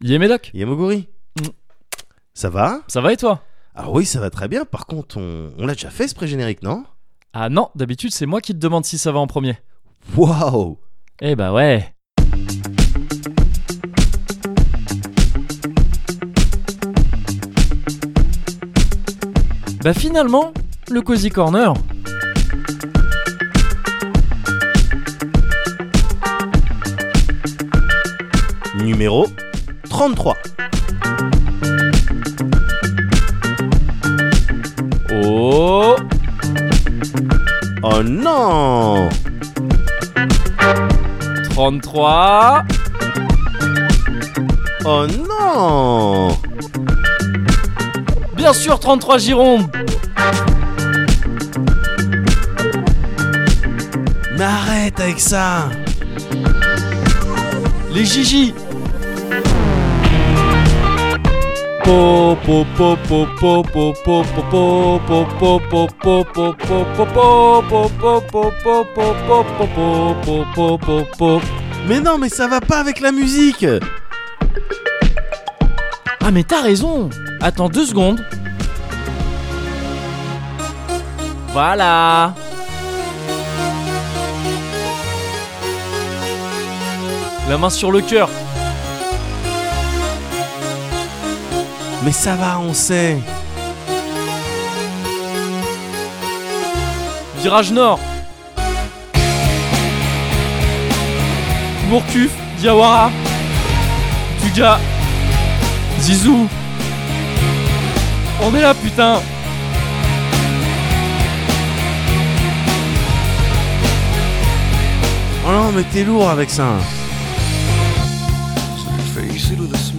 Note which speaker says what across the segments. Speaker 1: Yémédoc,
Speaker 2: Yamoguri.
Speaker 1: Mm.
Speaker 2: Ça va
Speaker 1: ça va et toi
Speaker 2: Ah oui, ça va très bien. Par contre, on, on l'a déjà fait ce pré-générique, non
Speaker 1: Ah non, d'habitude c'est moi qui te demande si ça va en premier.
Speaker 2: Waouh
Speaker 1: Eh bah ouais. Bah finalement, le Cozy Corner.
Speaker 2: Numéro 33.
Speaker 1: Oh
Speaker 2: Oh non
Speaker 1: 33
Speaker 2: Oh non
Speaker 1: Bien sûr 33 Gironde
Speaker 2: Mais arrête avec ça
Speaker 1: Les Gigi Po, po, po, po, po, po, po, po, po, po, po, po, po, po, po, po, po, po, po, po, po, po, po, po, po, po, po, po.
Speaker 2: Mais non, mais ça va pas avec la musique
Speaker 1: Ah mais t'as raison Attends deux secondes. Voilà La main sur le cœur
Speaker 2: Mais ça va, on sait
Speaker 1: Virage Nord. Gourcuff, Diawara, Tuga, Zizou. On est là, putain.
Speaker 2: Oh non, mais t'es lourd avec ça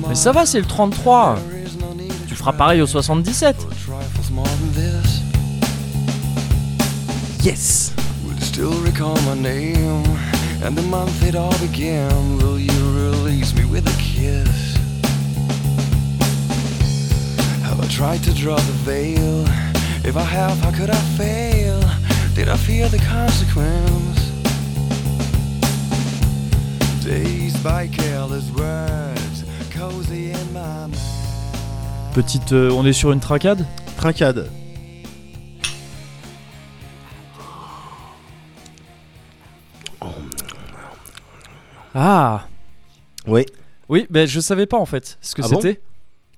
Speaker 1: Mais ça va, c'est le 33. Tu feras pareil au 77.
Speaker 2: Yes
Speaker 3: Would still recall my name and the month it all began. Will you release me with a kiss? Have I tried to draw the veil? If I have, how could I fail? Did I fear the consequence? Dazed by careless words, cozy in my mind.
Speaker 1: Petite, euh, on est sur une tracade
Speaker 2: Trincade.
Speaker 1: Ah.
Speaker 2: Oui.
Speaker 1: Oui, ben je savais pas en fait ce que
Speaker 2: Ah bon
Speaker 1: c'était.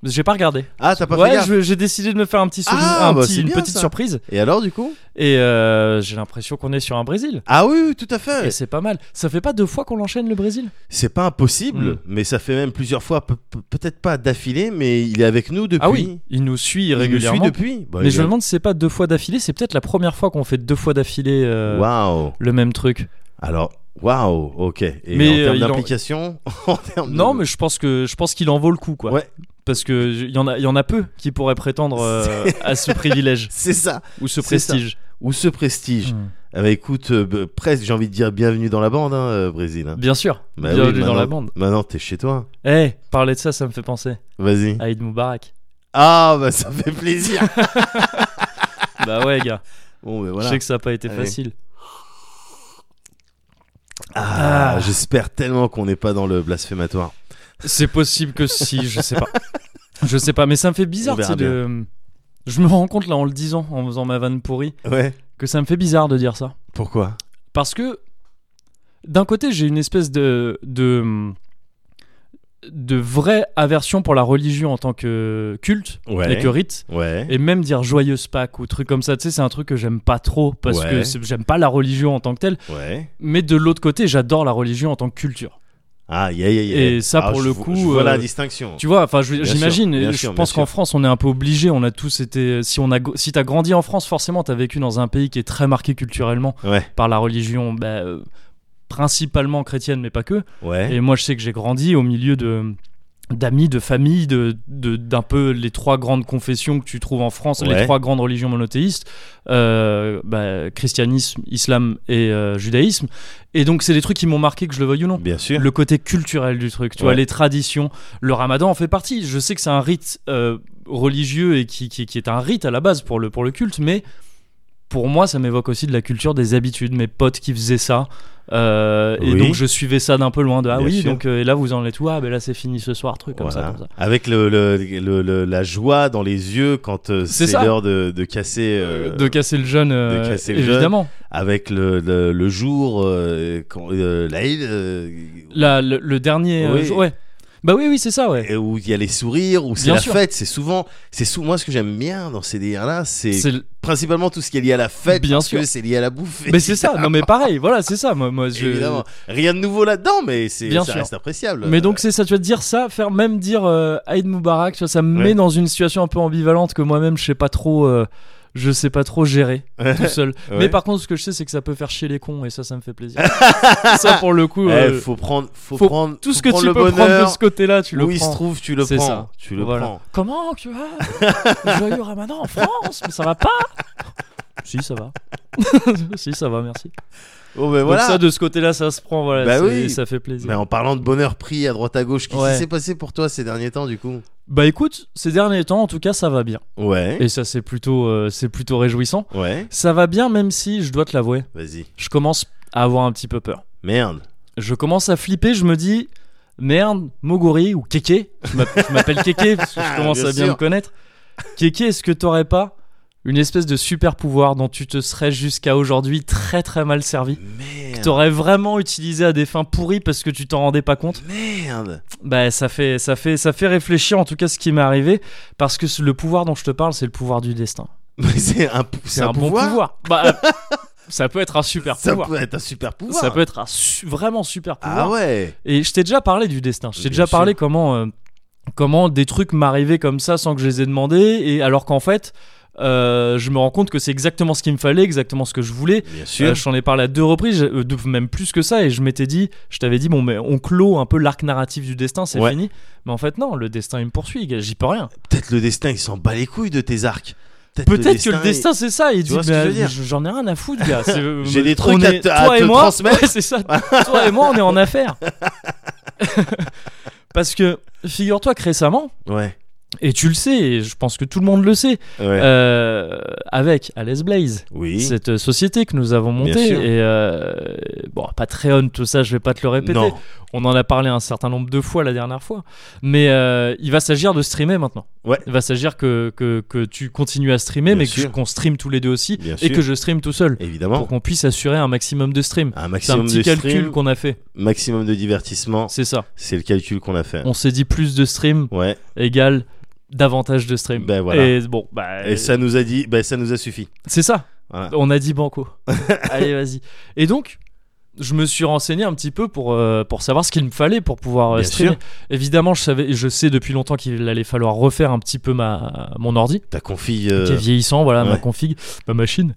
Speaker 1: J'ai pas regardé.
Speaker 2: Ah, t'as pas fait
Speaker 1: ouais,
Speaker 2: gaffe
Speaker 1: je- j'ai décidé de me faire un petit, souvenir,
Speaker 2: Ah,
Speaker 1: un
Speaker 2: bah,
Speaker 1: petit-
Speaker 2: c'est
Speaker 1: une
Speaker 2: bien,
Speaker 1: petite
Speaker 2: ça.
Speaker 1: surprise.
Speaker 2: Et alors, du coup
Speaker 1: Et euh, j'ai l'impression qu'on est sur un Brésil.
Speaker 2: Ah oui, oui, tout à fait
Speaker 1: Et c'est pas mal. Ça fait pas deux fois qu'on l'enchaîne le Brésil
Speaker 2: C'est pas impossible,
Speaker 1: Mm.
Speaker 2: mais ça fait même plusieurs fois, pe- pe- peut-être pas d'affilée, mais il est avec nous depuis.
Speaker 1: Ah oui, il nous suit
Speaker 2: il nous suit
Speaker 1: régulièrement.
Speaker 2: depuis. Bah,
Speaker 1: Mais
Speaker 2: il
Speaker 1: je me
Speaker 2: est-
Speaker 1: demande si c'est pas deux fois d'affilée, c'est peut-être la première fois qu'on fait deux fois d'affilée euh,
Speaker 2: Waouh
Speaker 1: le même truc.
Speaker 2: Alors, waouh, ok. Et
Speaker 1: Mais,
Speaker 2: en
Speaker 1: euh,
Speaker 2: termes
Speaker 1: il en-
Speaker 2: d'implication en... termes de-
Speaker 1: Non, mais je pense que je pense qu'il en vaut le coup quoi.
Speaker 2: Ouais.
Speaker 1: Parce que je- il y en a il y en a peu qui pourraient prétendre euh, à ce privilège
Speaker 2: C'est ça
Speaker 1: ou ce
Speaker 2: C'est ça.
Speaker 1: prestige.
Speaker 2: Ou ce prestige
Speaker 1: Mm.
Speaker 2: Ah bah écoute, euh, bah, presque, j'ai envie de dire bienvenue dans la bande, hein, euh, Brésil. hein.
Speaker 1: Bien sûr.
Speaker 2: Bah oui,
Speaker 1: Bienvenue dans
Speaker 2: maintenant-
Speaker 1: la bande.
Speaker 2: Maintenant, t'es chez toi.
Speaker 1: Eh, parler de ça, ça me fait penser
Speaker 2: Vas-y.
Speaker 1: à Id Moubarak.
Speaker 2: Ah, bah ça fait plaisir
Speaker 1: bah ouais, gars.
Speaker 2: Bon, bah voilà.
Speaker 1: Je sais que ça a pas été
Speaker 2: Allez.
Speaker 1: facile.
Speaker 2: Ah,
Speaker 1: Ah.
Speaker 2: j'espère tellement qu'on n'est pas dans le blasphématoire.
Speaker 1: C'est possible que si, je sais pas. Je sais pas, mais ça me fait bizarre
Speaker 2: On verra
Speaker 1: tu sais, de. Je me rends compte là en le disant, en faisant ma vanne pourrie,
Speaker 2: Ouais.
Speaker 1: que ça me fait bizarre de dire ça.
Speaker 2: Pourquoi
Speaker 1: Parce que d'un côté, j'ai une espèce de de de vraie aversion pour la religion en tant que culte
Speaker 2: Ouais.
Speaker 1: et que rite.
Speaker 2: Ouais.
Speaker 1: Et même dire joyeuse Pâques ou truc comme ça, tu sais, c'est un truc que j'aime pas trop parce
Speaker 2: Ouais.
Speaker 1: que c'est- j'aime pas la religion en tant que telle.
Speaker 2: Ouais.
Speaker 1: Mais de l'autre côté, j'adore la religion en tant que culture.
Speaker 2: Ah, yeah, yeah, yeah.
Speaker 1: Et ça,
Speaker 2: Ah,
Speaker 1: pour
Speaker 2: je
Speaker 1: le
Speaker 2: vo-
Speaker 1: coup,
Speaker 2: je vois
Speaker 1: euh,
Speaker 2: la distinction.
Speaker 1: Tu vois, enfin, je-
Speaker 2: Bien
Speaker 1: j'imagine.
Speaker 2: sûr,
Speaker 1: et
Speaker 2: bien
Speaker 1: Je
Speaker 2: sûr,
Speaker 1: pense
Speaker 2: bien
Speaker 1: qu'en
Speaker 2: sûr.
Speaker 1: France, on est un peu obligé. On a tous été. Si on a, go- si t'as grandi en France, forcément, t'as vécu dans un pays qui est très marqué culturellement
Speaker 2: Ouais.
Speaker 1: par la religion, bah, euh, principalement chrétienne, mais pas que.
Speaker 2: Ouais.
Speaker 1: Et moi, je sais que j'ai grandi au milieu de d'amis, de famille, de de- d'un peu les trois grandes confessions que tu trouves en France, les
Speaker 2: Ouais.
Speaker 1: trois grandes religions monothéistes, euh, bah, christianisme, islam et euh, judaïsme. Et donc, c'est des trucs qui m'ont marqué, que je le veuille ou non
Speaker 2: Bien sûr.
Speaker 1: le côté culturel du truc, tu vois,
Speaker 2: Ouais.
Speaker 1: les traditions. Le ramadan en fait partie. Je sais que c'est un rite euh, religieux et qui, qui, qui est un rite à la base pour le, pour le culte, mais pour moi, ça m'évoque aussi de la culture des habitudes, mes potes qui faisaient ça. euh, Et
Speaker 2: Oui.
Speaker 1: donc je suivais ça d'un peu loin de ah
Speaker 2: Bien
Speaker 1: oui
Speaker 2: sûr.
Speaker 1: donc euh, et là vous en êtes où ah ben là c'est fini ce soir truc comme ça
Speaker 2: Voilà.
Speaker 1: comme ça
Speaker 2: Avec le, le- le- le- la joie dans les yeux quand euh,
Speaker 1: C'est
Speaker 2: c'est
Speaker 1: ça.
Speaker 2: l'heure de, de casser euh,
Speaker 1: de casser le jeune euh,
Speaker 2: casser le jeune.
Speaker 1: évidemment
Speaker 2: avec le, le- le jour, euh, quand, euh, la île, euh,
Speaker 1: La- le, le dernier euh,
Speaker 2: Oui.
Speaker 1: jour- ouais bah oui oui c'est ça ouais
Speaker 2: et où il y a les sourires, où c'est
Speaker 1: Bien
Speaker 2: la
Speaker 1: sûr.
Speaker 2: fête. C'est souvent, c'est sou- moi ce que j'aime bien dans ces délires-là, c'est
Speaker 1: c'est le-
Speaker 2: principalement tout ce qui est lié à la fête,
Speaker 1: Bien
Speaker 2: parce
Speaker 1: sûr.
Speaker 2: que c'est lié à la bouffe.
Speaker 1: mais c'est ça non mais pareil voilà c'est ça moi, moi je
Speaker 2: Évidemment. Rien de nouveau là-dedans, mais c'est,
Speaker 1: Bien
Speaker 2: ça
Speaker 1: sûr.
Speaker 2: reste appréciable.
Speaker 1: Mais donc c'est ça, tu vas te dire ça, faire même dire euh, Aïd Moubarak, tu vois, ça me
Speaker 2: Ouais.
Speaker 1: met dans une situation un peu ambivalente que moi-même je sais pas trop, euh, je sais pas trop gérer
Speaker 2: Euh,
Speaker 1: tout seul.
Speaker 2: Ouais.
Speaker 1: Mais par contre, ce que je sais, c'est que ça peut faire chier les cons et ça, ça me fait plaisir. ça pour le coup,
Speaker 2: Eh,
Speaker 1: euh,
Speaker 2: faut prendre, faut,
Speaker 1: faut-
Speaker 2: prendre
Speaker 1: tout ce
Speaker 2: faut
Speaker 1: que
Speaker 2: prendre
Speaker 1: tu peux
Speaker 2: le
Speaker 1: prendre de
Speaker 2: bonheur.
Speaker 1: ce côté-là, tu le
Speaker 2: où il
Speaker 1: prends.
Speaker 2: se trouve, tu le
Speaker 1: C'est
Speaker 2: prends.
Speaker 1: ça.
Speaker 2: Tu le
Speaker 1: Voilà.
Speaker 2: prends.
Speaker 1: Comment tu vas Joyeux Ramadan en France, mais ça va pas Si ça va, si ça va, merci.
Speaker 2: Bon, ben
Speaker 1: Donc
Speaker 2: voilà.
Speaker 1: ça de ce côté-là, ça se prend, voilà,
Speaker 2: Bah
Speaker 1: c'est-
Speaker 2: oui.
Speaker 1: ça fait plaisir.
Speaker 2: Mais en parlant de bonheur pris à droite à gauche, qu'est-ce
Speaker 1: Ouais.
Speaker 2: qui s'est passé pour toi ces derniers temps du coup
Speaker 1: Bah écoute, ces derniers temps, en tout cas, ça va bien.
Speaker 2: Ouais.
Speaker 1: Et ça, c'est plutôt, euh, c'est plutôt réjouissant.
Speaker 2: Ouais.
Speaker 1: Ça va bien, même si, je dois te l'avouer,
Speaker 2: Vas-y.
Speaker 1: je commence à avoir un petit peu peur.
Speaker 2: Merde.
Speaker 1: Je commence à flipper, je me dis, merde, Mogori ou Keke, je m'app- je m'appelle Keke parce que je commence
Speaker 2: Ah, Bien
Speaker 1: à bien
Speaker 2: sûr.
Speaker 1: me connaître. Keke, est-ce que t'aurais pas une espèce de super pouvoir dont tu te serais jusqu'à aujourd'hui très très mal servi que
Speaker 2: Merde.
Speaker 1: T'aurais vraiment utilisé à des fins pourries parce que tu t'en rendais pas compte
Speaker 2: Merde.
Speaker 1: Bah ça fait, ça, fait, ça fait réfléchir en tout cas ce qui m'est arrivé parce que le pouvoir dont je te parle c'est le pouvoir du destin.
Speaker 2: Mais c'est un, pou-
Speaker 1: C'est un, bon pouvoir. Bah, euh, ça peut être un super
Speaker 2: Ça
Speaker 1: pouvoir.
Speaker 2: peut être un super pouvoir.
Speaker 1: Ça peut être un su- vraiment super pouvoir.
Speaker 2: Ah ouais.
Speaker 1: Et je t'ai déjà parlé du destin. Je t'ai
Speaker 2: Bien
Speaker 1: déjà
Speaker 2: sûr.
Speaker 1: parlé comment, euh, comment des trucs m'arrivaient comme ça sans que je les ai demandés. Et alors qu'en fait, euh, je me rends compte que c'est exactement ce qu'il me fallait, exactement ce que je voulais.
Speaker 2: Bien sûr.
Speaker 1: Euh, je t'en ai parlé à deux reprises, euh, deux- même plus que ça, et je m'étais dit, je t'avais dit, bon, mais on clôt un peu l'arc narratif du destin, c'est
Speaker 2: Ouais.
Speaker 1: fini. Mais en fait, non, le destin, il me poursuit, gars, j'y peux rien.
Speaker 2: Peut-être le destin, il s'en bat les couilles de tes arcs.
Speaker 1: Peut-être que le
Speaker 2: il-
Speaker 1: destin, c'est ça. Il dit,
Speaker 2: vois ce que
Speaker 1: bah,
Speaker 2: je veux dire
Speaker 1: je- j'en ai rien à foutre, gars. C'est- euh,
Speaker 2: J'ai des
Speaker 1: on
Speaker 2: trucs à te- à
Speaker 1: toi et
Speaker 2: te
Speaker 1: moi,
Speaker 2: transmettre.
Speaker 1: ouais, c'est ça. Toi et moi, on est en affaire. Parce que, figure-toi que récemment,
Speaker 2: Ouais.
Speaker 1: et tu le sais, et je pense que tout le monde le sait,
Speaker 2: Ouais.
Speaker 1: euh, avec Alice Blaze,
Speaker 2: oui.
Speaker 1: cette euh, société que nous avons montée,
Speaker 2: sûr.
Speaker 1: et euh, bon, Patreon, tout ça, je vais pas te le répéter.
Speaker 2: Non.
Speaker 1: On en a parlé un certain nombre de fois la dernière fois. Mais euh, il va s'agir de streamer maintenant.
Speaker 2: Ouais.
Speaker 1: Il va s'agir que, que, que tu continues à streamer,
Speaker 2: Bien
Speaker 1: mais que
Speaker 2: sûr.
Speaker 1: je- qu'on stream tous les deux aussi.
Speaker 2: Bien
Speaker 1: et
Speaker 2: sûr.
Speaker 1: que je stream tout seul.
Speaker 2: Évidemment.
Speaker 1: Pour qu'on puisse assurer un maximum de stream.
Speaker 2: Un
Speaker 1: C'est un
Speaker 2: maximum
Speaker 1: petit
Speaker 2: de
Speaker 1: calcul
Speaker 2: stream,
Speaker 1: qu'on a fait.
Speaker 2: maximum de divertissement.
Speaker 1: C'est ça.
Speaker 2: C'est le calcul qu'on a fait.
Speaker 1: On s'est dit plus de stream
Speaker 2: Ouais.
Speaker 1: égale davantage de stream.
Speaker 2: Ben voilà.
Speaker 1: Et bon, bah,
Speaker 2: Et ça nous a dit, bah, ça nous a suffi.
Speaker 1: c'est ça.
Speaker 2: Voilà.
Speaker 1: On a dit banco. Allez, vas-y. Et donc, je me suis renseigné un petit peu pour, euh, pour savoir ce qu'il me fallait pour pouvoir euh,
Speaker 2: Bien
Speaker 1: streamer.
Speaker 2: sûr.
Speaker 1: Évidemment, je savais, je sais depuis longtemps qu'il allait falloir refaire un petit peu ma mon ordi
Speaker 2: Ta confie,
Speaker 1: qui est
Speaker 2: euh,
Speaker 1: vieillissant, voilà ma
Speaker 2: ouais.
Speaker 1: config, ma machine,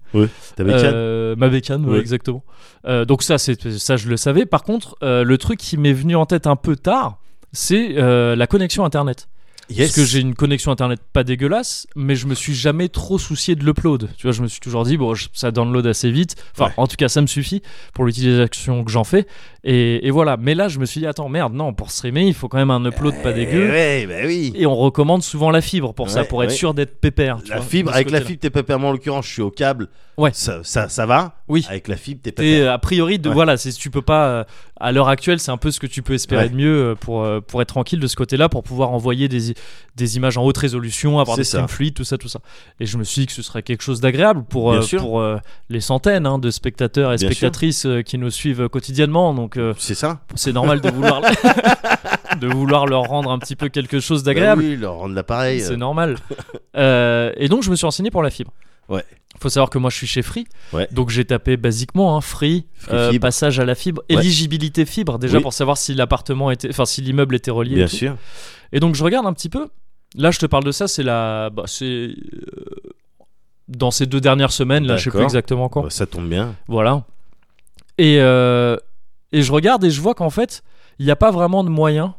Speaker 2: ta bécane.
Speaker 1: Euh, ma bécane, ouais,
Speaker 2: Ouais.
Speaker 1: exactement. Euh, donc ça, c'est ça, je le savais. Par contre, euh, le truc qui m'est venu en tête un peu tard, c'est euh, la connexion internet.
Speaker 2: yes.
Speaker 1: Parce que j'ai une connexion internet pas dégueulasse, mais je me suis jamais trop soucié de l'upload. Tu vois, je me suis toujours dit, bon, je- ça download assez vite. Enfin,
Speaker 2: Ouais.
Speaker 1: en tout cas, ça me suffit pour l'utilisation que j'en fais. Et, et voilà. Mais là, je me suis dit, attends, merde, non, pour streamer, il faut quand même un upload pas
Speaker 2: Eh
Speaker 1: dégueu.
Speaker 2: Ouais, bah oui.
Speaker 1: Et on recommande souvent la fibre pour ça,
Speaker 2: Ouais,
Speaker 1: pour être
Speaker 2: ouais.
Speaker 1: sûr d'être pépère. tu
Speaker 2: La
Speaker 1: vois,
Speaker 2: fibre,
Speaker 1: de ce
Speaker 2: avec la
Speaker 1: côté-là.
Speaker 2: fibre, t'es pépère. Moi, en l'occurrence, je suis au câble.
Speaker 1: Ouais.
Speaker 2: Ça, ça, ça va.
Speaker 1: Oui.
Speaker 2: Avec la fibre, t'es
Speaker 1: Et
Speaker 2: pépère.
Speaker 1: euh, a priori, de,
Speaker 2: Ouais.
Speaker 1: voilà, c'est tu peux pas. euh, à l'heure actuelle, c'est un peu ce que tu peux espérer
Speaker 2: Ouais.
Speaker 1: de mieux euh, pour euh, pour être tranquille de ce côté-là, pour pouvoir envoyer des i- des images en haute résolution, avoir
Speaker 2: C'est
Speaker 1: des streams
Speaker 2: ça.
Speaker 1: fluides, tout ça, tout ça. Et je me suis dit que ce serait quelque chose d'agréable pour
Speaker 2: Bien
Speaker 1: euh,
Speaker 2: sûr.
Speaker 1: pour euh, les centaines hein, de spectateurs et
Speaker 2: Bien sûr.
Speaker 1: spectatrices euh, qui nous suivent euh, quotidiennement. Donc euh,
Speaker 2: C'est ça.
Speaker 1: c'est normal de vouloir de vouloir leur rendre un petit peu quelque chose
Speaker 2: Bah
Speaker 1: d'agréable.
Speaker 2: oui, leur rendre l'appareil. euh,
Speaker 1: C'est normal. Euh, et donc, je me suis renseigné pour la fibre.
Speaker 2: Ouais.
Speaker 1: Faut savoir que moi, je suis chez Free.
Speaker 2: Ouais.
Speaker 1: Donc, j'ai tapé basiquement hein, Free,
Speaker 2: Free
Speaker 1: euh,
Speaker 2: fibre.
Speaker 1: passage à la fibre,
Speaker 2: Ouais.
Speaker 1: éligibilité fibre, déjà
Speaker 2: Oui.
Speaker 1: pour savoir si l'appartement était, enfin, si l'immeuble était relié. et
Speaker 2: Bien
Speaker 1: tout.
Speaker 2: sûr.
Speaker 1: Et donc, je regarde un petit peu. Là, je te parle de ça. C'est la, bah, c'est euh, dans ces deux dernières semaines. Là, je sais plus
Speaker 2: D'accord.
Speaker 1: exactement quand.
Speaker 2: Bah, ça tombe bien.
Speaker 1: Voilà. Et, euh, et je regarde et je vois qu'en fait, il n'y a pas vraiment de moyen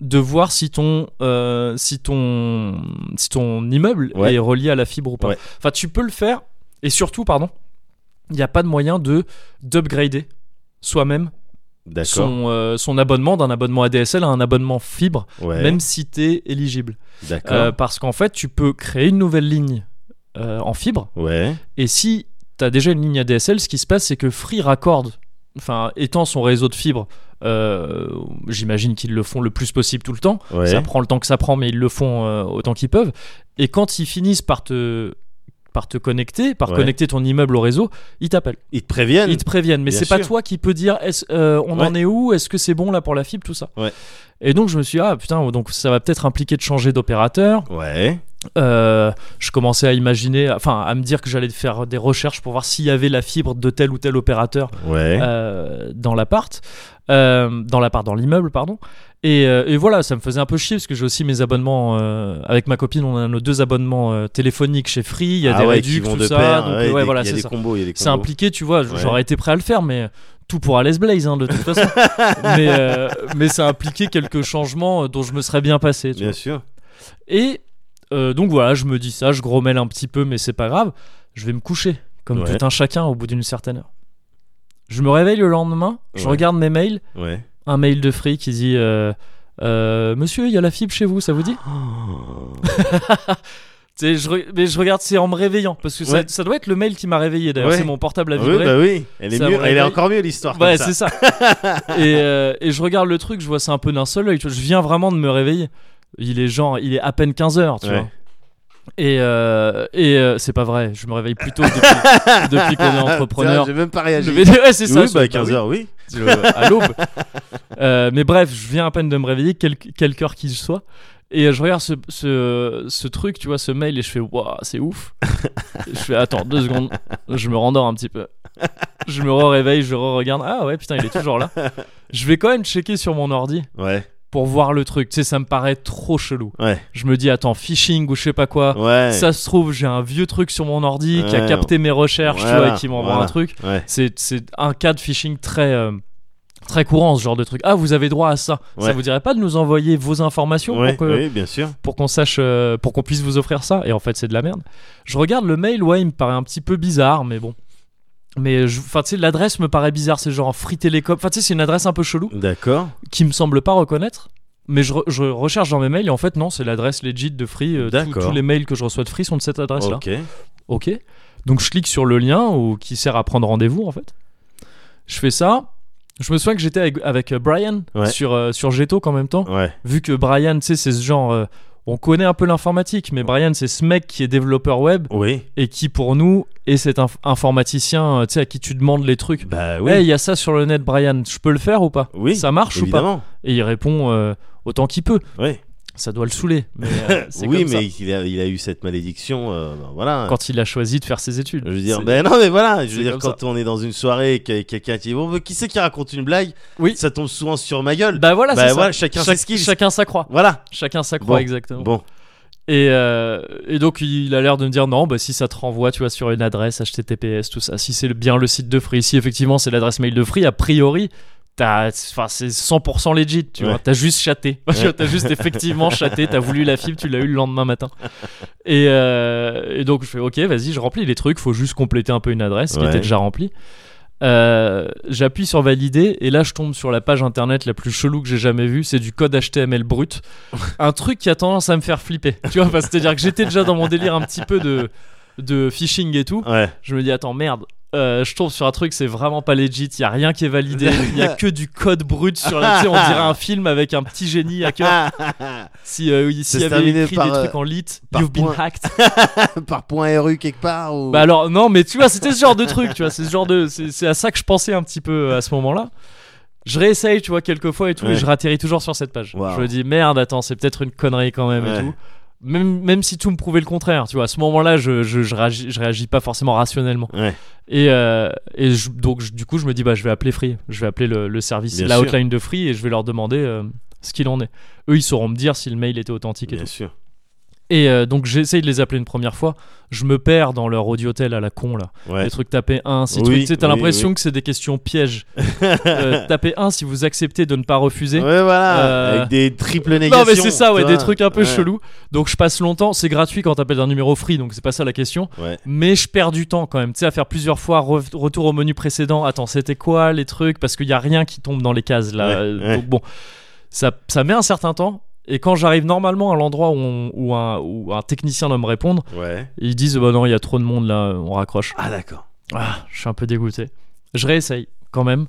Speaker 1: de voir si ton, euh, si ton, si ton immeuble
Speaker 2: Ouais.
Speaker 1: est relié à la fibre ou pas.
Speaker 2: Ouais.
Speaker 1: Enfin, tu peux le faire, et surtout, pardon, il n'y a pas de moyen de d'upgrader soi-même
Speaker 2: D'accord.
Speaker 1: son, euh, son abonnement d'un abonnement ADSL à un abonnement fibre,
Speaker 2: Ouais.
Speaker 1: même si tu es éligible.
Speaker 2: D'accord.
Speaker 1: Euh, parce qu'en fait, tu peux créer une nouvelle ligne euh, en euh, fibre,
Speaker 2: Ouais.
Speaker 1: et si t'as déjà une ligne ADSL, ce qui se passe, c'est que Free raccorde, enfin, étant son réseau de fibres, euh, j'imagine qu'ils le font le plus possible tout le temps.
Speaker 2: Ouais.
Speaker 1: Ça prend le temps que ça prend, mais ils le font euh, autant qu'ils peuvent. Et quand ils finissent par te par te connecter, par
Speaker 2: Ouais.
Speaker 1: connecter ton immeuble au réseau, ils t'appellent,
Speaker 2: Ils te préviennent.
Speaker 1: ils te préviennent. Mais
Speaker 2: Bien
Speaker 1: c'est pas
Speaker 2: sûr.
Speaker 1: toi qui peux dire est-ce, euh, on en est où, est-ce que c'est bon là pour la fibre, tout ça.
Speaker 2: Ouais.
Speaker 1: Et donc je me suis dit, ah putain donc ça va peut-être impliquer de changer d'opérateur.
Speaker 2: Ouais.
Speaker 1: Euh, je commençais à imaginer, enfin à me dire que j'allais faire des recherches pour voir s'il y avait la fibre de tel ou tel opérateur
Speaker 2: Ouais.
Speaker 1: euh, dans l'appart, euh, dans l'appart, dans l'immeuble, pardon. Et, euh, et voilà, ça me faisait un peu chier parce que j'ai aussi mes abonnements euh, avec ma copine. On a nos deux abonnements euh, téléphoniques chez Free. Il y a
Speaker 2: Ah
Speaker 1: des
Speaker 2: ouais, qui
Speaker 1: réducs,
Speaker 2: vont
Speaker 1: tout
Speaker 2: de
Speaker 1: ça.
Speaker 2: pair,
Speaker 1: donc,
Speaker 2: ouais,
Speaker 1: ouais,
Speaker 2: des-
Speaker 1: voilà,
Speaker 2: il y a
Speaker 1: c'est
Speaker 2: des
Speaker 1: ça.
Speaker 2: combos, il y a des
Speaker 1: C'est
Speaker 2: combos.
Speaker 1: impliqué, tu vois.
Speaker 2: Ouais.
Speaker 1: J'aurais été prêt à le faire, mais tout pour Alice Blaze, hein, de toute façon. mais, euh, mais ça impliquait quelques changements euh, dont je me serais bien passé. tu
Speaker 2: Bien sûr.
Speaker 1: et euh, donc voilà, je me dis ça, je grommelle un petit peu, mais c'est pas grave. Je vais me coucher, comme
Speaker 2: Ouais.
Speaker 1: tout un chacun au bout d'une certaine heure. Je me réveille le lendemain, je
Speaker 2: Ouais.
Speaker 1: regarde mes mails,
Speaker 2: Ouais.
Speaker 1: un mail de Free qui dit euh, Euh, Monsieur, il y a la fibre chez vous, ça vous dit Oh.
Speaker 2: Ah
Speaker 1: Tu sais, je re- Mais je regarde, c'est en me réveillant, parce que ça-
Speaker 2: Ouais.
Speaker 1: ça, doit être le mail qui m'a réveillé d'ailleurs,
Speaker 2: Ouais.
Speaker 1: c'est mon portable à
Speaker 2: Ah oui,
Speaker 1: vibrer.
Speaker 2: bah oui. Elle est,
Speaker 1: Ça
Speaker 2: mieux-
Speaker 1: me
Speaker 2: elle est
Speaker 1: réveille.
Speaker 2: encore mieux l'histoire. comme
Speaker 1: Ouais,
Speaker 2: ça.
Speaker 1: c'est ça. et, euh, et je regarde le truc, je vois ça un peu d'un seul œil. tu vois, Je viens vraiment de me réveiller. Il est genre, il est à peine 15h, tu
Speaker 2: Ouais.
Speaker 1: vois. Et, euh, et euh, c'est pas vrai, je me réveille plus tôt depuis, depuis qu'on est
Speaker 2: Tiens,
Speaker 1: entrepreneur.
Speaker 2: J'ai même pas
Speaker 1: Je
Speaker 2: réagi.
Speaker 1: vais dire, ouais, c'est ça.
Speaker 2: oui,
Speaker 1: sauf-
Speaker 2: bah
Speaker 1: bah
Speaker 2: 15h, oui.
Speaker 1: oui, à l'aube. Euh, mais bref, je viens à peine de me réveiller, quel- quelque heure qu'il soit. Et euh, je regarde ce, ce, ce truc, tu vois, ce mail, et je fais, waouh, c'est ouf. je fais, attends, deux secondes, je me rendors un petit peu. Je me réveille, je regarde, ah ouais, putain, il est toujours là. Je vais quand même checker sur mon ordi
Speaker 2: Ouais.
Speaker 1: pour voir le truc. Tu sais, ça me paraît trop chelou.
Speaker 2: Ouais.
Speaker 1: Je me dis, attends, phishing ou je sais pas quoi.
Speaker 2: Ouais.
Speaker 1: Ah, Ça se trouve, j'ai un vieux truc sur mon ordi qui a
Speaker 2: Ouais.
Speaker 1: capté mes recherches, tu
Speaker 2: Voilà,
Speaker 1: vois, et qui m'envoie
Speaker 2: voilà.
Speaker 1: un truc.
Speaker 2: Ouais.
Speaker 1: C'est, c'est un cas de phishing très, euh, très courant, ce genre de truc. Ah, vous avez droit à ça. Ça
Speaker 2: Ouais.
Speaker 1: vous dirait pas de nous envoyer vos informations
Speaker 2: Ouais,
Speaker 1: pour, que-
Speaker 2: Oui, bien sûr.
Speaker 1: pour qu'on sache, euh, pour qu'on puisse vous offrir ça Et en fait, c'est de la merde. Je regarde le mail, ouais, il me paraît un petit peu bizarre, mais bon. Mais je- enfin, tu sais, l'adresse me paraît bizarre. C'est genre Free Télécom. Enfin, tu sais, c'est une adresse un peu chelou
Speaker 2: D'accord.
Speaker 1: qui me semble pas reconnaître. Mais je, re- je recherche dans mes mails et en fait, non, c'est l'adresse legit de Free. Euh, tous-
Speaker 2: D'accord.
Speaker 1: Tous les mails que je reçois de Free sont de cette adresse-là.
Speaker 2: Ok.
Speaker 1: Ok. Donc je clique sur le lien ou qui sert à prendre rendez-vous en fait. Je fais ça. Je me souviens que j'étais avec, avec, euh, Brian
Speaker 2: Ouais.
Speaker 1: sur euh, sur Getalk en même temps.
Speaker 2: Ouais.
Speaker 1: Vu que Brian, tu sais, c'est ce genre. euh, on connaît un peu l'informatique, mais Brian, c'est ce mec qui est développeur web
Speaker 2: Oui.
Speaker 1: et qui pour nous est cet inf- informaticien, euh, tu sais, à qui tu demandes les trucs.
Speaker 2: Bah oui.
Speaker 1: Ouais, il y a ça sur le net, Brian. Je peux le faire ou pas
Speaker 2: Oui,
Speaker 1: Ça marche ou pas
Speaker 2: Évidemment.
Speaker 1: Et il répond euh, autant qu'il peut.
Speaker 2: Ouais.
Speaker 1: Ça doit le saouler. Mais, euh, c'est
Speaker 2: Oui,
Speaker 1: comme ça.
Speaker 2: mais il a, il a eu cette malédiction. euh, ben voilà.
Speaker 1: quand il a choisi de faire ses études.
Speaker 2: Je veux dire,
Speaker 1: C'est-
Speaker 2: ben non, mais voilà, je
Speaker 1: c'est
Speaker 2: veux dire,
Speaker 1: comme
Speaker 2: quand on est dans une soirée et qu'il y a quelqu'un qui dit, bon, mais qui c'est qui raconte une blague
Speaker 1: Oui.
Speaker 2: Ça tombe souvent sur ma gueule.
Speaker 1: Bah voilà,
Speaker 2: Bah
Speaker 1: c'est ça.
Speaker 2: voilà, chacun ses skills.
Speaker 1: Chacun s'accroît.
Speaker 2: Voilà.
Speaker 1: Chacun s'accroît,
Speaker 2: Bon.
Speaker 1: exactement.
Speaker 2: Bon,
Speaker 1: Et, euh, et donc, il a l'air de me dire non, bah, si ça te renvoie, tu vois, sur une adresse HTTPS, tout ça, si c'est le- bien le site de Free, si effectivement c'est l'adresse mail de Free, a priori, t'as- enfin, c'est 100% legit, tu
Speaker 2: Ouais.
Speaker 1: vois. T'as juste chaté. Tu vois, t'as juste effectivement chaté, t'as voulu la fibre, tu l'as eu le lendemain matin. Et, euh, et donc, je fais ok, vas-y, je remplis les trucs, faut juste compléter un peu une adresse qui
Speaker 2: Ouais.
Speaker 1: était déjà remplie. Euh, J'appuie sur valider et là je tombe sur la page internet la plus chelou que j'ai jamais vue. C'est du code HTML brut, un truc qui a tendance à me faire flipper. Tu vois, parce que c'est-à-dire que j'étais déjà dans mon délire un petit peu de de phishing et tout.
Speaker 2: ouais.
Speaker 1: Je me dis attends merde. euh, je tombe sur un truc, c'est vraiment pas legit. Il y a rien qui est validé. Il y a que du code brut sur. La, tu sais, on dirait un film avec un petit génie à
Speaker 2: Ah.
Speaker 1: cœur. Si euh, oui, s'il
Speaker 2: Ça
Speaker 1: y
Speaker 2: se
Speaker 1: avait
Speaker 2: terminait
Speaker 1: écrit
Speaker 2: par,
Speaker 1: des
Speaker 2: euh,
Speaker 1: trucs en lit,
Speaker 2: par
Speaker 1: you've been
Speaker 2: point.
Speaker 1: hacked.
Speaker 2: Par point RU quelque part ou.
Speaker 1: Bah alors non, mais tu vois, c'était ce genre de truc, tu vois, c'est ce genre de, c'est c'est à ça que je pensais un petit peu euh, à ce moment-là. Je réessaye, tu vois, quelques fois et tout, et
Speaker 2: Ouais.
Speaker 1: je ratterris toujours sur cette page.
Speaker 2: Wow.
Speaker 1: Je me dis merde, attends, c'est peut-être une connerie quand même et
Speaker 2: Ouais.
Speaker 1: tout. Même, même si tout me prouvait le contraire, tu vois, à ce moment-là, je, je, je, réagis, je réagis pas forcément rationnellement.
Speaker 2: Ouais.
Speaker 1: Et, euh, et je- donc, je- du coup, je me dis, bah, je vais appeler Free, je vais appeler le, le service,
Speaker 2: Bien
Speaker 1: la
Speaker 2: sûr.
Speaker 1: hotline de Free, et je vais leur demander euh, ce qu'il en est. Eux, ils sauront me dire si le mail était authentique et tout.
Speaker 2: Bien sûr.
Speaker 1: Et euh, donc j'essaye de les appeler une première fois. Je me perds dans leur audiotel à la con là.
Speaker 2: Ouais.
Speaker 1: Les trucs tapez 1, si
Speaker 2: Oui,
Speaker 1: trucs. Tu sais, t'as
Speaker 2: oui,
Speaker 1: l'impression que c'est des questions pièges. Euh, tapez 1 si vous acceptez de ne pas refuser.
Speaker 2: Ouais, voilà.
Speaker 1: Euh,
Speaker 2: Avec des triples
Speaker 1: Non
Speaker 2: négations.
Speaker 1: mais c'est ça ouais
Speaker 2: tu
Speaker 1: des
Speaker 2: vois.
Speaker 1: trucs un peu
Speaker 2: Ouais.
Speaker 1: chelous donc je passe longtemps c'est gratuit quand t'appelles d'un numéro free donc c'est pas ça la question
Speaker 2: Ouais.
Speaker 1: mais je perds du temps quand même tu sais à faire plusieurs fois re- retour au menu précédent attends c'était quoi les trucs parce qu'il y a rien qui tombe dans les cases là
Speaker 2: Ouais,
Speaker 1: Euh,
Speaker 2: ouais.
Speaker 1: donc bon ça, ça met un certain temps et quand j'arrive normalement à l'endroit où, on- où un, où un technicien doit me répondre
Speaker 2: Ouais.
Speaker 1: Ils disent bah non, il y a trop de monde là, on raccroche.
Speaker 2: Ah, d'accord.
Speaker 1: Ah, je suis un peu dégoûté. Je réessaye quand même.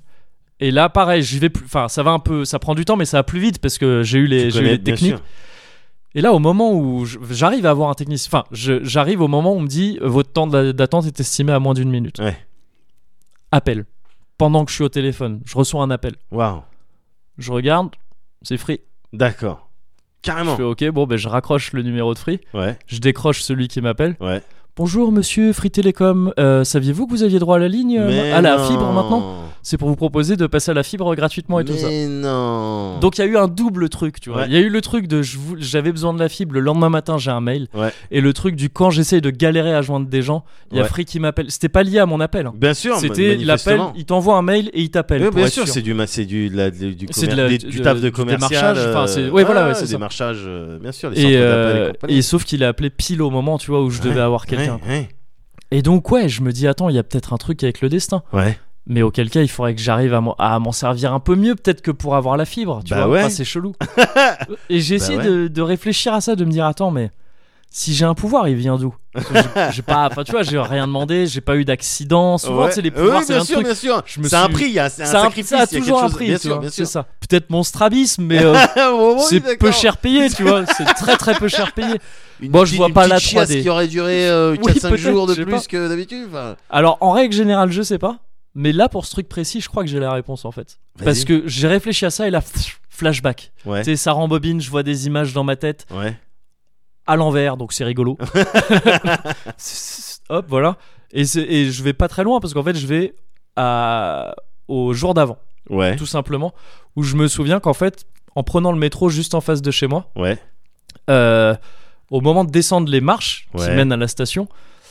Speaker 1: Et là, pareil, j'y vais plus. Enfin, ça va un peu, ça prend du temps, mais ça va plus vite parce que j'ai eu les,
Speaker 2: Tu
Speaker 1: j'ai eu
Speaker 2: connais,
Speaker 1: les
Speaker 2: bien
Speaker 1: techniques.
Speaker 2: sûr.
Speaker 1: Et là, au moment où je- j'arrive à avoir un technicien, enfin, je- j'arrive au moment où on me dit euh, votre temps d'a- d'attente est estimé à moins d'une minute.
Speaker 2: Ouais.
Speaker 1: Appel. Pendant que je suis au téléphone, je reçois un appel.
Speaker 2: Waouh.
Speaker 1: Je regarde, c'est Free.
Speaker 2: D'accord.
Speaker 1: Je
Speaker 2: Carrément.
Speaker 1: fais OK, bon, ben je raccroche le numéro de Free.
Speaker 2: Ouais,
Speaker 1: Je décroche celui qui m'appelle.
Speaker 2: ouais.
Speaker 1: Bonjour monsieur Free Télécom, Euh, saviez-vous que vous aviez droit à la ligne euh,
Speaker 2: Mais
Speaker 1: à la
Speaker 2: non.
Speaker 1: fibre maintenant C'est pour vous proposer de passer à la fibre gratuitement et tout ça.
Speaker 2: Mais non.
Speaker 1: Donc il y a eu un double truc, tu vois.
Speaker 2: Ouais.
Speaker 1: Il y a eu le truc de je vou- j'avais besoin de la fibre, le lendemain matin j'ai un mail.
Speaker 2: Ouais.
Speaker 1: Et le truc du quand j'essaye de galérer à joindre des gens, il y a
Speaker 2: Ouais.
Speaker 1: Free qui m'appelle. C'était pas lié à mon appel. hein.
Speaker 2: Bien sûr,
Speaker 1: C'était l'appel,
Speaker 2: manifestement.
Speaker 1: il t'envoie un mail et il t'appelle.
Speaker 2: Ouais,
Speaker 1: pour
Speaker 2: bien
Speaker 1: être
Speaker 2: sûr,
Speaker 1: sûr.
Speaker 2: c'est du, ma- c'est du, de la- de- du,
Speaker 1: C'est de
Speaker 2: commer-
Speaker 1: la-
Speaker 2: des-
Speaker 1: du-
Speaker 2: du
Speaker 1: de-
Speaker 2: taf de
Speaker 1: du
Speaker 2: commercial.
Speaker 1: démarchage, enfin, c'est-
Speaker 2: euh,
Speaker 1: ouais, voilà, ouais, c'est
Speaker 2: des
Speaker 1: ça.
Speaker 2: démarchages, euh, bien sûr, des
Speaker 1: Et,
Speaker 2: centres d'appel
Speaker 1: euh,
Speaker 2: et compagnie.
Speaker 1: et sauf qu'il a appelé pile au moment, tu vois, où je devais
Speaker 2: Ouais,
Speaker 1: avoir quelqu'un.
Speaker 2: Ouais, ouais.
Speaker 1: Et donc ouais, je me dis attends, il y a peut-être un truc avec le destin.
Speaker 2: Ouais.
Speaker 1: Mais auquel cas, il faudrait que j'arrive à m'en- à m'en servir un peu mieux, peut-être que pour avoir la fibre. Tu
Speaker 2: Bah
Speaker 1: vois,
Speaker 2: ouais.
Speaker 1: Enfin, c'est chelou. Et j'ai
Speaker 2: Bah
Speaker 1: essayé
Speaker 2: ouais.
Speaker 1: de, de réfléchir à ça, de me dire attends, mais si j'ai un pouvoir, il vient d'où Parce que j'ai- J'ai pas, enfin, tu vois, j'ai rien demandé, j'ai pas eu d'accident. Souvent,
Speaker 2: Ouais.
Speaker 1: c'est les
Speaker 2: Ouais,
Speaker 1: pouvoirs, c'est
Speaker 2: bien
Speaker 1: un
Speaker 2: sûr,
Speaker 1: truc.
Speaker 2: bien sûr.
Speaker 1: Je me
Speaker 2: C'est un
Speaker 1: suis-
Speaker 2: prix, il y a c'est un
Speaker 1: ça, a-
Speaker 2: sacrifice.
Speaker 1: ça a
Speaker 2: il y a quelque
Speaker 1: toujours un
Speaker 2: chose-
Speaker 1: prix,
Speaker 2: bien
Speaker 1: tu
Speaker 2: sûr,
Speaker 1: vois,
Speaker 2: bien
Speaker 1: c'est
Speaker 2: sûr.
Speaker 1: ça. Peut-être mon strabisme, mais euh,
Speaker 2: Oh, oui,
Speaker 1: c'est peu
Speaker 2: d'accord.
Speaker 1: cher payé, tu vois. C'est très très peu cher payé.
Speaker 2: Une
Speaker 1: Bon, je
Speaker 2: petite-
Speaker 1: vois
Speaker 2: une
Speaker 1: pas la
Speaker 2: petite chiasse
Speaker 1: 3D.
Speaker 2: qui aurait duré euh,
Speaker 1: Oui,
Speaker 2: 4-5 jours de
Speaker 1: peut-être, je sais
Speaker 2: plus
Speaker 1: pas.
Speaker 2: que d'habitude. enfin,
Speaker 1: Alors, en règle générale, je sais pas. Mais là, pour ce truc précis, je crois que j'ai la réponse en fait.
Speaker 2: vas-y.
Speaker 1: Parce que j'ai réfléchi à ça et là, pff, flashback.
Speaker 2: Ouais.
Speaker 1: Tu sais, ça rembobine, je vois des images dans ma tête
Speaker 2: Ouais.
Speaker 1: à l'envers, donc c'est rigolo. Hop, voilà. Et, c'est- et je vais pas très loin parce qu'en fait, je vais à- au jour d'avant,
Speaker 2: Ouais.
Speaker 1: tout simplement, où je me souviens qu'en fait, en prenant le métro juste en face de chez moi,
Speaker 2: Ouais.
Speaker 1: euh, au moment de descendre les marches qui
Speaker 2: Ouais.
Speaker 1: mènent à la station,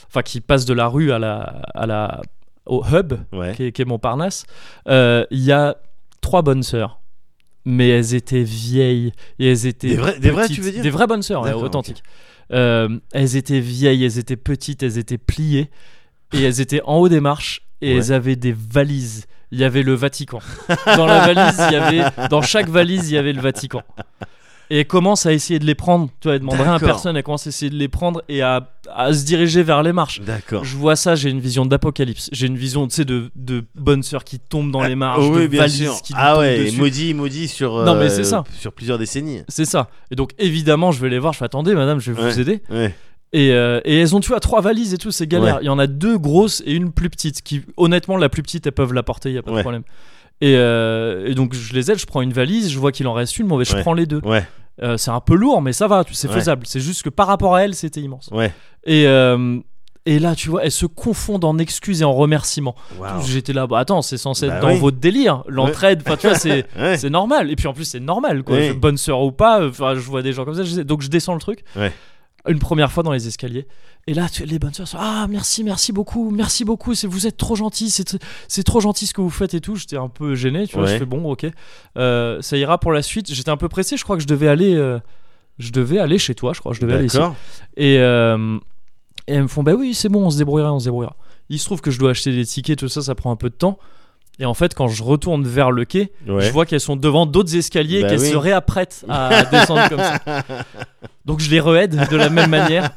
Speaker 1: enfin qui passent de la rue à la, à la, au hub,
Speaker 2: Ouais.
Speaker 1: qui est, qui est Montparnasse, euh, il y a trois bonnes sœurs. Mais elles étaient vieilles et elles étaient
Speaker 2: Des vraies- des vraies,
Speaker 1: petites.
Speaker 2: tu veux dire
Speaker 1: Des vraies bonnes sœurs, ouais,
Speaker 2: D'accord,
Speaker 1: authentiques. Euh, elles étaient vieilles, elles étaient petites, elles étaient pliées et elles étaient en haut des marches et
Speaker 2: Ouais.
Speaker 1: elles avaient des valises. Il y avait le Vatican. Dans la valise, il y avait, dans chaque valise, il y avait le Vatican. Et elles commencent à essayer de les prendre. Tu vois, elles demandent rien à
Speaker 2: D'accord.
Speaker 1: personne. Elles commencent à essayer de les prendre et à- à se diriger vers les marches.
Speaker 2: D'accord.
Speaker 1: Je vois ça, j'ai une vision d'apocalypse. J'ai une vision, tu sais, de, de bonne sœur qui tombe dans les marges,
Speaker 2: Oh oui,
Speaker 1: de
Speaker 2: bien
Speaker 1: valises
Speaker 2: sûr.
Speaker 1: qui lui
Speaker 2: Ah
Speaker 1: tombent
Speaker 2: ouais, et
Speaker 1: dessus.
Speaker 2: maudit, maudit sur,
Speaker 1: Non, mais
Speaker 2: euh,
Speaker 1: c'est ça.
Speaker 2: sur plusieurs décennies.
Speaker 1: C'est ça. Et donc, évidemment, je vais les voir. Je fais attendez, madame, je vais vous
Speaker 2: Ouais.
Speaker 1: aider.
Speaker 2: Ouais.
Speaker 1: Et, euh, et elles ont, tu vois, trois valises et tout, c'est galère. Il y en a deux grosses et une plus petite. Qui, honnêtement, la plus petite, elles peuvent la porter, il y a pas de
Speaker 2: Ouais.
Speaker 1: problème. Et, euh, et donc, je les aide. Je prends une valise, je vois qu'il en reste une. Bon, ben, je
Speaker 2: Ouais.
Speaker 1: prends les deux.
Speaker 2: Ouais.
Speaker 1: Euh, c'est un peu lourd, mais ça va, tu- c'est
Speaker 2: Ouais.
Speaker 1: faisable. C'est juste que par rapport à elle, c'était immense.
Speaker 2: Ouais.
Speaker 1: Et, euh, et là, tu vois, elles se confondent en excuses et en remerciements.
Speaker 2: Waouh.
Speaker 1: J'étais là, bah attends, c'est censé être
Speaker 2: Ah Bah
Speaker 1: dans
Speaker 2: oui.
Speaker 1: votre délire, l'entraide, enfin tu vois, c'est.
Speaker 2: Ouais.
Speaker 1: C'est normal, et puis en plus c'est normal quoi,
Speaker 2: Oui.
Speaker 1: Je- bonne sœur ou pas, euh, enfin, je vois des gens comme ça, je sais. donc je descends le truc,
Speaker 2: Ouais.
Speaker 1: une première fois dans les escaliers, et là tu- les bonnes sœurs sont, ah merci, merci beaucoup, merci beaucoup, c'est, vous êtes trop gentil, c'est, tr- c'est trop gentil ce que vous faites et tout, j'étais un peu gêné, tu vois,
Speaker 2: Ouais.
Speaker 1: je fais bon ok, Euh, ça ira pour la suite, j'étais un peu pressé, je crois que je devais aller, euh, je devais aller chez toi, je crois, je devais aller ici.
Speaker 2: D'accord.
Speaker 1: Et, euh, et elles me font, bah oui, c'est bon, on se débrouillera, on se débrouillera. Il se trouve que je dois acheter des tickets, tout ça, ça prend un peu de temps. Et en fait, quand je retourne vers le quai, je
Speaker 2: Ouais.
Speaker 1: vois qu'elles sont devant d'autres escaliers et
Speaker 2: Bah
Speaker 1: qu'elles
Speaker 2: oui.
Speaker 1: se réapprêtent à descendre comme ça. Donc je les re-aide de la même manière.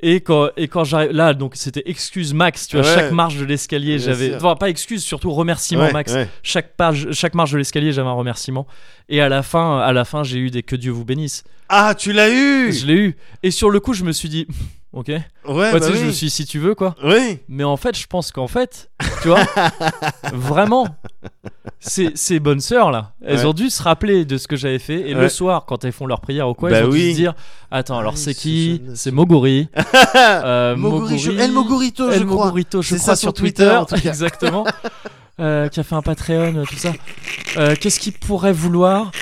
Speaker 1: Et quand, et quand j'arrive là, donc c'était excuse max, tu vois,
Speaker 2: Ouais.
Speaker 1: chaque marche de l'escalier,
Speaker 2: Bien
Speaker 1: j'avais.
Speaker 2: sûr.
Speaker 1: Enfin, pas excuse, surtout remerciement
Speaker 2: Ouais,
Speaker 1: max.
Speaker 2: ouais.
Speaker 1: Chaque, page, chaque marche de l'escalier, j'avais un remerciement. Et à la fin, à la fin j'ai eu des que Dieu vous bénisse.
Speaker 2: Ah, tu l'as eu
Speaker 1: Je l'ai eu. Et sur le coup, je me suis dit, ok.
Speaker 2: Ouais,
Speaker 1: Ouais,
Speaker 2: bah
Speaker 1: tu sais, je
Speaker 2: oui.
Speaker 1: me suis dit, si tu veux quoi.
Speaker 2: Oui.
Speaker 1: Mais en fait, je pense qu'en fait, tu vois, vraiment, ces, ces bonnes sœurs là, elles
Speaker 2: Ouais.
Speaker 1: ont dû se rappeler de ce que j'avais fait. Et le
Speaker 2: Ouais.
Speaker 1: soir, quand elles font leur prière ou quoi,
Speaker 2: Bah
Speaker 1: elles ont dû
Speaker 2: oui.
Speaker 1: se dire, attends,
Speaker 2: Ah
Speaker 1: alors
Speaker 2: oui,
Speaker 1: c'est
Speaker 2: ce
Speaker 1: qui
Speaker 2: jeune-
Speaker 1: C'est Moguri. Euh,
Speaker 2: Moguri, je- El Mogurito,
Speaker 1: El
Speaker 2: je crois.
Speaker 1: Mogurito, je
Speaker 2: C'est
Speaker 1: crois,
Speaker 2: ça
Speaker 1: sur
Speaker 2: sur
Speaker 1: Twitter,
Speaker 2: Twitter, en tout cas.
Speaker 1: exactement. Euh, qui a fait un Patreon, euh, tout ça. Euh, Qu'est-ce qu'il pourrait vouloir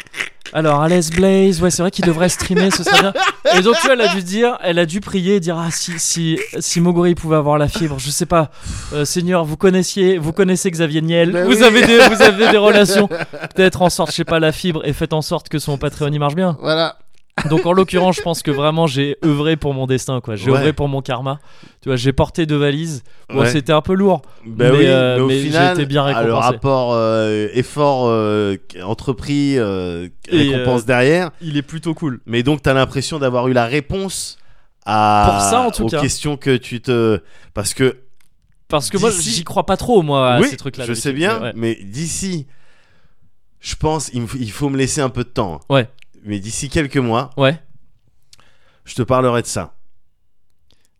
Speaker 1: Alors, Alice Blaze, ouais, c'est vrai qu'il devrait streamer, ce serait bien. Et donc, tu vois, elle a dû dire, elle a dû prier, et dire Ah, si, si, si Moguri pouvait avoir la fibre, je sais pas, Euh, Seigneur, vous connaissiez, vous connaissez Xavier Niel,
Speaker 2: Bah
Speaker 1: vous,
Speaker 2: oui.
Speaker 1: avez des, vous avez des relations, peut-être en sorte, je sais pas, la fibre, et faites en sorte que son Patreon il marche bien.
Speaker 2: Voilà.
Speaker 1: Donc en l'occurrence, je pense que vraiment j'ai œuvré pour mon destin, quoi. J'ai
Speaker 2: Ouais.
Speaker 1: œuvré pour mon karma. Tu vois, j'ai porté deux valises. Bon,
Speaker 2: Ouais.
Speaker 1: c'était un peu lourd.
Speaker 2: Bah
Speaker 1: Mais,
Speaker 2: oui,
Speaker 1: euh,
Speaker 2: mais au
Speaker 1: mais
Speaker 2: final,
Speaker 1: j'étais bien
Speaker 2: ah, le
Speaker 1: récompensé.
Speaker 2: rapport euh, effort euh, entrepris euh,
Speaker 1: Et,
Speaker 2: récompense
Speaker 1: euh,
Speaker 2: derrière.
Speaker 1: Il est plutôt cool.
Speaker 2: Mais donc t'as l'impression d'avoir eu la réponse à
Speaker 1: Pour ça, en tout
Speaker 2: aux
Speaker 1: cas.
Speaker 2: questions que tu te parce que
Speaker 1: Parce que moi,
Speaker 2: D'ici-
Speaker 1: j'y crois pas trop, moi, à
Speaker 2: oui,
Speaker 1: ces trucs-là.
Speaker 2: je
Speaker 1: d'habitude,
Speaker 2: sais bien,
Speaker 1: mais ouais.
Speaker 2: mais d'ici, je pense, il me f- il faut me laisser un peu de temps. hein.
Speaker 1: Ouais.
Speaker 2: Mais d'ici quelques mois,
Speaker 1: Ouais.
Speaker 2: je te parlerai de ça.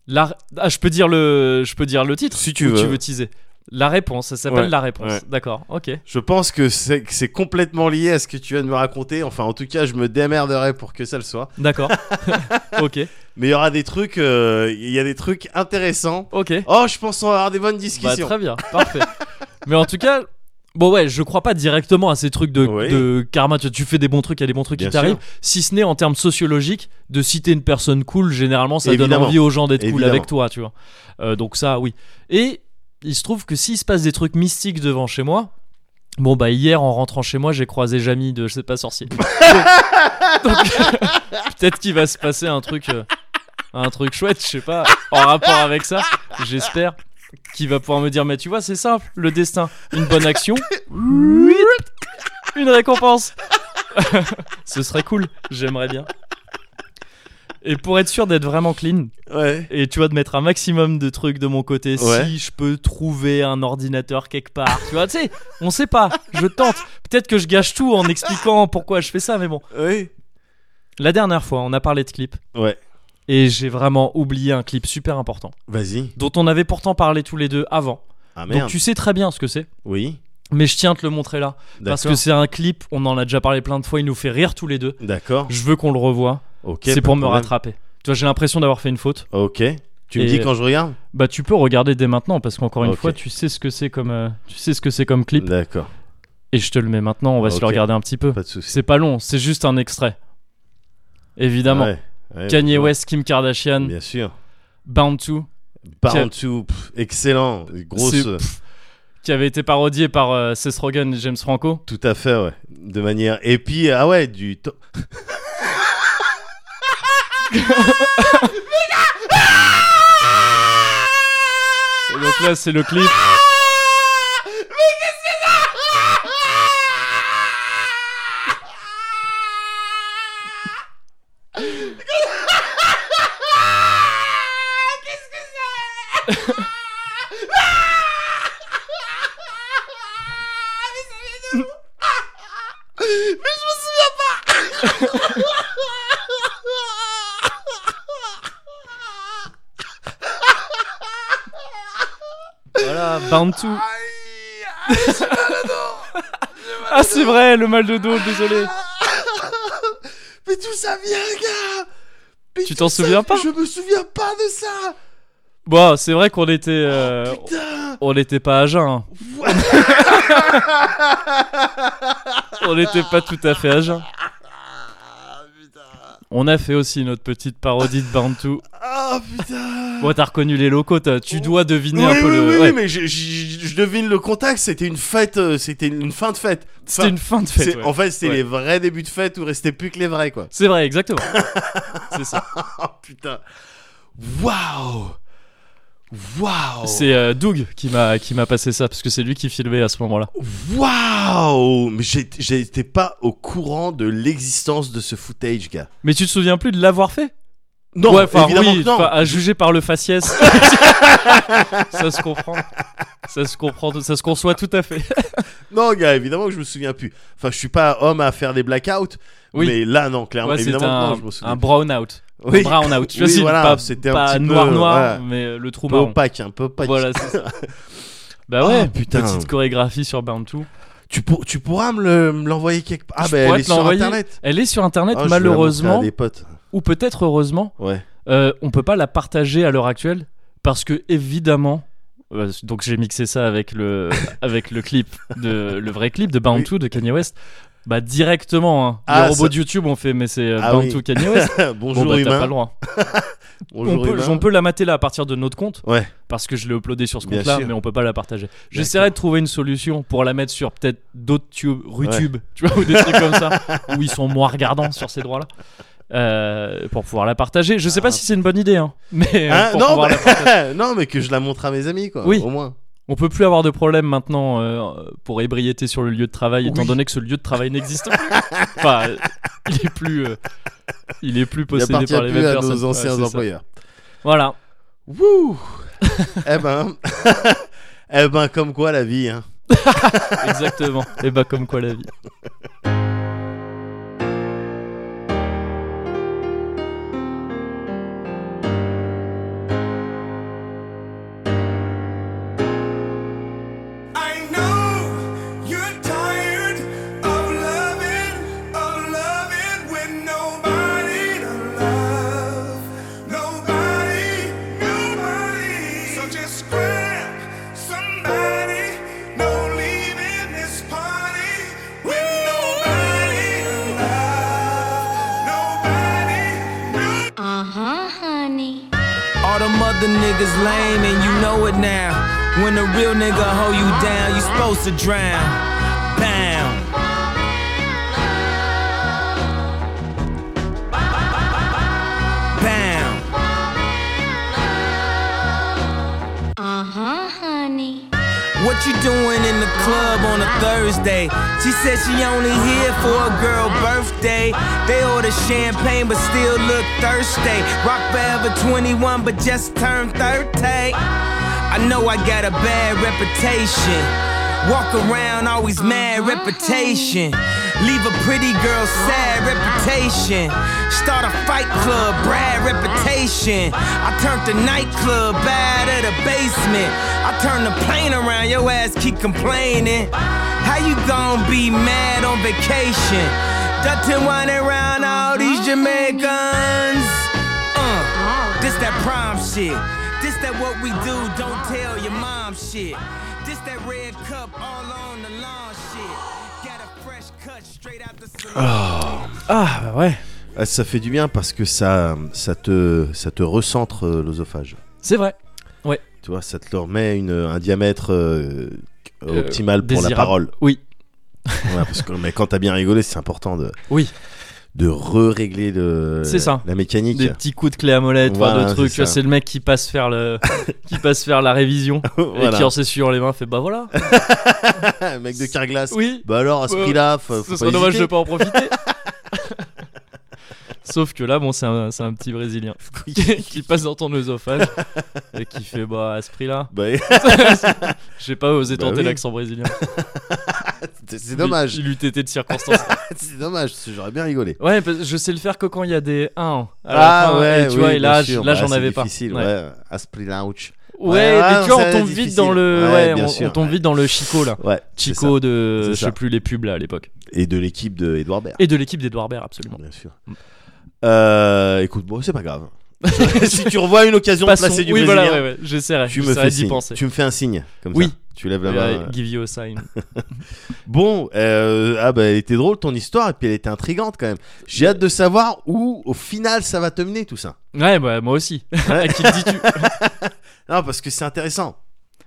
Speaker 1: La- Ah, je peux dire le, je peux dire le titre.
Speaker 2: Si tu
Speaker 1: ou
Speaker 2: veux.
Speaker 1: Tu veux teaser. La réponse, ça s'appelle
Speaker 2: Ouais,
Speaker 1: la réponse.
Speaker 2: ouais.
Speaker 1: D'accord. Ok.
Speaker 2: Je pense que c'est que c'est complètement lié à ce que tu viens de me raconter. Enfin, en tout cas, je me démerderai pour que ça le soit.
Speaker 1: D'accord. ok.
Speaker 2: Mais il y aura des trucs, euh, il y a des trucs intéressants.
Speaker 1: Ok.
Speaker 2: Oh, je pense qu'on va avoir des bonnes
Speaker 1: Bah,
Speaker 2: discussions.
Speaker 1: très bien. Parfait. Mais en tout cas. Bon ouais, je crois pas directement à ces trucs de,
Speaker 2: Oui.
Speaker 1: de karma. Tu, tu fais des bons trucs, il y a des bons trucs
Speaker 2: Bien
Speaker 1: qui t'arrivent. Si ce n'est en termes sociologiques, de citer une personne cool, généralement ça donne
Speaker 2: Évidemment.
Speaker 1: envie aux gens d'être cool
Speaker 2: Évidemment.
Speaker 1: avec toi, tu vois. Euh, donc ça, oui. Et il se trouve que s'il se passe des trucs mystiques devant chez moi, bon bah hier en rentrant chez moi, j'ai croisé Jamie de je sais pas sorcier. donc donc, peut-être qu'il va se passer un truc, euh, un truc chouette, je sais pas, en rapport avec ça, j'espère. Qui va pouvoir me dire, mais tu vois, c'est simple, le destin, une bonne action, une récompense. Ce serait cool, j'aimerais bien. Et pour être sûr d'être vraiment clean,
Speaker 2: Ouais.
Speaker 1: et tu vois, de mettre un maximum de trucs de mon côté,
Speaker 2: Ouais.
Speaker 1: si je peux trouver un ordinateur quelque part, tu vois, tu sais, on sait pas, je tente. Peut-être que je gâche tout en expliquant pourquoi je fais ça, mais bon.
Speaker 2: Oui.
Speaker 1: La dernière fois, on a parlé de clip,
Speaker 2: Ouais.
Speaker 1: et j'ai vraiment oublié un clip super important,
Speaker 2: Vas-y.
Speaker 1: dont on avait pourtant parlé tous les deux avant.
Speaker 2: Ah
Speaker 1: Donc
Speaker 2: merde.
Speaker 1: tu sais très bien ce que c'est,
Speaker 2: Oui.
Speaker 1: mais je tiens à te le montrer là, parce que
Speaker 2: D'accord.
Speaker 1: c'est un clip, on en a déjà parlé plein de fois, il nous fait rire tous les deux.
Speaker 2: D'accord.
Speaker 1: Je veux qu'on le revoie.
Speaker 2: Ok.
Speaker 1: c'est
Speaker 2: pas
Speaker 1: pour
Speaker 2: de
Speaker 1: me
Speaker 2: problème.
Speaker 1: rattraper. Tu vois, j'ai l'impression d'avoir fait une faute.
Speaker 2: Ok. Tu me
Speaker 1: Et-
Speaker 2: dis quand je regarde.
Speaker 1: Bah, tu peux regarder dès maintenant parce qu'encore une
Speaker 2: Ok.
Speaker 1: fois, tu sais ce que c'est comme, euh, tu sais ce que c'est comme clip.
Speaker 2: D'accord.
Speaker 1: Et je te le mets maintenant. On va se le
Speaker 2: Ok.
Speaker 1: regarder un petit peu.
Speaker 2: Pas de souci.
Speaker 1: C'est pas long. C'est juste un extrait. Évidemment.
Speaker 2: Ouais. Ouais,
Speaker 1: Kanye
Speaker 2: bien sûr.
Speaker 1: West, Kim Kardashian,
Speaker 2: Bien sûr.
Speaker 1: Bound to,
Speaker 2: Par
Speaker 1: Tiens.
Speaker 2: en dessous, pff, excellent, grosse,
Speaker 1: C'est- qui avait été parodié par euh, Seth Rogen et James Franco.
Speaker 2: tout à fait, ouais, de manière. Et puis, ah ouais, du. to-
Speaker 1: Et donc là, c'est le clip. Voilà, bah- Bound to. ah, c'est vrai, le mal de dos. Désolé.
Speaker 2: Mais tout ça vient, gars. Mais
Speaker 1: Tu
Speaker 2: tout
Speaker 1: t'en
Speaker 2: ça-
Speaker 1: souviens pas
Speaker 2: Je me souviens pas de ça.
Speaker 1: Bon, Bah, c'est vrai qu'on était, euh,
Speaker 2: Oh, Putain.
Speaker 1: on n'était pas à jeun. hein. on n'était pas tout à fait à jeun.
Speaker 2: Ah putain.
Speaker 1: On a fait aussi notre petite parodie de Bantu.
Speaker 2: Ah putain.
Speaker 1: Bon, t'as reconnu les locaux, t'as- tu dois deviner
Speaker 2: Oui,
Speaker 1: un
Speaker 2: oui,
Speaker 1: peu
Speaker 2: oui,
Speaker 1: le.
Speaker 2: oui,
Speaker 1: ouais.
Speaker 2: mais je, je- je devine le contact. C'était une fête, euh, c'était une fin de fête.
Speaker 1: C'était une fin de fête.
Speaker 2: C'est-
Speaker 1: ouais.
Speaker 2: En fait, c'était
Speaker 1: Ouais.
Speaker 2: les vrais débuts de fête où restait plus que les vrais, quoi.
Speaker 1: C'est vrai, exactement. c'est ça.
Speaker 2: Ah putain. Waouh. Waouh.
Speaker 1: C'est euh, Doug qui m'a qui m'a passé ça parce que c'est lui qui filmait à ce moment-là.
Speaker 2: Waouh Mais j'ai- j'étais pas au courant de l'existence de ce footage, gars.
Speaker 1: Mais tu te souviens plus de l'avoir fait
Speaker 2: Non,
Speaker 1: ouais, enfin,
Speaker 2: évidemment
Speaker 1: oui,
Speaker 2: que non.
Speaker 1: enfin, à juger par le faciès. ça se comprend. Ça se comprend, tout- ça se conçoit tout à fait.
Speaker 2: Non, gars, évidemment que je me souviens plus. Enfin, je suis pas homme à faire des blackouts.
Speaker 1: Oui.
Speaker 2: Mais là, non, clairement,
Speaker 1: Ouais, c'est
Speaker 2: évidemment que
Speaker 1: un,
Speaker 2: non, je me souviens.
Speaker 1: un brown out.
Speaker 2: Oui.
Speaker 1: Un brown out. Tu
Speaker 2: Oui,
Speaker 1: vois, c'est
Speaker 2: voilà,
Speaker 1: pas,
Speaker 2: c'était un
Speaker 1: pas
Speaker 2: petit peu,
Speaker 1: noir noir,
Speaker 2: ouais.
Speaker 1: mais euh, le trou
Speaker 2: Un peu
Speaker 1: marron.
Speaker 2: opaque, un peu opaque.
Speaker 1: Voilà, c'est ça. bah ouais,
Speaker 2: Oh, putain.
Speaker 1: petite chorégraphie sur Bound to.
Speaker 2: Tu, pour- tu pourras me le- me l'envoyer quelque part. Ah,
Speaker 1: Je
Speaker 2: ben,
Speaker 1: pourrais
Speaker 2: elle est
Speaker 1: te
Speaker 2: sur
Speaker 1: l'envoyer.
Speaker 2: internet.
Speaker 1: Elle est sur internet
Speaker 2: Ah, je vais la montrer
Speaker 1: malheureusement
Speaker 2: à des potes.
Speaker 1: ou peut-être heureusement,
Speaker 2: Ouais.
Speaker 1: euh, on peut pas la partager à l'heure actuelle parce que évidemment euh, donc j'ai mixé ça avec le avec le clip de le vrai clip de Bound
Speaker 2: Oui.
Speaker 1: to de Kanye West. Bah directement hein.
Speaker 2: Ah,
Speaker 1: les robots
Speaker 2: ça-
Speaker 1: de YouTube ont fait mais c'est euh,
Speaker 2: Ah
Speaker 1: Bound
Speaker 2: oui.
Speaker 1: to Kanye West.
Speaker 2: Bonjour
Speaker 1: bon bah t'as
Speaker 2: humain.
Speaker 1: pas le droit.
Speaker 2: Bonjour
Speaker 1: on, peut,
Speaker 2: humain.
Speaker 1: on peut la mater là à partir de notre compte
Speaker 2: Ouais.
Speaker 1: parce que je l'ai uploadé sur ce
Speaker 2: Bien
Speaker 1: compte-là,
Speaker 2: sûr.
Speaker 1: mais on peut pas la partager. J'essaierai de trouver une solution pour la mettre sur peut-être d'autres tubes, RuTube, tu vois, ou des trucs comme ça, où ils sont moins regardants sur ces droits-là, euh, pour pouvoir la partager. Je sais pas si c'est une bonne idée, hein, mais euh,
Speaker 2: Hein,
Speaker 1: pour
Speaker 2: Ah. non,
Speaker 1: pouvoir
Speaker 2: bah-
Speaker 1: la partager.
Speaker 2: non, mais que je la montre à mes amis, quoi.
Speaker 1: Oui.
Speaker 2: Au moins.
Speaker 1: on peut plus avoir de problème maintenant euh, pour ébriété sur le lieu de travail, étant
Speaker 2: Oui.
Speaker 1: donné que ce lieu de travail n'existe plus. enfin, euh, il est plus, euh, il est plus
Speaker 2: Il
Speaker 1: possédé
Speaker 2: appartient
Speaker 1: par les
Speaker 2: plus
Speaker 1: mêmes
Speaker 2: à
Speaker 1: personnes.
Speaker 2: nos
Speaker 1: Ouais,
Speaker 2: anciens
Speaker 1: c'est ça.
Speaker 2: employeurs.
Speaker 1: Voilà.
Speaker 2: Wouh eh ben, eh ben, comme quoi la vie. Hein.
Speaker 1: Exactement. Et bah comme quoi la vie.
Speaker 4: I know you're tired of loving, of loving with nobody to love, nobody, nobody. So just grab somebody, no leaving this party with nobody to love, nobody.
Speaker 5: Uh huh, honey.
Speaker 6: All the mother niggas lame and you know it now. When a real nigga hold you down, you supposed to drown. Bam. Bam.
Speaker 5: Uh huh, honey.
Speaker 6: What you doing in the club on a Thursday? She said she only here for a girl birthday. They order champagne but still look thirsty. Rock forever 21 but just turned 30. I know I got a bad reputation. Walk around always mad reputation. Leave a pretty girl sad reputation. Start a fight club, Brad reputation. I turned the nightclub bad of the basement. I turned the plane around, your ass keep complaining. How you gon' be mad on vacation? Dutton winding around all these Jamaicans. Uh, this that prom shit. This that what we do, don't tell your mom shit. This that red cup all on the lawn shit. Got a fresh cut straight out the salon.
Speaker 1: Ah bah ouais.
Speaker 2: Ah, Ça fait du bien parce que ça, ça te, ça te recentre euh, l'œsophage.
Speaker 1: C'est vrai.
Speaker 2: Tu vois, ça te leur met une, un diamètre euh,
Speaker 1: Euh,
Speaker 2: optimal pour
Speaker 1: désirable.
Speaker 2: la parole.
Speaker 1: Oui.
Speaker 2: Ouais, parce que mais quand t'as bien rigolé, c'est important de,
Speaker 1: Oui.
Speaker 2: de re-régler le,
Speaker 1: C'est ça.
Speaker 2: la mécanique.
Speaker 1: Des petits coups de clé à molette,
Speaker 2: Voilà,
Speaker 1: voilà, de
Speaker 2: c'est
Speaker 1: trucs. tu vois,
Speaker 2: ça.
Speaker 1: C'est le mec qui passe faire le, qui passe faire la révision
Speaker 2: Voilà.
Speaker 1: et qui en s'essuie dans les mains fait bah voilà.
Speaker 2: Un mec de Carglass.
Speaker 1: Oui.
Speaker 2: Bah alors, à ce
Speaker 1: Ouais.
Speaker 2: prix-là, faut, faut
Speaker 1: Ce
Speaker 2: pas
Speaker 1: serait dommage de
Speaker 2: hésiter.
Speaker 1: pas en profiter. Sauf que là, bon, c'est un, c'est un petit Brésilien qui, qui passe dans ton œsophage et qui fait bah à ce prix-là.
Speaker 2: Bah,
Speaker 1: J'ai pas osé
Speaker 2: Bah
Speaker 1: tenter
Speaker 2: oui.
Speaker 1: l'accent brésilien.
Speaker 2: c'est- c'est dommage.
Speaker 1: Il, il eût été de circonstance.
Speaker 2: C'est dommage, parce que j'aurais bien rigolé.
Speaker 1: Ouais, parce que je sais le faire que quand il y a des 1.
Speaker 2: Ah ouais,
Speaker 1: et tu
Speaker 2: oui,
Speaker 1: vois, et
Speaker 2: bien
Speaker 1: là,
Speaker 2: sûr.
Speaker 1: je- là
Speaker 2: Bah,
Speaker 1: j'en
Speaker 2: c'est
Speaker 1: avais pas.
Speaker 2: difficile,
Speaker 1: ouais.
Speaker 2: ouais. À ce prix-là, ouch.
Speaker 1: Ouais,
Speaker 2: Ouais,
Speaker 1: mais
Speaker 2: ouais,
Speaker 1: tu vois,
Speaker 2: ça,
Speaker 1: on tombe
Speaker 2: c'est
Speaker 1: vite
Speaker 2: difficile.
Speaker 1: dans le,
Speaker 2: Ouais,
Speaker 1: ouais,
Speaker 2: bien
Speaker 1: on, on
Speaker 2: sûr,
Speaker 1: tombe
Speaker 2: ouais.
Speaker 1: vite dans le Chico là.
Speaker 2: Ouais, c'est
Speaker 1: Chico de,
Speaker 2: c'est
Speaker 1: je
Speaker 2: ça.
Speaker 1: sais plus les pubs là à l'époque.
Speaker 2: ça. Et de l'équipe de Edouard Baird.
Speaker 1: Et de l'équipe d'Edouard Baird, absolument.
Speaker 2: Bien sûr. Euh, écoute, bon, c'est pas grave. si tu revois une occasion de
Speaker 1: Passons.
Speaker 2: placer du
Speaker 1: oui,
Speaker 2: Brésilien,
Speaker 1: voilà, ouais, ouais, j'essaierai.
Speaker 2: tu me
Speaker 1: j'essaierai
Speaker 2: fais
Speaker 1: d'y
Speaker 2: signe.
Speaker 1: penser.
Speaker 2: Tu me fais un signe, comme
Speaker 1: Oui.
Speaker 2: ça. Tu lèves la main.
Speaker 1: Euh, give you a sign.
Speaker 2: Bon, euh, ah bah, elle était drôle ton histoire et puis elle était intrigante quand même. J'ai hâte de savoir où au final ça va te mener tout ça.
Speaker 1: Ouais, bah, moi aussi. à qui le dis-tu
Speaker 2: Non, parce que c'est intéressant.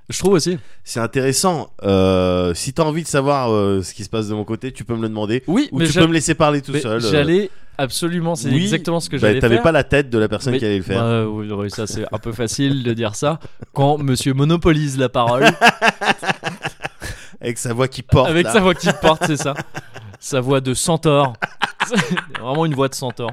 Speaker 1: Je trouve aussi.
Speaker 2: C'est intéressant. Euh, si t'as envie de savoir euh, ce qui se passe de mon côté, tu peux me le demander.
Speaker 1: Oui,
Speaker 2: Ou
Speaker 1: mais
Speaker 2: tu
Speaker 1: j'a-
Speaker 2: peux me laisser parler tout
Speaker 1: mais
Speaker 2: seul. euh.
Speaker 1: J'allais absolument, c'est
Speaker 2: oui,
Speaker 1: exactement ce que
Speaker 2: Bah,
Speaker 1: j'allais
Speaker 2: t'avais
Speaker 1: faire.
Speaker 2: pas la tête de la personne qui allait le faire.
Speaker 1: Bah, oui, oui, ça c'est un peu facile de dire ça quand Monsieur monopolise la parole
Speaker 2: Avec sa voix qui porte.
Speaker 1: avec
Speaker 2: là.
Speaker 1: sa voix qui porte, c'est ça. Sa voix de centaure. C'est Vraiment une voix de centaure.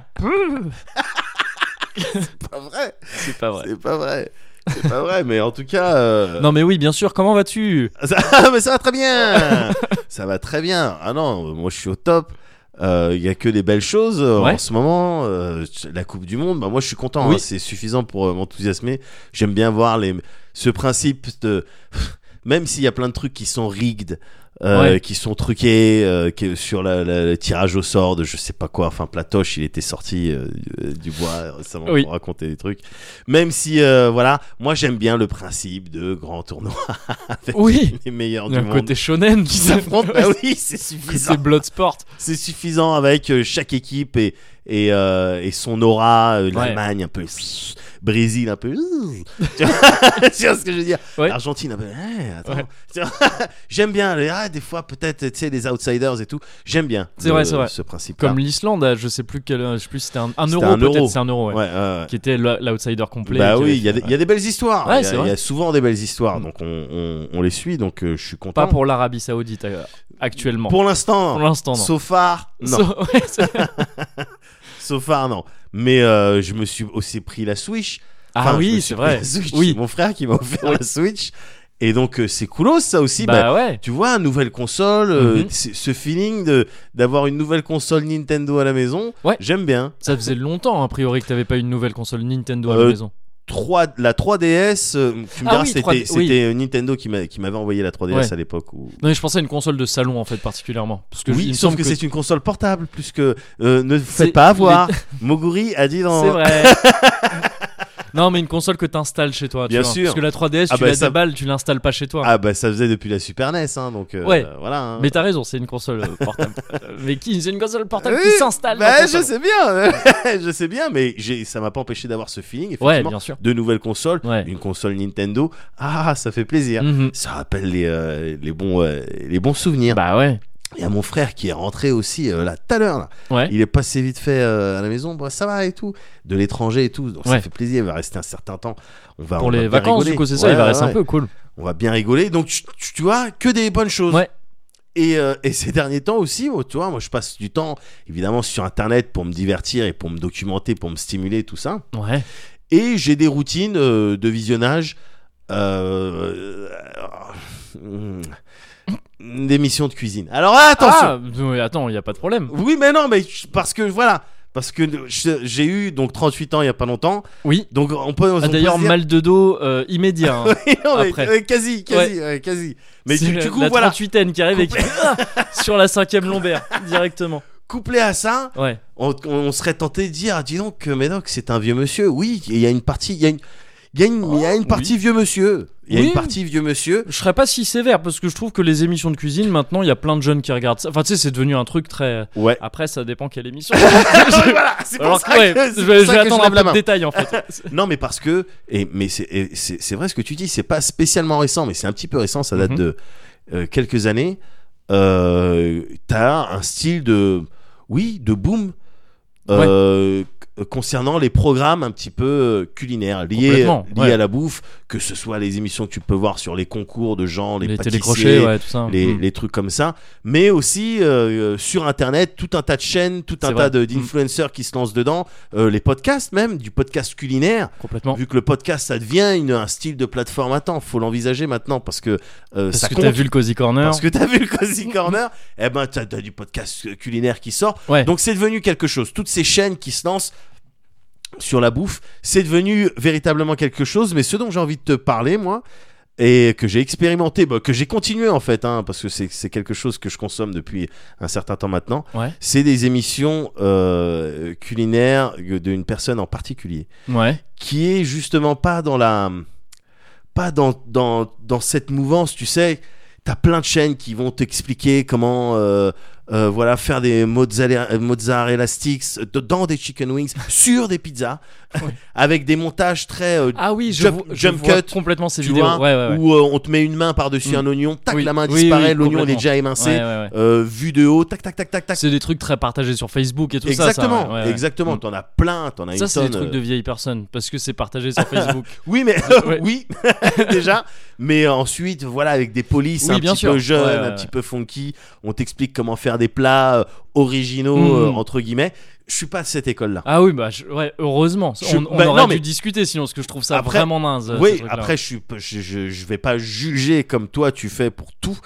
Speaker 2: C'est pas vrai.
Speaker 1: C'est pas vrai.
Speaker 2: C'est pas vrai. C'est pas vrai, mais en tout cas. euh,
Speaker 1: Non mais oui, bien sûr. Comment vas-tu
Speaker 2: Ça, mais ça va très bien Ça va très bien Ah non, moi je suis au top Euh, Il y a que des belles choses euh,
Speaker 1: Ouais.
Speaker 2: en ce moment. euh, la Coupe du Monde, bah moi je suis content.
Speaker 1: Oui.
Speaker 2: hein, c'est suffisant pour euh, m'enthousiasmer. J'aime bien voir les... ce principe de. Même s'il y a plein de trucs qui sont rigged, euh,
Speaker 1: Ouais.
Speaker 2: qui sont truqués, euh, qui- sur la- la- le tirage au sort de je sais pas quoi. Enfin, Platoche, il était sorti euh, du- du bois récemment
Speaker 1: Oui.
Speaker 2: pour raconter des trucs. Même si, euh, voilà, moi j'aime bien le principe de grand tournoi avec
Speaker 1: Oui.
Speaker 2: les meilleurs
Speaker 1: Il y
Speaker 2: du
Speaker 1: a un
Speaker 2: monde
Speaker 1: côté shonen
Speaker 2: qui s'affrontent. Bah oui, c'est
Speaker 1: C'est
Speaker 2: suffisant.
Speaker 1: Bloodsport.
Speaker 2: C'est suffisant avec euh, chaque équipe et, et, euh, et son aura. euh, L'Allemagne un peu. Brésil un peu. tu vois tu vois ce que je veux dire
Speaker 1: Ouais.
Speaker 2: L'Argentine un peu. eh, attends.
Speaker 1: Ouais.
Speaker 2: Tu vois J'aime bien. les- ah, des fois, peut-être, tu sais, les outsiders et tout. J'aime bien
Speaker 1: C'est
Speaker 2: le-
Speaker 1: vrai, c'est vrai.
Speaker 2: ce principe.
Speaker 1: Comme l'Islande, à je sais plus quel, euh, je sais plus si c'était un, un
Speaker 2: C'était
Speaker 1: euro
Speaker 2: un euro.
Speaker 1: peut-être, c'est un euro, ouais, qui était la- l'outsider complet.
Speaker 2: Bah
Speaker 1: qui avait
Speaker 2: oui, il y, a
Speaker 1: fait-
Speaker 2: des- il y a des belles histoires.
Speaker 1: Ouais,
Speaker 2: Il y a-
Speaker 1: c'est
Speaker 2: il y,
Speaker 1: vrai.
Speaker 2: a souvent des belles histoires.
Speaker 1: Mm.
Speaker 2: Donc on, on- on les suit. Donc euh, je suis content.
Speaker 1: pas pour l'Arabie Saoudite euh, actuellement.
Speaker 2: Pour l'instant.
Speaker 1: Pour l'instant, non.
Speaker 2: So far, non.
Speaker 1: So- ouais, c'est-
Speaker 2: So far, non. Mais euh, je me suis aussi pris la Switch.
Speaker 1: Ah
Speaker 2: Enfin, je me
Speaker 1: oui,
Speaker 2: suis
Speaker 1: c'est
Speaker 2: pris
Speaker 1: vrai.
Speaker 2: la Switch,
Speaker 1: Oui.
Speaker 2: C'est mon frère qui m'a offert la Switch. Et donc, euh, c'est cool ça aussi.
Speaker 1: bah,
Speaker 2: bah,
Speaker 1: ouais.
Speaker 2: tu vois, nouvelle console, euh,
Speaker 1: Mhm.
Speaker 2: c'est- ce feeling de d'avoir une nouvelle console Nintendo à la maison,
Speaker 1: Ouais.
Speaker 2: j'aime bien.
Speaker 1: Ça faisait longtemps, a priori, que t'avais pas une nouvelle console Nintendo à
Speaker 2: Euh,
Speaker 1: la maison.
Speaker 2: 3, la 3DS, euh, tu me
Speaker 1: Ah
Speaker 2: diras,
Speaker 1: oui,
Speaker 2: c'était
Speaker 1: 3D,
Speaker 2: c'était,
Speaker 1: oui.
Speaker 2: euh, Nintendo qui m'a- qui m'avait envoyé la 3DS
Speaker 1: Ouais.
Speaker 2: à l'époque. Où...
Speaker 1: Non, mais je pensais à une console de salon en fait particulièrement. Parce que il
Speaker 2: Oui,
Speaker 1: me
Speaker 2: sauf
Speaker 1: semble
Speaker 2: que, c'est une console portable, plus que euh, ne
Speaker 1: C'est-
Speaker 2: faites pas avoir. Moguri a dit dans.
Speaker 1: C'est vrai. non, mais une console que t'installes chez toi. tu
Speaker 2: Bien
Speaker 1: vois.
Speaker 2: sûr.
Speaker 1: Parce que la 3DS,
Speaker 2: Ah
Speaker 1: tu
Speaker 2: bah
Speaker 1: la
Speaker 2: ça-
Speaker 1: déballes, tu l'installes pas chez toi.
Speaker 2: Ah bah ça faisait depuis la Super NES, hein, donc euh,
Speaker 1: Ouais.
Speaker 2: voilà. hein.
Speaker 1: Mais t'as raison, c'est une console euh, portable. Euh, mais qui C'est une console portable
Speaker 2: Oui,
Speaker 1: qui s'installe.
Speaker 2: bah,
Speaker 1: dans ton
Speaker 2: je
Speaker 1: salon.
Speaker 2: sais bien, je sais bien, mais j'ai- ça m'a pas empêché d'avoir ce feeling.
Speaker 1: Ouais,
Speaker 2: Effectivement,
Speaker 1: bien sûr.
Speaker 2: de nouvelles consoles,
Speaker 1: Ouais.
Speaker 2: une console Nintendo, ah ça fait plaisir.
Speaker 1: Mhm.
Speaker 2: Ça rappelle les, euh, les, bons, euh, les bons souvenirs.
Speaker 1: Bah ouais.
Speaker 2: Il y a mon frère qui est rentré aussi euh, là tout à l'heure. là.
Speaker 1: Ouais.
Speaker 2: Il est passé vite fait euh, à la maison, bah, ça va et tout, de l'étranger et tout. Donc ça
Speaker 1: Ouais.
Speaker 2: fait plaisir, il va rester un certain temps. On va,
Speaker 1: Pour
Speaker 2: on va
Speaker 1: les
Speaker 2: bien
Speaker 1: vacances,
Speaker 2: rigoler.
Speaker 1: du coup, c'est ça,
Speaker 2: Ouais,
Speaker 1: il va
Speaker 2: ouais,
Speaker 1: rester
Speaker 2: ouais.
Speaker 1: un peu cool.
Speaker 2: On va bien rigoler. Donc tu, tu- tu vois, que des bonnes choses.
Speaker 1: Ouais.
Speaker 2: Et, euh, et ces derniers temps aussi, moi, tu vois, moi je passe du temps évidemment sur internet pour me divertir et pour me documenter, pour me stimuler, tout ça.
Speaker 1: Ouais.
Speaker 2: Et j'ai des routines euh, de visionnage euh, euh, hmm, d'émissions de cuisine. Alors attention.
Speaker 1: Ah, mais attends, il y a pas de problème.
Speaker 2: Oui, mais non, mais je- parce que voilà, parce que je- j'ai eu donc 38 ans il y a pas longtemps.
Speaker 1: Oui.
Speaker 2: Donc on peut on
Speaker 1: Ah,
Speaker 2: peut
Speaker 1: D'ailleurs,
Speaker 2: se dire-
Speaker 1: mal de dos euh, immédiat. hein.
Speaker 2: Oui, non, mais,
Speaker 1: après.
Speaker 2: euh, quasi, quasi, ouais, quasi. Mais
Speaker 1: C'est
Speaker 2: du,
Speaker 1: la-
Speaker 2: du coup,
Speaker 1: la
Speaker 2: voilà,
Speaker 1: 38 qui arrive et qui... sur la cinquième lombaire directement.
Speaker 2: couplé à ça,
Speaker 1: Ouais.
Speaker 2: on, on serait tenté de dire, dis donc, euh, Médoc, c'est un vieux monsieur. Oui, il y a une partie, il y a une, il y a une, il y a une partie vieux monsieur. Il y
Speaker 1: Oh,
Speaker 2: a
Speaker 1: Oui.
Speaker 2: une partie vieux monsieur.
Speaker 1: Je serais pas si sévère parce que je trouve que les émissions de cuisine maintenant il y a plein de jeunes qui regardent ça. Enfin tu sais c'est devenu un truc très.
Speaker 2: Ouais.
Speaker 1: Après ça dépend quelle émission.
Speaker 2: voilà, Ah, c'est pour
Speaker 1: Alors
Speaker 2: ça
Speaker 1: ouais,
Speaker 2: que, c'est
Speaker 1: je
Speaker 2: pour
Speaker 1: vais, je
Speaker 2: ça
Speaker 1: vais
Speaker 2: que
Speaker 1: attendre
Speaker 2: lève
Speaker 1: un
Speaker 2: la
Speaker 1: peu
Speaker 2: main.
Speaker 1: de détails en fait.
Speaker 2: Non, mais parce que, et, mais c'est, et c'est, c'est vrai ce que tu dis, c'est pas spécialement récent, mais c'est un petit peu récent, ça date
Speaker 1: Mhm.
Speaker 2: de euh, quelques années. Euh, t'as un style de, oui, de boom euh, c- concernant les programmes un petit peu euh, culinaires liés,
Speaker 1: Complètement,
Speaker 2: liés
Speaker 1: ouais.
Speaker 2: à la bouffe, que ce soit les émissions que tu peux voir sur les concours de gens, les,
Speaker 1: Les
Speaker 2: pâtissiers,
Speaker 1: télécrochés ouais tout ça.
Speaker 2: les,
Speaker 1: Mm.
Speaker 2: les trucs comme ça, mais aussi euh, euh, sur Internet, tout un tas de chaînes, tout un
Speaker 1: C'est
Speaker 2: tas
Speaker 1: vrai. Mhm.
Speaker 2: de- d'influenceurs qui se lancent dedans, euh, les podcasts même, du podcast culinaire,
Speaker 1: Complètement.
Speaker 2: vu que le podcast, ça devient une- un style de plateforme à temps, faut l'envisager maintenant, parce que euh,
Speaker 1: Parce
Speaker 2: ça
Speaker 1: que
Speaker 2: compte.
Speaker 1: t'as vu le cozy corner.
Speaker 2: Parce que t'as vu le Cozy Corner, eh ben t'as as du podcast culinaire qui sort.
Speaker 1: Ouais.
Speaker 2: Donc c'est devenu quelque chose. Toutes ces chaînes qui se lancent sur la bouffe, c'est devenu véritablement quelque chose. Mais ce dont j'ai envie de te parler, moi, et que j'ai expérimenté, bah, que j'ai continué en fait, hein, parce que c'est c'est quelque chose que je consomme depuis un certain temps maintenant,
Speaker 1: Ouais.
Speaker 2: c'est des émissions euh, culinaires d'une personne en particulier
Speaker 1: Ouais.
Speaker 2: qui est justement pas dans la pas dans dans, dans cette mouvance tu sais t'as plein de chaînes qui vont t'expliquer comment euh, euh, voilà faire des mozzarella, euh, mozzarella sticks de- dans des chicken wings sur des pizzas avec des montages très euh,
Speaker 1: Ah oui je,
Speaker 2: Jump-
Speaker 1: vois- je
Speaker 2: jump
Speaker 1: vois
Speaker 2: cut,
Speaker 1: complètement ces
Speaker 2: tu
Speaker 1: vidéos.
Speaker 2: vois,
Speaker 1: ouais ouais ouais.
Speaker 2: où euh, on te met une main par dessus
Speaker 1: Mm.
Speaker 2: un oignon tac
Speaker 1: Oui.
Speaker 2: la main
Speaker 1: Oui,
Speaker 2: disparaît
Speaker 1: oui,
Speaker 2: l'oignon il est
Speaker 1: complètement.
Speaker 2: déjà émincé
Speaker 1: Ouais, ouais, ouais.
Speaker 2: euh, vu de haut tac tac tac tac tac
Speaker 1: C'est des trucs très partagés sur Facebook et tout ça, ça.
Speaker 2: exactement
Speaker 1: ouais, ouais, ouais.
Speaker 2: exactement
Speaker 1: Mm.
Speaker 2: t'en as plein t'en as une
Speaker 1: Ça, c'est des
Speaker 2: tonne
Speaker 1: trucs
Speaker 2: euh,
Speaker 1: de vieilles personnes parce que c'est partagé sur Facebook.
Speaker 2: Oui, mais
Speaker 1: Ouais.
Speaker 2: oui, déjà. Mais ensuite, voilà, avec des polices
Speaker 1: Oui,
Speaker 2: un
Speaker 1: bien
Speaker 2: petit
Speaker 1: sûr.
Speaker 2: peu jeunes,
Speaker 1: Ouais, ouais,
Speaker 2: un
Speaker 1: ouais.
Speaker 2: petit peu funky, on t'explique comment faire des plats euh, originaux
Speaker 1: Mhm.
Speaker 2: euh, entre guillemets. Je suis pas de cette école-là.
Speaker 1: Ah oui, bah je- ouais, heureusement.
Speaker 2: Je-
Speaker 1: on on
Speaker 2: bah,
Speaker 1: aurait
Speaker 2: non,
Speaker 1: dû
Speaker 2: mais-
Speaker 1: discuter sinon, parce que je trouve ça
Speaker 2: Après-
Speaker 1: vraiment naze. euh, ce
Speaker 2: oui,
Speaker 1: truc-là.
Speaker 2: après je suis, pas- je, je, je vais pas juger comme toi tu fais pour tout.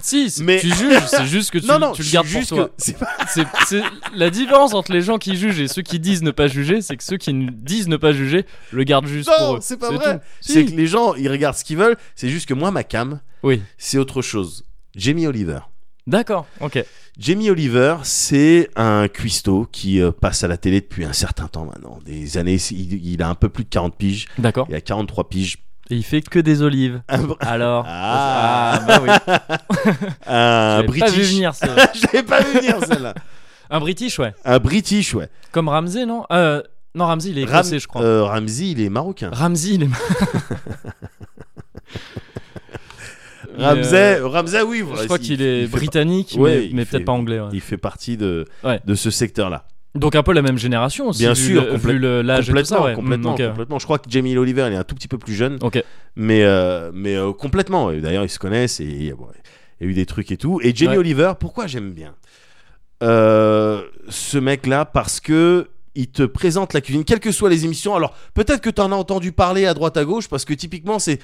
Speaker 1: Si, c'est-
Speaker 2: mais-
Speaker 1: tu juges, c'est juste que tu,
Speaker 2: non, non,
Speaker 1: tu
Speaker 2: je
Speaker 1: le
Speaker 2: suis
Speaker 1: gardes pour
Speaker 2: juste
Speaker 1: toi.
Speaker 2: que c'est pas-
Speaker 1: C'est- c'est- La différence entre les gens qui jugent et ceux qui disent ne pas juger, c'est que ceux qui ne- disent ne pas juger le gardent juste
Speaker 2: Non,
Speaker 1: pour eux.
Speaker 2: c'est pas vrai.
Speaker 1: tout.
Speaker 2: c'est
Speaker 1: Si.
Speaker 2: que les gens ils regardent ce qu'ils veulent. C'est juste que moi ma cam,
Speaker 1: Oui,
Speaker 2: c'est autre chose. Jamie Oliver.
Speaker 1: d'accord, ok.
Speaker 2: Jamie Oliver, c'est un cuistot qui euh, passe à la télé depuis un certain temps maintenant. Des années, il, il a un peu plus de 40 piges.
Speaker 1: D'accord.
Speaker 2: Il a 43 piges.
Speaker 1: Et il fait que des olives.
Speaker 2: Un, br-
Speaker 1: Alors.
Speaker 2: Ah.
Speaker 1: bah oui.
Speaker 2: un
Speaker 1: J'avais Pas vu
Speaker 2: British.
Speaker 1: venir, ce-
Speaker 2: Je l'avais pas vu venir celle-là.
Speaker 1: Un British, ouais.
Speaker 2: Un British, ouais.
Speaker 1: Comme Ramsey, non Euh, Non, Ramsey, il est
Speaker 2: Ram-
Speaker 1: écossais, je crois.
Speaker 2: euh, Ramsey, il est marocain.
Speaker 1: Ramsey, il est. Mais, euh,
Speaker 2: Ramsey, Ramsey, oui.
Speaker 1: Je
Speaker 2: voilà,
Speaker 1: crois
Speaker 2: il-
Speaker 1: qu'il est
Speaker 2: il fait-
Speaker 1: britannique,
Speaker 2: Ouais,
Speaker 1: mais,
Speaker 2: il
Speaker 1: mais
Speaker 2: fait-
Speaker 1: peut-être pas anglais. ouais.
Speaker 2: Il fait partie de,
Speaker 1: Ouais.
Speaker 2: de ce secteur-là.
Speaker 1: Donc un peu la même génération aussi.
Speaker 2: Bien
Speaker 1: vu
Speaker 2: sûr,
Speaker 1: le-
Speaker 2: complè-
Speaker 1: vu le- l'âge et tout
Speaker 2: Complètement,
Speaker 1: ça. ouais.
Speaker 2: complètement,
Speaker 1: Mm, ok.
Speaker 2: complètement. Je crois que Jamie Oliver, il est un tout petit peu plus jeune.
Speaker 1: Ok.
Speaker 2: mais euh, mais euh, complètement Et d'ailleurs ils se connaissent et bon, il y a eu des trucs et tout et Jamie
Speaker 1: Ouais.
Speaker 2: Oliver pourquoi j'aime bien euh, ce mec là parce que il te présente la cuisine, quelles que soient les émissions. Alors, peut-être que tu en as entendu parler à droite à gauche, parce que typiquement, c'est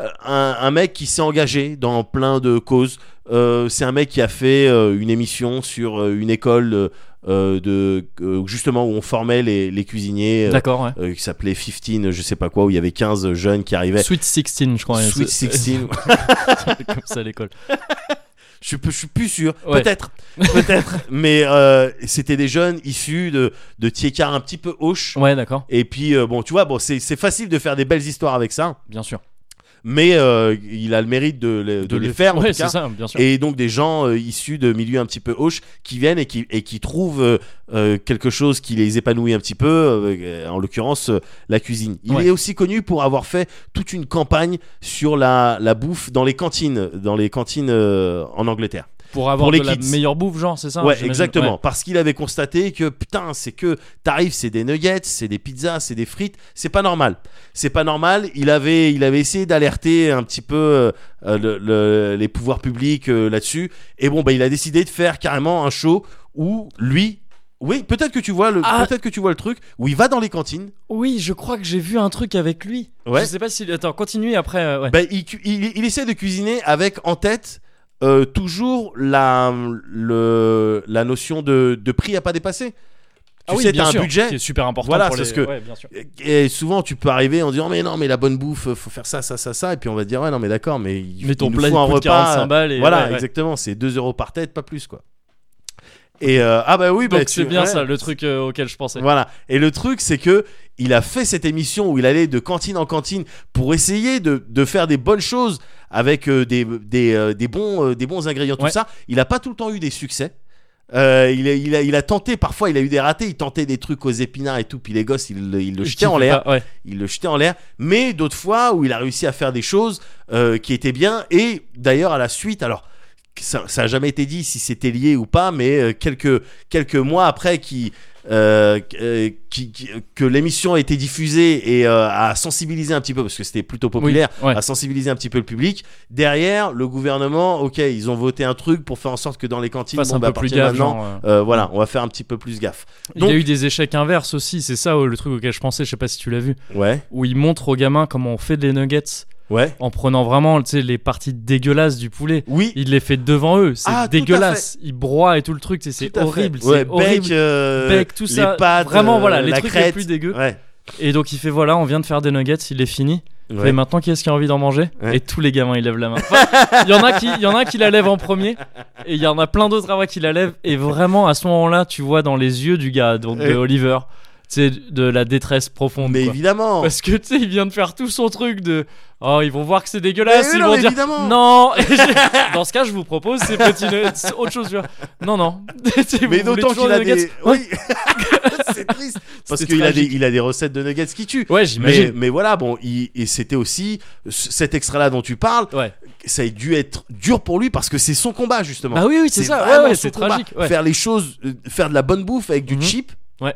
Speaker 2: euh, un, un mec qui s'est engagé dans plein de causes. Euh, c'est un mec qui a fait euh, une émission sur euh, une école euh, euh, de, euh, justement où on formait les, les cuisiniers, euh,
Speaker 1: D'accord, ouais.
Speaker 2: euh, qui s'appelait 15, je sais pas quoi, où il y avait 15 jeunes qui arrivaient.
Speaker 1: Sweet 16, je crois.
Speaker 2: Sweet
Speaker 1: C'est-
Speaker 2: 16,
Speaker 1: comme ça à l'école.
Speaker 2: Je suis, peu- je suis plus sûr,
Speaker 1: Ouais.
Speaker 2: peut-être, peut-être. Mais euh, c'était des jeunes issus de de Thiécart un petit peu hoche.
Speaker 1: Ouais, d'accord,
Speaker 2: Et puis euh, bon, tu vois, bon, c'est c'est facile de faire des belles histoires avec ça,
Speaker 1: bien sûr.
Speaker 2: mais euh, il a le mérite de, les- de les faire. en
Speaker 1: Ouais,
Speaker 2: tout cas.
Speaker 1: c'est ça, bien sûr.
Speaker 2: Et donc des gens euh, issus de milieux un petit peu hoche qui viennent et qui, et qui trouvent euh, euh, quelque chose qui les épanouit un petit peu, euh, en l'occurrence euh, la cuisine. Il
Speaker 1: Ouais.
Speaker 2: est aussi connu pour avoir fait toute une campagne sur la, la bouffe dans les cantines, dans les cantines euh, en Angleterre.
Speaker 1: Pour avoir
Speaker 2: pour les
Speaker 1: de la
Speaker 2: kids.
Speaker 1: meilleure bouffe, genre, c'est ça
Speaker 2: ouais,
Speaker 1: j'imagine
Speaker 2: exactement.
Speaker 1: Ouais.
Speaker 2: Parce qu'il avait constaté que putain, c'est que t'arrives, c'est des nuggets, c'est des pizzas, c'est des frites, c'est pas normal. C'est pas normal. Il avait, il avait essayé d'alerter un petit peu euh, le- le- les pouvoirs publics euh, là-dessus. Et bon, bah, il a décidé de faire carrément un show où lui. Oui, peut-être que tu vois le,
Speaker 1: Ah.
Speaker 2: peut-être que tu vois le truc où il va dans les cantines.
Speaker 1: Oui, je crois que j'ai vu un truc avec lui.
Speaker 2: Ouais.
Speaker 1: Je sais pas si. Attends, continue après. euh, ouais.
Speaker 2: Bah, il, cu- il- il essaie de cuisiner avec en tête euh, toujours la, le- la notion de, de prix à pas dépasser. Tu
Speaker 1: Ah oui,
Speaker 2: sais,
Speaker 1: bien
Speaker 2: t'as un
Speaker 1: sûr,
Speaker 2: budget.
Speaker 1: qui est super important
Speaker 2: Voilà,
Speaker 1: pour
Speaker 2: c'est
Speaker 1: les-
Speaker 2: ce que-
Speaker 1: ouais, bien sûr.
Speaker 2: Et souvent, tu peux arriver en disant, mais non, mais la bonne bouffe, faut faire ça, ça, ça, ça. Et puis on va te dire, ouais, non, mais d'accord, mais il,
Speaker 1: Mais
Speaker 2: il
Speaker 1: ton
Speaker 2: nous
Speaker 1: plat il
Speaker 2: faut un
Speaker 1: coûte
Speaker 2: repas.
Speaker 1: 45 balles et
Speaker 2: voilà,
Speaker 1: ouais, ouais.
Speaker 2: exactement, c'est 2 euros par tête, pas plus, quoi. Et euh, ah, bah oui, bah,
Speaker 1: Donc
Speaker 2: tu-
Speaker 1: c'est bien
Speaker 2: ouais.
Speaker 1: ça le truc euh, auquel je pensais.
Speaker 2: Voilà. Et le truc, c'est que il a fait cette émission où il allait de cantine en cantine pour essayer de, de faire des bonnes choses avec euh, des, des, euh, des bons, euh, des bons ingrédients, tout
Speaker 1: Ouais.
Speaker 2: ça. Il n'a pas tout le temps eu des succès. Euh, il, a, il, a, il a tenté, parfois il a eu des ratés, il tentait des trucs aux épinards et tout, puis les gosses, il, le- il le
Speaker 1: Qui
Speaker 2: jetait en
Speaker 1: fait
Speaker 2: l'air
Speaker 1: pas- ouais.
Speaker 2: il le jetait en l'air, mais d'autres fois où il a réussi à faire des choses euh, qui étaient bien, et d'ailleurs à la suite, alors ça n'a jamais été dit si c'était lié ou pas, mais euh, quelques, quelques mois après qui, euh, euh, qui- qui- que l'émission a été diffusée et euh, a sensibilisé un petit peu, parce que c'était plutôt populaire, Ah,
Speaker 1: Oui, ouais.
Speaker 2: à sensibiliser un petit peu le public. Derrière, le gouvernement, ok, ils ont voté un truc pour faire en sorte que dans les cantines,
Speaker 1: Fasse
Speaker 2: bon,
Speaker 1: un
Speaker 2: bah, à
Speaker 1: peu plus
Speaker 2: partir de
Speaker 1: gaffe.
Speaker 2: maintenant,
Speaker 1: genre, euh.
Speaker 2: euh, voilà, on va faire un petit peu plus gaffe.
Speaker 1: Il
Speaker 2: Donc-
Speaker 1: y a eu des échecs inverses aussi, c'est ça euh, le truc auquel je pensais, je sais pas si tu l'as vu,
Speaker 2: Ouais,
Speaker 1: où ils montrent aux gamins comment on fait des nuggets
Speaker 2: ouais.
Speaker 1: en prenant vraiment tu sais, les parties dégueulasses du poulet.
Speaker 2: Oui,
Speaker 1: Il les fait devant eux, c'est
Speaker 2: Ah, tout à
Speaker 1: dégueulasse. Il broie et tout le truc, tu sais,
Speaker 2: Tout
Speaker 1: c'est
Speaker 2: à fait.
Speaker 1: horrible,
Speaker 2: Ouais,
Speaker 1: c'est horrible.
Speaker 2: Bec, euh,
Speaker 1: Bec, tout ça,
Speaker 2: Les pâtes,
Speaker 1: vraiment,
Speaker 2: euh,
Speaker 1: voilà, les
Speaker 2: la
Speaker 1: trucs les
Speaker 2: crête.
Speaker 1: plus dégueux.
Speaker 2: Ouais.
Speaker 1: Et donc il fait voilà, on vient de faire des nuggets, il est fini.
Speaker 2: ouais.
Speaker 1: Et maintenant, qui est-ce qui a envie d'en manger
Speaker 2: Ouais.
Speaker 1: Et tous les gamins, ils lèvent la main. Enfin, Il y en a qui, il y en a qui la lèvent en premier, et il y en a plein d'autres avant qui la lèvent. Et vraiment, à ce moment-là, tu vois dans les yeux du gars, donc de
Speaker 2: Ouais.
Speaker 1: Oliver, c'est de la détresse profonde.
Speaker 2: Mais
Speaker 1: quoi.
Speaker 2: évidemment.
Speaker 1: Parce que tu sais, il vient de faire tout son truc de, oh, ils vont voir que c'est
Speaker 2: Mais
Speaker 1: dégueulasse,
Speaker 2: oui,
Speaker 1: ils
Speaker 2: non,
Speaker 1: vont
Speaker 2: mais
Speaker 1: dire.
Speaker 2: évidemment.
Speaker 1: Non, Et je- dans ce cas, je vous propose ces petits nuggets, autre chose. tu vois. Non, non. Si vous voulez
Speaker 2: Mais d'autant
Speaker 1: toujours
Speaker 2: qu'il a
Speaker 1: nuggets-
Speaker 2: des. Oui. C'est triste. Parce
Speaker 1: C'était
Speaker 2: qu'il a des,
Speaker 1: tragique.
Speaker 2: il a des recettes de nuggets qui tuent.
Speaker 1: Ouais,
Speaker 2: Mais,
Speaker 1: j'imagine.
Speaker 2: mais voilà, bon, il- et c'était aussi c- cet extrait-là dont tu parles.
Speaker 1: Ouais.
Speaker 2: Ça a dû être dur pour lui parce que c'est son combat justement.
Speaker 1: Bah oui, oui, c'est ça.
Speaker 2: vraiment
Speaker 1: Ouais, ouais,
Speaker 2: son
Speaker 1: c'est
Speaker 2: combat.
Speaker 1: tragique. ouais.
Speaker 2: Faire les choses, euh, faire de la bonne bouffe avec du
Speaker 1: Mhm.
Speaker 2: cheap.
Speaker 1: Ouais.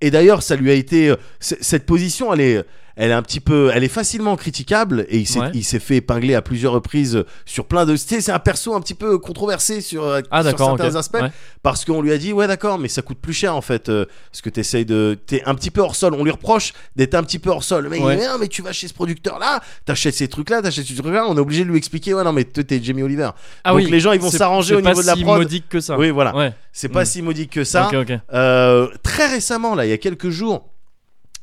Speaker 2: Et d'ailleurs, ça lui a été. euh, c- Cette position, elle est, elle est un petit peu. Elle est facilement critiquable et il s'est
Speaker 1: Ouais.
Speaker 2: il s'est fait épingler à plusieurs reprises euh, sur plein de. tu sais, C'est un perso un petit peu controversé sur, euh,
Speaker 1: Ah
Speaker 2: sur
Speaker 1: d'accord.
Speaker 2: certains
Speaker 1: ok.
Speaker 2: aspects
Speaker 1: Ouais.
Speaker 2: parce qu'on lui a dit ouais d'accord mais ça coûte plus cher en fait euh, ce que t'essayes de t'es un petit peu hors sol on lui reproche d'être un petit peu hors sol mais il dit,
Speaker 1: Ouais.
Speaker 2: mais non, mais tu vas chez ce producteur là t'achètes ces trucs là t'achètes ces trucs là on est obligé de lui expliquer ouais non mais toi t'es Jamie Oliver
Speaker 1: Ah
Speaker 2: donc
Speaker 1: oui,
Speaker 2: les gens ils vont
Speaker 1: c'est-
Speaker 2: s'arranger
Speaker 1: c'est
Speaker 2: au
Speaker 1: pas
Speaker 2: niveau de la
Speaker 1: si
Speaker 2: prod
Speaker 1: modique que ça.
Speaker 2: oui voilà
Speaker 1: Ouais.
Speaker 2: c'est pas
Speaker 1: Mm.
Speaker 2: si modique que ça
Speaker 1: Ok, ok.
Speaker 2: Euh, très récemment là il y a quelques jours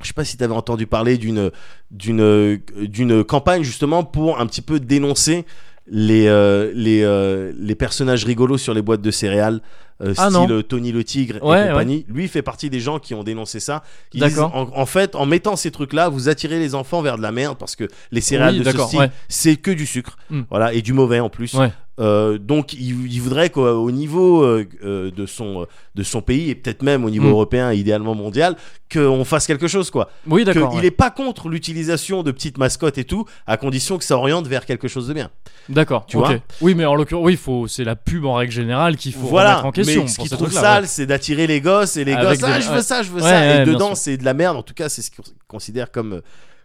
Speaker 2: je sais pas si t'avais entendu parler d'une d'une d'une campagne justement pour un petit peu dénoncer les euh, les euh, les personnages rigolos sur les boîtes de céréales euh,
Speaker 1: Ah non.
Speaker 2: style Tony le tigre
Speaker 1: Ouais,
Speaker 2: et compagnie lui fait partie des gens qui ont dénoncé ça Ils disent,
Speaker 1: D'accord.
Speaker 2: en, en fait en mettant ces trucs là vous attirez les enfants vers de la merde parce que les céréales
Speaker 1: Oui,
Speaker 2: de ce
Speaker 1: d'accord,
Speaker 2: style
Speaker 1: ouais.
Speaker 2: c'est que du sucre
Speaker 1: Mm.
Speaker 2: voilà et du mauvais en plus
Speaker 1: Ouais.
Speaker 2: Euh, donc il, il voudrait qu'au au niveau euh, euh, de son de son pays et peut-être même au niveau
Speaker 1: Mm.
Speaker 2: européen idéalement mondial qu'on fasse quelque chose quoi
Speaker 1: Oui,
Speaker 2: qu'il
Speaker 1: d'accord. ouais.
Speaker 2: n'est pas contre l'utilisation de petites mascottes et tout, à condition que ça oriente vers quelque chose de bien.
Speaker 1: D'accord.
Speaker 2: Tu
Speaker 1: ok.
Speaker 2: vois
Speaker 1: Oui, mais en l'occurrence, oui, faut c'est la pub en règle générale qu'il faut
Speaker 2: voilà.
Speaker 1: remettre en question.
Speaker 2: mais ce
Speaker 1: pour
Speaker 2: qui
Speaker 1: ces
Speaker 2: trouve
Speaker 1: trucs-là,
Speaker 2: sale, c'est d'attirer les gosses et les
Speaker 1: Avec
Speaker 2: gosses.
Speaker 1: des-
Speaker 2: Ah, je veux
Speaker 1: ouais.
Speaker 2: ça, je veux
Speaker 1: Ouais,
Speaker 2: ça.
Speaker 1: ouais,
Speaker 2: et
Speaker 1: bien
Speaker 2: dedans,
Speaker 1: sûr.
Speaker 2: c'est de la merde. En tout cas, c'est ce qu'on considère comme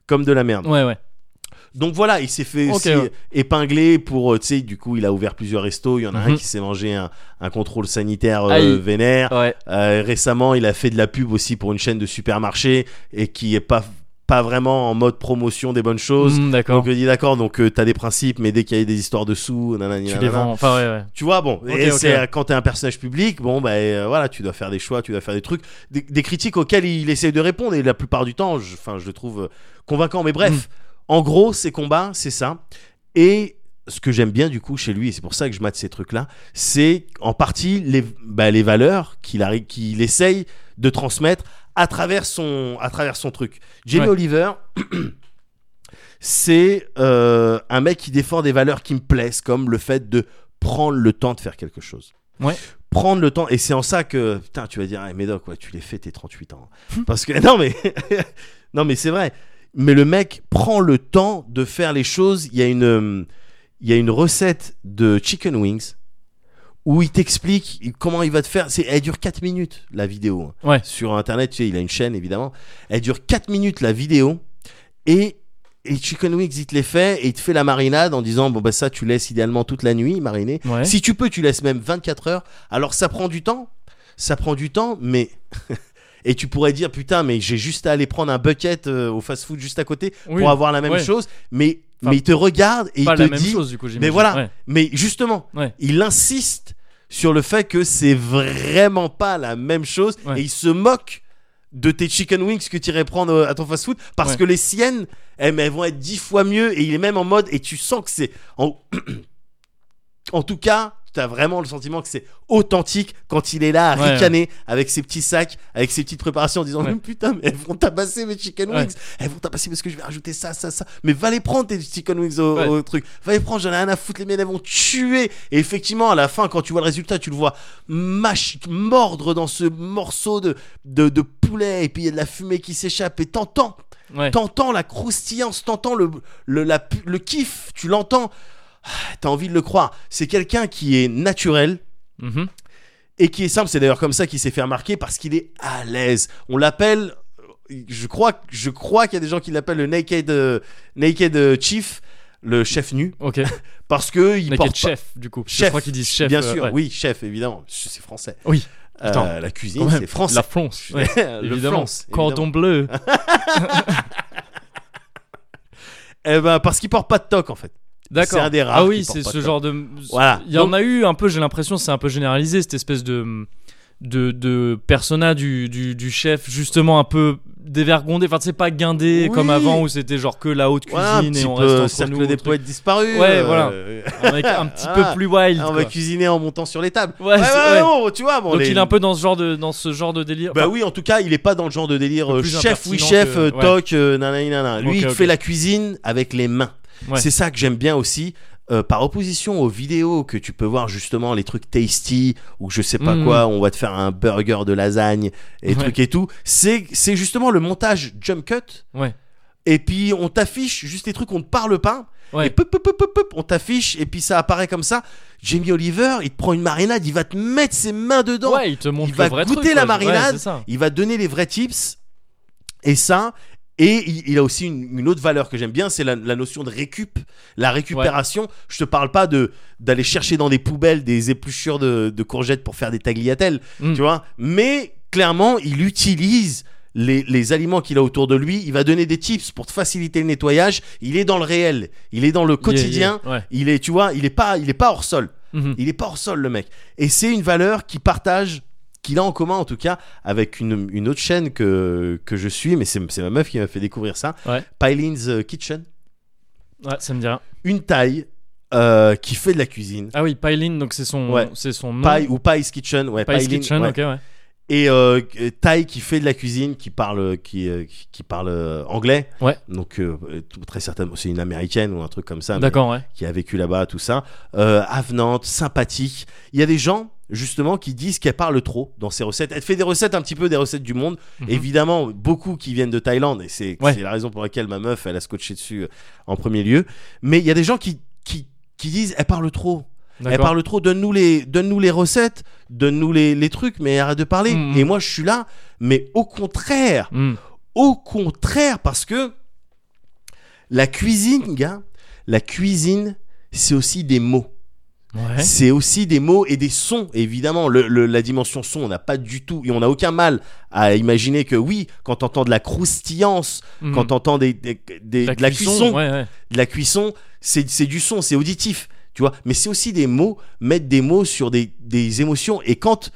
Speaker 2: comme de la merde.
Speaker 1: Ouais, ouais. ouais.
Speaker 2: Donc voilà, il s'est fait
Speaker 1: Ok,
Speaker 2: aussi
Speaker 1: ouais.
Speaker 2: épingler pour, euh, tu sais, du coup, il a ouvert plusieurs restos. Il y en a un
Speaker 1: Mhm.
Speaker 2: qui s'est mangé un, un contrôle sanitaire euh,
Speaker 1: Aïe.
Speaker 2: vénère.
Speaker 1: Ouais.
Speaker 2: Euh, récemment, il a fait de la pub aussi pour une chaîne de supermarché et qui est pas pas vraiment en mode promotion des bonnes choses.
Speaker 1: Mm, D'accord.
Speaker 2: Donc il dit d'accord, donc euh, t'as des principes, mais dès qu'il y a des histoires de sous,
Speaker 1: Tu
Speaker 2: nanani,
Speaker 1: les
Speaker 2: nanana.
Speaker 1: vends. Enfin, ouais, ouais.
Speaker 2: Tu vois, bon,
Speaker 1: Ok,
Speaker 2: et
Speaker 1: ok.
Speaker 2: c'est euh, quand t'es un personnage public, bon, bah euh, voilà, tu dois faire des choix, tu dois faire des trucs, des, des critiques auxquelles il essaye de répondre, et la plupart du temps, je, enfin, je le trouve euh, convaincant. Mais bref,
Speaker 1: Mm.
Speaker 2: en gros, ces combats, c'est ça. Et ce que j'aime bien, du coup, chez lui, et c'est pour ça que je mate ces trucs-là, c'est en partie les, bah, les valeurs qu'il arri- qu'il essaye de transmettre à travers son, à travers son truc. Jamie
Speaker 1: Ouais.
Speaker 2: Oliver. C'est euh, un mec qui défend des valeurs qui me plaisent, comme le fait de prendre le temps de faire quelque chose.
Speaker 1: Ouais.
Speaker 2: Prendre le temps, et c'est en ça que, putain, tu vas dire, mais Médoc, ouais, tu l'es fait tes 38 ans. Parce que, non, mais, non, mais c'est vrai. Mais le mec prend le temps de faire les choses. Il y a une, euh, il y a une recette de chicken wings où il t'explique comment il va te faire. C'est, elle dure 4 minutes, la vidéo. hein.
Speaker 1: Ouais.
Speaker 2: Sur Internet, tu sais, il a une chaîne, évidemment. Elle dure 4 minutes, la vidéo. Et et Chicken Wings, il te les fait et il te fait la marinade en disant Bon, bah, ça, tu laisses idéalement toute la nuit mariner.
Speaker 1: Ouais.
Speaker 2: Si tu peux, tu laisses même 24 heures. Alors, ça prend du temps. Ça prend du temps, mais. et tu pourrais dire Putain, mais j'ai juste à aller prendre un bucket euh, au fast-food juste à côté
Speaker 1: Oui.
Speaker 2: pour avoir la même
Speaker 1: Ouais.
Speaker 2: chose. Mais,
Speaker 1: Enfin,
Speaker 2: mais il te regarde et
Speaker 1: Pas
Speaker 2: il te
Speaker 1: la même
Speaker 2: dit
Speaker 1: chose, du coup, j'imagine.
Speaker 2: mais voilà.
Speaker 1: Ouais.
Speaker 2: Mais justement,
Speaker 1: Ouais.
Speaker 2: il insiste sur le fait que c'est vraiment pas la même chose
Speaker 1: Ouais.
Speaker 2: et il se moque de tes chicken wings que tu irais prendre euh, à ton fast food parce
Speaker 1: Ouais.
Speaker 2: que les siennes eh, mais elles, vont être dix fois mieux et il est même en mode et tu sens que c'est en, en tout cas tu as vraiment le sentiment que c'est authentique quand il est là à
Speaker 1: Ouais, ouais.
Speaker 2: ricaner avec ses petits sacs avec ses petites préparations en disant
Speaker 1: Ouais.
Speaker 2: putain mais elles vont tabasser mes chicken
Speaker 1: Ouais.
Speaker 2: wings elles vont tabasser parce que je vais rajouter ça, ça, ça. Mais va les prendre tes chicken wings au,
Speaker 1: Ouais.
Speaker 2: au truc. Va les prendre, j'en ai rien à foutre, les miennes, elles vont tuer. Et effectivement, à la fin, quand tu vois le résultat, tu le vois mâche, mordre dans ce morceau de, de, de poulet, et puis il y a de la fumée qui s'échappe, et t'entends,
Speaker 1: Ouais.
Speaker 2: t'entends la croustillance, t'entends le, le, la pu- le kiff, tu l'entends. Ah, T'as envie de le croire. C'est quelqu'un qui est naturel,
Speaker 1: Mhm.
Speaker 2: et qui est simple. C'est d'ailleurs comme ça qu'il s'est fait remarquer parce qu'il est à l'aise. On l'appelle, je crois, je crois qu'il y a des gens qui l'appellent le naked, euh, naked euh, chief, le chef nu,
Speaker 1: Ok.
Speaker 2: parce que il
Speaker 1: Naked
Speaker 2: porte pas-
Speaker 1: chef, du coup. Je
Speaker 2: Chef,
Speaker 1: crois qu'ils disent chef.
Speaker 2: Bien
Speaker 1: euh,
Speaker 2: sûr,
Speaker 1: ouais.
Speaker 2: oui, chef évidemment. C'est français.
Speaker 1: Oui.
Speaker 2: Euh,
Speaker 1: Putain,
Speaker 2: la
Speaker 1: Quand
Speaker 2: cuisine,
Speaker 1: même.
Speaker 2: c'est français.
Speaker 1: La France. ouais.
Speaker 2: le
Speaker 1: évidemment.
Speaker 2: France,
Speaker 1: Cordon bleu.
Speaker 2: évidemment. Eh ben, parce qu'il porte pas de toque en fait.
Speaker 1: D'accord.
Speaker 2: C'est un des rares
Speaker 1: Ah oui,
Speaker 2: qui porte
Speaker 1: c'est
Speaker 2: pas
Speaker 1: ce
Speaker 2: de
Speaker 1: genre de.
Speaker 2: Voilà.
Speaker 1: Il y en a eu un peu, j'ai l'impression, c'est un peu généralisé, cette espèce de. de, de persona du, du, du chef, justement un peu dévergondé. Enfin, c'est pas guindé
Speaker 2: Oui.
Speaker 1: comme avant où c'était genre que la haute cuisine
Speaker 2: Voilà, un petit
Speaker 1: et on
Speaker 2: peu
Speaker 1: reste entre
Speaker 2: cercle
Speaker 1: nous.
Speaker 2: des
Speaker 1: truc.
Speaker 2: poètes disparus.
Speaker 1: Ouais,
Speaker 2: euh,
Speaker 1: voilà. Un mec un petit peu
Speaker 2: Ah.
Speaker 1: plus wild.
Speaker 2: on va
Speaker 1: quoi.
Speaker 2: cuisiner en montant sur les tables.
Speaker 1: Ouais, c'est- ouais.
Speaker 2: bon, tu vois, bon,
Speaker 1: Donc
Speaker 2: les-
Speaker 1: il est un peu dans ce genre de, dans ce genre de délire.
Speaker 2: Bah
Speaker 1: Enfin,
Speaker 2: oui, en tout cas, il est pas dans le genre de délire euh,
Speaker 1: plus
Speaker 2: chef, oui
Speaker 1: impertinent
Speaker 2: chef,
Speaker 1: que-
Speaker 2: euh,
Speaker 1: ouais.
Speaker 2: toc, euh, nanani, nanana. Lui,
Speaker 1: Ok,
Speaker 2: il te
Speaker 1: ok.
Speaker 2: fait la cuisine avec les mains.
Speaker 1: Ouais.
Speaker 2: C'est ça que j'aime bien aussi. euh, par opposition aux vidéos que tu peux voir justement les trucs tasty ou je sais pas
Speaker 1: Mhm.
Speaker 2: quoi on va te faire un burger de lasagne et
Speaker 1: Ouais.
Speaker 2: trucs et tout c'est c'est justement le montage jump cut
Speaker 1: Ouais.
Speaker 2: et puis on t'affiche juste les trucs on ne parle pas
Speaker 1: Ouais.
Speaker 2: et pop, pop, pop, pop, pop, on t'affiche et puis ça apparaît comme ça Jamie Oliver il te prend une marinade il va te mettre ses mains dedans
Speaker 1: ouais, il te montre
Speaker 2: il va
Speaker 1: le vrai
Speaker 2: goûter
Speaker 1: truc,
Speaker 2: la
Speaker 1: quoi. Ouais,
Speaker 2: marinade.
Speaker 1: c'est ça.
Speaker 2: il va donner les vrais tips et ça et il, il a aussi une, une autre valeur que j'aime bien c'est la, la notion de récup la récupération je te parle pas de d'aller chercher dans des poubelles des épluchures de, de courgettes pour faire des tagliatelles
Speaker 1: Mm.
Speaker 2: tu vois mais clairement il utilise les, les aliments qu'il a autour de lui, il va donner des tips pour te faciliter le nettoyage. Il est dans le réel, il est dans
Speaker 1: Il
Speaker 2: le
Speaker 1: est- il est-
Speaker 2: quotidien.
Speaker 1: ouais.
Speaker 2: Il est, tu vois, il est pas, il est pas hors sol.
Speaker 1: Mhm.
Speaker 2: Il est pas hors sol le mec. Et c'est une valeur qu'il partage, qu'il a en commun en tout cas, avec une, une autre chaîne que, que je suis, mais c'est c'est ma meuf qui m'a fait découvrir ça.
Speaker 1: Ouais.
Speaker 2: Pylene's Kitchen.
Speaker 1: Ouais, ça me dit rien.
Speaker 2: Une taille euh, qui fait de la cuisine.
Speaker 1: Ah oui, Pylin, donc c'est son,
Speaker 2: Ouais.
Speaker 1: c'est son nom.
Speaker 2: Pie ou Pie's Kitchen, ouais.
Speaker 1: Pile's
Speaker 2: Pylene's,
Speaker 1: Mm. Kitchen,
Speaker 2: ouais.
Speaker 1: ok, ouais.
Speaker 2: Et euh, Thaï qui fait de la cuisine, qui parle, qui, euh, qui- qui parle euh, anglais.
Speaker 1: Ouais.
Speaker 2: Donc euh, tout- très certainement, c'est une américaine ou un truc comme ça. mais-
Speaker 1: D'accord, ouais.
Speaker 2: qui a vécu là-bas, tout ça, euh, avenante, sympathique. Il y a des gens justement qui disent qu'elle parle trop dans ses recettes. Elle fait des recettes un petit peu des recettes du monde,
Speaker 1: Mhm.
Speaker 2: évidemment beaucoup qui viennent de Thaïlande et c'est
Speaker 1: Ouais.
Speaker 2: c'est la raison pour laquelle ma meuf elle a scotché dessus euh, en premier lieu. Mais il y a des gens qui qui, qui disent elle parle trop, elle
Speaker 1: D'accord.
Speaker 2: Eh, parle trop. Donne-nous les donne-nous les recettes, donne-nous les, les trucs, mais arrête de parler.
Speaker 1: Mhm.
Speaker 2: Et moi je suis là, mais au contraire,
Speaker 1: Mm.
Speaker 2: au contraire, parce que La cuisine, gars, la cuisine, c'est aussi des mots.
Speaker 1: Ouais.
Speaker 2: C'est aussi des mots et des sons, évidemment. Le, le- la dimension son, on n'a pas du tout, et on n'a aucun mal à imaginer que oui, quand t'entends de la croustillance,
Speaker 1: Mhm.
Speaker 2: quand t'entends des, des- des- de Mmh. la cuisson,
Speaker 1: ouais, ouais.
Speaker 2: de la cuisson, c'est c'est du son, c'est auditif, tu vois. Mais c'est aussi des mots, mettre des mots sur des, des émotions. Et quand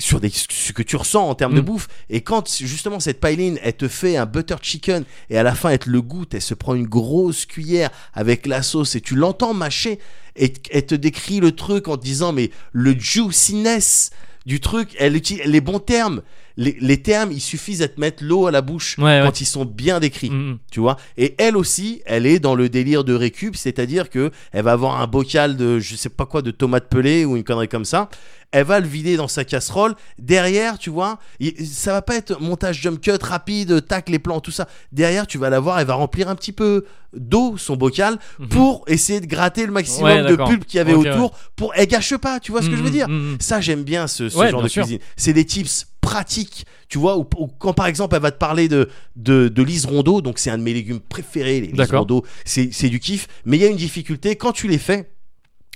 Speaker 2: sur des, ce que tu ressens en termes de
Speaker 1: Mm.
Speaker 2: bouffe, et quand justement cette pailine, elle te fait un butter chicken, et à la fin elle te le goûte, elle se prend une grosse cuillère avec la sauce, et tu l'entends mâcher, et t- elle te décrit le truc en te disant, mais le juiciness du truc, elle utilise les bons termes, les, les termes, il suffit à te mettre l'eau à la bouche
Speaker 1: Ouais,
Speaker 2: quand
Speaker 1: ouais.
Speaker 2: ils sont bien décrits
Speaker 1: Mhm.
Speaker 2: tu vois et elle aussi elle est dans le délire de récup c'est-à-dire que elle va avoir un bocal de je sais pas quoi de tomates pelées ou une connerie comme ça elle va le vider dans sa casserole derrière tu vois il- ça va pas être montage jump cut rapide tac les plans tout ça derrière tu vas la voir elle va remplir un petit peu d'eau son bocal
Speaker 1: Mhm.
Speaker 2: pour essayer de gratter le maximum
Speaker 1: Ouais,
Speaker 2: de
Speaker 1: d'accord.
Speaker 2: pulpe qu'il y avait
Speaker 1: Ok,
Speaker 2: autour pour elle gâche pas tu vois ce que je veux
Speaker 1: Mhm,
Speaker 2: dire
Speaker 1: mhm.
Speaker 2: ça, j'aime bien ce, ce
Speaker 1: Ouais,
Speaker 2: genre
Speaker 1: bien
Speaker 2: de
Speaker 1: sûr.
Speaker 2: cuisine. C'est des tips pratiques, tu vois, ou, ou quand par exemple elle va te parler de, de, de lise rondeau, donc c'est un de mes légumes préférés, les lise
Speaker 1: D'accord.
Speaker 2: rondeau, c'est c'est du kiff, mais il y a une difficulté, quand tu les fais,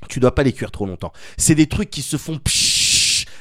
Speaker 2: tu dois pas les cuire trop longtemps. C'est des trucs qui se font pshhh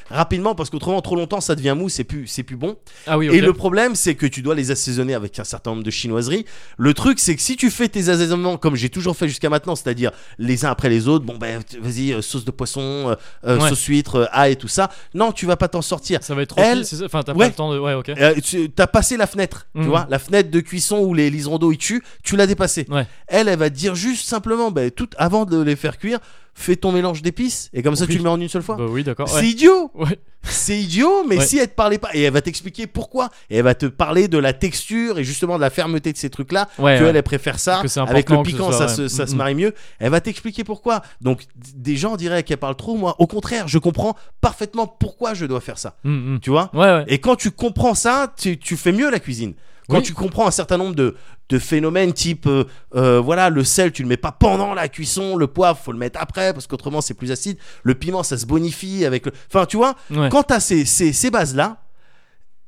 Speaker 2: rapidement parce qu'autrement trop longtemps ça devient mou, c'est plus, c'est plus bon.
Speaker 1: Ah oui, ok.
Speaker 2: Et le problème, c'est que tu dois les assaisonner avec un certain nombre de chinoiseries. Le truc, c'est que si tu fais tes assaisonnements comme j'ai toujours fait jusqu'à maintenant, c'est-à-dire les uns après les autres, bon ben t- vas-y, euh, sauce de poisson, euh, euh,
Speaker 1: Ouais.
Speaker 2: sauce huître, euh, ail et tout ça, non, tu vas pas t'en sortir.
Speaker 1: Ça va être trop
Speaker 2: Elle-
Speaker 1: fil, c'est ça Enfin, t'as
Speaker 2: Ouais.
Speaker 1: pas le temps de. Ouais, ok.
Speaker 2: Euh, tu- T'as passé la fenêtre,
Speaker 1: Mhm.
Speaker 2: tu vois, la fenêtre de cuisson où les liserons d'eau ils tuent, tu l'as dépassée.
Speaker 1: Ouais.
Speaker 2: Elle, elle va te dire juste simplement, ben, tout, avant de les faire cuire, fais ton mélange d'épices et comme ça
Speaker 1: Oui.
Speaker 2: tu le mets en une seule fois.
Speaker 1: Bah oui, d'accord.
Speaker 2: C'est
Speaker 1: Ouais.
Speaker 2: idiot!
Speaker 1: Ouais.
Speaker 2: C'est idiot, mais
Speaker 1: Ouais.
Speaker 2: si elle te parlait pas, et elle va t'expliquer pourquoi, et elle va te parler de la texture et justement de la fermeté de ces trucs-là,
Speaker 1: Ouais,
Speaker 2: que
Speaker 1: ouais.
Speaker 2: elle, elle préfère ça,
Speaker 1: Que c'est
Speaker 2: avec le
Speaker 1: important que ce
Speaker 2: piquant,
Speaker 1: soit,
Speaker 2: ça,
Speaker 1: ouais.
Speaker 2: se, ça se
Speaker 1: Mhm.
Speaker 2: marie mieux, elle va t'expliquer pourquoi. Donc, d- des gens diraient qu'elle parle trop, moi, au contraire, je comprends parfaitement pourquoi je dois faire ça,
Speaker 1: Mhm, mhm.
Speaker 2: tu vois
Speaker 1: Ouais, ouais.
Speaker 2: Et quand tu comprends ça, tu, tu fais mieux la cuisine. Quand
Speaker 1: Oui.
Speaker 2: tu comprends un certain nombre de, de phénomènes type euh, euh, voilà le sel tu le mets pas pendant la cuisson le poivre faut le mettre après parce qu'autrement c'est plus acide le piment ça se bonifie avec le enfin tu vois
Speaker 1: ouais.
Speaker 2: quand t'as ces, ces, ces bases-là,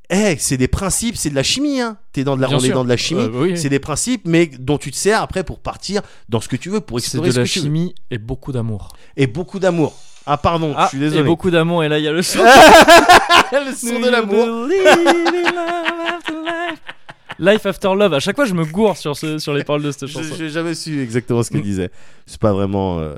Speaker 2: eh, c'est des principes, c'est de la chimie. Hein. T'es dans de la,
Speaker 1: Bien
Speaker 2: on est
Speaker 1: sûr.
Speaker 2: dans de la chimie.
Speaker 1: Euh, oui, oui.
Speaker 2: C'est des principes, mais dont tu te sers après pour partir dans ce que tu veux, pour
Speaker 1: C'est
Speaker 2: explorer
Speaker 1: de
Speaker 2: ce
Speaker 1: la
Speaker 2: que tu veux.
Speaker 1: chimie et beaucoup d'amour.
Speaker 2: Et beaucoup d'amour. Ah, pardon, je suis désolé.
Speaker 1: Et beaucoup d'amour, et là il y a le son.
Speaker 2: le son de l'amour.
Speaker 1: Life after love. À chaque fois, je me gourre sur, ce, sur les paroles de cette
Speaker 2: Je
Speaker 1: chanson.
Speaker 2: J'ai jamais su exactement
Speaker 1: Mm.
Speaker 2: ce qu'il disait. C'est pas vraiment euh,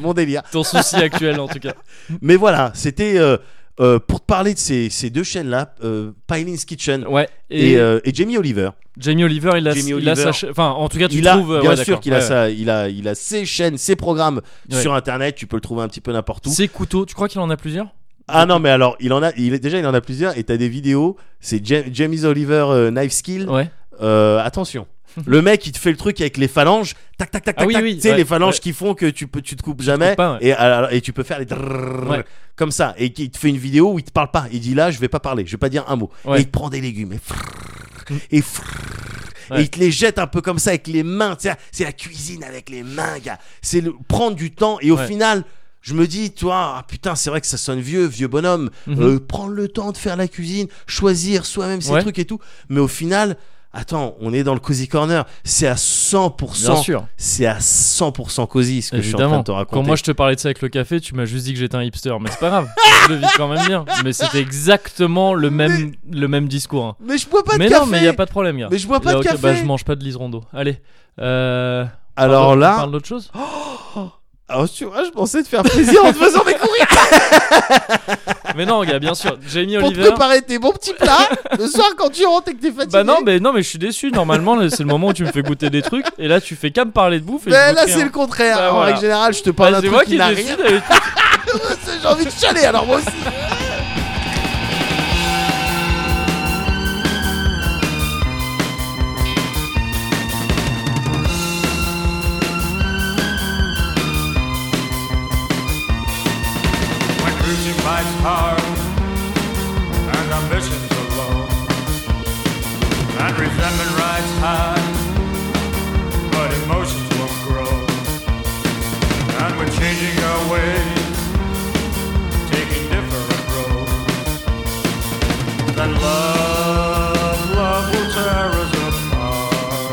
Speaker 2: mon délire.
Speaker 1: Ton souci actuel, en tout cas.
Speaker 2: Mais voilà, c'était euh, euh, pour te parler de ces, ces deux chaînes-là, euh, Pilin's Kitchen
Speaker 1: Ouais.
Speaker 2: et,
Speaker 1: Et,
Speaker 2: euh, et Jamie Oliver.
Speaker 1: Jamie Oliver, il a,
Speaker 2: Jamie
Speaker 1: il a
Speaker 2: Oliver.
Speaker 1: sa. cha- Enfin, en tout cas, tu
Speaker 2: il a,
Speaker 1: trouves. euh,
Speaker 2: bien
Speaker 1: ouais,
Speaker 2: sûr
Speaker 1: d'accord.
Speaker 2: qu'il a
Speaker 1: Ouais, ouais.
Speaker 2: ça, il a, il a ses chaînes, ses programmes
Speaker 1: Ouais.
Speaker 2: sur internet. Tu peux le trouver un petit peu n'importe où.
Speaker 1: Ses couteaux, tu crois qu'il en a plusieurs
Speaker 2: Ah non, mais alors, il en a, il est déjà, il en a plusieurs. Et t'as des vidéos. C'est Ja- James Oliver euh, Knife Skill.
Speaker 1: Ouais.
Speaker 2: Euh, attention. Le mec, il te fait le truc avec les phalanges, tac tac tac
Speaker 1: Ah
Speaker 2: tac,
Speaker 1: oui,
Speaker 2: tac.
Speaker 1: oui,
Speaker 2: tu sais
Speaker 1: ouais,
Speaker 2: les phalanges
Speaker 1: ouais.
Speaker 2: qui font que tu peux, tu te coupes jamais,
Speaker 1: coupes pas, ouais.
Speaker 2: et, alors- et tu peux faire les drrrr,
Speaker 1: Ouais.
Speaker 2: comme ça, et il te fait une vidéo où il te parle pas, il dit là, je vais pas parler, je vais pas dire un mot,
Speaker 1: Ouais.
Speaker 2: et il te prend des légumes, et frrrr, et frrrr,
Speaker 1: Ouais.
Speaker 2: et il te les jette un peu comme ça avec les mains, Tu sais, c'est la cuisine avec les mains, gars, c'est le prendre du temps, et au
Speaker 1: Ouais.
Speaker 2: final. Je me dis, toi, ah, putain, c'est vrai que ça sonne vieux, vieux bonhomme.
Speaker 1: Mhm.
Speaker 2: Euh, prendre le temps de faire la cuisine, choisir soi-même ses
Speaker 1: Ouais.
Speaker 2: trucs et tout. Mais au final, Attends, on est dans le cozy corner. C'est à 100%.
Speaker 1: Bien sûr.
Speaker 2: C'est à 100% cozy ce que je suis en train
Speaker 1: Évidemment.
Speaker 2: de te raconter.
Speaker 1: Quand moi je te parlais de ça avec le café, tu m'as juste dit que j'étais un hipster, mais c'est pas grave. je le vis quand même bien. Mais c'était exactement le même, le même discours. hein.
Speaker 2: Mais je bois pas de
Speaker 1: mais
Speaker 2: café.
Speaker 1: non, mais il y a pas de problème, gars.
Speaker 2: Mais je bois pas
Speaker 1: Là,
Speaker 2: de
Speaker 1: ok,
Speaker 2: café.
Speaker 1: Bah, je mange pas de liserondo. Allez. Euh,
Speaker 2: Alors
Speaker 1: parle-
Speaker 2: là,
Speaker 1: parle d'autre chose.
Speaker 2: alors, tu vois, je pensais te faire plaisir en te faisant des courir
Speaker 1: mais non, gars, bien sûr. Jamie
Speaker 2: pour te
Speaker 1: Oliver.
Speaker 2: préparer tes bons petits plats le soir quand tu rentres et que t'es fatigué.
Speaker 1: Bah non, mais non, mais je suis déçu. Normalement, là, c'est le moment où tu me fais goûter des trucs, et là, tu fais qu'à me parler de bouffe. Et
Speaker 2: Mais là, c'est le contraire.
Speaker 1: Bah,
Speaker 2: en
Speaker 1: voilà. Bah,
Speaker 2: règle générale, je te parle d'un
Speaker 1: c'est
Speaker 2: truc
Speaker 1: moi
Speaker 2: qui
Speaker 1: qui
Speaker 2: n'a rien.
Speaker 1: décide. et-
Speaker 2: J'ai envie de chialer, alors moi aussi.
Speaker 4: When routine life's hard and ambitions are low and resentment rides high, but emotions won't grow. And we're changing our ways, taking different roads. Then love, love will tear us apart.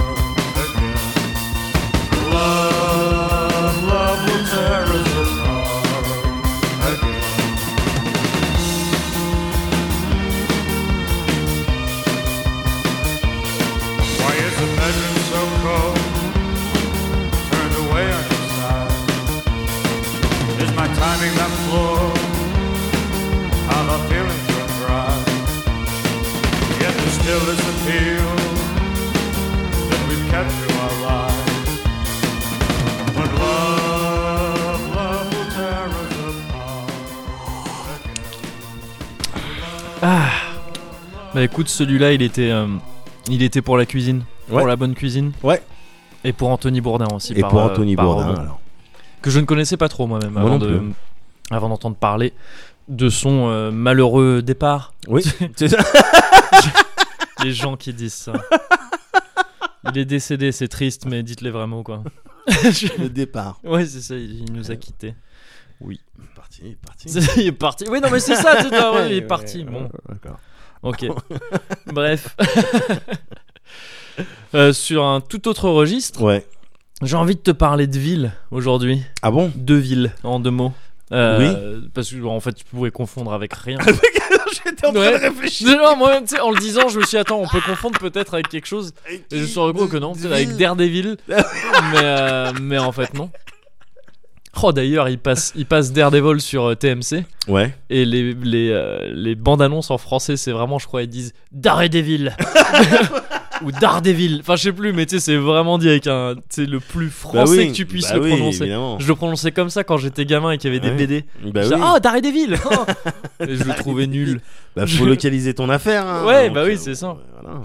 Speaker 1: Bah écoute, celui-là, il était, euh, il était pour la cuisine,
Speaker 2: Ouais.
Speaker 1: pour la bonne cuisine.
Speaker 2: Ouais.
Speaker 1: Et pour Anthony Bourdin aussi.
Speaker 2: Et
Speaker 1: par,
Speaker 2: pour
Speaker 1: euh,
Speaker 2: Anthony
Speaker 1: par
Speaker 2: Bourdin,
Speaker 1: Robin.
Speaker 2: alors.
Speaker 1: que je ne connaissais pas trop moi-même
Speaker 2: Moi
Speaker 1: avant,
Speaker 2: non
Speaker 1: de,
Speaker 2: plus.
Speaker 1: avant d'entendre parler de son euh, malheureux départ.
Speaker 2: Oui, c'est ça.
Speaker 1: Les gens qui disent ça. Il est décédé, c'est triste, mais dites-les vraiment quoi.
Speaker 2: Le départ.
Speaker 1: ouais, c'est ça, il il nous a quittés.
Speaker 2: Parti, il est parti.
Speaker 1: il est parti. Oui, non, mais c'est ça, c'est ça, ouais, il est
Speaker 2: Ouais,
Speaker 1: parti.
Speaker 2: ouais,
Speaker 1: Bon,
Speaker 2: ouais, d'accord.
Speaker 1: ok. Bref. Euh, sur un tout autre registre,
Speaker 2: Ouais.
Speaker 1: j'ai envie de te parler de ville aujourd'hui.
Speaker 2: Ah bon
Speaker 1: De ville, en deux mots. Euh, Parce que en fait, tu pouvais confondre avec rien.
Speaker 2: Ah, J'étais en
Speaker 1: Ouais.
Speaker 2: train de réfléchir.
Speaker 1: Non, non, moi, tu sais, en le disant, je me suis dit, attends, on peut confondre peut-être avec quelque chose. Et je me suis rendu compte que non, peut-être avec Daredevil.
Speaker 2: Ah
Speaker 1: mais, euh, mais en fait, non. Oh, d'ailleurs, il passe, il passe Daredevil sur euh, TMC.
Speaker 2: Ouais.
Speaker 1: Et les, les, euh, les bandes annonces en français, c'est vraiment, je crois, ils disent Daredevil. Ou Daredevil. Enfin, je sais plus, mais tu sais, c'est vraiment dit avec un. Tu sais, le plus
Speaker 2: Bah
Speaker 1: français
Speaker 2: oui,
Speaker 1: que tu puisses
Speaker 2: bah
Speaker 1: le
Speaker 2: oui,
Speaker 1: prononcer.
Speaker 2: évidemment.
Speaker 1: Je le prononçais comme ça quand j'étais gamin et qu'il y avait des
Speaker 2: Ouais.
Speaker 1: BD.
Speaker 2: Bah
Speaker 1: Je
Speaker 2: oui.
Speaker 1: disais, oh, Daredevil oh. Et je le trouvais nul.
Speaker 2: Bah, faut localiser ton affaire. hein.
Speaker 1: Ouais,
Speaker 2: Donc,
Speaker 1: bah oui,
Speaker 2: euh,
Speaker 1: c'est ça.
Speaker 2: voilà.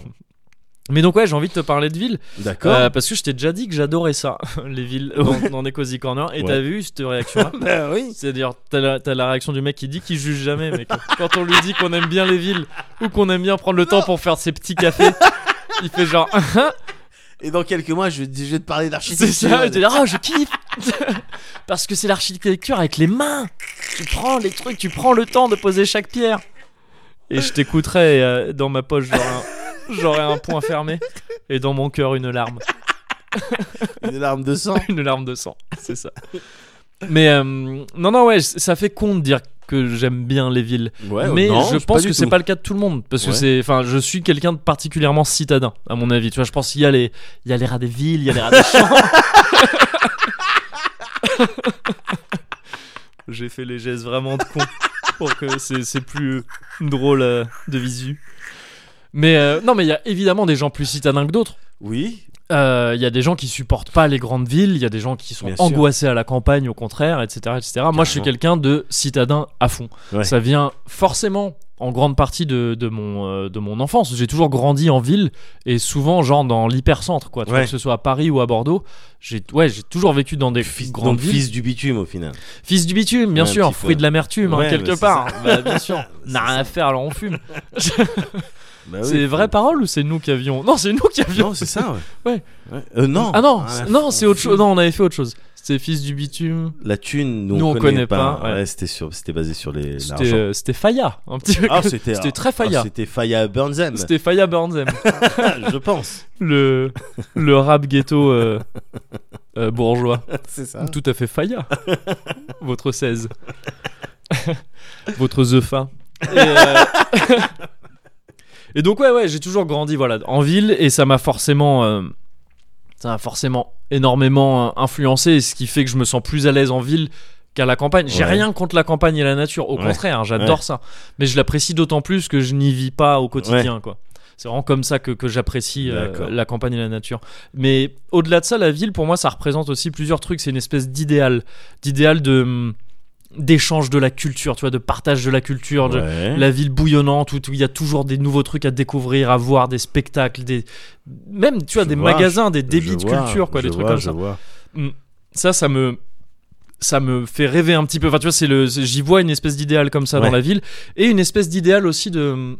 Speaker 1: Mais donc ouais, j'ai envie de te parler de ville
Speaker 2: D'accord.
Speaker 1: euh, parce que je t'ai déjà dit que j'adorais ça, les villes dans, dans des cozy corners. Et
Speaker 2: Ouais.
Speaker 1: t'as vu cette réaction-là
Speaker 2: bah oui.
Speaker 1: C'est-à-dire t'as la, t'as la réaction du mec qui dit qu'il juge jamais, mec. Quand on lui dit qu'on aime bien les villes ou qu'on aime bien prendre le temps pour faire ses petits cafés, il fait genre
Speaker 2: Et dans quelques mois, je vais, je vais te parler
Speaker 1: c'est
Speaker 2: d'architecture.
Speaker 1: ça. Je dis oh je kiffe parce que c'est l'architecture avec les mains. Tu prends les trucs, tu prends le temps de poser chaque pierre. Et je t'écouterai euh, dans ma poche j'aurai un- j'aurai un point fermé et dans mon cœur une larme.
Speaker 2: Une larme de sang.
Speaker 1: une larme de sang, c'est ça. Mais euh, non, non, ouais, c- ça fait con de dire que j'aime bien les villes.
Speaker 2: Ouais,
Speaker 1: mais
Speaker 2: non,
Speaker 1: je pense
Speaker 2: du
Speaker 1: que c'est
Speaker 2: tout.
Speaker 1: pas le cas de tout le monde parce que
Speaker 2: Ouais.
Speaker 1: c'est, enfin, je suis quelqu'un de particulièrement citadin à mon avis. Tu vois, je pense qu'il y a les, il y a les rats des villes, il y a les rats des champs. J'ai fait les gestes vraiment de con pour que c'est, c'est plus drôle euh, de visu. Mais euh, non, mais il y a évidemment des gens plus citadins que d'autres.
Speaker 2: Oui.
Speaker 1: Euh, Il y a des gens qui supportent pas les grandes villes, il y a des gens qui sont
Speaker 2: Bien sûr.
Speaker 1: angoissés à la campagne, au contraire, etc. etc. Moi, je suis quelqu'un de citadin à fond.
Speaker 2: Ouais.
Speaker 1: Ça vient forcément en grande partie de, de mon, euh, de mon enfance. J'ai toujours grandi en ville et souvent, genre, dans l'hypercentre, quoi. Tu vois,
Speaker 2: Ouais.
Speaker 1: que ce soit à Paris ou à Bordeaux, j'ai ouais, j'ai toujours vécu dans des
Speaker 2: Fils,
Speaker 1: grandes
Speaker 2: donc
Speaker 1: villes.
Speaker 2: fils du bitume au final.
Speaker 1: Fils du bitume, bien
Speaker 2: Ouais, un
Speaker 1: sûr,
Speaker 2: petit peu.
Speaker 1: fruit de l'amertume, hein,
Speaker 2: Ouais,
Speaker 1: quelque
Speaker 2: bah, c'est
Speaker 1: part.
Speaker 2: ça.
Speaker 1: Bah, bien sûr,
Speaker 2: C'est
Speaker 1: n'a rien
Speaker 2: ça.
Speaker 1: à faire, alors on fume.
Speaker 2: Bah oui,
Speaker 1: c'est
Speaker 2: faut-
Speaker 1: vraie parole ou c'est nous qui avions Non, c'est nous qui avions.
Speaker 2: Non, c'est ça. Ouais.
Speaker 1: Ouais.
Speaker 2: Euh, non.
Speaker 1: Ah non,
Speaker 2: Ah,
Speaker 1: c'est-
Speaker 2: la-
Speaker 1: non, c'est autre chose. Non, on avait fait autre chose. C'était fils du bitume.
Speaker 2: La thune, nous,
Speaker 1: Nous,
Speaker 2: on,
Speaker 1: on connaît
Speaker 2: connaît
Speaker 1: pas,
Speaker 2: pas.
Speaker 1: ouais.
Speaker 2: Ouais, c'était sur, c'était basé sur les
Speaker 1: C'était
Speaker 2: l'argent.
Speaker 1: euh, c'était Faya, un petit peu.
Speaker 2: Ah, c'était
Speaker 1: c'était très Faya.
Speaker 2: ah, c'était Faya Burnsem,
Speaker 1: C'était Faya Burnsem,
Speaker 2: je pense.
Speaker 1: le le rap ghetto euh, euh, bourgeois.
Speaker 2: C'est ça.
Speaker 1: Tout à fait Faya. Votre 16. Votre The Fin. Et, euh, et donc ouais ouais, j'ai toujours grandi voilà en ville et ça m'a forcément euh, ça m'a forcément énormément euh, influencé ce qui fait que je me sens plus à l'aise en ville qu'à la campagne. J'ai
Speaker 2: Ouais.
Speaker 1: rien contre la campagne et la nature, au
Speaker 2: Ouais.
Speaker 1: contraire, hein, j'adore
Speaker 2: Ouais.
Speaker 1: ça. Mais je l'apprécie d'autant plus que je n'y vis pas au quotidien quoi. C'est vraiment comme ça que, que j'apprécie euh,
Speaker 2: D'accord.
Speaker 1: la campagne et la nature. Mais au-delà de ça, la ville, pour moi, ça représente aussi plusieurs trucs. C'est une espèce d'idéal, d'idéal de hum, d'échange de la culture, tu vois, de partage de la culture, de
Speaker 2: Ouais.
Speaker 1: euh, la ville bouillonnante où t- il y a toujours des nouveaux trucs à découvrir, à voir, des spectacles, des même tu vois
Speaker 2: Je
Speaker 1: des
Speaker 2: vois,
Speaker 1: magasins, des débits
Speaker 2: Je
Speaker 1: de
Speaker 2: vois,
Speaker 1: culture, quoi,
Speaker 2: je
Speaker 1: des trucs
Speaker 2: vois,
Speaker 1: comme
Speaker 2: je
Speaker 1: ça.
Speaker 2: vois.
Speaker 1: Ça, ça me ça me fait rêver un petit peu. Enfin, tu vois, c'est le c'est- j'y vois une espèce d'idéal comme ça
Speaker 2: Ouais.
Speaker 1: dans la ville et une espèce d'idéal aussi de hum,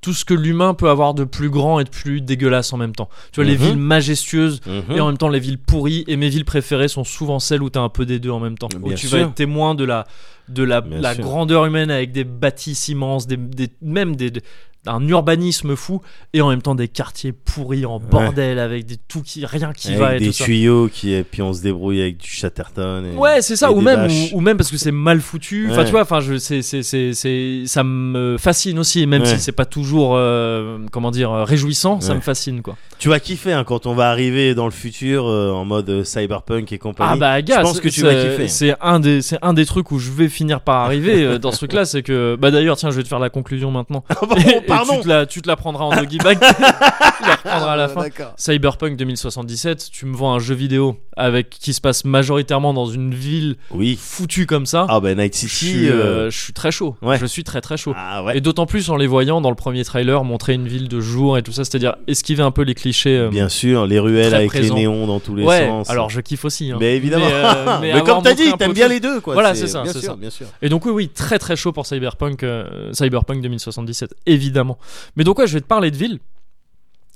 Speaker 1: tout ce que l'humain peut avoir de plus grand et de plus dégueulasse en même temps. Tu vois, les
Speaker 2: Mhm.
Speaker 1: villes majestueuses
Speaker 2: Mhm.
Speaker 1: et en même temps les villes pourries et mes villes préférées sont souvent celles où t'as un peu des deux en même temps où
Speaker 2: Bien
Speaker 1: tu
Speaker 2: sûr.
Speaker 1: vas être témoin de la de la,
Speaker 2: Bien
Speaker 1: la
Speaker 2: sûr.
Speaker 1: grandeur humaine avec des bâtisses immenses des, des- même des, des- un urbanisme fou et en même temps des quartiers pourris en bordel avec des tout qui rien qui
Speaker 2: Avec
Speaker 1: va et
Speaker 2: des
Speaker 1: tout ça
Speaker 2: tuyaux qui et puis on se débrouille avec du chatterton. Et...
Speaker 1: Ouais, c'est ça,
Speaker 2: et
Speaker 1: ou
Speaker 2: des
Speaker 1: même,
Speaker 2: vaches.
Speaker 1: ou, ou même parce que c'est mal foutu. Enfin,
Speaker 2: Ouais.
Speaker 1: tu vois, enfin, je, c'est, c'est, c'est, c'est- ça me fascine aussi, même
Speaker 2: Ouais.
Speaker 1: si c'est pas toujours, euh, comment dire, euh, réjouissant, ça
Speaker 2: Ouais.
Speaker 1: me fascine, quoi.
Speaker 2: Tu vas kiffer hein, quand on va arriver dans le futur euh, en mode euh, cyberpunk et compagnie.
Speaker 1: Ah bah gars,
Speaker 2: je pense
Speaker 1: c'est-
Speaker 2: que tu
Speaker 1: c'est-
Speaker 2: vas kiffer.
Speaker 1: C'est un des c'est un des trucs où je vais finir par arriver euh, dans ce truc là, c'est que bah d'ailleurs tiens, je vais te faire la conclusion maintenant.
Speaker 2: Ah, pardon,
Speaker 1: Et- et
Speaker 2: pardon. Ah,
Speaker 1: tu te la, tu te la prendras en doggy bag. tu la reprendras à la fin.
Speaker 2: D'accord.
Speaker 1: Cyberpunk 2077, tu me vends un jeu vidéo avec qui se passe majoritairement dans une ville
Speaker 2: Oui.
Speaker 1: foutue comme ça.
Speaker 2: Ah ben Night
Speaker 1: je,
Speaker 2: City.
Speaker 1: suis,
Speaker 2: euh,
Speaker 1: euh, je suis très chaud.
Speaker 2: ouais.
Speaker 1: Je suis très très chaud.
Speaker 2: Ah ouais.
Speaker 1: Et d'autant plus en les voyant dans le premier trailer montrer une ville de jour et tout ça, c'est-à-dire esquiver un peu les clichés. euh,
Speaker 2: Bien sûr, les ruelles
Speaker 1: très
Speaker 2: avec
Speaker 1: présent.
Speaker 2: les néons dans tous les
Speaker 1: ouais,
Speaker 2: sens.
Speaker 1: alors je kiffe aussi. hein.
Speaker 2: mais évidemment.
Speaker 1: Mais, euh, mais
Speaker 2: Mais
Speaker 1: avoir
Speaker 2: comme t'as
Speaker 1: montré
Speaker 2: dit,
Speaker 1: un
Speaker 2: t'aimes
Speaker 1: peu
Speaker 2: bien
Speaker 1: tout.
Speaker 2: les deux, quoi.
Speaker 1: Voilà, c'est ça,
Speaker 2: Bien
Speaker 1: c'est
Speaker 2: sûr,
Speaker 1: ça.
Speaker 2: bien sûr.
Speaker 1: Et donc oui, oui, très très chaud pour Cyberpunk, euh, Cyberpunk 2077, évidemment. Mais donc ouais, je vais te parler de ville,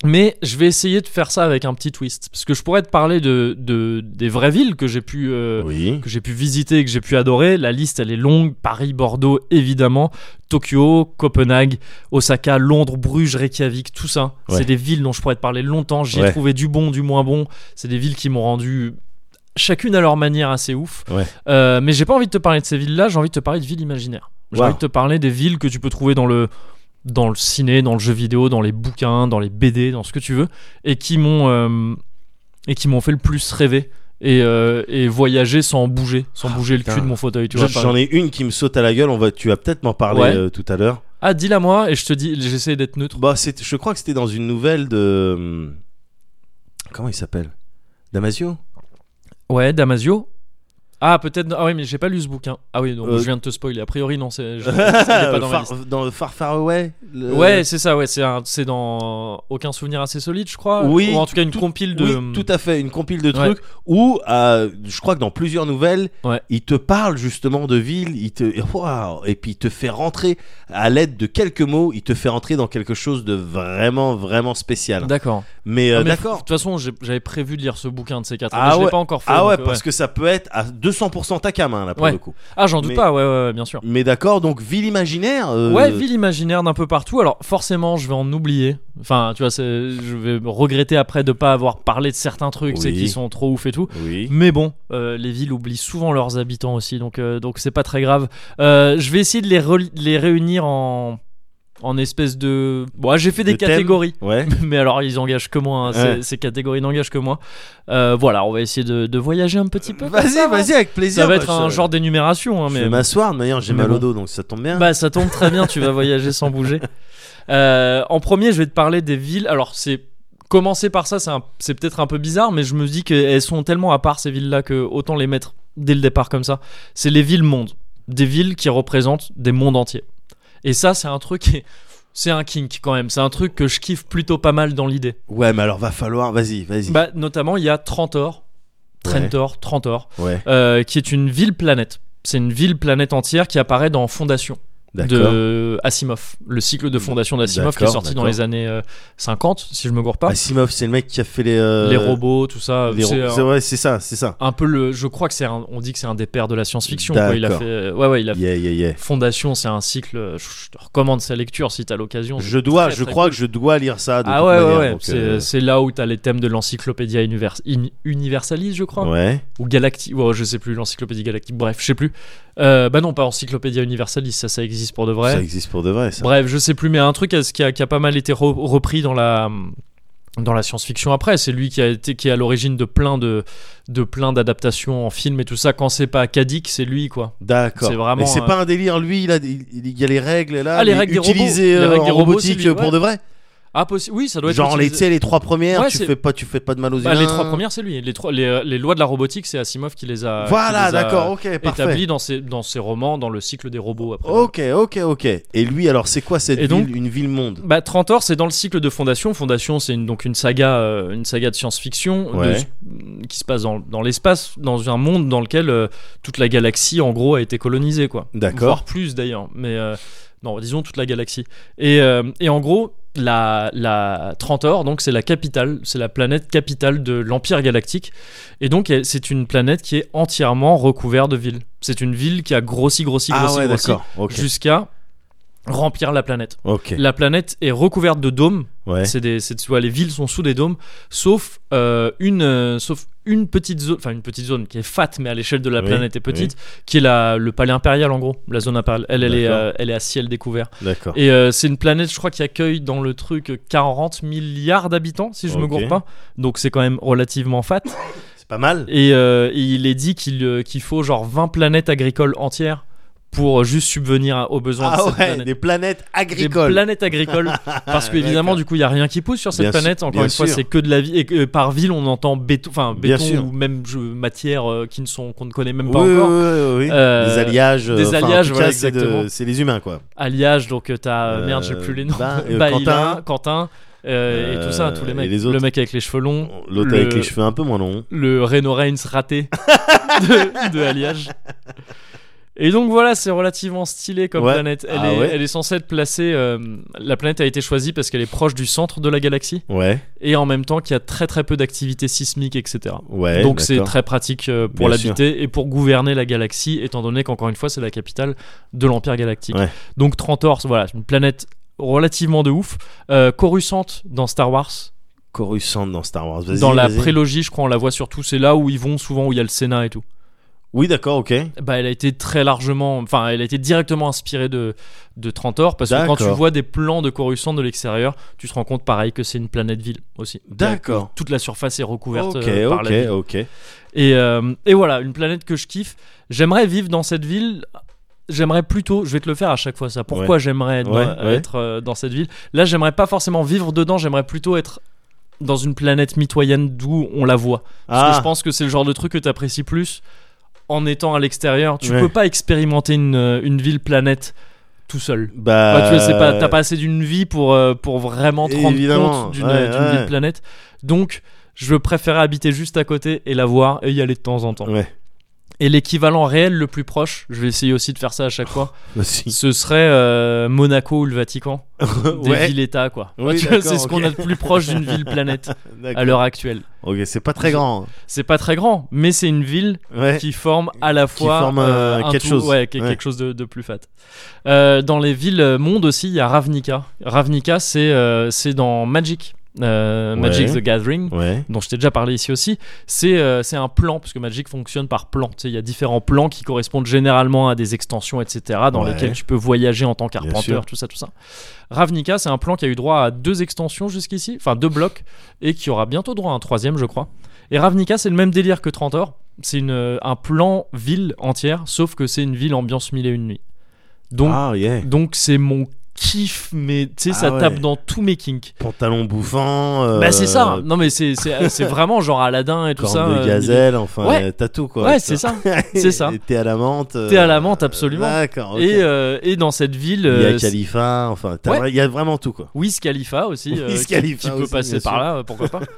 Speaker 1: mais je vais essayer de faire ça avec un petit twist, parce que je pourrais te parler de, de- des vraies villes que j'ai pu euh,
Speaker 2: Oui.
Speaker 1: que j'ai pu visiter, et que j'ai pu adorer. La liste, elle est longue. Paris, Bordeaux, évidemment. Tokyo, Copenhague, Osaka, Londres, Bruges, Reykjavik, tout ça.
Speaker 2: Ouais.
Speaker 1: C'est des villes dont je pourrais te parler longtemps. J'y ai
Speaker 2: Ouais.
Speaker 1: trouvé du bon, du moins bon. C'est des villes qui m'ont rendu chacune à leur manière assez ouf.
Speaker 2: Ouais.
Speaker 1: Euh, mais j'ai pas envie de te parler de ces villes-là. J'ai envie de te parler de villes imaginaires. J'ai
Speaker 2: Wow.
Speaker 1: envie de te parler des villes que tu peux trouver dans le dans le ciné, dans le jeu vidéo, dans les bouquins, dans les BD, dans ce que tu veux, et qui m'ont euh, et qui m'ont fait le plus rêver et, euh, et voyager sans bouger, sans bouger le
Speaker 2: Ah, putain.
Speaker 1: cul de mon fauteuil. Tu
Speaker 2: Je-
Speaker 1: vois, par
Speaker 2: J'en ai une qui me saute à la gueule. On va, tu vas peut-être m'en parler
Speaker 1: Ouais.
Speaker 2: euh, tout à l'heure.
Speaker 1: exemple. Ah, dis-la moi et je te dis, j'essaie d'être neutre.
Speaker 2: Bah, c'est- je crois que c'était dans une nouvelle de. hum, Comment il s'appelle Damasio
Speaker 1: Ouais, Damasio. Ah, peut-être. Ah oui, mais j'ai pas lu ce bouquin. Ah oui, donc
Speaker 2: Euh,
Speaker 1: je viens de te spoiler. A priori, non, c'est. je- c'est pas dans ma
Speaker 2: Far-
Speaker 1: liste.
Speaker 2: dans Far Far Away le-
Speaker 1: Ouais, c'est ça. Ouais, c'est un- c'est dans aucun souvenir assez solide, je crois.
Speaker 2: Oui,
Speaker 1: Ou en tout cas une
Speaker 2: tout-
Speaker 1: compile de.
Speaker 2: Oui, tout à fait, une compile de
Speaker 1: Ouais.
Speaker 2: trucs où euh, je crois que dans plusieurs nouvelles,
Speaker 1: Ouais.
Speaker 2: il te parle justement de ville, il te et waouh, et puis il te fait rentrer à l'aide de quelques mots, il te fait rentrer dans quelque chose de vraiment vraiment spécial.
Speaker 1: D'accord.
Speaker 2: Mais, euh,
Speaker 1: Ah, mais De
Speaker 2: d'accord.
Speaker 1: toute façon, j'ai- j'avais prévu de lire ce bouquin de ces quatre.
Speaker 2: Ah
Speaker 1: mais je l'ai
Speaker 2: ouais.
Speaker 1: pas encore fait.
Speaker 2: Ah
Speaker 1: donc,
Speaker 2: ouais,
Speaker 1: euh,
Speaker 2: parce que ça peut être à 200% ta cam hein, là pour
Speaker 1: Ouais.
Speaker 2: le coup.
Speaker 1: Ah, j'en doute
Speaker 2: mais-
Speaker 1: pas. Ouais, ouais, ouais, bien sûr.
Speaker 2: Mais d'accord, donc ville imaginaire. euh,
Speaker 1: Ouais, ville imaginaire d'un peu partout. Alors forcément, je vais en oublier. Enfin, tu vois, c'est- je vais regretter après de pas avoir parlé de certains trucs,
Speaker 2: Oui.
Speaker 1: c'est qui sont trop ouf et tout.
Speaker 2: Oui.
Speaker 1: Mais bon, euh, les villes oublient souvent leurs habitants aussi, donc euh, donc c'est pas très grave. Euh, je vais essayer de les, reli- les réunir en en espèce de. Bon, ah, j'ai fait des
Speaker 2: De thèmes.
Speaker 1: catégories.
Speaker 2: Ouais.
Speaker 1: Mais alors, ils engagent que moi. hein, ces-
Speaker 2: Ouais.
Speaker 1: Ces catégories n'engagent que moi. Euh, voilà, on va essayer de, de voyager un petit peu. comme
Speaker 2: Vas-y,
Speaker 1: ça,
Speaker 2: vas-y avec plaisir.
Speaker 1: Ça va
Speaker 2: bah,
Speaker 1: être un
Speaker 2: je-
Speaker 1: genre d'énumération, hein,
Speaker 2: Je
Speaker 1: mais
Speaker 2: vais m'asseoir, de manière j'ai
Speaker 1: mais
Speaker 2: mal au
Speaker 1: bon.
Speaker 2: dos, donc ça tombe bien.
Speaker 1: bah, ça tombe très bien, tu vas voyager sans bouger. Euh, en premier, je vais te parler des villes. Alors, c'est commencer par ça, c'est un- c'est peut-être un peu bizarre, mais je me dis qu'elles sont tellement à part ces villes-là que autant les mettre dès le départ comme ça. C'est les villes mondes, des villes qui représentent des mondes entiers. Et ça, c'est un truc qui est- c'est un kink quand même. C'est un truc que je kiffe plutôt pas mal dans l'idée.
Speaker 2: Ouais, mais alors va falloir, vas-y, vas-y.
Speaker 1: Bah, notamment, il y a Trentor, Trentor, Trentor,
Speaker 2: ouais,
Speaker 1: euh, qui est une ville planète. C'est une ville planète entière qui apparaît dans Fondation
Speaker 2: d'accord.
Speaker 1: de Asimov, le cycle de fondation d'Asimov qui est
Speaker 2: D'accord,
Speaker 1: sorti dans
Speaker 2: d'accord.
Speaker 1: les années euh, 50, si je me gourre pas.
Speaker 2: Asimov, c'est le mec qui a fait les euh,
Speaker 1: les robots, tout ça.
Speaker 2: les ro-
Speaker 1: c'est, euh,
Speaker 2: c'est ouais, c'est ça, c'est ça.
Speaker 1: un peu le. Je crois que c'est. un- On dit que c'est un des pères de la science-fiction. quoi. Il a
Speaker 2: D'accord.
Speaker 1: fait. euh, Ouais, ouais, il a fait.
Speaker 2: Yeah, yeah, yeah.
Speaker 1: Fondation, c'est un cycle. euh, Je je te recommande sa lecture si t'as l'occasion.
Speaker 2: Je dois,
Speaker 1: très,
Speaker 2: je
Speaker 1: très
Speaker 2: crois
Speaker 1: cool.
Speaker 2: que je dois lire ça. De
Speaker 1: Ah
Speaker 2: toute
Speaker 1: ouais, ouais,
Speaker 2: manière,
Speaker 1: ouais.
Speaker 2: donc,
Speaker 1: C'est
Speaker 2: euh,
Speaker 1: c'est là où t'as les thèmes de l'encyclopédia univers... in- universalis, je crois.
Speaker 2: ouais.
Speaker 1: Ou Galactique. Ouais, je sais plus, l'encyclopédie galactique. Bref, je sais plus. Euh, bah non, pas encyclopédia universalis, ça, ça existe pour de vrai.
Speaker 2: Ça existe pour de vrai, ça.
Speaker 1: Bref, je sais plus, mais un truc à- qui a, qui a pas mal été re- repris dans la dans la science-fiction après, c'est lui qui a été qui est à l'origine de plein de de plein d'adaptations en film et tout ça. Quand c'est pas Kadik, c'est lui quoi.
Speaker 2: D'accord.
Speaker 1: c'est vraiment,
Speaker 2: Mais c'est
Speaker 1: euh,
Speaker 2: pas un délire, lui, il a, il, il y a les règles là.
Speaker 1: Ah, les
Speaker 2: mais
Speaker 1: règles des robots.
Speaker 2: utilisées,
Speaker 1: Les
Speaker 2: euh,
Speaker 1: règles des robots,
Speaker 2: en
Speaker 1: c'est
Speaker 2: robotique
Speaker 1: lui,
Speaker 2: euh, pour
Speaker 1: ouais.
Speaker 2: de vrai.
Speaker 1: Ah possi- oui, ça doit être
Speaker 2: Genre les, tu
Speaker 1: utilisé-
Speaker 2: sais, les trois premières,
Speaker 1: Ouais,
Speaker 2: tu
Speaker 1: c'est-
Speaker 2: fais pas, tu fais pas de mal aux
Speaker 1: Bah, les
Speaker 2: humains.
Speaker 1: trois premières, c'est lui. Les trois les, euh, les lois de la robotique, c'est Asimov qui les a qui
Speaker 2: Voilà,
Speaker 1: les a
Speaker 2: d'accord, ok, parfait.
Speaker 1: établies dans ses dans ses romans, dans le cycle des robots après.
Speaker 2: Ok, ok, ok. Et lui, alors, c'est quoi cette
Speaker 1: Et donc-
Speaker 2: ville, une ville monde
Speaker 1: Bah, Trentor, c'est dans le cycle de Fondation. Fondation, c'est une, donc une saga, euh, une saga de science-fiction de-
Speaker 2: Ouais.
Speaker 1: qui se passe dans, dans l'espace, dans un monde dans lequel euh, toute la galaxie, en gros, a été colonisée, quoi.
Speaker 2: D'accord.
Speaker 1: Voire plus d'ailleurs, mais euh, non, disons toute la galaxie. Et, euh, et en gros, la, la Trentor, donc c'est la capitale, c'est la planète capitale de l'Empire galactique. Et donc, elle- c'est une planète qui est entièrement recouverte de villes. C'est une ville qui a grossi, grossi,
Speaker 2: Ah
Speaker 1: grossi,
Speaker 2: ouais,
Speaker 1: grossi,
Speaker 2: d'accord. Ok.
Speaker 1: jusqu'à remplir la planète.
Speaker 2: Ok.
Speaker 1: La planète est recouverte de dômes.
Speaker 2: Ouais.
Speaker 1: C'est des, c'est- tu vois, les villes sont sous des dômes, sauf euh, une, euh, sauf une petite zone, enfin une petite zone qui est fat, mais à l'échelle de la
Speaker 2: Oui,
Speaker 1: planète est petite, qui est la, le palais impérial en gros, la zone impériale. Elle, elle est,
Speaker 2: D'accord.
Speaker 1: euh, elle est à ciel découvert.
Speaker 2: D'accord.
Speaker 1: Et euh, c'est une planète, je crois, qui accueille dans le truc 40 milliards d'habitants, si je me
Speaker 2: Ok.
Speaker 1: gourre pas. Donc c'est quand même relativement fat.
Speaker 2: C'est pas mal.
Speaker 1: Et, euh, et il est dit qu'il euh, qu'il faut genre 20 planètes agricoles entières pour juste subvenir à- aux besoins de
Speaker 2: Ah
Speaker 1: cette
Speaker 2: ouais,
Speaker 1: planète.
Speaker 2: des planètes
Speaker 1: Des
Speaker 2: agricoles.
Speaker 1: planètes agricoles parce qu'évidemment
Speaker 2: D'accord.
Speaker 1: du coup il y a rien qui pousse sur cette
Speaker 2: Bien sûr,
Speaker 1: planète encore
Speaker 2: bien
Speaker 1: une fois
Speaker 2: sûr.
Speaker 1: c'est que de la vie et que, euh, par ville on entend béton enfin
Speaker 2: Bien
Speaker 1: béton
Speaker 2: sûr.
Speaker 1: ou même je- matières euh, qui ne sont qu'on ne connaît même pas
Speaker 2: oui,
Speaker 1: encore
Speaker 2: oui, oui, oui.
Speaker 1: Euh,
Speaker 2: des alliages. euh,
Speaker 1: des
Speaker 2: enfin, en
Speaker 1: alliages,
Speaker 2: tout
Speaker 1: voilà,
Speaker 2: cas, c'est de-
Speaker 1: exactement.
Speaker 2: C'est les humains, quoi.
Speaker 1: alliage donc euh, t'as euh, merde j'ai
Speaker 2: Euh,
Speaker 1: plus les noms
Speaker 2: Ba- euh,
Speaker 1: Baïla, Quentin euh, et tout ça
Speaker 2: Euh,
Speaker 1: tous les
Speaker 2: et
Speaker 1: mecs
Speaker 2: les autres.
Speaker 1: le mec avec les cheveux longs
Speaker 2: L'autre
Speaker 1: Mm. le-
Speaker 2: avec les cheveux un peu moins longs.
Speaker 1: le Reno Reigns raté de, de Alliage. Et donc voilà, c'est relativement stylé comme
Speaker 2: Ouais.
Speaker 1: planète. Elle,
Speaker 2: Ah
Speaker 1: est,
Speaker 2: ouais.
Speaker 1: elle est censée être placée. euh, la planète a été choisie parce qu'elle est proche du centre de la galaxie
Speaker 2: Ouais,
Speaker 1: et en même temps qu'il y a très très peu d'activité sismique, etc.
Speaker 2: ouais.
Speaker 1: donc c'est
Speaker 2: d'accord.
Speaker 1: très pratique euh, pour
Speaker 2: Bien
Speaker 1: l'habiter et pour gouverner la galaxie, étant donné qu'encore une fois c'est la capitale de l'Empire galactique.
Speaker 2: Ouais.
Speaker 1: Donc Trentor, voilà, une planète relativement de ouf. Euh, Coruscant dans Star Wars,
Speaker 2: Coruscant dans Star Wars. Vas-y,
Speaker 1: dans la
Speaker 2: vas-y.
Speaker 1: prélogie, je crois, on la voit surtout. C'est là où ils vont souvent, où il y a le Sénat et tout.
Speaker 2: Oui, d'accord, ok.
Speaker 1: Bah, elle a été très largement, enfin, elle a été directement inspirée de, de Trentor parce que quand tu
Speaker 2: D'accord.
Speaker 1: vois des plans de Coruscant de l'extérieur, tu te rends compte pareil que c'est une planète ville aussi.
Speaker 2: D'accord.
Speaker 1: Que Toute la surface est recouverte
Speaker 2: Ok,
Speaker 1: euh, par
Speaker 2: ok,
Speaker 1: la ville.
Speaker 2: ok.
Speaker 1: Et, euh, et voilà, une planète que je kiffe. J'aimerais vivre dans cette ville. J'aimerais plutôt, je vais te le faire à chaque fois ça. Pourquoi j'aimerais être,
Speaker 2: Ouais,
Speaker 1: dans,
Speaker 2: ouais.
Speaker 1: être, euh, dans cette ville Là, j'aimerais pas forcément vivre dedans. J'aimerais plutôt être dans une planète mitoyenne d'où on la voit. Parce
Speaker 2: Ah,
Speaker 1: que je pense que c'est le genre de truc que t'apprécies plus en étant à l'extérieur. Tu
Speaker 2: Ouais.
Speaker 1: peux pas expérimenter une, euh, une ville planète tout seul.
Speaker 2: bah,
Speaker 1: Bah, tu vois, c'est pas, t'as pas assez d'une vie pour, euh, pour vraiment te rendre
Speaker 2: Évidemment,
Speaker 1: compte d'une
Speaker 2: ouais,
Speaker 1: d'une
Speaker 2: ouais.
Speaker 1: ville planète. Donc, je préférais habiter juste à côté et la voir et y aller de temps en temps.
Speaker 2: Ouais,
Speaker 1: Et l'équivalent réel le plus proche, je vais essayer aussi de faire ça à chaque fois,
Speaker 2: aussi.
Speaker 1: ce serait euh, Monaco ou le Vatican. Des
Speaker 2: Ouais.
Speaker 1: villes-états, quoi.
Speaker 2: Oui,
Speaker 1: Tu vois, c'est
Speaker 2: d'accord,
Speaker 1: ce
Speaker 2: ok.
Speaker 1: qu'on a de plus proche d'une ville planète à
Speaker 2: D'accord.
Speaker 1: l'heure actuelle.
Speaker 2: Ok, c'est pas très grand.
Speaker 1: C'est pas très grand, mais c'est une ville
Speaker 2: Ouais.
Speaker 1: qui forme à la fois
Speaker 2: forme, euh,
Speaker 1: un
Speaker 2: quelque
Speaker 1: tout,
Speaker 2: chose.
Speaker 1: ouais, que-
Speaker 2: Ouais.
Speaker 1: quelque chose de, de plus fat. Euh, dans les villes euh, mondes aussi, il y a Ravnica. Ravnica, c'est euh, c'est dans Magic, euh,
Speaker 2: Ouais.
Speaker 1: Magic the Gathering.
Speaker 2: Ouais.
Speaker 1: dont je t'ai déjà parlé ici aussi, c'est euh, c'est un plan, parce que Magic fonctionne par plan. Tu sais, Il y a différents plans qui correspondent généralement à des extensions, etc., dans
Speaker 2: Ouais.
Speaker 1: lesquels tu peux voyager en tant
Speaker 2: sûr.
Speaker 1: qu'arpenteur, tout ça, tout ça. Ravnica, c'est un plan qui a eu droit à deux extensions jusqu'ici, enfin deux blocs, et qui aura bientôt droit à un troisième, je crois. Et Ravnica, c'est le même délire que Trentor. C'est une, euh, un plan ville entière, sauf que c'est une ville ambiance mille et une nuits. Donc,
Speaker 2: ah, yeah.
Speaker 1: donc c'est mon kiff, mais tu sais,
Speaker 2: Ah
Speaker 1: ça
Speaker 2: ouais.
Speaker 1: tape dans tous mes kinks.
Speaker 2: Pantalon bouffant. euh,
Speaker 1: Bah c'est ça. Non mais c'est euh, c'est c'est vraiment genre Aladdin et tout
Speaker 2: Corne
Speaker 1: ça. euh,
Speaker 2: de gazelle, enfin,
Speaker 1: Ouais.
Speaker 2: euh, t'as tout quoi.
Speaker 1: Ouais,
Speaker 2: tu
Speaker 1: c'est
Speaker 2: vois.
Speaker 1: ça. C'est ça.
Speaker 2: Et T'es à la menthe. euh,
Speaker 1: T'es à la menthe, absolument.
Speaker 2: D'accord. ok.
Speaker 1: Et euh, et dans cette ville,
Speaker 2: il y a
Speaker 1: euh,
Speaker 2: Khalifa, enfin, t'as
Speaker 1: ouais.
Speaker 2: vra- il y a vraiment tout quoi.
Speaker 1: Wiz Khalifa aussi,
Speaker 2: Wiz
Speaker 1: euh, qui-
Speaker 2: Khalifa
Speaker 1: qui, peut
Speaker 2: aussi,
Speaker 1: passer
Speaker 2: bien
Speaker 1: par
Speaker 2: sûr.
Speaker 1: là, euh, pourquoi pas.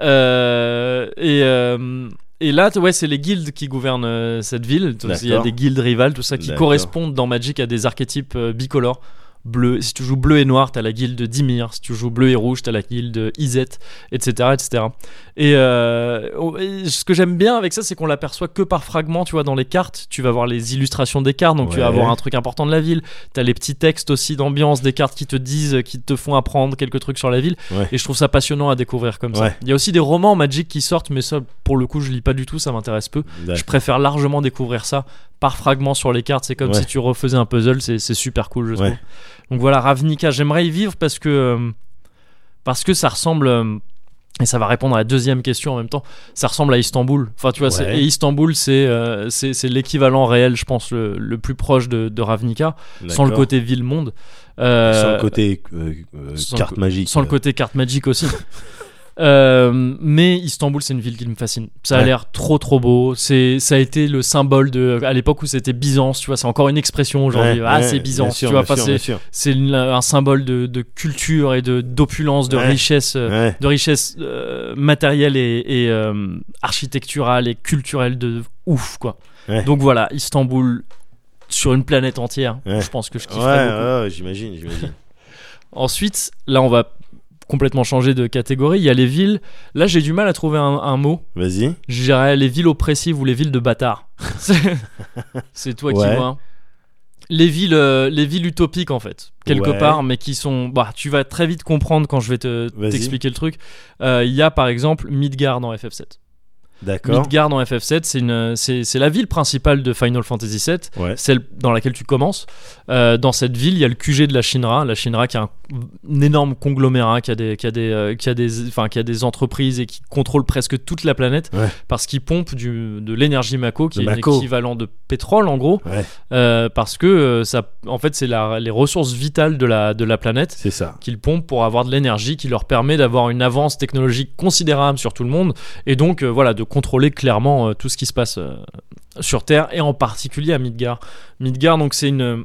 Speaker 1: Euh, et euh, et là, t- ouais, c'est les guildes qui gouvernent euh, cette ville. Donc, Il y a
Speaker 2: D'accord.
Speaker 1: des guildes rivales, tout ça, qui
Speaker 2: D'accord.
Speaker 1: correspondent dans Magic à des archétypes euh, bicolores. Bleu, si tu joues bleu et noir, t'as la guilde d'Ymir. Si tu joues bleu et rouge, t'as la guilde Izet, etc. etc. Et, euh, on- et ce que j'aime bien avec ça, c'est qu'on l'aperçoit que par fragments, tu vois, dans les cartes. Tu vas voir les illustrations des cartes, donc tu vas
Speaker 2: Ouais.
Speaker 1: avoir un truc important de la ville. T'as les petits textes aussi d'ambiance, des cartes qui te disent, qui te font apprendre quelques trucs sur la ville.
Speaker 2: Ouais.
Speaker 1: Et je trouve ça passionnant à découvrir comme ça.
Speaker 2: Ouais.
Speaker 1: Il y a aussi des romans Magic qui sortent, mais ça, pour le coup, je lis pas du tout, ça m'intéresse peu. Je préfère largement découvrir ça par fragments sur les cartes. C'est comme
Speaker 2: Ouais.
Speaker 1: si tu refaisais un puzzle, c'est c'est super cool, je
Speaker 2: Ouais.
Speaker 1: trouve. Donc voilà, Ravnica, j'aimerais y vivre parce que, euh, parce que ça ressemble. euh, et ça va répondre à la deuxième question en même temps. Ça ressemble à Istanbul. Enfin, tu vois, c'est-
Speaker 2: Ouais.
Speaker 1: et Istanbul, c'est euh, c'est c'est l'équivalent réel, je pense, le, le plus proche de, de Ravnica, sans le
Speaker 2: D'accord.
Speaker 1: côté ville-monde. Euh,
Speaker 2: sans le côté euh, euh,
Speaker 1: sans le
Speaker 2: carte
Speaker 1: co-
Speaker 2: magique.
Speaker 1: sans le côté carte magique aussi. Euh, mais Istanbul, c'est une ville qui me fascine. Ça a
Speaker 2: Ouais.
Speaker 1: l'air trop trop beau. C'est, ça a été le symbole de, à l'époque où c'était Byzance, tu vois, c'est encore une expression aujourd'hui.
Speaker 2: Ouais,
Speaker 1: ah,
Speaker 2: ouais,
Speaker 1: c'est
Speaker 2: bien
Speaker 1: Byzance,
Speaker 2: sûr,
Speaker 1: tu vois,
Speaker 2: bien
Speaker 1: enfin,
Speaker 2: sûr,
Speaker 1: c'est,
Speaker 2: bien sûr.
Speaker 1: c'est une- un symbole de, de culture et de d'opulence, de
Speaker 2: Ouais.
Speaker 1: richesse, euh,
Speaker 2: Ouais.
Speaker 1: de richesse euh, matérielle et, et, euh, architecturale et culturelle de ouf, quoi.
Speaker 2: Ouais.
Speaker 1: Donc voilà, Istanbul sur une planète entière.
Speaker 2: Ouais.
Speaker 1: Je pense que je
Speaker 2: Ouais,
Speaker 1: kifferais beaucoup.
Speaker 2: ouais, j'imagine, j'imagine.
Speaker 1: Ensuite, là, on va complètement changer de catégorie. Il y a les villes. Là, j'ai du mal à trouver un, un mot.
Speaker 2: Vas-y.
Speaker 1: Je dirais les villes oppressives ou les villes de bâtards. C'est- C'est toi qui
Speaker 2: Ouais.
Speaker 1: vois. Les villes, euh, les villes utopiques en fait, quelque
Speaker 2: Ouais.
Speaker 1: part, mais qui sont. Bah, tu vas très vite comprendre quand je vais te
Speaker 2: Vas-y.
Speaker 1: t'expliquer le truc. Euh, Il y a par exemple Midgard en FF7.
Speaker 2: D'accord.
Speaker 1: Midgard en FF7, c'est une- c'est c'est la ville principale de Final Fantasy VII,
Speaker 2: Ouais.
Speaker 1: celle dans laquelle tu commences. Euh, dans cette ville, il y a le QG de la Shinra, la Shinra qui a un, un énorme conglomérat, qui a des, qui a des, euh, qui a des, enfin, qui a des entreprises et qui contrôle presque toute la planète
Speaker 2: Ouais.
Speaker 1: parce qu'ils pompent du, de l'énergie Mako, qui
Speaker 2: De
Speaker 1: est
Speaker 2: Mako.
Speaker 1: l'équivalent de pétrole en gros,
Speaker 2: Ouais.
Speaker 1: euh, parce que euh, ça, en fait, c'est la- les ressources vitales de la, de la planète
Speaker 2: C'est ça.
Speaker 1: qu'ils pompent pour avoir de l'énergie qui leur permet d'avoir une avance technologique considérable sur tout le monde et donc euh, voilà de contrôler clairement euh, tout ce qui se passe euh, sur Terre et en particulier à Midgar. Midgar donc c'est une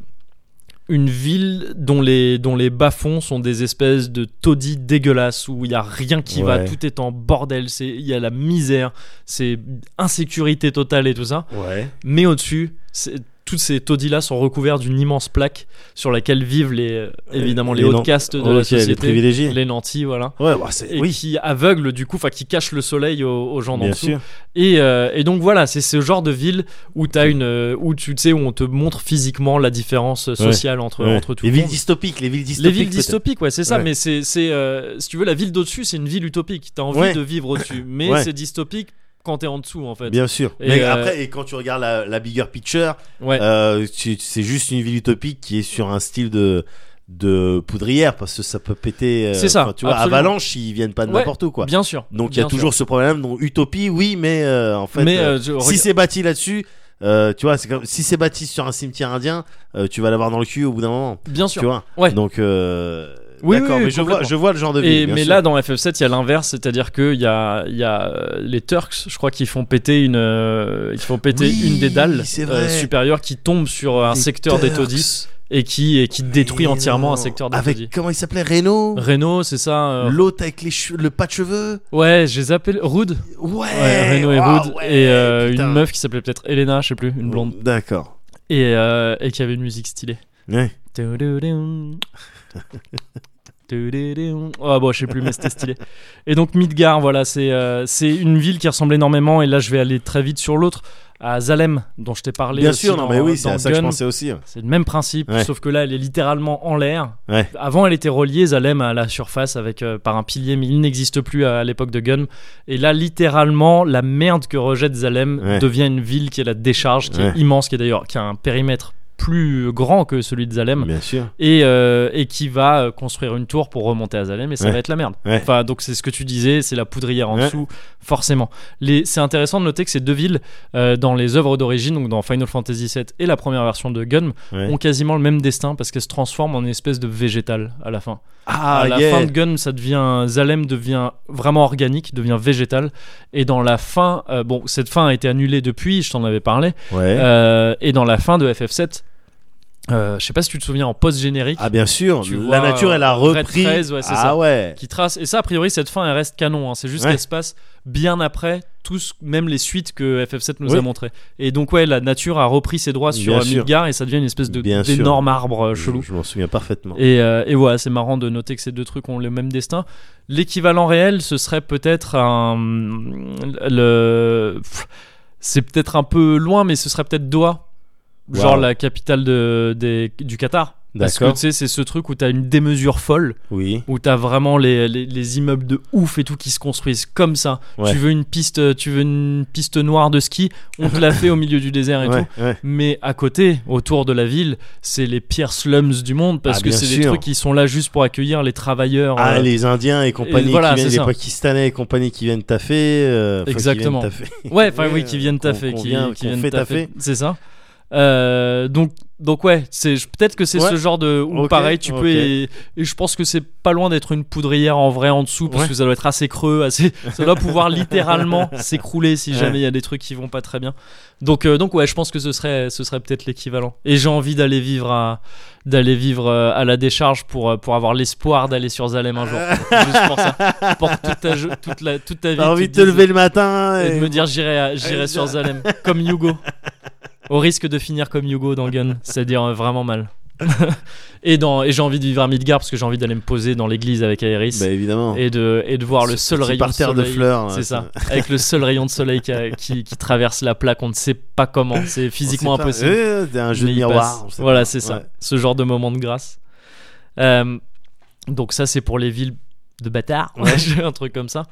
Speaker 1: une ville dont les, dont les bas-fonds sont des espèces de taudis dégueulasses où il n'y a rien qui va,
Speaker 2: Ouais.
Speaker 1: tout est en bordel, c'est- il y a la misère, c'est insécurité totale et tout ça.
Speaker 2: Ouais.
Speaker 1: Mais au-dessus, c'est- tous ces taudis-là sont recouverts d'une immense plaque sur laquelle vivent les, euh, évidemment les,
Speaker 2: Les
Speaker 1: hauts
Speaker 2: non-
Speaker 1: de caste de
Speaker 2: ok,
Speaker 1: la
Speaker 2: les
Speaker 1: société,
Speaker 2: privilégiés.
Speaker 1: les nantis, voilà.
Speaker 2: Ouais, bah, c'est.
Speaker 1: Et
Speaker 2: Oui.
Speaker 1: qui aveugle du coup, enfin qui cache le soleil aux, aux gens d'en
Speaker 2: Bien
Speaker 1: dessous.
Speaker 2: sûr.
Speaker 1: Et, euh, et donc voilà, c'est ce genre de ville où t'as une, euh, où tu sais où on te montre physiquement la différence euh, sociale entre
Speaker 2: Ouais.
Speaker 1: entre tout
Speaker 2: les
Speaker 1: le
Speaker 2: villes
Speaker 1: monde.
Speaker 2: dystopiques, les villes
Speaker 1: Les
Speaker 2: dystopiques.
Speaker 1: villes
Speaker 2: peut-être.
Speaker 1: dystopiques, ouais, c'est ça.
Speaker 2: Ouais.
Speaker 1: Mais c'est, c'est, euh, si tu veux, la ville d'au-dessus, c'est une ville utopique. T'as envie
Speaker 2: Ouais.
Speaker 1: de vivre au-dessus, mais
Speaker 2: Ouais.
Speaker 1: c'est dystopique quand t'es en dessous, en fait.
Speaker 2: Bien sûr.
Speaker 1: Et,
Speaker 2: Mais
Speaker 1: euh,
Speaker 2: après, et quand tu regardes la, la bigger picture,
Speaker 1: Ouais.
Speaker 2: euh, tu- c'est juste une ville utopique qui est sur un style de de poudrière parce que ça peut péter. euh,
Speaker 1: C'est ça,
Speaker 2: enfin, Tu vois,
Speaker 1: absolument.
Speaker 2: Avalanche, ils viennent pas de
Speaker 1: Ouais,
Speaker 2: n'importe où, quoi.
Speaker 1: Bien sûr.
Speaker 2: Donc il y a
Speaker 1: bien sûr.
Speaker 2: toujours ce problème. Donc utopie, oui, mais euh, en fait,
Speaker 1: mais
Speaker 2: euh,
Speaker 1: euh, je- regarde-
Speaker 2: si c'est bâti là-dessus. euh, tu vois, c'est comme si c'est bâti sur un cimetière indien, euh, tu vas l'avoir dans le cul au bout d'un moment.
Speaker 1: bien sûr.
Speaker 2: Tu vois.
Speaker 1: Ouais.
Speaker 2: Donc, euh,
Speaker 1: Oui,
Speaker 2: d'accord,
Speaker 1: oui, oui,
Speaker 2: mais je vois,
Speaker 1: complètement.
Speaker 2: je vois le genre de ville.
Speaker 1: Et,
Speaker 2: bien
Speaker 1: mais
Speaker 2: sûr.
Speaker 1: là, dans FF7, il y a l'inverse, c'est-à-dire qu'il y a, il y a euh, les Turks, je crois, qui font péter une, euh, ils font péter
Speaker 2: Oui,
Speaker 1: une des dalles euh,
Speaker 2: c'est vrai.
Speaker 1: supérieures qui tombe sur un
Speaker 2: Les
Speaker 1: secteur des
Speaker 2: Turks.
Speaker 1: taudis et qui, et qui détruit
Speaker 2: Mais
Speaker 1: entièrement
Speaker 2: non.
Speaker 1: un secteur des
Speaker 2: Avec
Speaker 1: taudis.
Speaker 2: comment il s'appelait Renault
Speaker 1: Renault, c'est ça euh,
Speaker 2: L'autre avec les cheveux- le pas de cheveux
Speaker 1: Ouais, je les appelle Rude.
Speaker 2: Ouais,
Speaker 1: Ouais, Renault et
Speaker 2: waouh,
Speaker 1: Rude.
Speaker 2: ouais,
Speaker 1: et euh,
Speaker 2: putain. Mm.
Speaker 1: une meuf qui s'appelait peut-être Elena, je sais plus, une blonde.
Speaker 2: D'accord.
Speaker 1: Et, euh, et qui avait une musique stylée.
Speaker 2: Ouais.
Speaker 1: Tududum. Tududum. Ah bon, je sais plus, mais c'était stylé. Et donc Midgar, voilà, c'est euh, c'est une ville qui ressemble énormément, et là je vais aller très vite sur l'autre, à Zalem, dont je t'ai parlé.
Speaker 2: Bien
Speaker 1: aussi
Speaker 2: sûr, non
Speaker 1: dans-
Speaker 2: mais oui,
Speaker 1: dans
Speaker 2: c'est à ça que je
Speaker 1: Gun.
Speaker 2: pensais aussi. hein. ouais.
Speaker 1: C'est le même principe,
Speaker 2: Ouais.
Speaker 1: sauf que là elle est littéralement en l'air.
Speaker 2: Ouais.
Speaker 1: Avant elle était reliée, Zalem, à la surface avec, euh, par un pilier, mais il n'existe plus à, à l'époque de Gun. Et là, littéralement, la merde que rejette Zalem
Speaker 2: Ouais.
Speaker 1: devient une ville qui est la décharge, qui
Speaker 2: Ouais.
Speaker 1: est immense, qui est d'ailleurs qui a un périmètre plus grand que celui de Zalem
Speaker 2: Bien sûr.
Speaker 1: et, euh, et qui va euh, construire une tour pour remonter à Zalem et ça
Speaker 2: Ouais.
Speaker 1: va être la merde.
Speaker 2: Ouais.
Speaker 1: Enfin, donc c'est ce que tu disais, c'est la poudrière en
Speaker 2: Ouais.
Speaker 1: dessous, forcément. Les, c'est intéressant de noter que ces deux villes, euh, dans les œuvres d'origine, donc dans Final Fantasy VII et la première version de Gun,
Speaker 2: Ouais.
Speaker 1: ont quasiment le même destin parce qu'elles se transforment en une espèce de végétal à la fin.
Speaker 2: Ah,
Speaker 1: à la
Speaker 2: yeah.
Speaker 1: fin de Gun, ça devient Zalem devient vraiment organique, devient végétal, et dans la fin, euh, bon, cette fin a été annulée depuis, je t'en avais parlé,
Speaker 2: Ouais.
Speaker 1: euh, et dans la fin de FF7. euh, je sais pas si tu te souviens en post-générique
Speaker 2: ah bien sûr,
Speaker 1: tu vois,
Speaker 2: la nature elle a
Speaker 1: Red
Speaker 2: repris.
Speaker 1: 13, ouais, c'est
Speaker 2: ah
Speaker 1: ça.
Speaker 2: ouais.
Speaker 1: qui trace. Et ça, a priori, cette fin, elle reste canon. hein. C'est juste
Speaker 2: Ouais.
Speaker 1: qu'elle se passe bien après tous, même les suites que FF7 nous
Speaker 2: Oui.
Speaker 1: a montrées. Et donc, ouais, la nature a repris ses droits sur
Speaker 2: Bien
Speaker 1: euh,
Speaker 2: sûr.
Speaker 1: Midgar et ça devient une espèce de-
Speaker 2: Bien sûr.
Speaker 1: d'énorme arbre euh, chelou.
Speaker 2: Je, je m'en souviens parfaitement.
Speaker 1: Et, euh, et voilà, c'est marrant de noter que ces deux trucs ont le même destin. L'équivalent réel, ce serait peut-être un. Le. pff, C'est peut-être un peu loin, mais ce serait peut-être Doha, genre
Speaker 2: Wow.
Speaker 1: la capitale de, des- du Qatar. Parce que
Speaker 2: D'accord.
Speaker 1: tu sais, c'est ce truc où t'as une démesure folle
Speaker 2: Oui.
Speaker 1: où t'as vraiment les, les, les immeubles de ouf et tout qui se construisent comme ça.
Speaker 2: Ouais.
Speaker 1: Tu veux une piste, tu veux une piste noire de ski, on te l'a fait au milieu du désert et
Speaker 2: Ouais,
Speaker 1: tout. Euh,
Speaker 2: ouais.
Speaker 1: Mais à côté, autour de la ville, c'est les pires slums du monde parce
Speaker 2: Ah,
Speaker 1: que
Speaker 2: bien
Speaker 1: c'est des
Speaker 2: sûr.
Speaker 1: trucs qui sont là juste pour accueillir les travailleurs.
Speaker 2: Ah
Speaker 1: euh,
Speaker 2: les Indiens et compagnie
Speaker 1: voilà,
Speaker 2: qui
Speaker 1: c'est
Speaker 2: viennent,
Speaker 1: ça.
Speaker 2: les Pakistanais et compagnie qui viennent taffer. euh, enfin, qui viennent
Speaker 1: Exactement.
Speaker 2: taffer.
Speaker 1: Ouais, enfin
Speaker 2: Ouais,
Speaker 1: oui, qui viennent
Speaker 2: qu'on-
Speaker 1: taffer,
Speaker 2: euh, qu'on
Speaker 1: qui,
Speaker 2: vient-
Speaker 1: qui
Speaker 2: qu'on
Speaker 1: viennent
Speaker 2: fait
Speaker 1: taffer.
Speaker 2: taffer.
Speaker 1: C'est ça. Euh, donc, donc ouais, c'est je- peut-être que c'est
Speaker 2: Ouais.
Speaker 1: ce genre de ou
Speaker 2: Ok,
Speaker 1: pareil, tu
Speaker 2: ok.
Speaker 1: peux et, et je pense que c'est pas loin d'être une poudrière en vrai en dessous parce
Speaker 2: Ouais.
Speaker 1: que ça doit être assez creux, assez ça doit pouvoir littéralement s'écrouler si
Speaker 2: Ouais.
Speaker 1: jamais il y a des trucs qui vont pas très bien. Donc euh, donc ouais, je pense que ce serait ce serait peut-être l'équivalent. Et j'ai envie d'aller vivre à d'aller vivre euh, à la décharge pour euh, pour avoir l'espoir d'aller sur Zalem un jour. Juste pour ça, pour toute ta je- toute la toute ta vie.
Speaker 2: T'as
Speaker 1: tu
Speaker 2: envie de
Speaker 1: te
Speaker 2: te
Speaker 1: dises-
Speaker 2: lever le matin
Speaker 1: et de
Speaker 2: et-
Speaker 1: me dire j'irai à- j'irai
Speaker 2: Allez,
Speaker 1: sur
Speaker 2: viens.
Speaker 1: Zalem comme Hugo au risque de finir comme Hugo dans Gun c'est-à-dire euh, vraiment mal et dans et j'ai envie de vivre à Midgar parce que j'ai envie d'aller me poser dans l'église avec Aeris
Speaker 2: Bah évidemment.
Speaker 1: et de et de voir le seul
Speaker 2: petit
Speaker 1: rayon
Speaker 2: parterre de
Speaker 1: soleil.
Speaker 2: fleurs, hein,
Speaker 1: c'est
Speaker 2: ouais,
Speaker 1: ça avec le seul rayon de soleil qui, a- qui, qui traverse la plaque on ne sait pas comment c'est physiquement
Speaker 2: On sait pas.
Speaker 1: impossible
Speaker 2: Euh, t'as un jeu
Speaker 1: mais
Speaker 2: de
Speaker 1: il
Speaker 2: miroir.
Speaker 1: passe.
Speaker 2: on sait
Speaker 1: Voilà,
Speaker 2: pas.
Speaker 1: c'est ça.
Speaker 2: Ouais.
Speaker 1: Ce genre de moment de grâce. Euh, donc ça, c'est pour les villes de bâtards, un truc comme ça.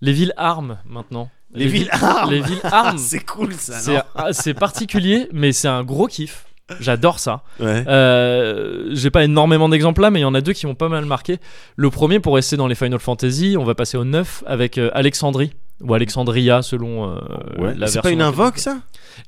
Speaker 1: Les villes armes maintenant.
Speaker 2: Les villes armes.
Speaker 1: Les villes armes.
Speaker 2: c'est cool ça.
Speaker 1: C'est-
Speaker 2: non
Speaker 1: ah, C'est particulier, mais c'est un gros kiff. J'adore ça.
Speaker 2: Ouais.
Speaker 1: Euh, J'ai pas énormément d'exemples là, mais il y en a deux qui m'ont pas mal marqué. Le premier, pour rester dans les Final Fantasy, on va passer au 9 avec euh, Alexandrie ou Alexandria selon euh,
Speaker 2: Ouais.
Speaker 1: la version.
Speaker 2: C'est pas une invoque ça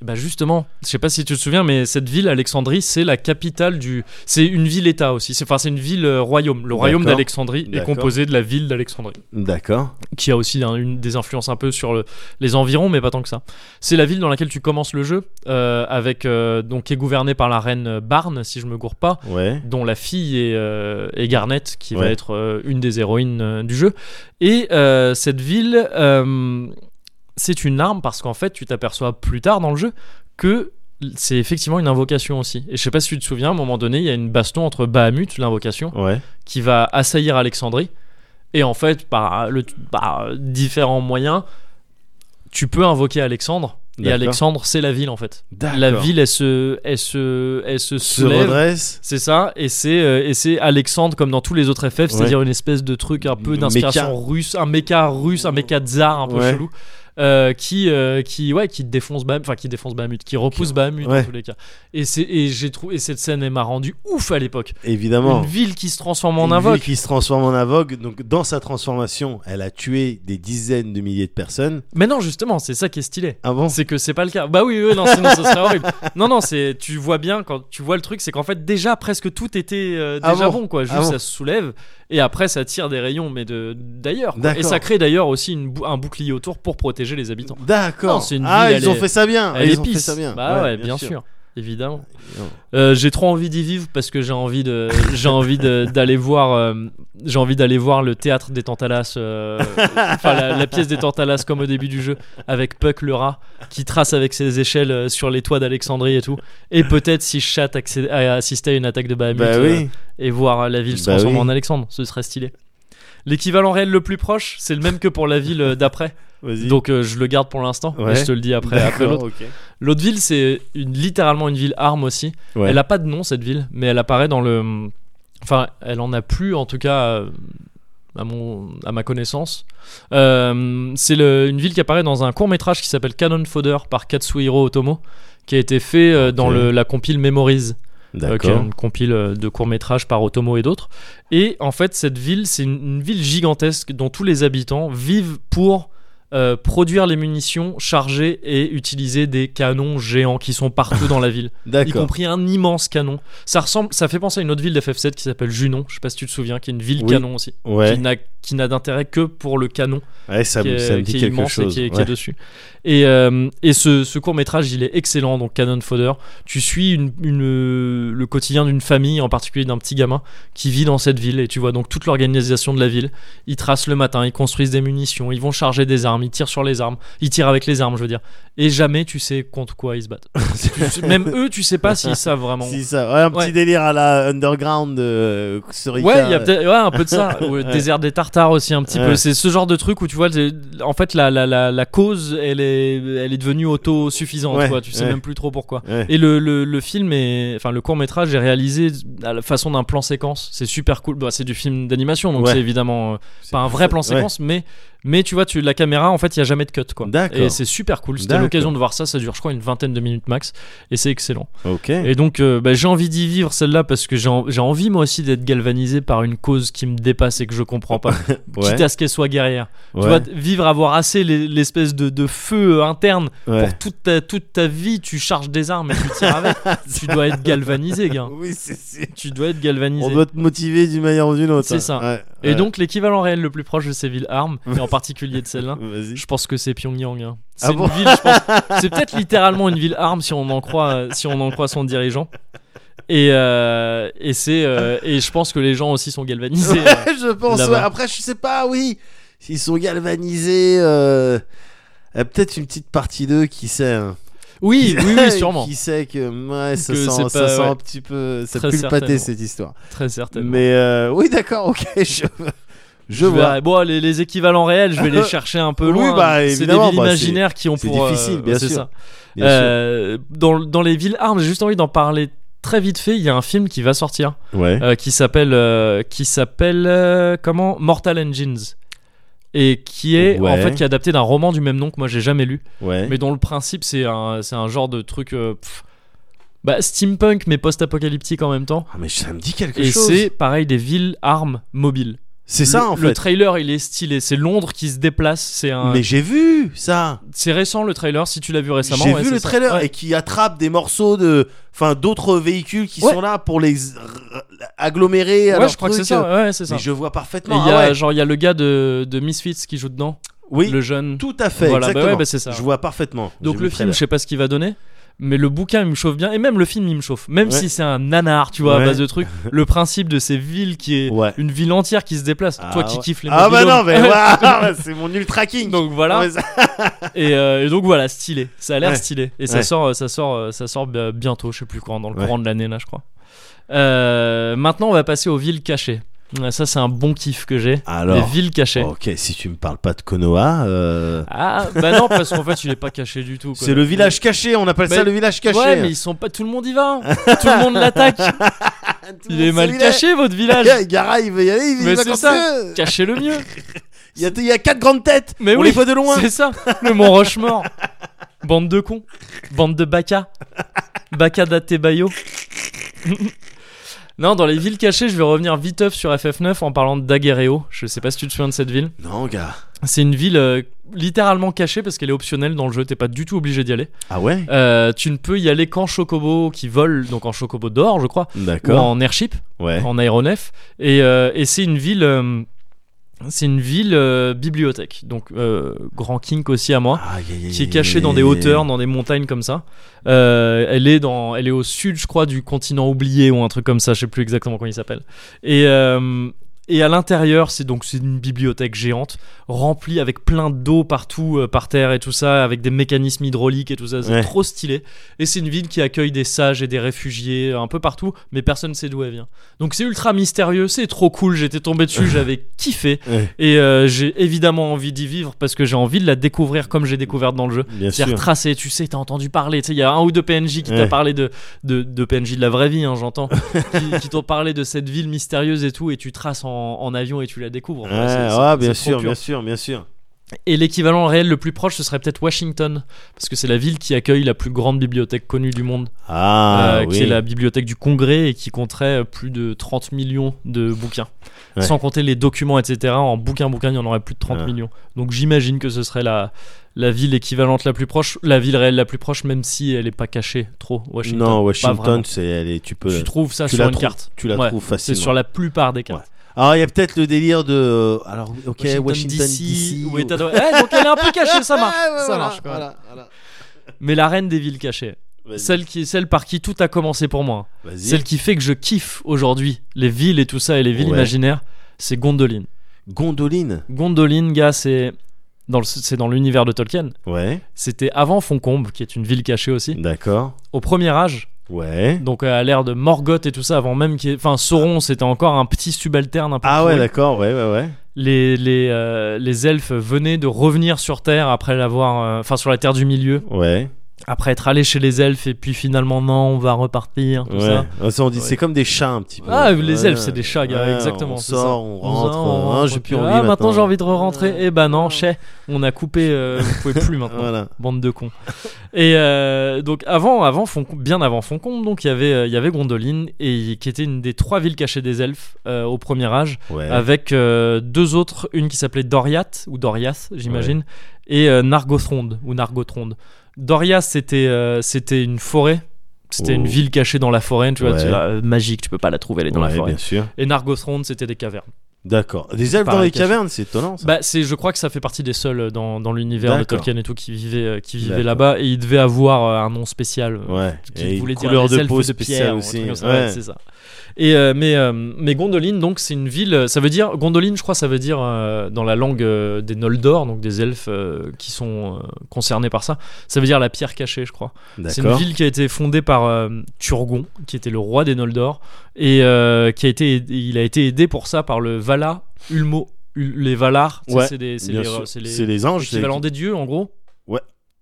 Speaker 1: Bah justement, je sais pas si tu te souviens, mais cette ville, Alexandrie, c'est la capitale du. C'est une ville-état aussi. C'est enfin c'est une ville euh, royaume. Le royaume
Speaker 2: D'accord.
Speaker 1: d'Alexandrie est
Speaker 2: D'accord.
Speaker 1: composé de la ville d'Alexandrie
Speaker 2: D'accord.
Speaker 1: qui a aussi un- une, des influences un peu sur le- les environs, mais pas tant que ça. C'est la ville dans laquelle tu commences le jeu, euh, avec euh, donc qui est gouvernée par la reine Barne, si je me gourre pas,
Speaker 2: Ouais.
Speaker 1: dont la fille est, euh, est Garnet, qui va
Speaker 2: Ouais.
Speaker 1: être euh, une des héroïnes euh, du jeu. Et euh, cette ville, euh, c'est une arme parce qu'en fait, tu t'aperçois plus tard dans le jeu que c'est effectivement une invocation aussi. Et je sais pas si tu te souviens, à un moment donné, il y a une baston entre Bahamut, l'invocation,
Speaker 2: Ouais.
Speaker 1: qui va assaillir Alexandrie. Et en fait, par, le, par différents moyens, tu peux invoquer Alexandre. Et
Speaker 2: D'accord.
Speaker 1: Alexandre, c'est la ville en fait.
Speaker 2: D'accord.
Speaker 1: La ville, elle se, elle se, elle se
Speaker 2: se
Speaker 1: soulève.
Speaker 2: redresse.
Speaker 1: C'est ça, et c'est euh, et c'est Alexandre comme dans tous les autres FF, c'est-à-dire une espèce de truc un peu
Speaker 2: Méca.
Speaker 1: d'inspiration russe, un méca russe, un méca tsar un peu
Speaker 2: Ouais.
Speaker 1: chelou. euh, qui euh, qui ouais qui défonce Bahamut enfin qui défonce Bahamut qui repousse Bahamut
Speaker 2: Ouais.
Speaker 1: dans tous les cas et c'est et j'ai trouvé et cette scène elle m'a rendu ouf à l'époque
Speaker 2: Évidemment.
Speaker 1: une ville qui se transforme en
Speaker 2: Une ville
Speaker 1: invoque
Speaker 2: qui se transforme en invoque. Donc dans sa transformation, elle a tué des dizaines de milliers de personnes.
Speaker 1: mais non justement c'est ça qui est stylé
Speaker 2: Ah bon
Speaker 1: c'est que c'est pas le cas bah oui oui non sinon ce serait horrible non non c'est tu vois bien quand tu vois le truc c'est qu'en fait déjà presque tout était euh,
Speaker 2: Ah
Speaker 1: déjà
Speaker 2: bon
Speaker 1: bon, quoi juste
Speaker 2: Ah bon
Speaker 1: ça se soulève et après ça tire des rayons mais de d'ailleurs quoi.
Speaker 2: D'accord.
Speaker 1: et ça crée d'ailleurs aussi une bou- un bouclier autour pour protéger les habitants
Speaker 2: D'accord.
Speaker 1: Non, c'est une
Speaker 2: ah,
Speaker 1: ville,
Speaker 2: ils
Speaker 1: elle
Speaker 2: ont
Speaker 1: est-
Speaker 2: fait ça bien.
Speaker 1: elle
Speaker 2: ils ont
Speaker 1: est
Speaker 2: fait
Speaker 1: pisse.
Speaker 2: ça bien.
Speaker 1: bah ouais, bien, sûr, évidemment
Speaker 2: Non.
Speaker 1: Euh, j'ai trop envie d'y vivre parce que j'ai envie de j'ai envie de- d'aller voir euh, j'ai envie d'aller voir le théâtre des Tantalas euh, enfin la, la pièce des Tantalas comme au début du jeu avec Puck le rat qui trace avec ses échelles euh, sur les toits d'Alexandrie et tout et peut-être si je chatte accé- à assister à une attaque de Bahamut
Speaker 2: Bah
Speaker 1: euh,
Speaker 2: oui.
Speaker 1: et voir la ville se
Speaker 2: Bah
Speaker 1: transformer
Speaker 2: oui.
Speaker 1: en Alexandre ce serait stylé L'équivalent réel le plus proche, c'est le même que pour la ville euh, d'après.
Speaker 2: Vas-y.
Speaker 1: Donc euh, je le garde pour l'instant, mais
Speaker 2: Ouais.
Speaker 1: je te le dis après, après
Speaker 2: D'accord,
Speaker 1: l'autre.
Speaker 2: ok.
Speaker 1: L'autre ville, c'est une- littéralement une ville arme aussi.
Speaker 2: Ouais.
Speaker 1: Elle a pas de nom cette ville, mais elle apparaît dans le. Enfin, elle en a plus en tout cas euh, à mon à ma connaissance. Euh, c'est le- une ville qui apparaît dans un court métrage qui s'appelle Cannon Fodder par Katsuhiro Otomo, qui a été fait euh, dans
Speaker 2: Ok.
Speaker 1: le- la compile Memories, euh, qui est
Speaker 2: D'accord.
Speaker 1: une compile euh, de courts métrages par Otomo et d'autres. Et en fait, cette ville, c'est une, une ville gigantesque dont tous les habitants vivent pour euh, produire les munitions, charger et utiliser des canons géants qui sont partout dans la ville y
Speaker 2: D'accord.
Speaker 1: compris un immense canon. Ça ressemble, ça fait penser à une autre ville d'FF7 qui s'appelle Junon. Je sais pas si tu te souviens, qui est une ville
Speaker 2: Oui.
Speaker 1: canon aussi,
Speaker 2: Ouais.
Speaker 1: qui n'a qui n'a d'intérêt que pour le canon
Speaker 2: Ouais, ça,
Speaker 1: qui
Speaker 2: me-
Speaker 1: est,
Speaker 2: ça me
Speaker 1: qui
Speaker 2: dit
Speaker 1: est
Speaker 2: quelque
Speaker 1: immense
Speaker 2: chose.
Speaker 1: et qui est, qui est
Speaker 2: Ouais.
Speaker 1: dessus. Et, euh, et ce, court métrage, il est excellent, donc Cannon Fodder. Tu suis une, une, euh, le quotidien d'une famille, en particulier d'un petit gamin qui vit dans cette ville, et tu vois donc toute l'organisation de la ville. Ils tracent le matin, ils construisent des munitions, ils vont charger des armes, ils tirent sur les armes, ils tirent avec les armes, je veux dire. Et jamais tu sais contre quoi ils se battent. Tu sais- Même eux, tu sais pas s'ils savent vraiment.
Speaker 2: Si, ça. Ouais, un petit
Speaker 1: Ouais.
Speaker 2: délire à la underground euh, Surica.
Speaker 1: Ouais, il y a peut-être ouais, un peu de ça. Ou, euh,
Speaker 2: Ouais.
Speaker 1: Désert des Tartares aussi un petit
Speaker 2: Ouais.
Speaker 1: peu. C'est ce genre de truc où tu vois, c'est- en fait, la, la, la, la cause, elle est, elle est devenue autosuffisante.
Speaker 2: Ouais,
Speaker 1: quoi. Tu sais
Speaker 2: ouais.
Speaker 1: même plus trop pourquoi.
Speaker 2: euh, Ouais.
Speaker 1: Et le, le, le film est, enfin le court métrage est réalisé à la façon d'un plan séquence. C'est super cool. Bah, c'est du film d'animation, donc
Speaker 2: Ouais.
Speaker 1: c'est évidemment euh,
Speaker 2: C'est
Speaker 1: pas un vrai plan séquence, mais mais tu vois, tu la caméra, en fait, il y a jamais de cut quoi.
Speaker 2: D'accord.
Speaker 1: Et c'est super cool. C'était
Speaker 2: D'accord.
Speaker 1: l'occasion de voir ça. Ça dure, je crois, une vingtaine de minutes max, et c'est excellent.
Speaker 2: Ok.
Speaker 1: Et donc, euh, bah, j'ai envie d'y vivre celle-là parce que j'ai en- j'ai envie moi aussi d'être galvanisé par une cause qui me dépasse et que je comprends pas, quitte à ce qu'elle soit guerrière. Tu vois,
Speaker 2: ouais.
Speaker 1: t- vivre, avoir assez l'es- l'espèce de, de feu euh, interne
Speaker 2: ouais.
Speaker 1: pour toute ta, toute ta vie, tu charges des armes et tu tires avec. tu dois être galvanisé, gars.
Speaker 2: Oui, c'est c'est-
Speaker 1: Tu dois être galvanisé.
Speaker 2: Hein. On doit te motiver d'une manière ou d'une autre.
Speaker 1: C'est ça.
Speaker 2: Ouais,
Speaker 1: Et
Speaker 2: ouais.
Speaker 1: donc, l'équivalent réel le plus proche de ces villes armes, et en particulier de celle-là,
Speaker 2: Vas-y.
Speaker 1: je pense que c'est Pyongyang. hein. C'est
Speaker 2: Ah
Speaker 1: une
Speaker 2: bon
Speaker 1: ville, je pense- C'est peut-être littéralement une ville arme si on en croit, euh, si on en croit son dirigeant. Et euh, et c'est euh, et je pense que les gens aussi sont galvanisés. euh.
Speaker 2: Ouais, je pense.
Speaker 1: là-bas.
Speaker 2: ouais. Après, je sais pas, oui. S'ils sont galvanisés, euh, euh, peut-être une petite partie d'eux qui sait. hein.
Speaker 1: Oui, oui, oui, sûrement,
Speaker 2: qui sait que ouais, ça,
Speaker 1: Que
Speaker 2: sent,
Speaker 1: c'est
Speaker 2: ça
Speaker 1: pas-
Speaker 2: sent
Speaker 1: ouais.
Speaker 2: un petit peu. Ça
Speaker 1: Très
Speaker 2: pue le pâté
Speaker 1: certainement.
Speaker 2: cette histoire.
Speaker 1: très certainement.
Speaker 2: Mais euh, oui, d'accord, ok. Je, je vois.
Speaker 1: verrai. Bon, les, les équivalents réels, je vais les chercher un peu
Speaker 2: Oui,
Speaker 1: loin. hein.
Speaker 2: bah,
Speaker 1: c'est des villes
Speaker 2: évidemment, bah, c'est-
Speaker 1: imaginaires qui ont
Speaker 2: c'est
Speaker 1: pour. euh,
Speaker 2: difficile, bien
Speaker 1: c'est
Speaker 2: sûr.
Speaker 1: ça.
Speaker 2: Bien
Speaker 1: Euh, dans dans les villes armes, j'ai juste envie d'en parler très vite fait. Il y a un film qui va sortir
Speaker 2: sûr. Ouais.
Speaker 1: euh, qui s'appelle euh, qui s'appelle euh, comment Mortal Engines. et qui est en
Speaker 2: Ouais. Eh.
Speaker 1: fait qui est adapté d'un roman du même nom que moi j'ai jamais lu,
Speaker 2: Ouais.
Speaker 1: mais dont le principe c'est un c'est un genre de truc euh, pff, bah, steampunk mais post-apocalyptique en même temps.
Speaker 2: Ah, mais ça me dit quelque
Speaker 1: Et
Speaker 2: chose.
Speaker 1: c'est pareil des villes armes mobiles.
Speaker 2: C'est ça
Speaker 1: Le-
Speaker 2: en
Speaker 1: Le
Speaker 2: fait.
Speaker 1: trailer il est stylé, c'est Londres qui se déplace, c'est un
Speaker 2: Mais j'ai vu ça.
Speaker 1: c'est récent le trailer si tu l'as vu récemment.
Speaker 2: J'ai
Speaker 1: ouais,
Speaker 2: vu
Speaker 1: c'est
Speaker 2: le
Speaker 1: ça.
Speaker 2: trailer
Speaker 1: Ouais.
Speaker 2: et qui attrape des morceaux de, enfin, d'autres véhicules qui
Speaker 1: Ouais.
Speaker 2: sont là pour les r- agglomérer. à
Speaker 1: Ouais,
Speaker 2: leur
Speaker 1: je crois que
Speaker 2: truc. euh,
Speaker 1: c'est ça. Ouais, c'est ça.
Speaker 2: Mais je vois
Speaker 1: Et il
Speaker 2: parfaitement.
Speaker 1: y a,
Speaker 2: Ah ouais.
Speaker 1: genre, il y a le gars de, de Misfits qui joue dedans,
Speaker 2: Oui,
Speaker 1: le jeune.
Speaker 2: tout à fait.
Speaker 1: Voilà, bah ouais,
Speaker 2: exactement.
Speaker 1: bah c'est ça.
Speaker 2: Je vois parfaitement.
Speaker 1: Donc
Speaker 2: J'ai vu
Speaker 1: le film,
Speaker 2: trailer.
Speaker 1: je sais pas ce qu'il va donner, mais le bouquin il me chauffe bien, et même le film il me chauffe. Même
Speaker 2: Ouais.
Speaker 1: si c'est un nanar, tu vois, à
Speaker 2: Ouais.
Speaker 1: base de trucs, le principe de ces villes qui est
Speaker 2: Ouais.
Speaker 1: une ville entière qui se déplace.
Speaker 2: Ah
Speaker 1: Toi qui
Speaker 2: ouais.
Speaker 1: kiffes les
Speaker 2: Ah bah
Speaker 1: mobilhomes.
Speaker 2: non, mais waouh, c'est mon ultra king.
Speaker 1: Donc voilà,
Speaker 2: Ouais, ça-
Speaker 1: et, euh, et donc voilà, stylé. Ça a l'air
Speaker 2: Ouais.
Speaker 1: stylé, et ça
Speaker 2: Ouais.
Speaker 1: sort, euh, ça sort, euh, ça sort euh, bientôt, je sais plus quand, dans le
Speaker 2: Ouais.
Speaker 1: courant de l'année là, je crois. Euh, maintenant, on va passer aux villes cachées. Ouais, Ça, c'est un bon kiff que j'ai. Les
Speaker 2: Ah, Alors, Oh.
Speaker 1: villes cachées.
Speaker 2: ok, si tu me parles pas de Konoha, euh,
Speaker 1: Ah bah non parce qu'en fait il est pas caché du tout. quoi.
Speaker 2: c'est le village caché. On appelle
Speaker 1: Mais-
Speaker 2: ça le village caché. hein.
Speaker 1: Ouais mais ils sont pas tout le monde y va. hein. Tout le monde l'attaque.
Speaker 2: Tout
Speaker 1: Il
Speaker 2: le
Speaker 1: est
Speaker 2: monde sait où
Speaker 1: mal caché votre village.
Speaker 2: Yeah, Gara, il veut y aller, il
Speaker 1: Mais
Speaker 2: veut
Speaker 1: c'est ça. Cachez le mieux.
Speaker 2: Il y, a, il y a quatre grandes têtes.
Speaker 1: Mais
Speaker 2: on
Speaker 1: oui,
Speaker 2: les voit de loin.
Speaker 1: C'est ça. Le Mont Rochemort. Bande de cons. Bande de bacas. Bacas d'Atebayo. Non, dans les villes cachées, je vais revenir viteuf sur FF9 en parlant de Daguerreo. Je sais pas si tu te souviens de cette ville.
Speaker 2: Non, gars.
Speaker 1: C'est une ville euh, littéralement cachée parce qu'elle est optionnelle dans le jeu. T'es pas du tout obligé d'y aller.
Speaker 2: Ah ouais
Speaker 1: Euh, tu ne peux y aller qu'en chocobo qui vole, donc en chocobo d'or, je crois, ou
Speaker 2: D'accord.
Speaker 1: en airship,
Speaker 2: Ouais.
Speaker 1: en aéronef. Et, euh, et c'est une ville, euh, c'est une ville euh, bibliothèque, donc euh, grand kink aussi à moi.
Speaker 2: Ah, yeah, yeah,
Speaker 1: Qui est
Speaker 2: yeah,
Speaker 1: cachée
Speaker 2: yeah,
Speaker 1: dans des
Speaker 2: yeah,
Speaker 1: hauteurs, dans des montagnes comme ça. Euh, elle est dans, elle est au sud, je crois, du continent oublié ou un truc comme ça. Je sais plus exactement comment il s'appelle. Et euh, et à l'intérieur, c'est donc c'est une bibliothèque géante remplie avec plein d'eau partout, euh, par terre et tout ça, avec des mécanismes hydrauliques et tout ça. C'est
Speaker 2: Ouais.
Speaker 1: trop stylé. Et c'est une ville qui accueille des sages et des réfugiés euh, un peu partout, mais personne sait d'où elle vient. Donc c'est ultra mystérieux, c'est trop cool. J'étais tombé dessus, j'avais kiffé.
Speaker 2: Ouais.
Speaker 1: Et euh, j'ai évidemment envie d'y vivre parce que j'ai envie de la découvrir comme j'ai découvert dans le jeu.
Speaker 2: Bien
Speaker 1: C'est
Speaker 2: sûr.
Speaker 1: retracé, tu sais, t'as entendu parler. Tu sais, il y a un ou deux PNJ qui t'a
Speaker 2: Ouais.
Speaker 1: parlé de, de, de PNJ de la vraie vie, hein, j'entends, qui, qui t'ont parlé de cette ville mystérieuse et tout, et tu traces en, en avion et tu la découvres.
Speaker 2: Ouais,
Speaker 1: Enfin, c'est- c'est-
Speaker 2: ouais,
Speaker 1: c'est
Speaker 2: bien
Speaker 1: trop
Speaker 2: sûr,
Speaker 1: pur.
Speaker 2: bien sûr, bien sûr.
Speaker 1: Et l'équivalent réel le plus proche, ce serait peut-être Washington, parce que c'est la ville qui accueille la plus grande bibliothèque connue du monde,
Speaker 2: Ah
Speaker 1: euh,
Speaker 2: oui.
Speaker 1: qui est la bibliothèque du Congrès et qui compterait euh, plus de 30 millions de bouquins.
Speaker 2: Ouais. Ah.
Speaker 1: Sans compter les documents, etc. En bouquin, bouquin, il y en aurait plus de 30
Speaker 2: Ouais.
Speaker 1: millions. Donc j'imagine que ce serait la, la ville équivalente la plus proche, la ville réelle la plus proche, même si elle n'est pas cachée trop, Washington.
Speaker 2: Non,
Speaker 1: Pas vraiment.
Speaker 2: Washington, c'est elle est- tu peux
Speaker 1: Tu trouves ça
Speaker 2: tu
Speaker 1: sur
Speaker 2: la
Speaker 1: une
Speaker 2: trouves-
Speaker 1: carte.
Speaker 2: tu la
Speaker 1: Ouais.
Speaker 2: trouves
Speaker 1: C'est
Speaker 2: facilement.
Speaker 1: sur la plupart des cartes.
Speaker 2: Alors, il y a peut-être le délire de euh, alors OK, Washington,
Speaker 1: DC,
Speaker 2: DC.
Speaker 1: où est adoré- Eh, donc elle est un peu cachée, ça marche.
Speaker 2: Ouais, ouais,
Speaker 1: ça
Speaker 2: voilà,
Speaker 1: marche quand même.
Speaker 2: voilà, voilà.
Speaker 1: Mais la reine des villes cachées,
Speaker 2: Vas-y,
Speaker 1: celle, qui, celle par qui tout a commencé pour moi,
Speaker 2: vas-y.
Speaker 1: celle qui fait que je kiffe aujourd'hui les villes et tout ça et les villes
Speaker 2: Ouais.
Speaker 1: imaginaires, c'est Gondoline.
Speaker 2: Gondoline.
Speaker 1: Gondoline, gars, c'est dans le- c'est dans l'univers de Tolkien.
Speaker 2: Ouais,
Speaker 1: C'était avant Foncombe, qui est une ville cachée aussi.
Speaker 2: d'accord.
Speaker 1: Au premier âge,
Speaker 2: Ouais.
Speaker 1: donc euh, à l'ère de Morgoth et tout ça, avant même qu'il y ait- Enfin, Sauron, c'était encore un petit subalterne un peu
Speaker 2: Ah
Speaker 1: pourri.
Speaker 2: ouais, d'accord, ouais, ouais, ouais.
Speaker 1: les, les, euh, les elfes venaient de revenir sur Terre après l'avoir... euh, Enfin, sur la Terre du Milieu,
Speaker 2: Ouais.
Speaker 1: après être allés chez les elfes, et puis finalement, non, on va repartir, tout
Speaker 2: ouais.
Speaker 1: ça.
Speaker 2: Ah, ça, on dit,
Speaker 1: Ouais.
Speaker 2: c'est comme des chats un petit peu.
Speaker 1: Ah, les
Speaker 2: Ouais.
Speaker 1: elfes, c'est des chats, gars,
Speaker 2: Ouais,
Speaker 1: exactement.
Speaker 2: On
Speaker 1: c'est
Speaker 2: sort,
Speaker 1: ça.
Speaker 2: on
Speaker 1: On
Speaker 2: rentre.
Speaker 1: sort,
Speaker 2: hein,
Speaker 1: on rentre,
Speaker 2: j'ai
Speaker 1: puis,
Speaker 2: plus envie.
Speaker 1: ah, maintenant, j'ai envie de re-rentrer. Eh ben non, chais, on a coupé, euh, vous pouvez plus maintenant.
Speaker 2: Voilà.
Speaker 1: Bande de cons. Et euh, donc avant, avant Foncombe- bien avant Foncombe, donc il y avait, euh, il y avait Gondoline et qui était une des trois villes cachées des elfes euh, au premier âge,
Speaker 2: Ouais.
Speaker 1: avec euh, deux autres, une qui s'appelait Doriath ou Doriath, j'imagine, et euh, Nargothrond ou Nargothrond. Doriath c'était euh, c'était une forêt, c'était
Speaker 2: Oh.
Speaker 1: une ville cachée dans la forêt, tu vois,
Speaker 2: Ouais.
Speaker 1: tu vois, euh, magique, tu peux pas la trouver, elle est dans
Speaker 2: Ouais,
Speaker 1: la forêt.
Speaker 2: bien sûr.
Speaker 1: Et Nargothrond c'était des cavernes.
Speaker 2: D'accord. Des elfes
Speaker 1: Pareil,
Speaker 2: dans les
Speaker 1: caché.
Speaker 2: cavernes, c'est étonnant ça.
Speaker 1: Bah, c'est, je crois que ça fait partie des seuls euh, dans, dans l'univers de
Speaker 2: D'accord.
Speaker 1: Tolkien et tout qui vivaient, euh, qui vivaient
Speaker 2: D'accord.
Speaker 1: là-bas et ils devaient avoir euh, un nom spécial. euh,
Speaker 2: ouais.
Speaker 1: Qui
Speaker 2: Et
Speaker 1: voulait
Speaker 2: une
Speaker 1: dire
Speaker 2: couleur
Speaker 1: les
Speaker 2: de
Speaker 1: elfes
Speaker 2: peau
Speaker 1: de
Speaker 2: spéciale
Speaker 1: pierre, ou un
Speaker 2: aussi.
Speaker 1: truc comme ça, ouais,
Speaker 2: Ouais.
Speaker 1: c'est ça. Et euh, mais, euh, mais Gondoline, donc, c'est une ville. euh, Ça veut dire. Gondoline, je crois, ça veut dire euh, dans la langue euh, des Noldor, donc des elfes euh, qui sont euh, concernés par ça. Ça veut dire la pierre cachée, je crois. C'est une
Speaker 2: D'accord.
Speaker 1: ville qui a été fondée par euh, Turgon, qui était le roi des Noldor, et euh, qui a été, il a été aidé pour ça par le Valar Ulmo, Ul- les Valar. tu sais,
Speaker 2: Ouais,
Speaker 1: c'est des- c'est
Speaker 2: Bien
Speaker 1: les,
Speaker 2: sûr.
Speaker 1: c'est les-
Speaker 2: C'est les anges. c'est-
Speaker 1: l'équivalent des dieux, en gros.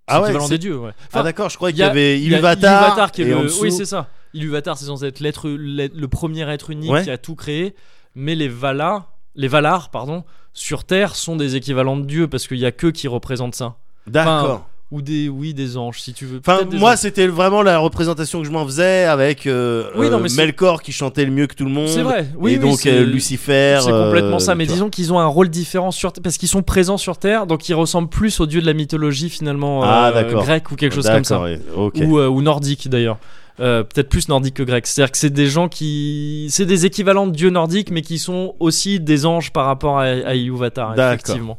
Speaker 1: C'est
Speaker 2: Ah ouais.
Speaker 1: l'équivalent
Speaker 2: c'est-
Speaker 1: des dieux. Ouais.
Speaker 2: Ah
Speaker 1: Enfin,
Speaker 2: d'accord, je croyais
Speaker 1: il
Speaker 2: qu'il y
Speaker 1: a-
Speaker 2: avait
Speaker 1: il y a
Speaker 2: Iluvatar.
Speaker 1: Iluvatar qui est
Speaker 2: et
Speaker 1: le,
Speaker 2: en dessous-
Speaker 1: oui c'est ça. Iluvatar c'est censé être l'être, l'être- le premier être unique
Speaker 2: Ouais.
Speaker 1: qui a tout créé, mais les Valar les Valar, pardon, sur Terre sont des équivalents de dieux parce qu'il y a qu'eux qui représentent ça.
Speaker 2: D'accord.
Speaker 1: Ou des, oui, des anges, si tu veux.
Speaker 2: Enfin,
Speaker 1: Peut-être des
Speaker 2: moi,
Speaker 1: anges.
Speaker 2: c'était vraiment la représentation que je m'en faisais avec euh,
Speaker 1: Oui, non,
Speaker 2: euh,
Speaker 1: mais c'est-
Speaker 2: Melkor qui chantait le mieux que tout le monde.
Speaker 1: c'est vrai. Oui,
Speaker 2: et
Speaker 1: oui,
Speaker 2: donc
Speaker 1: c'est-
Speaker 2: euh, Lucifer.
Speaker 1: C'est complètement
Speaker 2: euh,
Speaker 1: ça, mais
Speaker 2: tu
Speaker 1: disons qu'ils ont un rôle différent sur Terre, parce qu'ils sont présents sur Terre, donc ils ressemblent plus aux dieux de la mythologie finalement euh,
Speaker 2: Ah, d'accord.
Speaker 1: grecque ou quelque
Speaker 2: vois.
Speaker 1: chose comme ça,
Speaker 2: D'accord, ouais, ok.
Speaker 1: ou, euh, ou nordique d'ailleurs. Euh, Peut-être plus nordique que grec. C'est-à-dire que c'est des gens qui, c'est des équivalents de dieux nordiques, mais qui sont aussi des anges par rapport à, à Iluvatar,
Speaker 2: D'accord.
Speaker 1: effectivement.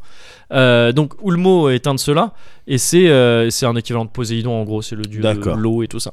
Speaker 1: Euh, donc Ulmo est un de ceux-là, et c'est euh, c'est un équivalent de Poséidon en gros, c'est le dieu de
Speaker 2: D'accord.
Speaker 1: l'eau et tout ça.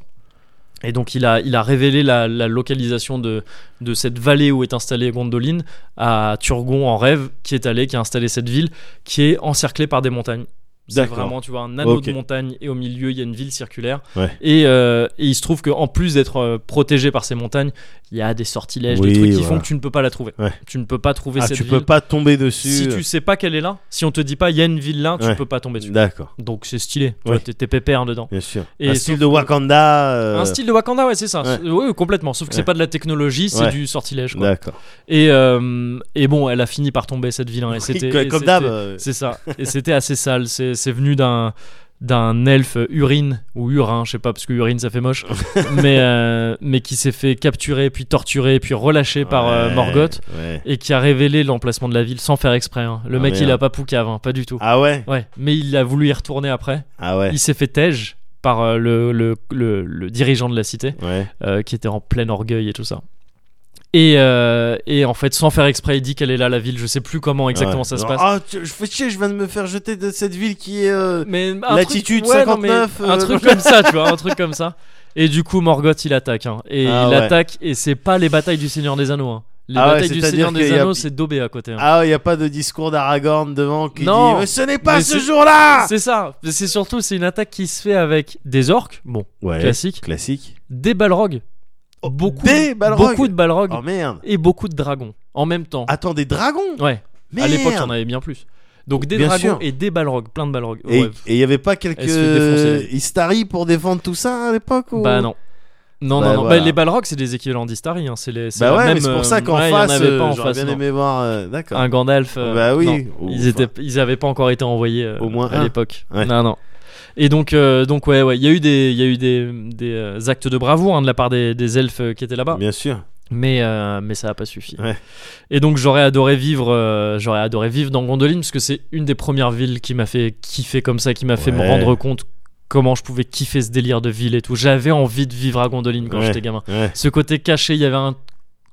Speaker 1: Et donc il a, il a révélé la, la localisation de, de cette vallée où est installée Gondoline à Turgon en rêve, qui est allé, qui a installé cette ville, qui est encerclée par des montagnes. C'est
Speaker 2: D'accord.
Speaker 1: vraiment, tu vois, un anneau
Speaker 2: Ok.
Speaker 1: de montagne et au milieu il y a une ville circulaire.
Speaker 2: Ouais.
Speaker 1: Et, euh, et il se trouve qu'en plus d'être euh, protégé par ces montagnes, il y a des sortilèges,
Speaker 2: Oui,
Speaker 1: des trucs qui
Speaker 2: voilà.
Speaker 1: font que tu ne peux pas la trouver.
Speaker 2: Ouais.
Speaker 1: Tu ne peux pas trouver
Speaker 2: Ah,
Speaker 1: cette
Speaker 2: tu
Speaker 1: ville.
Speaker 2: peux pas tomber dessus. euh,
Speaker 1: Si tu sais pas qu'elle est là, si on te dit pas il y a une ville là, tu
Speaker 2: Ouais.
Speaker 1: peux pas tomber dessus.
Speaker 2: D'accord,
Speaker 1: Donc c'est stylé. Tu
Speaker 2: Ouais.
Speaker 1: vois, T'es t'es pépère dedans.
Speaker 2: bien sûr.
Speaker 1: Et
Speaker 2: un
Speaker 1: sauf
Speaker 2: style de Wakanda. euh,
Speaker 1: Un style de Wakanda, ouais, c'est ça.
Speaker 2: Ouais.
Speaker 1: C'est- ouais, complètement. Sauf que c'est
Speaker 2: Ouais.
Speaker 1: pas de la technologie, c'est
Speaker 2: Ouais.
Speaker 1: du sortilège. Quoi.
Speaker 2: D'accord.
Speaker 1: Et, euh, et bon, elle a fini par tomber cette ville. hein, et c'était
Speaker 2: Oui,
Speaker 1: et
Speaker 2: Comme
Speaker 1: c'était-
Speaker 2: d'hab. euh,
Speaker 1: C'est ça. Et c'était assez sale. C'est c'est venu d'un d'un elfe urine ou urin, je sais pas parce que urine ça fait moche, mais euh, mais qui s'est fait capturer puis torturer puis relâché par euh,
Speaker 2: ouais,
Speaker 1: Morgoth
Speaker 2: ouais.
Speaker 1: et qui a révélé l'emplacement de la ville sans faire exprès. hein. Le
Speaker 2: Ah,
Speaker 1: mec, il
Speaker 2: merde.
Speaker 1: a pas poucave, hein, pas du tout.
Speaker 2: Ah ouais
Speaker 1: Ouais, mais il a voulu y retourner après.
Speaker 2: Ah ouais.
Speaker 1: Il s'est fait tège par euh, le, le, le, le dirigeant de la cité,
Speaker 2: Ouais.
Speaker 1: euh, qui était en plein orgueil et tout ça. Et, euh, et en fait, sans faire exprès, il dit qu'elle est là, la ville. Je sais plus comment exactement
Speaker 2: Ouais.
Speaker 1: ça se
Speaker 2: Genre,
Speaker 1: passe.
Speaker 2: Ah, tu- je fais chier, je viens de me faire jeter de cette ville qui est. euh,
Speaker 1: mais un truc-
Speaker 2: Latitude
Speaker 1: ouais, non, mais
Speaker 2: 59, euh,
Speaker 1: un truc comme ça, tu vois, un truc comme ça. Et du coup, Morgoth il attaque, hein. et
Speaker 2: Ah
Speaker 1: il
Speaker 2: ouais.
Speaker 1: attaque, et c'est pas les batailles du Seigneur des Anneaux. hein. Les
Speaker 2: Ah ouais,
Speaker 1: batailles du
Speaker 2: c'est-à-dire
Speaker 1: Seigneur des
Speaker 2: qu'il y a-
Speaker 1: Anneaux, c'est daubé à côté. hein.
Speaker 2: Ah, il n'y a pas de discours d'Aragorn devant qui
Speaker 1: Non.
Speaker 2: dit Mais ce n'est pas
Speaker 1: Mais
Speaker 2: ce
Speaker 1: c'est-
Speaker 2: jour-là
Speaker 1: C'est ça. Mais C'est surtout c'est une attaque qui se fait avec des orques, bon,
Speaker 2: Ouais,
Speaker 1: classique,
Speaker 2: classique.
Speaker 1: des balrogs,
Speaker 2: Oh,
Speaker 1: beaucoup,
Speaker 2: des balrogs
Speaker 1: beaucoup de balrogs
Speaker 2: Oh merde
Speaker 1: et beaucoup de dragons en même temps.
Speaker 2: Attends, des dragons
Speaker 1: ouais. À
Speaker 2: Merde.
Speaker 1: l'époque, il y en avait bien plus. Donc des
Speaker 2: Bien
Speaker 1: dragons
Speaker 2: sûr.
Speaker 1: et des balrogs, plein de balrogs.
Speaker 2: Et
Speaker 1: Ouais.
Speaker 2: et il n'y avait pas quelques
Speaker 1: Elle se fait défoncer, la ville.
Speaker 2: Istari pour défendre tout ça à l'époque ou...
Speaker 1: Bah non. Non,
Speaker 2: Bah,
Speaker 1: non, non.
Speaker 2: voilà.
Speaker 1: Bah, les Balrogs, c'est des équivalents d'Istari. Hein. C'est les, c'est
Speaker 2: Bah
Speaker 1: la
Speaker 2: ouais,
Speaker 1: même,
Speaker 2: mais c'est pour ça
Speaker 1: euh,
Speaker 2: qu'en
Speaker 1: ouais, il y en
Speaker 2: face,
Speaker 1: avait
Speaker 2: euh,
Speaker 1: pas en
Speaker 2: j'aurais
Speaker 1: face,
Speaker 2: bien
Speaker 1: non.
Speaker 2: aimé voir. euh, D'accord.
Speaker 1: Un Gandalf. euh,
Speaker 2: bah oui.
Speaker 1: non.
Speaker 2: Ou-
Speaker 1: Ils, étaient, ils avaient pas encore été envoyés euh,
Speaker 2: Au moins
Speaker 1: à
Speaker 2: un.
Speaker 1: l'époque.
Speaker 2: Ouais.
Speaker 1: Non, non. Et donc, euh, donc ouais, ouais, il y a eu des, il y a eu des, des, euh, actes de bravoure hein, de la part des, des elfes euh, qui étaient là-bas,
Speaker 2: Bien sûr.
Speaker 1: mais euh, mais ça n'a pas suffi.
Speaker 2: Ouais.
Speaker 1: Et donc j'aurais adoré vivre, euh, j'aurais adoré vivre dans Gondoline parce que c'est une des premières villes qui m'a fait kiffer comme ça, qui m'a fait me
Speaker 2: Ouais.
Speaker 1: rendre compte comment je pouvais kiffer ce délire de ville et tout. J'avais envie de vivre à Gondoline quand
Speaker 2: Ouais.
Speaker 1: j'étais gamin
Speaker 2: Ouais.
Speaker 1: ce côté caché, il y avait un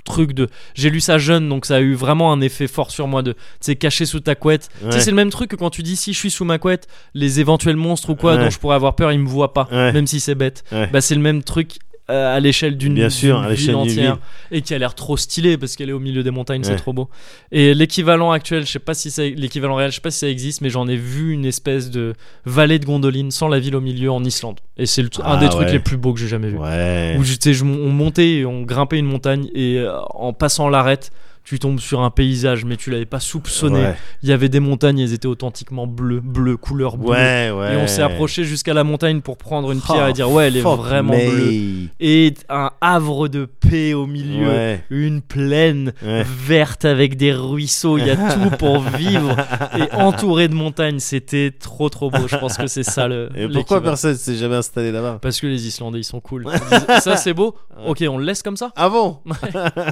Speaker 1: truc de j'ai lu ça jeune donc ça a eu vraiment un effet fort sur moi de tu sais caché sous ta couette tu sais
Speaker 2: Ouais.
Speaker 1: c'est le même truc que quand tu dis si je suis sous ma couette les éventuels monstres ou quoi
Speaker 2: Ouais.
Speaker 1: dont je pourrais avoir peur ils me voient pas
Speaker 2: Ouais.
Speaker 1: même si c'est bête
Speaker 2: Ouais.
Speaker 1: bah c'est le même truc euh, à l'échelle d'une
Speaker 2: Bien sûr,
Speaker 1: d'une
Speaker 2: à
Speaker 1: ville
Speaker 2: l'échelle d'une
Speaker 1: entière et qui a l'air trop stylée parce qu'elle est au milieu des montagnes c'est
Speaker 2: Ouais.
Speaker 1: trop beau et l'équivalent actuel je sais pas si ça l'équivalent réel je sais pas si ça existe mais j'en ai vu une espèce de vallée de gondoline sans la ville au milieu en Islande et c'est le tr- un
Speaker 2: Ah
Speaker 1: des trucs
Speaker 2: ouais.
Speaker 1: les plus beaux que j'ai jamais vu
Speaker 2: Ouais.
Speaker 1: où je- tu sais, je- on montait, on grimpait une montagne et euh, en passant l'arête, tu tombes sur un paysage, mais tu l'avais pas soupçonné.
Speaker 2: Ouais.
Speaker 1: Il y avait des montagnes, elles étaient authentiquement bleues, bleues, couleur bleue.
Speaker 2: Ouais, ouais.
Speaker 1: Et on s'est approché jusqu'à la montagne pour prendre une
Speaker 2: Oh,
Speaker 1: pierre et dire ouais, elle est
Speaker 2: fuck
Speaker 1: vraiment
Speaker 2: me.
Speaker 1: bleue. Et un havre de paix au milieu,
Speaker 2: Ouais.
Speaker 1: une plaine
Speaker 2: Ouais.
Speaker 1: verte avec des ruisseaux, il y a tout pour vivre et entouré de montagnes, c'était trop trop beau. Je pense que c'est ça le.
Speaker 2: Et pourquoi
Speaker 1: l'équivalent.
Speaker 2: personne s'est jamais installé là-bas
Speaker 1: Parce que les Islandais ils sont cool. Ils disent, ça c'est beau.
Speaker 2: Ouais.
Speaker 1: Ok, on le laisse comme ça. Ah,
Speaker 2: Avant
Speaker 1: Ouais,
Speaker 2: Ah Ils ont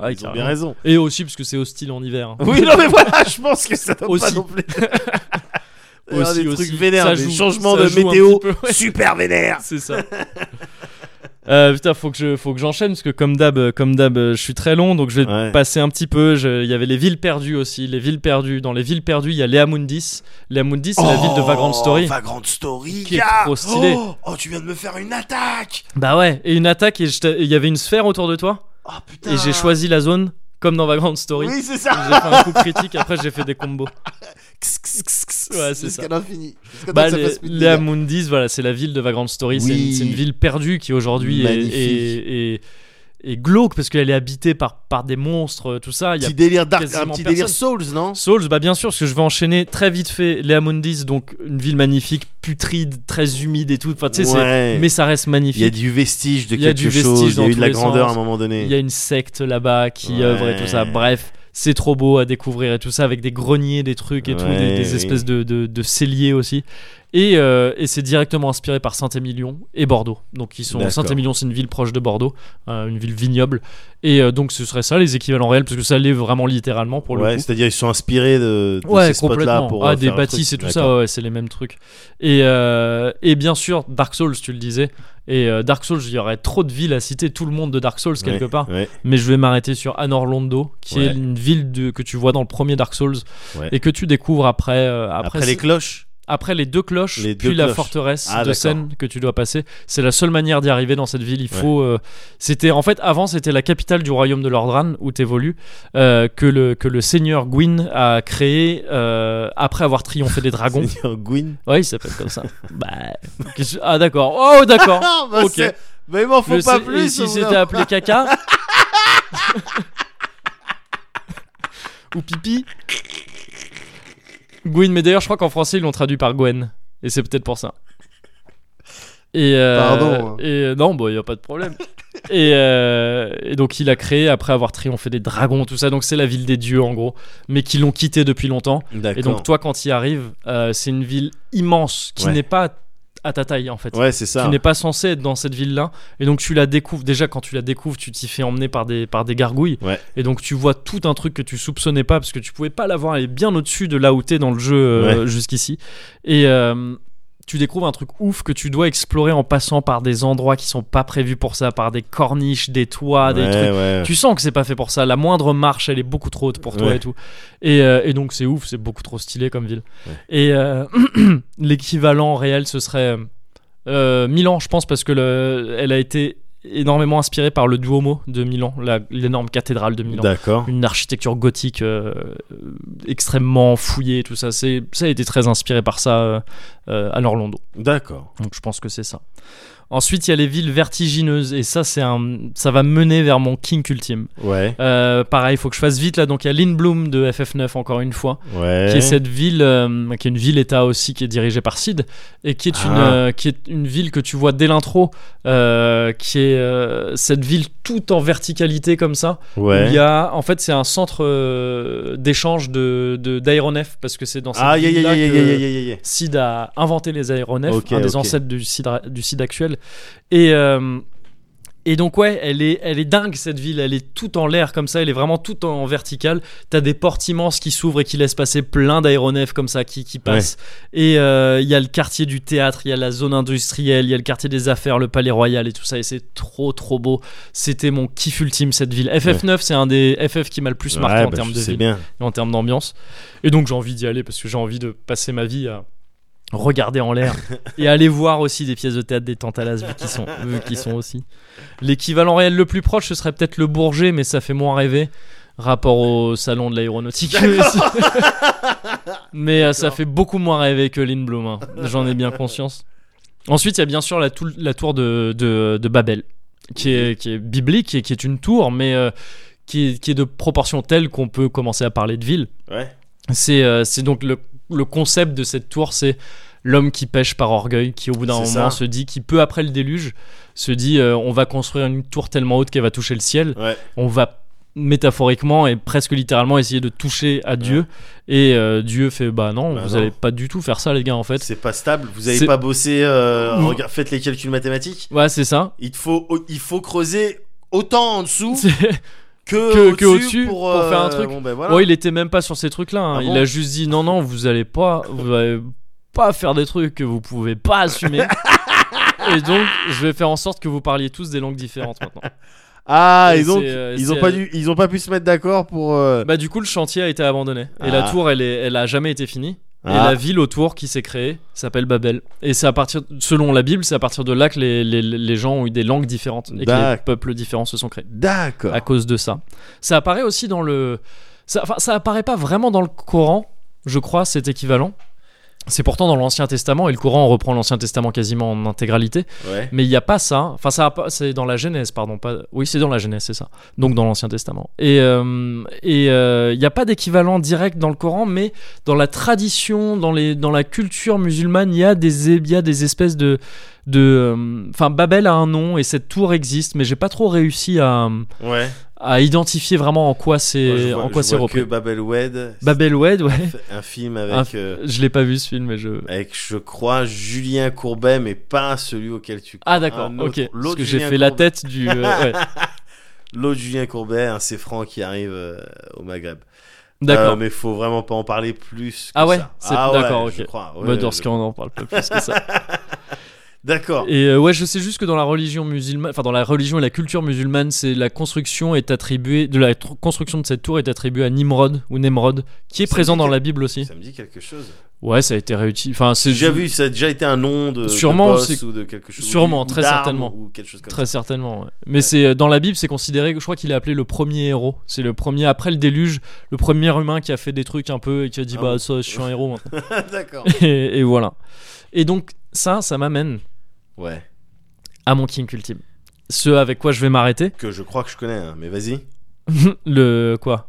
Speaker 1: Ah, carrément.
Speaker 2: bien raison.
Speaker 1: Et aussi parce que c'est hostile en hiver. hein.
Speaker 2: Oui, non, mais voilà, je pense que ça doit pas
Speaker 1: Aussi.
Speaker 2: non plus. Il y a
Speaker 1: Aussi,
Speaker 2: des
Speaker 1: aussi.
Speaker 2: trucs vénères,
Speaker 1: Ça
Speaker 2: des
Speaker 1: joue,
Speaker 2: changements
Speaker 1: ça
Speaker 2: de
Speaker 1: joue un
Speaker 2: météo
Speaker 1: petit peu, ouais.
Speaker 2: super vénères.
Speaker 1: C'est ça. Euh, putain, faut que je, faut que j'enchaîne parce que comme d'hab, euh, comme d'hab, euh, je suis très long, donc je vais
Speaker 2: Ouais.
Speaker 1: passer un petit peu. Je- Il y avait les villes perdues aussi, les villes perdues. Dans les villes perdues, il y a Leamundis. Leamundis, c'est la ville de Vagrant Story.
Speaker 2: Oh, Vagrant Story,
Speaker 1: Qui est
Speaker 2: gars.
Speaker 1: trop stylé.
Speaker 2: Oh, oh, tu viens de me faire une attaque.
Speaker 1: Bah ouais. Et une attaque et je t'ai- et il y avait une sphère autour de toi.
Speaker 2: Oh putain.
Speaker 1: Et j'ai choisi la zone comme dans Vagrant Story.
Speaker 2: Oui, c'est ça.
Speaker 1: J'ai fait un coup critique. Après, j'ai fait des combos.
Speaker 2: Ouais,
Speaker 1: Ouais, c'est ça.
Speaker 2: Jusqu'à l'infini. Jusqu'à
Speaker 1: Bah,
Speaker 2: temps que ça
Speaker 1: les-
Speaker 2: fasse plus de dégâts.
Speaker 1: Leamundis, voilà, c'est la ville de Vagrant Story. C'est
Speaker 2: Oui.
Speaker 1: une- C'est une, ville perdue qui aujourd'hui est,
Speaker 2: Magnifique.
Speaker 1: est, est- est glauque parce qu'elle est habitée par, par des monstres, tout ça. Il y a
Speaker 2: Petit délire dark, un
Speaker 1: quasiment
Speaker 2: petit délire
Speaker 1: personne.
Speaker 2: Souls, non
Speaker 1: Souls, bah bien sûr, parce que je vais enchaîner très vite fait. Leamundis, donc une ville magnifique, putride, très humide et tout. Enfin, tu sais, c'est-
Speaker 2: Ouais.
Speaker 1: mais ça reste
Speaker 2: Il y a
Speaker 1: magnifique.
Speaker 2: du vestige de
Speaker 1: Il y a
Speaker 2: quelque
Speaker 1: du vestige
Speaker 2: chose. Il y
Speaker 1: dans
Speaker 2: a eu
Speaker 1: tous
Speaker 2: de la
Speaker 1: les
Speaker 2: grandeur à un
Speaker 1: sens.
Speaker 2: moment
Speaker 1: Il
Speaker 2: donné.
Speaker 1: y a une secte là-bas qui
Speaker 2: Ouais.
Speaker 1: œuvre et tout ça. Bref, c'est trop beau à découvrir et tout ça, avec des greniers, des trucs et tout,
Speaker 2: Ouais,
Speaker 1: des, des
Speaker 2: oui.
Speaker 1: espèces de, de, de celliers aussi. Et, euh, et c'est directement inspiré par Saint-Émilion et Bordeaux. Donc ils sont
Speaker 2: D'accord.
Speaker 1: Saint-Émilion, c'est une ville proche de Bordeaux, euh, une ville vignoble. Et euh, donc ce serait ça les équivalents réels, parce que ça l'est vraiment littéralement pour le
Speaker 2: ouais,
Speaker 1: coup
Speaker 2: c'est-à-dire ils sont inspirés de, de
Speaker 1: ouais,
Speaker 2: ces spots-là
Speaker 1: complètement.
Speaker 2: pour
Speaker 1: ah,
Speaker 2: euh,
Speaker 1: des
Speaker 2: faire leur truc.
Speaker 1: bâtisses et tout ça,
Speaker 2: D'accord.
Speaker 1: ouais, ouais, c'est les mêmes trucs. Et, euh, et bien sûr, Dark Souls, tu le disais. Et euh, Dark Souls, il y aurait trop de villes à citer, tout le monde de Dark Souls quelque
Speaker 2: Ouais,
Speaker 1: part.
Speaker 2: ouais.
Speaker 1: Mais je vais m'arrêter sur Anor Londo, qui est
Speaker 2: Ouais.
Speaker 1: une ville de- que tu vois dans le premier Dark Souls
Speaker 2: Ouais.
Speaker 1: et que tu découvres après, euh,
Speaker 2: Après,
Speaker 1: après,
Speaker 2: les cloches.
Speaker 1: après les deux cloches,
Speaker 2: Les
Speaker 1: puis
Speaker 2: deux
Speaker 1: la
Speaker 2: cloches.
Speaker 1: forteresse
Speaker 2: Ah,
Speaker 1: de
Speaker 2: d'accord.
Speaker 1: Seine que tu dois passer. C'est la seule manière d'y arriver dans cette ville. Il
Speaker 2: Ouais.
Speaker 1: faut. euh, c'était en fait avant c'était la capitale du royaume de Lordran où t'évolues euh, que le que le seigneur Gwyn a créé euh, après avoir triomphé des dragons.
Speaker 2: Seigneur Gwyn.
Speaker 1: ouais, il s'appelle comme ça. bah, qu'est-ce- ah d'accord. Oh d'accord.
Speaker 2: Ah, bah
Speaker 1: Ok.
Speaker 2: c'est- Mais il m'en faut
Speaker 1: Le
Speaker 2: pas
Speaker 1: se-
Speaker 2: plus.
Speaker 1: Et si
Speaker 2: au bout d'un
Speaker 1: c'était appelé caca Ou pipi Gwyn, mais d'ailleurs, je crois qu'en français, ils l'ont traduit par Gwen. Et c'est peut-être pour ça. Et euh,
Speaker 2: Pardon. hein.
Speaker 1: Et euh, non, bon, il n'y a pas de problème. et, euh, et donc, il a créé, après avoir triomphé des dragons, tout ça. Donc, c'est la ville des dieux, en gros. Mais qui l'ont quitté depuis longtemps.
Speaker 2: D'accord.
Speaker 1: Et donc, toi, quand tu y arrives, euh, c'est une ville immense qui
Speaker 2: Ouais.
Speaker 1: n'est pas à ta taille, en fait
Speaker 2: Ouais, c'est ça.
Speaker 1: tu n'es pas censé être dans cette ville-là. Et donc tu la découvres. Déjà, quand tu la découvres, tu t'y fais emmener par des, par des gargouilles.
Speaker 2: Ouais.
Speaker 1: Et donc tu vois tout un truc que tu soupçonnais pas parce que tu pouvais pas l'avoir. Elle est bien au-dessus de là où t'es dans le jeu euh, jusqu'ici. Et. euh, tu découvres un truc ouf que tu dois explorer en passant par des endroits qui sont pas prévus pour ça, par des corniches, des toits, des
Speaker 2: Ouais,
Speaker 1: trucs
Speaker 2: ouais.
Speaker 1: tu sens que c'est pas fait pour ça. La moindre marche, elle est beaucoup trop haute pour toi
Speaker 2: Ouais.
Speaker 1: et tout. Et, euh, et donc, c'est ouf, c'est beaucoup trop stylé comme ville.
Speaker 2: Ouais.
Speaker 1: Et euh, l'équivalent réel, ce serait euh, Milan, je pense, parce que le- elle a été énormément inspirée par le Duomo de Milan, la- l'énorme cathédrale de Milan.
Speaker 2: D'accord.
Speaker 1: Une architecture gothique euh, euh, extrêmement fouillée, tout ça. C'est- Ça a été très inspiré par ça euh, euh, à l'Orlando.
Speaker 2: D'accord.
Speaker 1: Donc je pense que c'est ça. Ensuite, il y a les villes vertigineuses et ça, c'est un, ça va mener vers mon kink ultime.
Speaker 2: Ouais.
Speaker 1: Euh, pareil, il faut que je fasse vite là. Donc il y a Lindblom de FF9 encore une fois,
Speaker 2: Ouais.
Speaker 1: qui est cette ville, euh, qui est une ville-état aussi, qui est dirigée par Sid et qui est une,
Speaker 2: Ah.
Speaker 1: euh, qui est une ville que tu vois dès l'intro, euh, qui est euh, cette ville toute en verticalité comme ça. où
Speaker 2: Ouais.
Speaker 1: Il y a, en fait, c'est un centre euh, d'échange de de- d'aéronefs parce que c'est dans cette
Speaker 2: Ah, yeah, yeah,
Speaker 1: ville-là
Speaker 2: yeah, yeah,
Speaker 1: que-
Speaker 2: yeah, yeah, yeah, yeah.
Speaker 1: Sid a inventé les aéronefs,
Speaker 2: Ok,
Speaker 1: un des
Speaker 2: ok.
Speaker 1: ancêtres du Sid, ra- du Cid actuel. Et, euh, et donc, ouais, elle est, elle est dingue cette ville, elle est tout en l'air comme ça, elle est vraiment tout en, en verticale. T'as des portes immenses qui s'ouvrent et qui laissent passer plein d'aéronefs comme ça qui, qui passent. Et euh, il y a le quartier du théâtre, il y a la zone industrielle, il y a le quartier des affaires, le palais royal et tout ça, et c'est trop, trop beau. C'était mon kiff ultime cette ville. FF9, c'est un des FF qui m'a le plus marqué
Speaker 2: Ouais,
Speaker 1: en
Speaker 2: bah,
Speaker 1: termes
Speaker 2: je
Speaker 1: de
Speaker 2: sais
Speaker 1: ville
Speaker 2: bien.
Speaker 1: et en termes d'ambiance. Et donc j'ai envie d'y aller parce que j'ai envie de passer ma vie à regarder en l'air et aller voir aussi des pièces de théâtre des Tantalas vu qu'ils sont, vu qu'ils sont aussi. L'équivalent réel le plus proche, ce serait peut-être le Bourget, mais ça fait moins rêver. Rapport au salon de l'aéronautique. mais euh, ça fait beaucoup moins rêver que Lindblom. hein. J'en ai bien conscience. Ensuite, il y a bien sûr la, toul- la tour de, de- de Babel, qui est, qui est biblique et qui est une tour, mais euh, qui, est, qui est de proportion telle qu'on peut commencer à parler de ville.
Speaker 2: Ouais.
Speaker 1: C'est euh, c'est donc le, le concept de cette tour, c'est l'homme qui pêche par orgueil, qui au bout d'un moment
Speaker 2: C'est ça.
Speaker 1: se dit, qui peu après le déluge, se dit euh, on va construire une tour tellement haute qu'elle va toucher le ciel,
Speaker 2: Ouais.
Speaker 1: on va métaphoriquement et presque littéralement essayer de toucher à Dieu et euh, Dieu fait bah non
Speaker 2: Bah
Speaker 1: vous
Speaker 2: non.
Speaker 1: allez pas du tout faire ça les gars en fait
Speaker 2: C'est pas stable. Vous
Speaker 1: C'est-
Speaker 2: avez pas bossé. euh,
Speaker 1: Ouh.
Speaker 2: regarde, faites les calculs mathématiques.
Speaker 1: ouais c'est ça
Speaker 2: Il te faut, il faut creuser autant en dessous
Speaker 1: C'est-
Speaker 2: que,
Speaker 1: que- que au-dessus,
Speaker 2: au-dessus
Speaker 1: pour faire un
Speaker 2: euh,
Speaker 1: truc.
Speaker 2: Bon, ben voilà.
Speaker 1: Ouais, il était même pas sur ces trucs-là. hein.
Speaker 2: Ah
Speaker 1: il
Speaker 2: bon
Speaker 1: a juste dit non, non, vous allez pas, vous allez pas faire des trucs que vous pouvez pas assumer. Et donc, je vais faire en sorte que vous parliez tous des langues différentes maintenant.
Speaker 2: Ah,
Speaker 1: Et
Speaker 2: et donc,
Speaker 1: c'est, euh,
Speaker 2: ils,
Speaker 1: c'est,
Speaker 2: ont pas
Speaker 1: euh,
Speaker 2: dû, ils ont pas pu se mettre d'accord pour. euh,
Speaker 1: Bah, du coup, le chantier a été abandonné. Et la
Speaker 2: Ah.
Speaker 1: tour, elle, est, elle a jamais été finie. Et
Speaker 2: Ah.
Speaker 1: la ville autour qui s'est créée s'appelle Babel. Et c'est à partir, selon la Bible, c'est à partir de là que les, les- les gens ont eu des langues différentes et que les
Speaker 2: D'ac-
Speaker 1: peuples différents se sont créés.
Speaker 2: D'accord.
Speaker 1: à cause de ça. Ça apparaît aussi dans le. Ça, enfin, ça apparaît pas vraiment dans le Coran, je crois, cet équivalent. C'est pourtant dans l'Ancien Testament, et le Coran reprend l'Ancien Testament quasiment en intégralité,
Speaker 2: Ouais.
Speaker 1: mais il n'y a pas ça. Enfin, ça a pas- c'est dans la Genèse, pardon. Pas, oui, c'est dans la Genèse, c'est ça. Donc dans l'Ancien Testament. Et euh, et, euh, il n'y a pas d'équivalent direct dans le Coran, mais dans la tradition, dans, les, dans la culture musulmane, il y a des, il y a des espèces de. de, euh, Enfin, Babel a un nom, et cette tour existe, mais j'ai pas trop réussi à
Speaker 2: Ouais.
Speaker 1: à identifier vraiment en quoi
Speaker 2: Moi, je
Speaker 1: c'est
Speaker 2: vois-
Speaker 1: en quoi
Speaker 2: je
Speaker 1: c'est
Speaker 2: vois que
Speaker 1: repris.
Speaker 2: Babelwed,
Speaker 1: Babelwed, ouais.
Speaker 2: c'est un film
Speaker 1: Un
Speaker 2: avec,
Speaker 1: f-
Speaker 2: euh,
Speaker 1: Je l'ai pas vu ce film, mais je.
Speaker 2: avec, je crois, Julien Courbet, mais pas celui auquel tu.
Speaker 1: Ah d'accord,
Speaker 2: un autre-
Speaker 1: ok. Parce
Speaker 2: l'autre
Speaker 1: que j'ai
Speaker 2: Julien
Speaker 1: fait la
Speaker 2: Courbet.
Speaker 1: tête du. euh, ouais.
Speaker 2: L'autre Julien Courbet, un Céfran qui arrive euh, au Maghreb.
Speaker 1: D'accord.
Speaker 2: Euh, mais faut vraiment pas en parler plus. que
Speaker 1: Ah ouais
Speaker 2: ça.
Speaker 1: C'est-
Speaker 2: Ah ouais,
Speaker 1: d'accord,
Speaker 2: je
Speaker 1: ok.
Speaker 2: crois. Ouais, euh,
Speaker 1: Bah, dans
Speaker 2: je-
Speaker 1: ce cas, on en parle pas plus que ça.
Speaker 2: D'accord.
Speaker 1: Et euh, ouais, je sais juste que dans la religion musulmane, enfin dans la religion et la culture musulmane, c'est la construction est attribuée de la tr- construction de cette tour est attribuée à Nimrod ou Nemrod, qui est
Speaker 2: Ça me
Speaker 1: présent
Speaker 2: dit
Speaker 1: dans
Speaker 2: que-
Speaker 1: la Bible aussi.
Speaker 2: Ça me dit quelque chose.
Speaker 1: Ouais, ça a été réutilisé. Enfin, c'est
Speaker 2: J'ai déjà vu, ça a déjà été un nom de, de
Speaker 1: Sûrement,
Speaker 2: boss
Speaker 1: c'est-
Speaker 2: ou de quelque chose.
Speaker 1: sûrement,
Speaker 2: ou
Speaker 1: très
Speaker 2: d'arme
Speaker 1: certainement.
Speaker 2: Ou quelque chose comme
Speaker 1: Très
Speaker 2: ça.
Speaker 1: certainement. ouais. Mais c'est euh, dans la Bible, c'est considéré. Je crois qu'il est appelé le premier héros. C'est le premier après le déluge, le premier humain qui a fait des trucs un peu et qui a dit
Speaker 2: Ah bon
Speaker 1: bah ça, je suis un héros. maintenant.
Speaker 2: D'accord.
Speaker 1: et, et voilà. Et donc ça, ça m'amène
Speaker 2: Ouais.
Speaker 1: à mon kink ultime. Ce avec quoi je vais m'arrêter.
Speaker 2: Que je crois que je connais, hein, mais vas-y.
Speaker 1: le quoi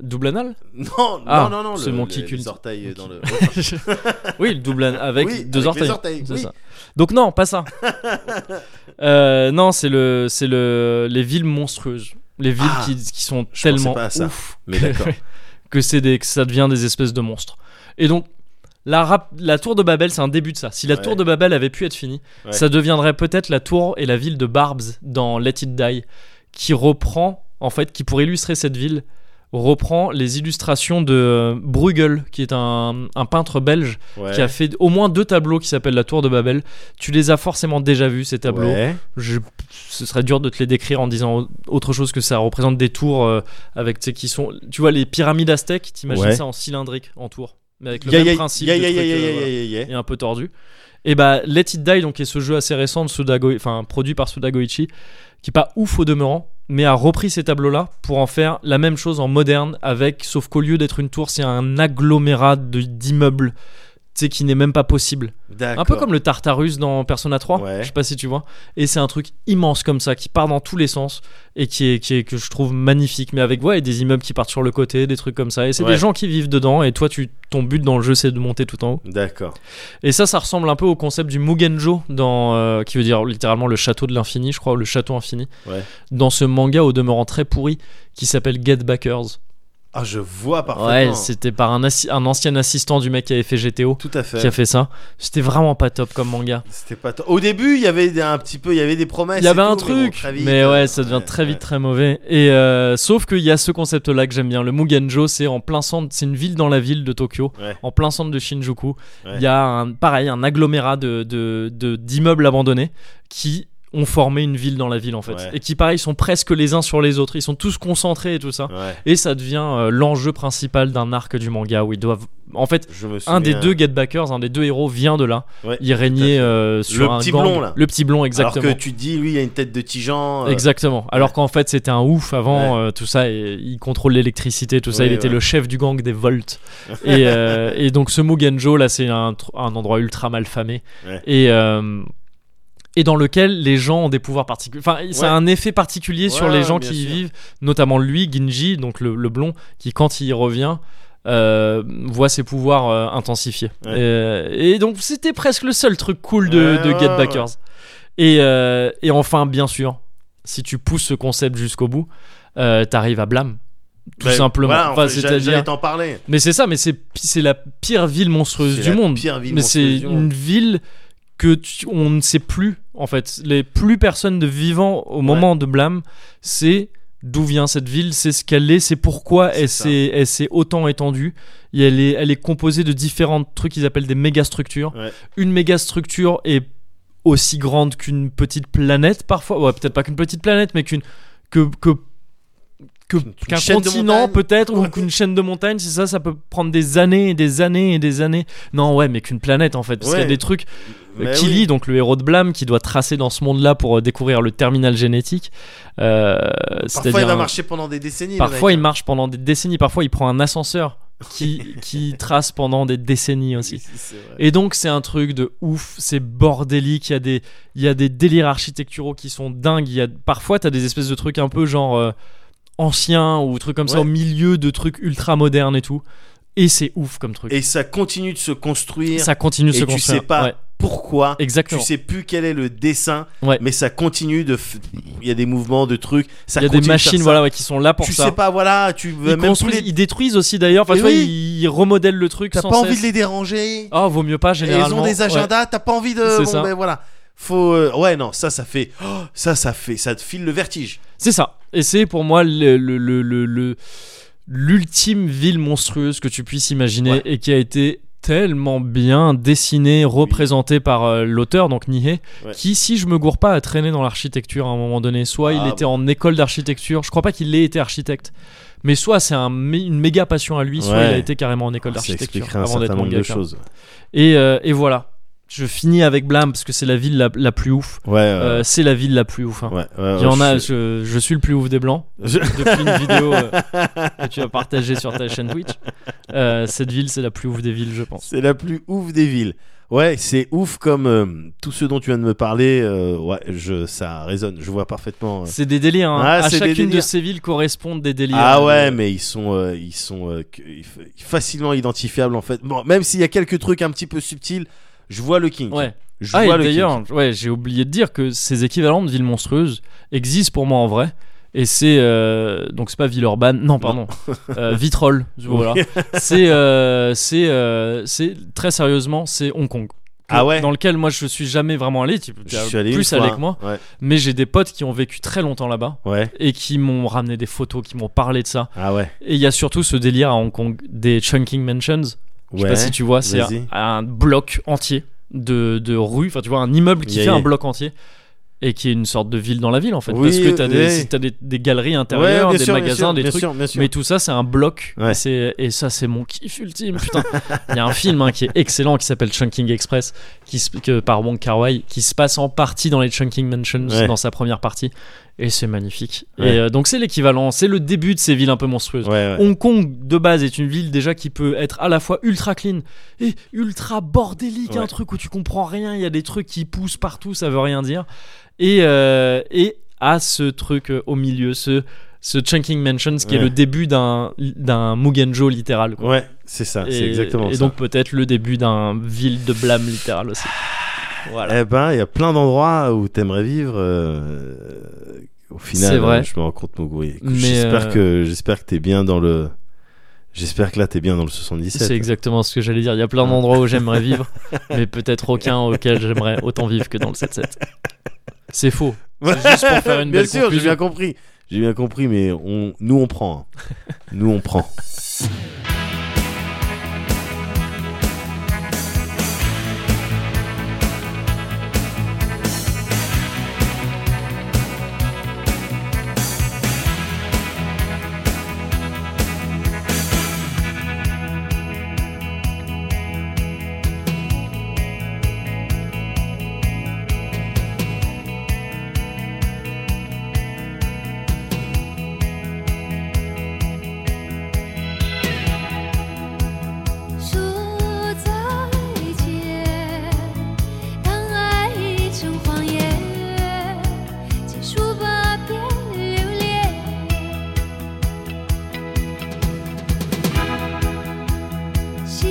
Speaker 1: Double anal
Speaker 2: Non,
Speaker 1: Ah,
Speaker 2: non, non, non.
Speaker 1: c'est
Speaker 2: le-
Speaker 1: mon
Speaker 2: le-
Speaker 1: kick
Speaker 2: les
Speaker 1: ult-
Speaker 2: orteils
Speaker 1: Ok.
Speaker 2: dans le.
Speaker 1: Oui, le double anal avec
Speaker 2: Oui,
Speaker 1: deux
Speaker 2: avec les
Speaker 1: orteils.
Speaker 2: orteils,
Speaker 1: C'est
Speaker 2: oui.
Speaker 1: ça. Donc non, pas ça. Euh, non, c'est le, c'est le, les villes monstrueuses, les villes
Speaker 2: Ah,
Speaker 1: qui, qui sont
Speaker 2: je pensais
Speaker 1: tellement
Speaker 2: pas à ça,
Speaker 1: ouf
Speaker 2: mais
Speaker 1: que-
Speaker 2: d'accord.
Speaker 1: que c'est des, que ça devient des espèces de monstres. Et donc la, rap- la tour de Babel, c'est un début de ça. Si la
Speaker 2: Ouais.
Speaker 1: tour de Babel avait pu être finie,
Speaker 2: Ouais.
Speaker 1: ça deviendrait peut-être la tour et la ville de Barbes dans Let It Die, qui reprend en fait, qui pour illustrer cette ville reprend les illustrations de euh, Bruegel, qui est un- un peintre belge
Speaker 2: Ouais.
Speaker 1: qui a fait au moins deux tableaux qui s'appellent La Tour de Babel. Tu les as forcément déjà vus, ces tableaux.
Speaker 2: Ouais.
Speaker 1: Je- ce serait dur de te les décrire en disant au- autre chose que ça représente des tours euh, avec, tu sais, qui sont. Tu vois, les pyramides aztèques, t'imagines
Speaker 2: Ouais.
Speaker 1: ça en cylindrique, en tour. Mais avec le
Speaker 2: Ya,
Speaker 1: même
Speaker 2: ya,
Speaker 1: principe.
Speaker 2: ya,
Speaker 1: de
Speaker 2: ya,
Speaker 1: truc,
Speaker 2: ya,
Speaker 1: euh,
Speaker 2: ya,
Speaker 1: voilà,
Speaker 2: ya, ya, ya.
Speaker 1: Et un peu tordu. Et bah, Let It Die, donc, est ce jeu assez récent de Suda Go- enfin, produit par Suda Goichi, qui est pas ouf au demeurant, mais a repris ces tableaux-là pour en faire la même chose en moderne, avec, sauf qu'au lieu d'être une tour, c'est un agglomérat de- d'immeubles, tu sais, qui n'est même pas possible.
Speaker 2: D'accord.
Speaker 1: Un peu comme le Tartarus dans Persona 3,
Speaker 2: Ouais.
Speaker 1: je sais pas si tu vois. Et c'est un truc immense comme ça, qui part dans tous les sens, et qui est, qui est- que je trouve magnifique, mais avec ouais, des immeubles qui partent sur le côté, des trucs comme ça. Et c'est
Speaker 2: Ouais.
Speaker 1: des gens qui vivent dedans, et toi, tu, ton but dans le jeu, c'est de monter tout en haut.
Speaker 2: D'accord.
Speaker 1: Et ça, ça ressemble un peu au concept du Mugenjo, dans, euh, qui veut dire littéralement le château de l'infini, je crois, ou le château infini,
Speaker 2: Ouais.
Speaker 1: dans ce manga au demeurant très pourri, qui s'appelle Get Backers.
Speaker 2: Ah, je vois parfaitement.
Speaker 1: Ouais, c'était par un, assi- un ancien assistant du mec qui avait fait GTO.
Speaker 2: Tout à
Speaker 1: Qui a
Speaker 2: fait.
Speaker 1: fait ça, c'était vraiment pas top comme manga.
Speaker 2: C'était pas. t- Au début, il y avait des- un petit peu, il y avait des promesses.
Speaker 1: Il y
Speaker 2: et
Speaker 1: avait un
Speaker 2: tout, mais bon,
Speaker 1: truc,
Speaker 2: très
Speaker 1: mais,
Speaker 2: vite, euh,
Speaker 1: ouais, ça devient très vite
Speaker 2: ouais.
Speaker 1: très mauvais. Et euh, sauf qu'il y a ce concept-là que j'aime bien. Le Mugenjo, c'est en plein centre, c'est une ville dans la ville de Tokyo,
Speaker 2: Ouais.
Speaker 1: en plein centre de Shinjuku. Il
Speaker 2: Ouais.
Speaker 1: y a un, pareil un agglomérat de de- de- d'immeubles abandonnés qui ont formé une ville dans la ville en fait,
Speaker 2: Ouais.
Speaker 1: et qui pareil sont presque les uns sur les autres. Ils sont tous concentrés et tout ça.
Speaker 2: Ouais.
Speaker 1: Et ça devient euh, l'enjeu principal d'un arc du manga où ils doivent, en fait,
Speaker 2: Je me euh, souviens.
Speaker 1: un des deux Getbackers, un des deux héros vient de là.
Speaker 2: Ouais,
Speaker 1: Il régnait euh, sur
Speaker 2: Le
Speaker 1: un
Speaker 2: petit
Speaker 1: gang.
Speaker 2: blond, là.
Speaker 1: Le petit blond, exactement.
Speaker 2: Alors que tu te dis, lui, il a une tête de tigeant. euh,
Speaker 1: Exactement. Alors qu'en fait, c'était un ouf avant euh, tout ça. Et il contrôle l'électricité, tout ça.
Speaker 2: Ouais,
Speaker 1: il était
Speaker 2: ouais.
Speaker 1: le chef du gang des Volts. et, euh, et donc, ce Mugenjo, là, c'est un, tr- un endroit ultra malfamé.
Speaker 2: Ouais.
Speaker 1: Et. euh, et dans lequel les gens ont des pouvoirs particuliers. Enfin, ça a
Speaker 2: Ouais.
Speaker 1: un effet particulier sur
Speaker 2: Ouais,
Speaker 1: les gens
Speaker 2: bien
Speaker 1: qui y
Speaker 2: sûr.
Speaker 1: vivent, notamment lui, Ginji, donc le, le blond, qui quand il y revient euh, voit ses pouvoirs euh, intensifiés.
Speaker 2: Ouais.
Speaker 1: Euh, et donc c'était presque le seul truc cool de,
Speaker 2: Ouais,
Speaker 1: de
Speaker 2: ouais,
Speaker 1: Get
Speaker 2: ouais.
Speaker 1: Backers. Et, euh, et enfin, bien sûr, si tu pousses ce concept jusqu'au bout, euh, t'arrives à Blam. Tout
Speaker 2: bah,
Speaker 1: simplement.
Speaker 2: Voilà,
Speaker 1: Enfin,
Speaker 2: enfin, j'allais
Speaker 1: c'est-à-dire-
Speaker 2: j'allais t'en parler.
Speaker 1: Mais c'est ça, mais c'est c'est la pire ville monstrueuse
Speaker 2: C'est
Speaker 1: du
Speaker 2: la
Speaker 1: monde.
Speaker 2: pire ville
Speaker 1: mais c'est
Speaker 2: monstrueuse du monde.
Speaker 1: une ville que tu- on ne sait plus en fait. Les plus personne de vivant au moment de blâme, c'est d'où vient cette ville, c'est ce qu'elle est, c'est pourquoi
Speaker 2: C'est
Speaker 1: elle
Speaker 2: ça.
Speaker 1: s'est elle s'est autant étendue. Et elle est elle est composée de différents trucs qu'ils appellent des mégastructures.
Speaker 2: Ouais.
Speaker 1: Une mégastructure est aussi grande qu'une petite planète parfois. Ouais, peut-être pas qu'une petite planète, mais qu'une que que que- qu'un
Speaker 2: chaîne de
Speaker 1: continent
Speaker 2: montagnes.
Speaker 1: peut-être ou
Speaker 2: Ouais.
Speaker 1: qu'une chaîne de montagnes c'est ça ça peut prendre des années et des années et des années non ouais mais qu'une planète en fait parce qu'il y a
Speaker 2: Ouais.
Speaker 1: des trucs
Speaker 2: Mais
Speaker 1: Killy
Speaker 2: oui.
Speaker 1: donc le héros de Blam qui doit tracer dans ce monde là pour euh, découvrir le terminal génétique euh,
Speaker 2: Parfois, il
Speaker 1: c'est-à-dire
Speaker 2: va
Speaker 1: un-
Speaker 2: marcher pendant des décennies. le
Speaker 1: parfois
Speaker 2: mec.
Speaker 1: il
Speaker 2: hein.
Speaker 1: marche pendant des décennies parfois il prend un ascenseur qui qui trace pendant des décennies aussi
Speaker 2: C'est vrai.
Speaker 1: et donc c'est un truc de ouf, c'est bordélique, il y a des il y a des délires architecturaux qui sont dingues, il y a parfois t'as des espèces de trucs un peu genre euh, anciens ou trucs comme ça
Speaker 2: Ouais.
Speaker 1: au milieu de trucs ultra modernes et tout. Et c'est ouf comme truc.
Speaker 2: Et ça continue de se construire.
Speaker 1: ça continue de
Speaker 2: et
Speaker 1: se
Speaker 2: tu
Speaker 1: construire.
Speaker 2: sais pas
Speaker 1: ouais.
Speaker 2: pourquoi.
Speaker 1: Exactement.
Speaker 2: Tu sais plus quel est le dessin,
Speaker 1: Ouais.
Speaker 2: mais ça continue de. f- Il y a des mouvements de trucs. Ça
Speaker 1: Il y a des
Speaker 2: continue de faire
Speaker 1: machines
Speaker 2: ça.
Speaker 1: voilà ouais, qui sont là pour
Speaker 2: Tu
Speaker 1: ça.
Speaker 2: sais pas, voilà, tu veux
Speaker 1: ils,
Speaker 2: même plus
Speaker 1: construisent-
Speaker 2: les.
Speaker 1: ils détruisent aussi d'ailleurs. Enfin,
Speaker 2: Mais
Speaker 1: tu vois,
Speaker 2: oui.
Speaker 1: ils ils remodèlent le truc.
Speaker 2: T'as
Speaker 1: sans
Speaker 2: pas envie
Speaker 1: cesse.
Speaker 2: de les déranger.
Speaker 1: Oh, vaut mieux pas
Speaker 2: Et ils
Speaker 1: généralement.
Speaker 2: ont des
Speaker 1: Ouais.
Speaker 2: agendas, t'as pas envie de.
Speaker 1: C'est
Speaker 2: bon,
Speaker 1: ça.
Speaker 2: ben voilà. Faut. euh, Ouais, non, ça, ça fait. oh, ça, ça fait. Ça te file le vertige.
Speaker 1: C'est ça. Et c'est pour moi le le- le- le- le- l'ultime ville monstrueuse que tu puisses imaginer
Speaker 2: Ouais.
Speaker 1: et qui a été tellement bien dessinée, représentée par euh, l'auteur, donc Nihé,
Speaker 2: Ouais.
Speaker 1: qui, si je me gourre pas, a traîné dans l'architecture à un moment donné. Soit
Speaker 2: Ah,
Speaker 1: il était en école d'architecture, je crois pas qu'il ait été architecte, mais soit c'est un, mé- une méga passion à lui, soit
Speaker 2: Ouais. Ah,
Speaker 1: il a été carrément en école
Speaker 2: Ça
Speaker 1: d'architecture
Speaker 2: expliquerait un
Speaker 1: avant d'être
Speaker 2: certain nombre de
Speaker 1: mangaka.
Speaker 2: choses.
Speaker 1: Et, euh, et voilà. Je finis avec Blam parce que c'est la ville la, la plus ouf.
Speaker 2: Ouais, ouais.
Speaker 1: Euh, c'est la ville la plus ouf. hein.
Speaker 2: ouais, ouais,
Speaker 1: Il y en
Speaker 2: ouais,
Speaker 1: a,
Speaker 2: Euh,
Speaker 1: je,
Speaker 2: je-
Speaker 1: je suis le plus ouf des blancs
Speaker 2: je-
Speaker 1: depuis une vidéo euh, que tu as partagée sur ta chaîne Twitch. Euh, cette ville, c'est la plus ouf des villes, je pense.
Speaker 2: C'est la plus ouf des villes. Ouais, c'est ouf comme euh, tout ce dont tu viens de me parler. euh, ouais, je, ça résonne. Je vois parfaitement. euh.
Speaker 1: C'est des délires. hein.
Speaker 2: Ah,
Speaker 1: à
Speaker 2: c'est des
Speaker 1: chacune de
Speaker 2: délires.
Speaker 1: ces villes correspondent des délires.
Speaker 2: Ah
Speaker 1: Euh,
Speaker 2: ouais, mais ils sont, euh, ils sont euh, que- f- facilement identifiables en fait. Bon, même s'il y a quelques trucs un petit peu subtils, je vois le king.
Speaker 1: Ouais.
Speaker 2: Je
Speaker 1: Ah,
Speaker 2: vois
Speaker 1: et
Speaker 2: le king.
Speaker 1: d'ailleurs, ouais, j'ai oublié de dire que ces équivalents de villes monstrueuses existent pour moi en vrai. Et c'est euh, donc c'est pas Villeurbanne, non pardon, euh, Vitrolles, voilà. c'est euh, c'est euh, c'est très sérieusement c'est Hong Kong. Que-
Speaker 2: Ah ouais.
Speaker 1: Dans lequel moi je suis jamais vraiment allé, tu tu
Speaker 2: Je
Speaker 1: as
Speaker 2: suis allé une
Speaker 1: plus
Speaker 2: fois,
Speaker 1: allé
Speaker 2: hein.
Speaker 1: que moi,
Speaker 2: Ouais.
Speaker 1: mais j'ai des potes qui ont vécu très longtemps là-bas
Speaker 2: Ouais.
Speaker 1: et qui m'ont ramené des photos, qui m'ont parlé de ça.
Speaker 2: Ah ouais.
Speaker 1: Et il y a surtout ce délire à Hong Kong des chunking mansions. Je sais
Speaker 2: Ouais.
Speaker 1: pas si tu vois, c'est
Speaker 2: vas-y.
Speaker 1: un, un bloc entier de, de rues, enfin tu vois, un immeuble qui
Speaker 2: Yeah,
Speaker 1: fait un
Speaker 2: yeah.
Speaker 1: bloc entier et qui est une sorte de ville dans la ville en fait.
Speaker 2: Oui,
Speaker 1: parce que t'as des,
Speaker 2: ouais.
Speaker 1: si t'as des, des galeries
Speaker 2: Ouais,
Speaker 1: intérieures,
Speaker 2: bien
Speaker 1: des
Speaker 2: sûr, bien
Speaker 1: magasins,
Speaker 2: sûr,
Speaker 1: des
Speaker 2: bien
Speaker 1: trucs.
Speaker 2: sûr, bien sûr.
Speaker 1: Mais tout ça, c'est un bloc.
Speaker 2: Ouais.
Speaker 1: Et, c'est- et ça, c'est mon kiff ultime. Putain, il y a un film hein, qui est excellent qui s'appelle Chunking Express, qui se- que, par Wong Kar Wai, qui se passe en partie dans les Chunking Mansions
Speaker 2: Ouais.
Speaker 1: dans sa première partie, et c'est magnifique.
Speaker 2: Ouais.
Speaker 1: Et euh, donc c'est l'équivalent, c'est le début de ces villes un peu monstrueuses.
Speaker 2: Ouais, ouais.
Speaker 1: Hong Kong de base est une ville déjà qui peut être à la fois ultra clean et ultra bordélique,
Speaker 2: Ouais.
Speaker 1: un truc où tu comprends rien, il y a des trucs qui poussent partout, ça veut rien dire. Et, euh, et à ce truc euh, au milieu, ce, ce Chunking Mansions qui est
Speaker 2: Ouais.
Speaker 1: le début d'un d'un Mugenjo littéral. quoi.
Speaker 2: Ouais, c'est ça. Ah, C'est
Speaker 1: Et-
Speaker 2: exactement
Speaker 1: Et
Speaker 2: ça.
Speaker 1: donc peut-être le début d'un ville de blâme littéral aussi. Voilà.
Speaker 2: Eh ben, il y a plein d'endroits où t'aimerais vivre. euh, Au final,
Speaker 1: C'est vrai.
Speaker 2: euh, je me rends compte, Moguri.
Speaker 1: Mais,
Speaker 2: J'espère
Speaker 1: euh,
Speaker 2: que j'espère que t'es bien dans le. J'espère que là t'es bien dans le 77.
Speaker 1: C'est exactement ce que j'allais dire. Il y a plein d'endroits où j'aimerais vivre, mais peut-être aucun auquel j'aimerais autant vivre que dans le 7-7. C'est faux. C'est juste pour faire une
Speaker 2: bien
Speaker 1: belle
Speaker 2: sûr, j'ai
Speaker 1: conclusion.
Speaker 2: bien compris. J'ai bien compris, mais on, nous on prend. hein. Nous on prend.
Speaker 7: 说再见，当爱已成谎言，结束吧，别留恋。心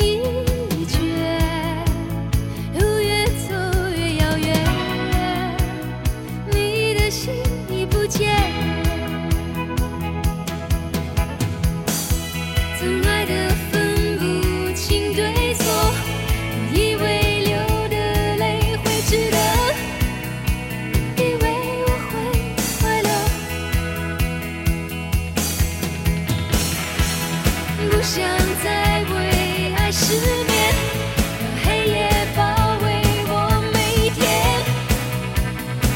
Speaker 7: 已倦，路越走越遥远，你的心已不见。曾爱的分不清对错，你以为流的泪会值得，以为我会快乐，不想再为爱失眠，让黑夜包围我每天，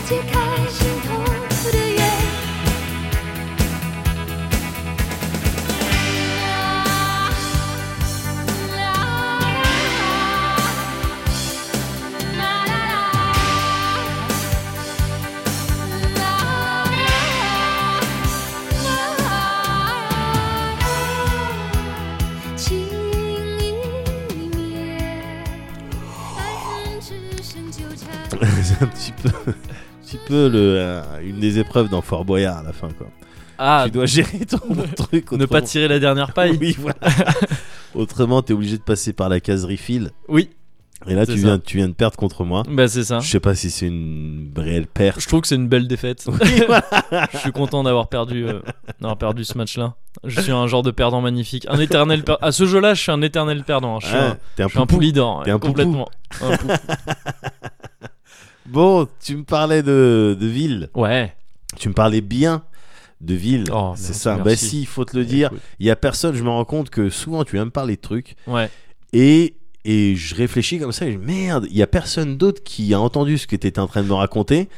Speaker 7: 解开心头的缘。情意灭，爱恨只剩纠缠。
Speaker 2: C'est un petit peu, un petit peu le, euh, une des épreuves dans Fort Boyard à la fin quoi.
Speaker 1: Ah,
Speaker 2: tu dois gérer ton truc.
Speaker 1: ne pas
Speaker 2: autrement-
Speaker 1: tirer la dernière paille.
Speaker 2: Oui, voilà. autrement, t'es obligé de passer par la case refill.
Speaker 1: Oui.
Speaker 2: Et là,
Speaker 1: C'est
Speaker 2: tu
Speaker 1: ça.
Speaker 2: viens, tu viens de perdre contre moi.
Speaker 1: Bah, c'est ça.
Speaker 2: Je sais pas si c'est une réelle perte.
Speaker 1: Je trouve que c'est une belle défaite.
Speaker 2: Oui, voilà.
Speaker 1: Je suis content d'avoir perdu, euh, d'avoir perdu ce match-là. Je suis un genre de perdant magnifique. Un éternel per- À ce jeu-là, je suis un éternel perdant. Je suis un,
Speaker 2: Ouais, T'es un
Speaker 1: je suis un
Speaker 2: poupou.
Speaker 1: poulie d'or.
Speaker 2: T'es un poupou.
Speaker 1: complètement. Un pou-
Speaker 2: Bon, tu me parlais de, de ville.
Speaker 1: Ouais.
Speaker 2: Tu me parlais bien de ville.
Speaker 1: Oh,
Speaker 2: c'est
Speaker 1: merci,
Speaker 2: ça. Bah
Speaker 1: merci.
Speaker 2: si, il faut te le dire.
Speaker 1: Écoute.
Speaker 2: Il y a personne. Je me rends compte que souvent tu viens me parler de trucs
Speaker 1: Ouais.
Speaker 2: et et je réfléchis comme ça. Et je, merde, il y a personne d'autre qui a entendu ce que t'étais en train de me raconter.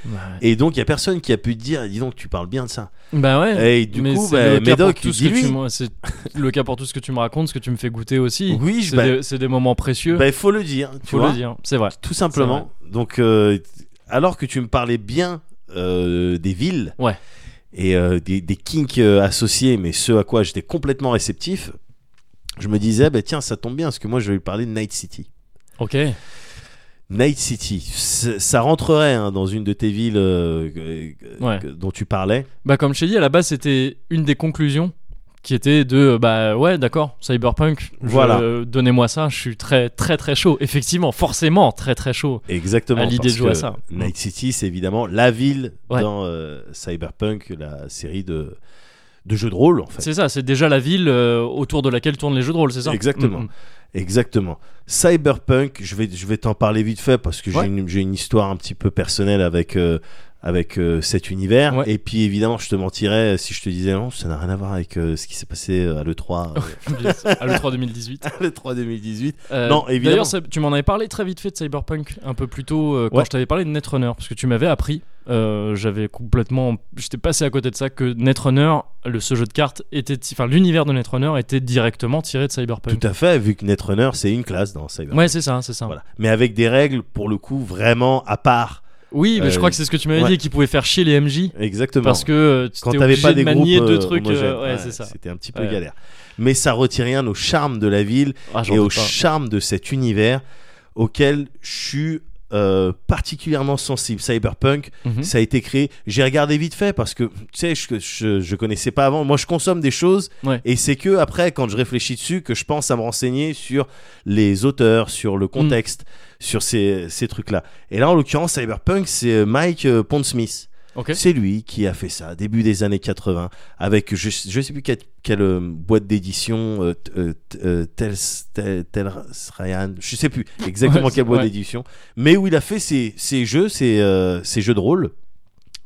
Speaker 2: Et donc il y a personne qui a pu te dire. Dis donc, tu parles bien de ça.
Speaker 1: Bah ouais.
Speaker 2: Et du
Speaker 1: Mais
Speaker 2: coup,
Speaker 1: c'est
Speaker 2: bah,
Speaker 1: le cas pour
Speaker 2: Médoc,
Speaker 1: tout ce que
Speaker 2: dis-lui.
Speaker 1: tu me- c'est le cas pour tout ce que tu me racontes, ce que tu me fais goûter aussi.
Speaker 2: Oui, je-
Speaker 1: C'est
Speaker 2: bah,
Speaker 1: des, c'est des moments précieux.
Speaker 2: bah, faut le dire. Tu
Speaker 1: faut
Speaker 2: vois
Speaker 1: le dire. C'est vrai.
Speaker 2: Tout simplement. Donc, euh, alors que tu me parlais bien euh, des villes
Speaker 1: Ouais.
Speaker 2: et euh, des, des kinks euh, associés, mais ce à quoi j'étais complètement réceptif, je me disais, bah, tiens, ça tombe bien, parce que moi, je vais lui parler de Night City.
Speaker 1: Ok.
Speaker 2: Night City, c'est- ça rentrerait hein, dans une de tes villes euh, que- que-
Speaker 1: Ouais.
Speaker 2: que- dont tu parlais.
Speaker 1: Bah comme je t'ai dit à la base c'était une des conclusions qui était de euh, bah ouais d'accord cyberpunk je-
Speaker 2: Voilà.
Speaker 1: euh, donnez-moi ça je suis très très très chaud effectivement forcément très très chaud
Speaker 2: Exactement.
Speaker 1: À l'idée
Speaker 2: parce
Speaker 1: de jouer à
Speaker 2: que
Speaker 1: ça.
Speaker 2: Night City, c'est évidemment la ville
Speaker 1: Ouais.
Speaker 2: dans euh, Cyberpunk, la série de, de jeux de rôle, en fait.
Speaker 1: c'est ça c'est déjà la ville euh, autour de laquelle tournent les jeux de rôle c'est ça
Speaker 2: Exactement.
Speaker 1: Mm,
Speaker 2: Exactement. Cyberpunk, je vais, je vais t'en parler vite fait parce que j'ai
Speaker 1: Ouais.
Speaker 2: une, j'ai une histoire un petit peu personnelle avec, euh, avec euh, cet univers.
Speaker 1: Ouais.
Speaker 2: Et puis évidemment, je te mentirais si je te disais non, ça n'a rien à voir avec euh, ce qui s'est passé euh, à l'E3. euh,
Speaker 1: mm. Yes. à l'E3 2018
Speaker 2: à l'E3 2018.
Speaker 1: Euh,
Speaker 2: Non, évidemment.
Speaker 1: d'ailleurs ça- tu m'en avais parlé très vite fait de cyberpunk un peu plus tôt euh, quand
Speaker 2: Ouais.
Speaker 1: je t'avais parlé de Netrunner parce que tu m'avais appris euh, j'avais complètement j'étais passé à côté de ça que Netrunner le ce jeu de cartes était enfin l'univers de Netrunner était directement tiré de cyberpunk
Speaker 2: Tout à fait, vu que Netrunner, c'est une classe dans Cyberpunk.
Speaker 1: Ouais, c'est ça, c'est ça.
Speaker 2: Voilà. Mais avec des règles, pour le coup, vraiment à part.
Speaker 1: Oui, mais je
Speaker 2: Euh,
Speaker 1: crois que c'est ce que tu m'avais
Speaker 2: ouais.
Speaker 1: dit, qu'ils pouvaient faire chier les MJ
Speaker 2: Exactement.
Speaker 1: parce que euh, tu
Speaker 2: quand
Speaker 1: t'es
Speaker 2: t'avais
Speaker 1: obligé
Speaker 2: pas des
Speaker 1: de manier
Speaker 2: groupes
Speaker 1: deux
Speaker 2: euh,
Speaker 1: trucs. euh,
Speaker 2: homogènes.
Speaker 1: ouais,
Speaker 2: Ouais,
Speaker 1: c'est ça.
Speaker 2: C'était un petit peu
Speaker 1: Ouais.
Speaker 2: galère. Mais ça retire rien au charme de la ville
Speaker 1: Ah, j'en
Speaker 2: et au
Speaker 1: doute pas.
Speaker 2: charme de cet univers auquel je suis euh, particulièrement sensible. Cyberpunk,
Speaker 1: Mhm.
Speaker 2: ça a été créé. J'ai regardé vite fait parce que tu sais, je, je, je connaissais pas avant. Moi, je consomme des choses
Speaker 1: Ouais.
Speaker 2: et c'est que après, quand je réfléchis dessus, que je pense à me renseigner sur les auteurs, sur le contexte,
Speaker 1: Hmm.
Speaker 2: sur ces, ces trucs-là. Et là, en l'occurrence, Cyberpunk, c'est Mike euh, Pondsmith.
Speaker 1: Ok.
Speaker 2: C'est lui qui a fait ça, début des années 80, avec je, je sais plus quelle, quelle, euh, boîte d'édition, euh, t- euh, t- euh, Tels, Tel- Tel- Ryan, je sais plus exactement
Speaker 1: Ouais, c'est-
Speaker 2: quelle boîte
Speaker 1: ouais.
Speaker 2: d'édition, mais où il a fait ses, ses jeux, ses, euh, ses jeux de rôle.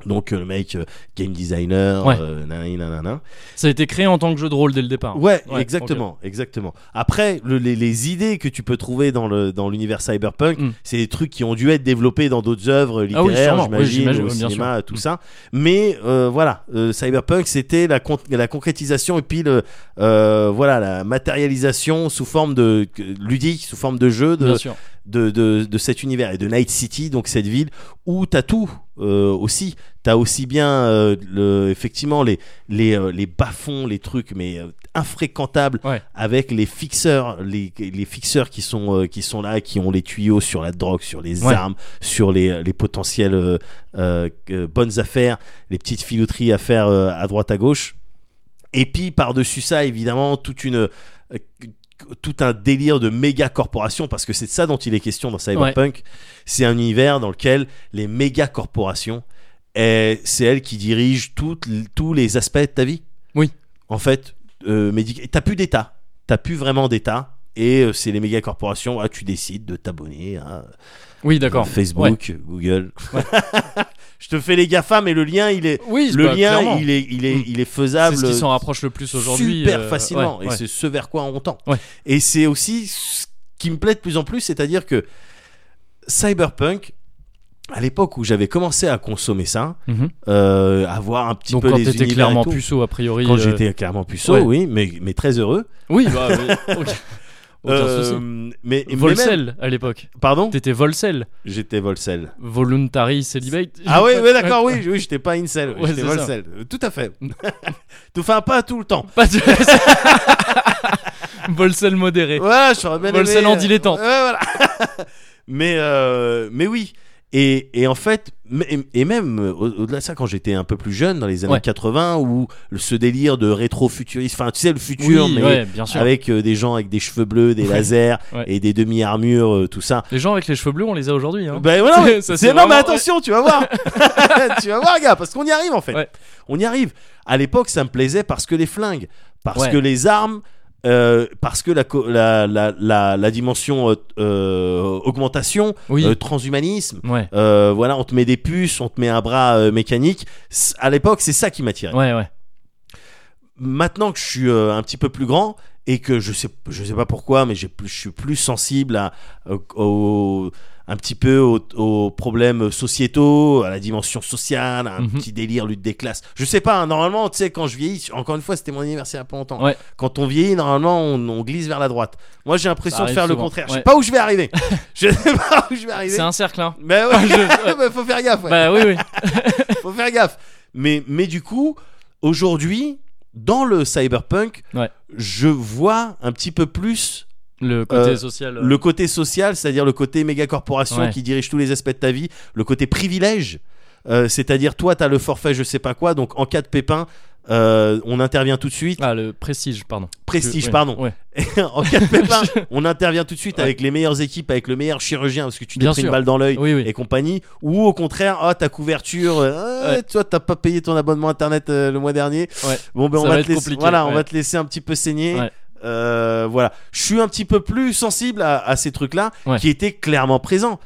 Speaker 2: Donc euh, le mec, euh, game designer,
Speaker 1: Ouais.
Speaker 2: euh, nanani, nanana.
Speaker 1: Ça a été créé en tant que jeu de rôle dès le départ.
Speaker 2: Ouais,
Speaker 1: hein. Ouais,
Speaker 2: exactement, exactement. Après, le- les, les idées que tu peux trouver dans le dans l'univers cyberpunk,
Speaker 1: Mm.
Speaker 2: c'est des trucs qui ont dû être développés dans d'autres
Speaker 1: Ah
Speaker 2: œuvres
Speaker 1: oui,
Speaker 2: littéraires,
Speaker 1: sûrement. Oui,
Speaker 2: j'imagine,
Speaker 1: j'imagine,
Speaker 2: au
Speaker 1: oui, bien
Speaker 2: cinéma,
Speaker 1: sûr.
Speaker 2: tout
Speaker 1: Mm.
Speaker 2: ça. Mais euh, voilà, euh, cyberpunk, c'était la con- la concrétisation et puis le euh, voilà la matérialisation sous forme de ludique, sous forme de jeu, de
Speaker 1: hein, Bien sûr.
Speaker 2: de, de, de cet univers et de Night City, donc cette ville où t'as tout euh, aussi. T'as aussi bien euh, le, effectivement les les, euh, les bas-fonds, les trucs mais euh, infréquentables
Speaker 1: Ouais.
Speaker 2: avec les fixeurs, les, les fixeurs qui sont euh, qui sont là, qui ont les tuyaux sur la drogue, sur les
Speaker 1: Ouais.
Speaker 2: armes, sur les les potentielles euh, euh, euh, bonnes affaires, les petites filouteries à faire euh, à droite à gauche. Et puis par-dessus ça, évidemment, toute une euh, tout un délire de méga corporation parce que c'est de ça dont il est question dans Cyberpunk. C'est un univers dans lequel les méga corporations, euh, c'est elles qui dirigent toutes l- tous les aspects de ta vie.
Speaker 1: Oui.
Speaker 2: En fait, euh, médic- t'as plus d'État, t'as plus vraiment d'État. Et euh, c'est les méga corporations, ah, tu décides de t'abonner à euh,
Speaker 1: Oui, d'accord. Ouais.
Speaker 2: Facebook, Google. Je te fais les GAFA, mais le lien, il est,
Speaker 1: Oui,
Speaker 2: le
Speaker 1: bah,
Speaker 2: lien,
Speaker 1: clairement.
Speaker 2: il est, il est,
Speaker 1: Mm.
Speaker 2: il est
Speaker 1: C'est
Speaker 2: faisable
Speaker 1: ce qui s'en rapproche le plus aujourd'hui.
Speaker 2: super
Speaker 1: euh,
Speaker 2: facilement
Speaker 1: ouais,
Speaker 2: et
Speaker 1: ouais.
Speaker 2: c'est ce vers quoi on tend
Speaker 1: Ouais.
Speaker 2: et c'est aussi ce qui me plaît de plus en plus c'est-à-dire que Cyberpunk à l'époque où j'avais commencé à consommer ça
Speaker 1: Mhm.
Speaker 2: euh, à voir un petit
Speaker 1: Donc
Speaker 2: peu
Speaker 1: quand
Speaker 2: les
Speaker 1: t'étais
Speaker 2: univers et
Speaker 1: clairement
Speaker 2: tout,
Speaker 1: puceau, a priori.
Speaker 2: quand
Speaker 1: euh,
Speaker 2: j'étais clairement puceau
Speaker 1: ouais.
Speaker 2: oui mais, mais très heureux
Speaker 1: Oui, bah, mais- ok. Aucun
Speaker 2: Euh,
Speaker 1: souci.
Speaker 2: mais, mais même-
Speaker 1: Volcel à l'époque.
Speaker 2: pardon
Speaker 1: T'étais Volcel,
Speaker 2: j'étais Volcel
Speaker 1: voluntary celibate.
Speaker 2: ah oui, oui d'accord oui, oui j'étais pas incel
Speaker 1: Ouais, c'est
Speaker 2: j'étais
Speaker 1: ça.
Speaker 2: Volcel Euh, tout à fait enfin pas tout le temps
Speaker 1: Pas de. Volcel modéré.
Speaker 2: Ouais, je serais bien aimé.
Speaker 1: Volsel en dilettante.
Speaker 2: Ouais, voilà. mais, euh, mais oui. Et, et en fait, m- et même euh, au- au-delà de ça, quand j'étais un peu plus jeune, dans les années
Speaker 1: Ouais.
Speaker 2: 80, où le- ce délire de rétro-futuriste, enfin, tu sais, le futur,
Speaker 1: Oui,
Speaker 2: mais
Speaker 1: ouais, bien sûr.
Speaker 2: avec euh, des gens avec des cheveux bleus, des
Speaker 1: Ouais.
Speaker 2: lasers
Speaker 1: Ouais.
Speaker 2: et des demi-armures, euh, tout ça.
Speaker 1: Les gens avec les cheveux bleus, on les a aujourd'hui. Hein.
Speaker 2: Ben voilà, mais
Speaker 1: Ça, c'est
Speaker 2: c'est- non, mais
Speaker 1: vraiment-
Speaker 2: attention, tu vas voir, tu vas voir, gars, parce qu'on y arrive en fait.
Speaker 1: Ouais.
Speaker 2: On y arrive. À l'époque, ça me plaisait parce que les flingues, parce
Speaker 1: Ouais.
Speaker 2: que les armes, euh, parce que la, co- la, la, la, la dimension euh, euh, augmentation,
Speaker 1: oui.
Speaker 2: euh, transhumanisme.
Speaker 1: ouais.
Speaker 2: euh, voilà, on te met des puces, on te met un bras euh, mécanique. C- À l'époque, c'est ça qui m'attirait.
Speaker 1: Ouais, ouais.
Speaker 2: Maintenant que je suis euh, un petit peu plus grand et que je sais, je sais pas pourquoi, mais j'ai plus- je suis plus sensible à, au- au- un petit peu aux, aux problèmes sociétaux, à la dimension sociale, à un
Speaker 1: Mhm.
Speaker 2: petit délire lutte des classes. Je sais pas. hein, normalement, tu sais, quand je vieillis, encore une fois, c'était mon anniversaire il y a pas longtemps.
Speaker 1: Ouais.
Speaker 2: Quand on vieillit, normalement, on, on glisse vers la droite. Moi, j'ai l'impression
Speaker 1: Ça
Speaker 2: de
Speaker 1: arrive
Speaker 2: faire le
Speaker 1: souvent,
Speaker 2: contraire. Je
Speaker 1: ouais.
Speaker 2: sais pas où je vais arriver. je sais pas où je vais arriver.
Speaker 1: C'est un cercle, hein.
Speaker 2: Mais ouais,
Speaker 1: Je-
Speaker 2: bah, faut faire gaffe. ouais.
Speaker 1: Bah oui, oui.
Speaker 2: Faut faire gaffe. Mais, mais du coup, aujourd'hui, dans le cyberpunk,
Speaker 1: Ouais.
Speaker 2: je vois un petit peu plus
Speaker 1: Le côté
Speaker 2: Euh,
Speaker 1: social. euh,
Speaker 2: le côté social, c'est-à-dire le côté méga corporation
Speaker 1: Ouais.
Speaker 2: qui dirige tous les aspects de ta vie, le côté privilège, euh, c'est-à-dire toi, t'as le forfait, je sais pas quoi, donc en cas de pépin. euh, on intervient tout de suite.
Speaker 1: Ah, le prestige, pardon.
Speaker 2: Prestige,
Speaker 1: Ouais,
Speaker 2: pardon.
Speaker 1: ouais.
Speaker 2: en cas de pépin, on intervient tout de suite
Speaker 1: Ouais.
Speaker 2: avec les meilleures équipes, avec le meilleur chirurgien, parce que tu t'es
Speaker 1: Bien
Speaker 2: pris une
Speaker 1: sûr.
Speaker 2: balle dans l'œil
Speaker 1: Oui, oui.
Speaker 2: et compagnie ou au contraire ah ta couverture euh,
Speaker 1: Ouais.
Speaker 2: toi t'as pas payé ton abonnement internet euh, le mois dernier
Speaker 1: Ouais.
Speaker 2: bon ben
Speaker 1: Ça
Speaker 2: on
Speaker 1: va
Speaker 2: va,
Speaker 1: être
Speaker 2: te laisser,
Speaker 1: compliqué,
Speaker 2: voilà on
Speaker 1: ouais.
Speaker 2: va te laisser un petit peu saigner
Speaker 1: Ouais.
Speaker 2: Euh, voilà je suis un petit peu plus sensible à, à ces trucs là
Speaker 1: Ouais.
Speaker 2: qui étaient clairement présents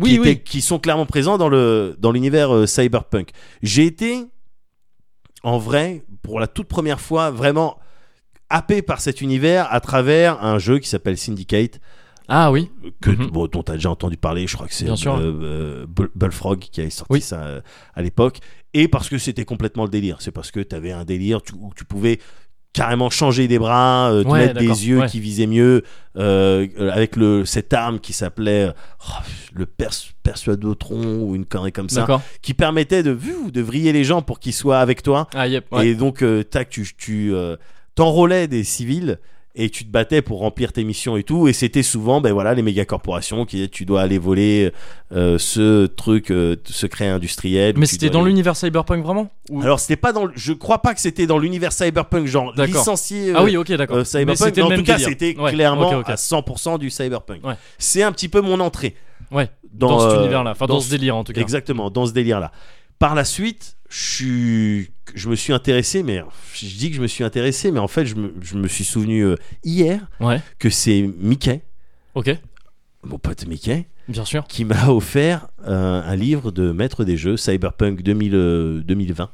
Speaker 1: Oui,
Speaker 2: qui,
Speaker 1: oui.
Speaker 2: étaient- qui sont clairement présents dans le dans l'univers euh, cyberpunk j'ai été en vrai pour la toute première fois vraiment happé par cet univers à travers un jeu qui s'appelle Syndicate
Speaker 1: Ah oui.
Speaker 2: que
Speaker 1: Mhm.
Speaker 2: bon, dont tu as déjà entendu parler, je crois que c'est
Speaker 1: Bien sûr.
Speaker 2: euh, euh, Bull- Bullfrog qui avait sorti
Speaker 1: Oui.
Speaker 2: ça euh, à l'époque, et parce que c'était complètement le délire. C'est parce que tu avais un délire tu- où tu pouvais carrément changer des bras, euh, te
Speaker 1: Ouais,
Speaker 2: mettre des
Speaker 1: d'accord,
Speaker 2: yeux
Speaker 1: ouais.
Speaker 2: qui visaient mieux, euh, euh, avec le, cette arme qui s'appelait euh, oh, le pers- persuadotron ou une connerie comme ça,
Speaker 1: D'accord.
Speaker 2: qui permettait de, de vriller les gens pour qu'ils soient avec toi.
Speaker 1: Ah, yep. Ouais.
Speaker 2: Et donc, euh, tac, tu, tu euh, t'enrôlais des civils et tu te battais pour remplir tes missions et tout. Et c'était souvent, ben voilà, les méga corporations qui disaient tu dois aller voler euh, ce truc euh, secret industriel. ou
Speaker 1: Mais
Speaker 2: tu
Speaker 1: c'était
Speaker 2: dois
Speaker 1: dans
Speaker 2: aller-
Speaker 1: l'univers cyberpunk vraiment Ou-
Speaker 2: Alors, c'était pas dans. le- Je crois pas que c'était dans l'univers cyberpunk, genre
Speaker 1: D'accord.
Speaker 2: licencié. euh,
Speaker 1: Ah oui, ok, d'accord.
Speaker 2: euh,
Speaker 1: Mais
Speaker 2: cyberpunk,
Speaker 1: c'était
Speaker 2: mais
Speaker 1: le
Speaker 2: en
Speaker 1: même
Speaker 2: tout cas,
Speaker 1: délire.
Speaker 2: c'était
Speaker 1: Ouais,
Speaker 2: clairement
Speaker 1: ok, ok.
Speaker 2: à 100% du cyberpunk.
Speaker 1: Ouais.
Speaker 2: C'est un petit peu mon entrée
Speaker 1: Ouais.
Speaker 2: dans,
Speaker 1: Dans, cet
Speaker 2: euh,
Speaker 1: univers-là, enfin dans, ce délire en tout cas.
Speaker 2: Exactement, dans ce délire-là. Par la suite, je, suis- je me suis intéressé, mais je dis que je me suis intéressé, mais en fait, je me, je me suis souvenu euh, hier
Speaker 1: Ouais.
Speaker 2: que c'est Mickey,
Speaker 1: Ok.
Speaker 2: mon pote Mickey,
Speaker 1: Bien sûr.
Speaker 2: qui m'a offert euh, un livre de maître des jeux, Cyberpunk 2000, euh, 2020.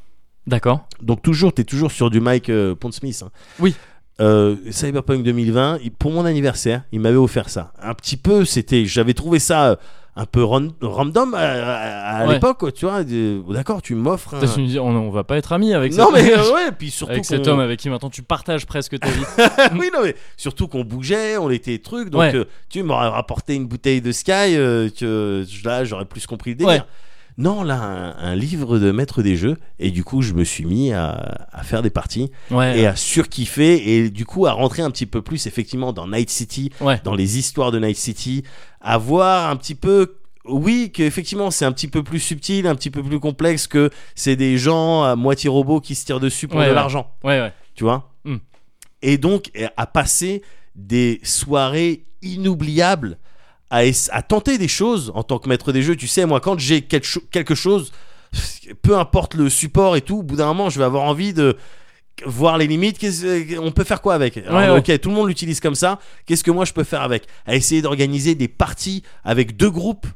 Speaker 1: D'accord.
Speaker 2: Donc, toujours, t'es toujours sur du Mike euh, Pondsmith. hein.
Speaker 1: Oui.
Speaker 2: Euh, Cyberpunk 2020, il- pour mon anniversaire, il m'avait offert ça. Un petit peu, c'était, j'avais trouvé ça euh, un peu ran- random à, à- à
Speaker 1: Ouais.
Speaker 2: l'époque, quoi, tu vois. de- oh, D'accord, tu m'offres. un-
Speaker 1: T'as su me dire, on, on va pas être amis avec
Speaker 2: Non
Speaker 1: cet-
Speaker 2: mais euh, ouais, puis surtout
Speaker 1: avec cet
Speaker 2: qu'on-
Speaker 1: homme avec qui maintenant tu partages presque ta vie.
Speaker 2: oui, non mais surtout qu'on bougeait, on était trucs. Donc
Speaker 1: Ouais.
Speaker 2: euh, tu m'aurais rapporté une bouteille de Sky, euh, que je- là j'aurais plus compris le délire.
Speaker 1: Ouais.
Speaker 2: Non, là un, un livre de maître des jeux et du coup je me suis mis à, à faire des parties
Speaker 1: Ouais.
Speaker 2: et à surkiffer et du coup à rentrer un petit peu plus effectivement dans Night City,
Speaker 1: Ouais.
Speaker 2: dans les histoires de Night City, à voir un petit peu. Oui, qu'effectivement c'est un petit peu plus subtil, un petit peu plus complexe que c'est des gens à moitié robots qui se tirent dessus pour
Speaker 1: Ouais,
Speaker 2: de
Speaker 1: ouais.
Speaker 2: l'argent
Speaker 1: Ouais, ouais.
Speaker 2: tu vois
Speaker 1: Mm.
Speaker 2: et donc et à passer des soirées inoubliables à, ess- à tenter des choses en tant que maître des jeux tu sais moi quand j'ai quelque, cho- quelque chose peu importe le support et tout au bout d'un moment je vais avoir envie de voir les limites qu'est-ce- on peut faire quoi avec Alors,
Speaker 1: Ouais, ouais.
Speaker 2: ok tout le monde l'utilise comme ça qu'est-ce que moi je peux faire avec à essayer d'organiser des parties avec deux groupes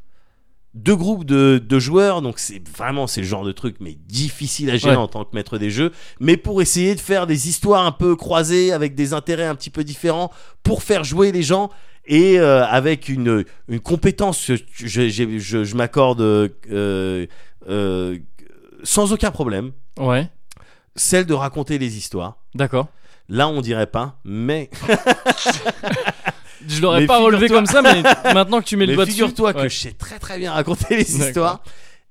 Speaker 2: deux groupes de, de joueurs donc c'est vraiment c'est le genre de truc mais difficile à gérer
Speaker 1: Ouais.
Speaker 2: en tant que maître des jeux mais pour essayer de faire des histoires un peu croisées avec des intérêts un petit peu différents pour faire jouer les gens et euh, avec une, une compétence je, je- je- je- je m'accorde euh, euh, sans aucun problème
Speaker 1: Ouais.
Speaker 2: celle de raconter les histoires
Speaker 1: D'accord.
Speaker 2: là on dirait pas mais
Speaker 1: Je l'aurais
Speaker 2: Mais
Speaker 1: pas relevé comme ça, mais maintenant que tu mets le
Speaker 2: Mais
Speaker 1: doigt dessus.
Speaker 2: figure-toi que
Speaker 1: Ouais.
Speaker 2: je sais très très bien raconter les
Speaker 1: D'accord.
Speaker 2: histoires.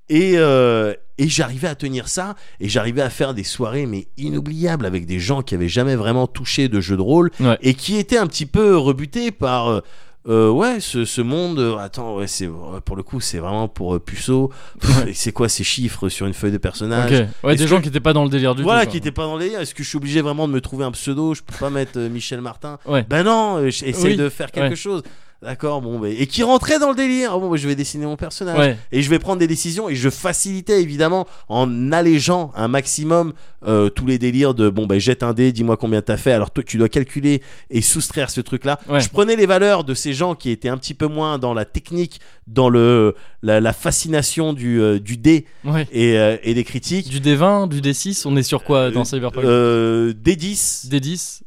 Speaker 2: Et, euh, et j'arrivais à tenir ça, et j'arrivais à faire des soirées mais inoubliables avec des gens qui avaient jamais vraiment touché de jeu de rôle
Speaker 1: Ouais.
Speaker 2: et qui étaient un petit peu rebutés par euh, euh, ouais, ce, ce monde, euh, attends, ouais, c'est euh, pour le coup, c'est vraiment pour euh, puceau. Pff, et C'est quoi ces chiffres sur une feuille de personnage
Speaker 1: Ok. Ouais,
Speaker 2: Est-ce
Speaker 1: des
Speaker 2: que-
Speaker 1: gens qui étaient pas dans le délire du
Speaker 2: Voilà,
Speaker 1: tout.
Speaker 2: qui
Speaker 1: quoi.
Speaker 2: était pas dans les liens. Est-ce que je suis obligé vraiment de me trouver un pseudo Je peux pas mettre euh, Michel Martin.
Speaker 1: Ouais.
Speaker 2: Ben non, euh, j'essaie
Speaker 1: Oui,
Speaker 2: de faire quelque
Speaker 1: ouais.
Speaker 2: chose. D'accord, bon, ben- et qui rentrait dans le délire. Ah Bon, ben, je vais dessiner mon personnage
Speaker 1: Ouais.
Speaker 2: et je vais prendre des décisions et je facilitais évidemment en allégeant un maximum euh, tous les délires de bon ben jette un dé dis-moi combien t'as fait alors toi tu dois calculer et soustraire ce truc là
Speaker 1: Ouais.
Speaker 2: je prenais les valeurs de ces gens qui étaient un petit peu moins dans la technique dans le la, la fascination du, euh, du dé
Speaker 1: Ouais.
Speaker 2: et, euh, et des critiques
Speaker 1: Du D20, du D6, on est sur quoi dans
Speaker 2: Euh,
Speaker 1: Cyberpunk
Speaker 2: euh, des 10
Speaker 1: D10.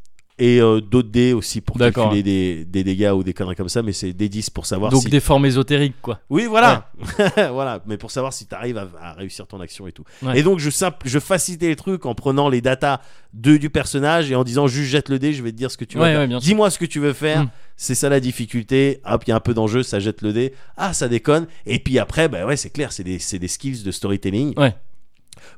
Speaker 2: et euh, d'autres dés aussi pour
Speaker 1: D'accord.
Speaker 2: calculer des, des dégâts ou des conneries comme ça mais c'est des 10 pour savoir
Speaker 1: Donc
Speaker 2: si
Speaker 1: des formes ésotériques, quoi.
Speaker 2: Oui, voilà. voilà. Mais pour savoir si tu arrives à, à réussir ton action et tout.
Speaker 1: Ouais.
Speaker 2: Et donc, je, simp- je facilitais les trucs en prenant les datas de, du personnage et en disant juste jette le dé, je vais te dire ce que tu
Speaker 1: Ouais,
Speaker 2: veux.
Speaker 1: ouais, bien sûr.
Speaker 2: Dis-moi ce que tu veux faire.
Speaker 1: Mm.
Speaker 2: C'est ça la difficulté. Hop, il y a un peu d'enjeu, ça jette le dé. Ah, ça déconne. Et puis après, bah ouais, c'est clair, c'est des, c'est des skills de storytelling
Speaker 1: Ouais.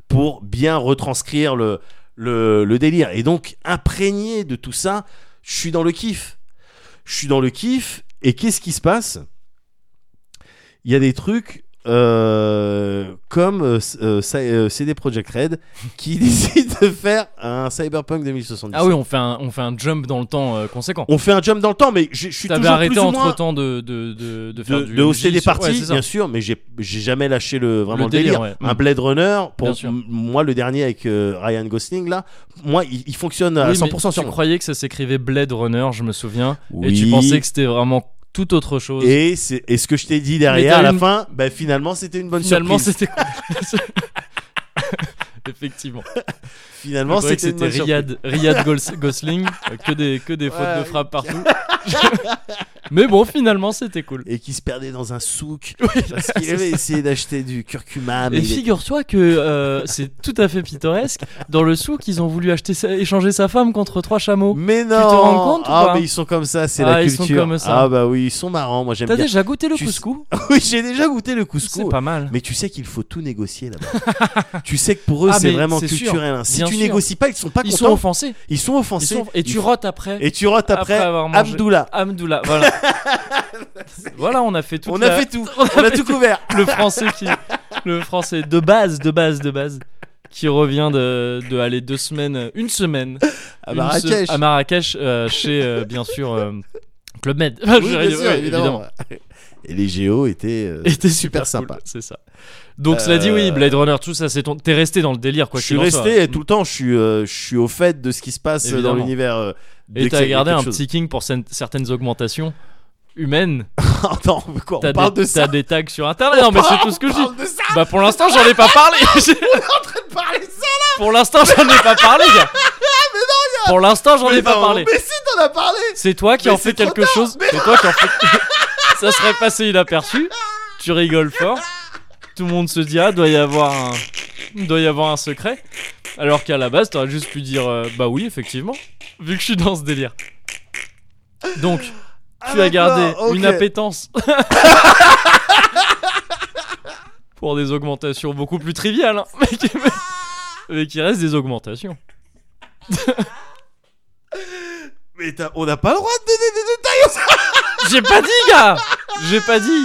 Speaker 2: pour bien retranscrire le, le, le délire. Et donc, imprégné de tout ça, je suis dans le kiff. Je suis dans le kiff. Et qu'est-ce qui se passe Il y a des trucs euh, comme euh, c- euh, ça- euh, CD Projekt Red qui décide de faire un Cyberpunk 2077.
Speaker 1: Ah oui, on fait un, on fait un jump dans le temps euh, conséquent.
Speaker 2: On fait un jump dans le temps, mais je je suis
Speaker 1: T'avais
Speaker 2: toujours
Speaker 1: arrêté
Speaker 2: plus ou moins
Speaker 1: entre temps de, de, de, de faire
Speaker 2: de,
Speaker 1: du.
Speaker 2: de
Speaker 1: J
Speaker 2: hausser les
Speaker 1: sur- ouais,
Speaker 2: parties,
Speaker 1: c'est ça.
Speaker 2: bien sûr, mais j'ai j'ai jamais lâché le vraiment
Speaker 1: Le
Speaker 2: le,
Speaker 1: délire,
Speaker 2: délire.
Speaker 1: ouais.
Speaker 2: Un
Speaker 1: Mm.
Speaker 2: Blade Runner, pour
Speaker 1: Bien sûr.
Speaker 2: m- moi le dernier avec euh, Ryan Gosling là, moi il, il fonctionne à
Speaker 1: Oui, mais
Speaker 2: 100% sur
Speaker 1: Tu
Speaker 2: moi.
Speaker 1: croyais que ça s'écrivait Blade Runner, je me souviens. Et
Speaker 2: Oui.
Speaker 1: tu pensais que c'était vraiment tout autre chose.
Speaker 2: Et c'est et ce que je t'ai dit
Speaker 1: Mais
Speaker 2: derrière
Speaker 1: t'as
Speaker 2: à la
Speaker 1: une-
Speaker 2: fin, bah finalement c'était une bonne
Speaker 1: Finalement,
Speaker 2: surprise.
Speaker 1: c'était. Effectivement.
Speaker 2: Finalement
Speaker 1: Je croyais que
Speaker 2: c'était une bonne surprise.
Speaker 1: Riyad, Riyad Gos- Gosling, euh, que des, que des fautes de
Speaker 2: Ouais.
Speaker 1: frappe partout. Mais bon, finalement, c'était cool.
Speaker 2: et qui se perdait dans un souk parce qu'il avait essayé d'acheter du curcuma mais
Speaker 1: Et
Speaker 2: il est-
Speaker 1: figure-toi que euh, c'est tout à fait pittoresque. Dans le souk, ils ont voulu acheter sa- échanger sa femme contre trois chameaux.
Speaker 2: mais non
Speaker 1: te rends compte ou
Speaker 2: ah
Speaker 1: pas
Speaker 2: mais ils sont comme ça c'est
Speaker 1: Ah,
Speaker 2: la
Speaker 1: ils sont
Speaker 2: culture
Speaker 1: comme ça.
Speaker 2: ah bah oui ils sont marrants moi j'aime
Speaker 1: T'as
Speaker 2: bien
Speaker 1: déjà goûté le
Speaker 2: Tu-
Speaker 1: couscous
Speaker 2: oui j'ai déjà goûté le
Speaker 1: C'est
Speaker 2: couscous
Speaker 1: pas mal.
Speaker 2: Mais tu sais qu'il faut tout négocier là-bas. tu sais que pour eux,
Speaker 1: Ah,
Speaker 2: c'est
Speaker 1: mais
Speaker 2: vraiment
Speaker 1: c'est sûr,
Speaker 2: culturel. hein. Si
Speaker 1: bien
Speaker 2: tu
Speaker 1: sûr.
Speaker 2: négocies pas, ils sont pas
Speaker 1: Ils sont
Speaker 2: contents.
Speaker 1: offensés.
Speaker 2: Ils sont
Speaker 1: Ils
Speaker 2: offensés.
Speaker 1: sont- Et tu
Speaker 2: Ils-
Speaker 1: rotes après.
Speaker 2: Et tu rotes après,
Speaker 1: après avoir mangé.
Speaker 2: Abdullah.
Speaker 1: Abdullah, voilà. voilà, on a fait tout.
Speaker 2: On a fait tout. On a tout couvert.
Speaker 1: le français qui, le français de base, de base, de base, qui revient de, de aller deux semaines, une semaine
Speaker 2: À
Speaker 1: une se-
Speaker 2: Marrakech.
Speaker 1: à Marrakech, euh, chez euh, bien sûr euh, Club Med.
Speaker 2: Oui, bien sûr, évidemment. Et les géos étaient. euh,
Speaker 1: Était super,
Speaker 2: Super sympa.
Speaker 1: cool, c'est ça. Donc cela dit, oui,
Speaker 2: Euh,
Speaker 1: Blade Runner, tout ça, c'est ton. T'es resté dans le délire, quoi.
Speaker 2: je suis
Speaker 1: qu'il en soit.
Speaker 2: resté et tout le temps. Je suis, euh, je suis au fait de ce qui se passe euh,
Speaker 1: Évidemment.
Speaker 2: dans l'univers. euh, dès
Speaker 1: Et
Speaker 2: que ça-
Speaker 1: t'as
Speaker 2: il y a
Speaker 1: gardé
Speaker 2: quelque
Speaker 1: un
Speaker 2: chose.
Speaker 1: petit king pour cen- certaines augmentations humaines.
Speaker 2: Attends, on veut quoi
Speaker 1: T'as
Speaker 2: On parle
Speaker 1: des,
Speaker 2: de ça.
Speaker 1: t'as des tags sur internet. Non, mais c'est tout ce que je
Speaker 2: On
Speaker 1: dis.
Speaker 2: parle de ça.
Speaker 1: Bah pour l'instant j'en ai pas parlé.
Speaker 2: Parlez de ça.
Speaker 1: pour l'instant j'en ai pas parlé. Gars. Pour l'instant j'en ai pas
Speaker 2: Non,
Speaker 1: parlé.
Speaker 2: Mais si t'en as parlé.
Speaker 1: C'est toi qui
Speaker 2: Mais
Speaker 1: en fais
Speaker 2: c'est trop
Speaker 1: quelque chose. C'est toi qui en fais. Ça serait passé inaperçu. Tu rigoles fort. Tout le monde se dit ah doit y avoir un doit y avoir un secret. Alors qu'à la base t'aurais juste pu dire euh, bah oui effectivement vu que je suis dans ce délire. Donc
Speaker 2: Ah,
Speaker 1: tu as gardé
Speaker 2: d'accord,
Speaker 1: une
Speaker 2: ok.
Speaker 1: appétence pour des augmentations beaucoup plus triviales, hein, mais, qui, mais qui restent des augmentations.
Speaker 2: Mais t'as- on n'a pas le droit de donner des détails.
Speaker 1: J'ai pas dit, gars J'ai pas dit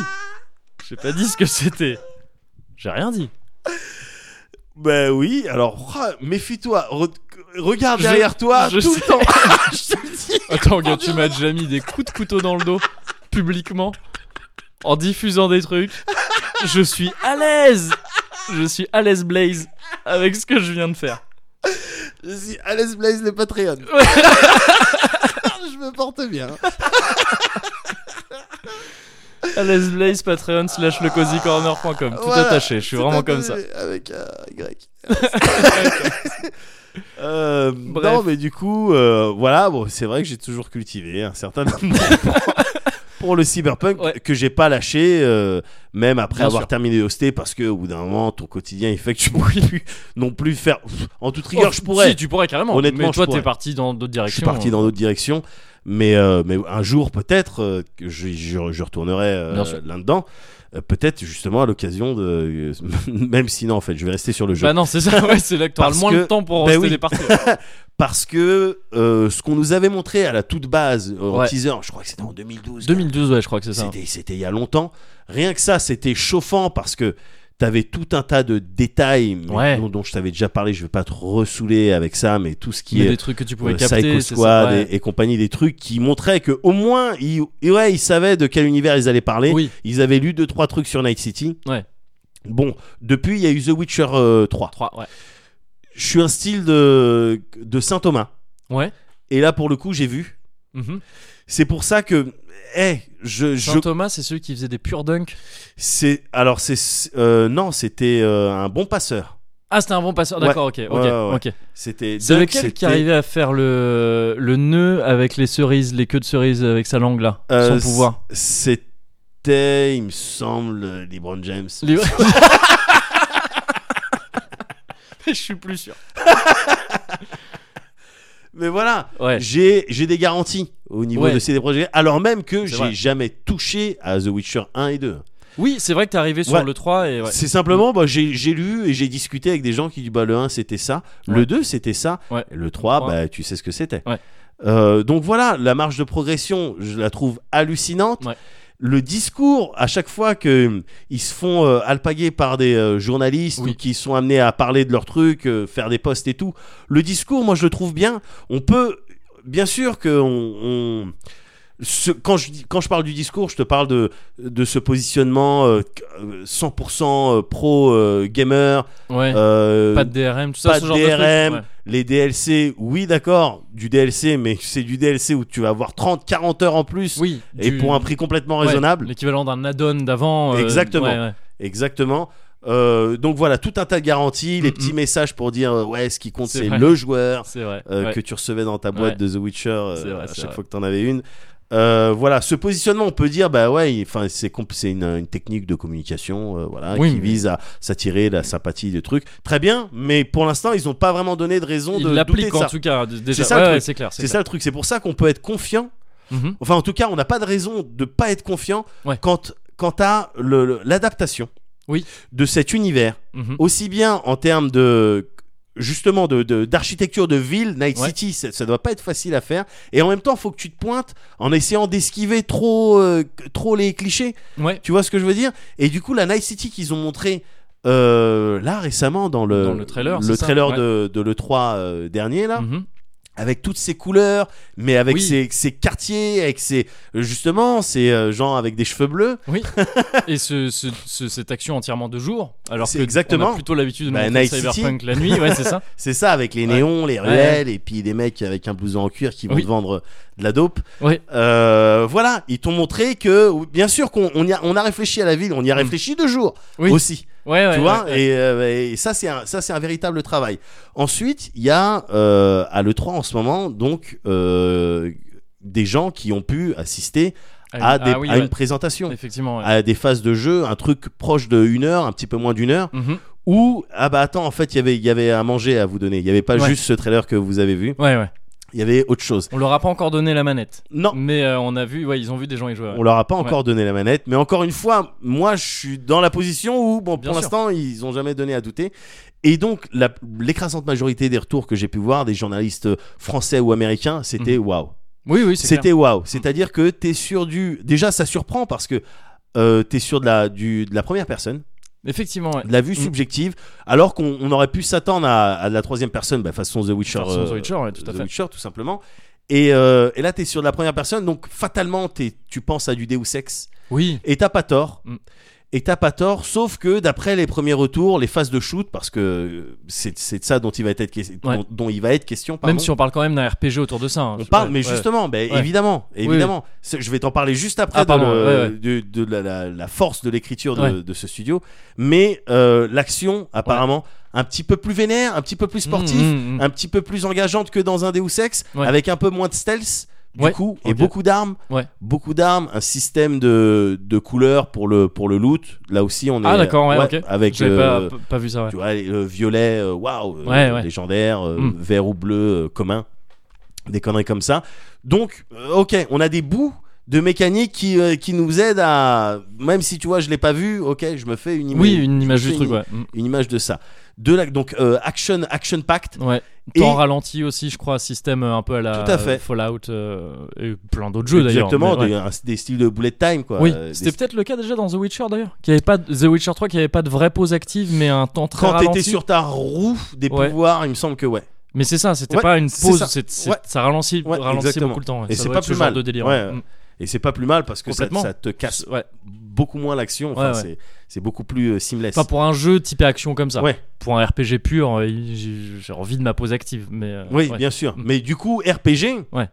Speaker 1: J'ai pas dit ce que c'était. J'ai rien dit.
Speaker 2: Ben oui, alors rah, méfie-toi, Re- regarde
Speaker 1: Je-
Speaker 2: Ah, derrière toi
Speaker 1: je
Speaker 2: tout
Speaker 1: sais.
Speaker 2: le temps. Ah, je te le dis.
Speaker 1: Attends, gars, tu m'as déjà mis des coups de couteau dans le dos, publiquement, en diffusant des trucs. Je suis à l'aise Je suis à l'aise, Blaze, avec ce que je viens de faire.
Speaker 2: Je suis Alice Blaze le Patreon. je me porte bien.
Speaker 1: À l'aise, Blaze, Patreon, slash lecozycorner.com. Tout
Speaker 2: Voilà,
Speaker 1: attaché, je suis
Speaker 2: Tout
Speaker 1: vraiment
Speaker 2: à
Speaker 1: comme ça.
Speaker 2: fait, Avec un Y. Euh,
Speaker 1: Bref.
Speaker 2: Non, mais du coup, euh, voilà, bon, c'est vrai que j'ai toujours cultivé un certain amour pour- pour le cyberpunk
Speaker 1: Ouais.
Speaker 2: que j'ai pas lâché, euh, même après
Speaker 1: Bien
Speaker 2: avoir
Speaker 1: sûr.
Speaker 2: terminé Hosté, parce que au bout d'un moment, ton quotidien, il fait que tu pourrais plus non plus faire. En toute rigueur,
Speaker 1: Oh,
Speaker 2: je pourrais.
Speaker 1: Si, tu pourrais carrément.
Speaker 2: Honnêtement,
Speaker 1: mais
Speaker 2: je
Speaker 1: toi, t'es
Speaker 2: pourrais.
Speaker 1: parti dans d'autres
Speaker 2: Je suis
Speaker 1: directions. hein.
Speaker 2: parti dans d'autres directions, mais, euh, mais un jour peut-être euh, que je, je, je retournerai euh,
Speaker 1: Bien sûr.
Speaker 2: là-dedans. euh, peut-être justement à l'occasion de. euh, Même si non, en fait, je vais rester sur le jeu.
Speaker 1: Bah non, c'est ça, ouais, c'est là que t'auras
Speaker 2: Parce
Speaker 1: le moins de
Speaker 2: que-
Speaker 1: temps pour
Speaker 2: bah
Speaker 1: rester
Speaker 2: oui.
Speaker 1: les parties.
Speaker 2: Parce que euh, ce qu'on nous avait montré à la toute base, euh, en
Speaker 1: Ouais.
Speaker 2: teaser, je crois que c'était en 2012.
Speaker 1: 2012, ouais, je crois que c'est ça.
Speaker 2: C'était, c'était il y a longtemps. Rien que ça, c'était chauffant parce que t'avais tout un tas de détails mais
Speaker 1: Ouais.
Speaker 2: dont, dont je t'avais déjà parlé. Je vais pas te ressouler avec ça, mais tout ce qui
Speaker 1: Mais
Speaker 2: est
Speaker 1: des trucs que tu pouvais
Speaker 2: euh,
Speaker 1: capter.
Speaker 2: Psycho
Speaker 1: c'est ça,
Speaker 2: Squad
Speaker 1: ouais.
Speaker 2: et, et compagnie, des trucs qui montraient que au moins ils, et ouais, ils savaient de quel univers ils allaient parler.
Speaker 1: Oui,
Speaker 2: Ils avaient lu deux trois trucs sur Night City.
Speaker 1: Ouais.
Speaker 2: Bon, depuis il y a eu The Witcher euh, 3.
Speaker 1: 3, ouais.
Speaker 2: Je suis un style de de Saint Thomas.
Speaker 1: Ouais.
Speaker 2: Et là pour le coup, j'ai vu.
Speaker 1: Mhm.
Speaker 2: C'est pour ça que eh je, je
Speaker 1: Jean Thomas, c'est celui qui faisait des pure dunks.
Speaker 2: c'est alors c'est euh, non, c'était euh, un bon passeur.
Speaker 1: Ah, c'était un bon passeur, d'accord, ok, ok,
Speaker 2: ouais, ouais.
Speaker 1: ok.
Speaker 2: C'était
Speaker 1: C'est
Speaker 2: Dunk,
Speaker 1: lequel qui
Speaker 2: c'était-
Speaker 1: arrivait à faire le, le nœud avec les cerises, les queues de cerises avec sa langue là,
Speaker 2: euh,
Speaker 1: son pouvoir
Speaker 2: C'était il me semble LeBron James.
Speaker 1: Les- Je suis plus sûr.
Speaker 2: Mais voilà.
Speaker 1: Ouais.
Speaker 2: j'ai j'ai des garanties au niveau
Speaker 1: Ouais.
Speaker 2: de CD Projekt alors même que
Speaker 1: C'est
Speaker 2: j'ai
Speaker 1: vrai.
Speaker 2: jamais touché à The Witcher 1 et 2
Speaker 1: Oui, c'est vrai que t'es arrivé sur
Speaker 2: Ouais.
Speaker 1: le 3 et ouais.
Speaker 2: c'est simplement bah, j'ai j'ai lu et j'ai discuté avec des gens qui disent bah le 1 c'était ça
Speaker 1: Ouais.
Speaker 2: le 2 c'était ça
Speaker 1: Ouais.
Speaker 2: Et le 3
Speaker 1: Ouais.
Speaker 2: bah tu sais ce que c'était
Speaker 1: Ouais.
Speaker 2: Euh, donc voilà la marge de progression je la trouve hallucinante
Speaker 1: Ouais.
Speaker 2: Le discours, à chaque fois que hum, ils se font euh, alpaguer par des euh, journalistes
Speaker 1: Oui.
Speaker 2: ou qui sont amenés à parler de leurs trucs, euh, faire des posts et tout, le discours, moi je le trouve bien. On peut, bien sûr que on, on- ce- quand, je, dis- quand je parle du discours, je te parle de, de ce positionnement euh, 100% pro euh, gamer,
Speaker 1: Ouais.
Speaker 2: euh,
Speaker 1: Eh, pas de DRM, tout ça,
Speaker 2: pas
Speaker 1: ce
Speaker 2: de
Speaker 1: genre
Speaker 2: DRM,
Speaker 1: de truc.
Speaker 2: les DLC, oui d'accord, du DLC, mais c'est du DLC où tu vas avoir 30-40 heures en plus
Speaker 1: Oui.
Speaker 2: et
Speaker 1: du-
Speaker 2: pour un prix complètement
Speaker 1: ouais,
Speaker 2: raisonnable.
Speaker 1: L'équivalent d'un add-on d'avant. euh,
Speaker 2: Exactement.
Speaker 1: ouais, ouais.
Speaker 2: Exactement. Euh, donc voilà, tout un tas de garanties, les
Speaker 1: Mm,
Speaker 2: petits
Speaker 1: mm.
Speaker 2: messages pour dire euh, ouais, ce qui compte
Speaker 1: C'est
Speaker 2: c'est
Speaker 1: vrai.
Speaker 2: le joueur
Speaker 1: C'est vrai.
Speaker 2: euh,
Speaker 1: ouais.
Speaker 2: que tu recevais dans ta boîte
Speaker 1: Ouais.
Speaker 2: de The Witcher euh,
Speaker 1: C'est vrai,
Speaker 2: à
Speaker 1: c'est
Speaker 2: chaque
Speaker 1: vrai.
Speaker 2: fois que t'en avais une. Euh, voilà, ce positionnement, on peut dire bah ouais, il- enfin c'est compl- c'est une, une technique de communication, euh, voilà,
Speaker 1: Oui,
Speaker 2: qui
Speaker 1: mais-
Speaker 2: vise à s'attirer la sympathie des trucs. Très bien, mais pour l'instant ils n'ont pas vraiment donné de raison
Speaker 1: Il
Speaker 2: de douter
Speaker 1: l'applique
Speaker 2: de ça.
Speaker 1: en tout cas. d- Déjà.
Speaker 2: C'est ça,
Speaker 1: Ouais,
Speaker 2: le
Speaker 1: ouais,
Speaker 2: truc.
Speaker 1: c'est clair.
Speaker 2: C'est ça le truc, c'est pour ça qu'on peut être confiant
Speaker 1: clair. Mhm.
Speaker 2: Enfin, en tout cas, on n'a pas de raison de pas être confiant
Speaker 1: Ouais.
Speaker 2: quant, quant à le- le- l'adaptation
Speaker 1: Oui.
Speaker 2: de cet univers,
Speaker 1: Mhm.
Speaker 2: aussi bien en termes de justement de- de- d'architecture de, ville, Night
Speaker 1: Ouais.
Speaker 2: City, ça, ça doit pas être facile à faire. Et en même temps, faut que tu te pointes en essayant d'esquiver trop, euh, trop les clichés.
Speaker 1: Ouais.
Speaker 2: Tu vois ce que je veux dire Et du coup, la Night City qu'ils ont montré euh, là récemment dans le,
Speaker 1: Dans le trailer, c'est
Speaker 2: le
Speaker 1: ça
Speaker 2: trailer
Speaker 1: Ouais.
Speaker 2: de, de le 3 euh, dernier là
Speaker 1: Mhm.
Speaker 2: avec toutes ses couleurs, mais avec
Speaker 1: Oui.
Speaker 2: ses, ses quartiers, avec ses justement ces euh, gens avec des cheveux bleus.
Speaker 1: Et ce, ce- ce- cette action entièrement de jour, alors
Speaker 2: C'est
Speaker 1: que
Speaker 2: exactement.
Speaker 1: on a plutôt l'habitude de
Speaker 2: Bah,
Speaker 1: montrer
Speaker 2: Night
Speaker 1: Cyberpunk la nuit, ouais, c'est ça.
Speaker 2: C'est ça, avec les
Speaker 1: Ouais.
Speaker 2: néons, les ruelles, et puis des mecs avec un blouson en cuir qui vont
Speaker 1: Oui.
Speaker 2: te vendre de la dope.
Speaker 1: Ouais.
Speaker 2: Euh, voilà, ils t'ont montré que bien sûr qu'on on y a, on a réfléchi à la ville, on y a réfléchi deux jours
Speaker 1: Mm. Oui.
Speaker 2: aussi.
Speaker 1: Ouais, ouais.
Speaker 2: tu vois
Speaker 1: ouais, ouais.
Speaker 2: et, euh, et ça c'est un, ça c'est un véritable travail ensuite il y a euh, à le 3 en ce moment donc euh, des gens qui ont pu assister à,
Speaker 1: Ah,
Speaker 2: des-
Speaker 1: oui,
Speaker 2: à
Speaker 1: ouais.
Speaker 2: une présentation
Speaker 1: Effectivement. ouais.
Speaker 2: à des phases de jeu, un truc proche de une heure, un petit peu moins d'une heure,
Speaker 1: Mhm.
Speaker 2: où ah bah attends, en fait, il y avait- il y avait à manger à vous donner. Il n'y avait pas
Speaker 1: Ouais.
Speaker 2: juste ce trailer que vous avez vu,
Speaker 1: Ouais, ouais.
Speaker 2: il y avait autre chose.
Speaker 1: On leur a pas encore donné la manette,
Speaker 2: Non,
Speaker 1: mais euh, on a vu, ouais, ils ont vu des gens y jouer. ouais.
Speaker 2: on leur a pas encore donné la manette, mais encore une fois, moi, je suis dans la position où, bon,
Speaker 1: Bien sûr.
Speaker 2: pour l'instant, ils ont jamais donné à douter. Et donc, la- l'écrasante majorité des retours que j'ai pu voir des journalistes français ou américains, c'était waouh.
Speaker 1: Oui, oui, Mhm. c'est clair. Mhm.
Speaker 2: C'était waouh. C'est-à-dire que t'es sûr du. Déjà, ça surprend parce que euh, t'es sûr de la, du, de la première personne.
Speaker 1: Effectivement. ouais.
Speaker 2: de la vue
Speaker 1: Mm.
Speaker 2: subjective, alors qu'on on aurait pu s'attendre à, à de la troisième personne, bah, façon The Witcher,
Speaker 1: Façon The
Speaker 2: euh,
Speaker 1: Witcher, ouais, tout à
Speaker 2: The
Speaker 1: fait.
Speaker 2: Witcher, tout simplement. Et, euh, et là, tu es sur de la première personne, donc fatalement, t'es- tu penses à du Deus Ex,
Speaker 1: Oui.
Speaker 2: et t'as pas tort.
Speaker 1: Mm.
Speaker 2: Et t'as pas tort, sauf que d'après les premiers retours, les phases de shoot, parce que euh, c'est c'est de ça dont il va être, que-
Speaker 1: Ouais.
Speaker 2: dont, dont il va être question, pardon.
Speaker 1: Même si on parle quand même d'un RPG autour de ça. hein.
Speaker 2: On parle,
Speaker 1: Ouais,
Speaker 2: mais
Speaker 1: ouais.
Speaker 2: justement, ben,
Speaker 1: Ouais.
Speaker 2: évidemment, évidemment. C'est- Je vais t'en parler juste après
Speaker 1: Ah,
Speaker 2: de,
Speaker 1: pardon,
Speaker 2: le-
Speaker 1: ouais, ouais.
Speaker 2: de- de la, la- la force de l'écriture de,
Speaker 1: Ouais.
Speaker 2: de ce studio. Mais euh, l'action, apparemment, un petit peu plus vénère, un petit peu plus sportif,
Speaker 1: Mm, mm, mm.
Speaker 2: un petit peu plus engageante que dans un Deus Ex,
Speaker 1: Ouais.
Speaker 2: avec un peu moins de stealth. Du
Speaker 1: Ouais,
Speaker 2: coup, et
Speaker 1: ok.
Speaker 2: beaucoup d'armes,
Speaker 1: Ouais.
Speaker 2: beaucoup d'armes, un système de, de couleurs pour le pour le loot. Là aussi, on est
Speaker 1: Ah, d'accord, ouais, ok.
Speaker 2: avec
Speaker 1: J'avais pas-
Speaker 2: euh,
Speaker 1: pas, pas vu ça. ouais.
Speaker 2: tu vois, le violet, euh, waouh, euh,
Speaker 1: Ouais, ouais.
Speaker 2: légendaire, euh,
Speaker 1: Mm.
Speaker 2: vert ou bleu euh, commun, des conneries comme ça. Donc, euh, ok, on a des bouts de mécanique qui, euh, qui nous aide à même si tu vois je l'ai pas vu ok je me fais une image
Speaker 1: Oui, une image
Speaker 2: je
Speaker 1: du
Speaker 2: fais
Speaker 1: truc,
Speaker 2: une-
Speaker 1: ouais. Mm.
Speaker 2: une image de ça de la donc euh, action action packed
Speaker 1: Ouais.
Speaker 2: Et-
Speaker 1: Temps ralenti aussi, je crois, système euh, un peu à la
Speaker 2: Tout à fait.
Speaker 1: Fallout euh, et plein d'autres jeux d'ailleurs.
Speaker 2: exactement
Speaker 1: mais ouais.
Speaker 2: des, un- des styles de bullet time quoi
Speaker 1: Oui,
Speaker 2: Euh, des
Speaker 1: c'était peut-être le cas déjà dans The Witcher d'ailleurs. Qu'il y avait pas The Witcher 3 qui avait pas de vraie pause active mais un temps très
Speaker 2: quand
Speaker 1: ralenti.
Speaker 2: t'étais sur ta roue des
Speaker 1: Ouais.
Speaker 2: pouvoirs, il me semble que ouais.
Speaker 1: Mais c'est ça, c'était
Speaker 2: Ouais,
Speaker 1: pas une
Speaker 2: c'est
Speaker 1: pause,
Speaker 2: ça.
Speaker 1: c'est- c'est-
Speaker 2: Ouais.
Speaker 1: ça ralentit,
Speaker 2: Ouais,
Speaker 1: ralentit
Speaker 2: exactement.
Speaker 1: beaucoup le temps. ouais.
Speaker 2: Et
Speaker 1: Ça
Speaker 2: c'est
Speaker 1: doit
Speaker 2: pas
Speaker 1: être
Speaker 2: plus
Speaker 1: ce genre
Speaker 2: mal.
Speaker 1: de délire.
Speaker 2: Ouais.
Speaker 1: Mm.
Speaker 2: Et c'est pas plus mal parce que ça,
Speaker 1: Complètement.
Speaker 2: ça te casse
Speaker 1: Ouais.
Speaker 2: beaucoup moins l'action. Enfin,
Speaker 1: Ouais, ouais.
Speaker 2: c'est- C'est beaucoup plus euh, seamless.
Speaker 1: Enfin, pour un jeu typé action comme ça.
Speaker 2: Ouais.
Speaker 1: Pour un RPG pur, euh, j'ai j'ai envie de ma pause active. Mais euh,
Speaker 2: oui,
Speaker 1: ouais.
Speaker 2: bien sûr.
Speaker 1: Mm.
Speaker 2: Mais du coup, RPG.
Speaker 1: Ouais.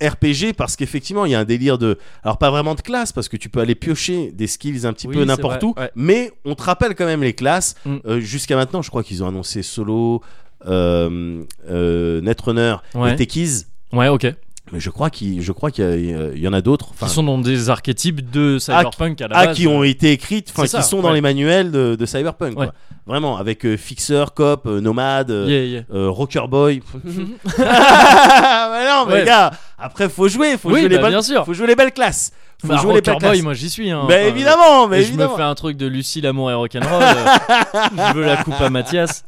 Speaker 2: RPG parce qu'effectivement il y a un délire de alors pas vraiment de classe parce que tu peux aller piocher des skills un petit
Speaker 1: Oui,
Speaker 2: peu
Speaker 1: c'est
Speaker 2: n'importe
Speaker 1: vrai,
Speaker 2: où
Speaker 1: ouais.
Speaker 2: mais on te rappelle quand même les classes
Speaker 1: Mm.
Speaker 2: Euh, jusqu'à maintenant je crois qu'ils ont annoncé solo euh, euh, Netrunner
Speaker 1: Ouais.
Speaker 2: et Techies
Speaker 1: Ouais, ok.
Speaker 2: mais je crois qu'il je crois qu'il y, a- il y en a d'autres
Speaker 1: Qui
Speaker 2: enfin,
Speaker 1: sont dans des archétypes de cyberpunk à la
Speaker 2: ah,
Speaker 1: base. euh,
Speaker 2: qui ont été écrites, enfin,
Speaker 1: C'est ça,
Speaker 2: qui sont dans
Speaker 1: ouais.
Speaker 2: les manuels de, de Cyberpunk.
Speaker 1: Ouais.
Speaker 2: quoi. Vraiment, avec euh, Fixer, Cop, euh, Nomade, euh,
Speaker 1: Yeah, yeah.
Speaker 2: euh, Rocker Boy. Bah non, mais
Speaker 1: Ouais.
Speaker 2: les gars, après, faut jouer, faut,
Speaker 1: Oui,
Speaker 2: jouer, les
Speaker 1: bah,
Speaker 2: belles,
Speaker 1: bien sûr.
Speaker 2: faut jouer les belles classes. Faut
Speaker 1: Bah,
Speaker 2: jouer les belles
Speaker 1: Rocker Boy,
Speaker 2: classes.
Speaker 1: moi j'y suis. Hein,
Speaker 2: Bah,
Speaker 1: Enfin,
Speaker 2: évidemment, mais
Speaker 1: et je me
Speaker 2: évidemment.
Speaker 1: fais un truc de Lucie, l'amour et rock'n'roll. euh, je veux la coupe à Mathias.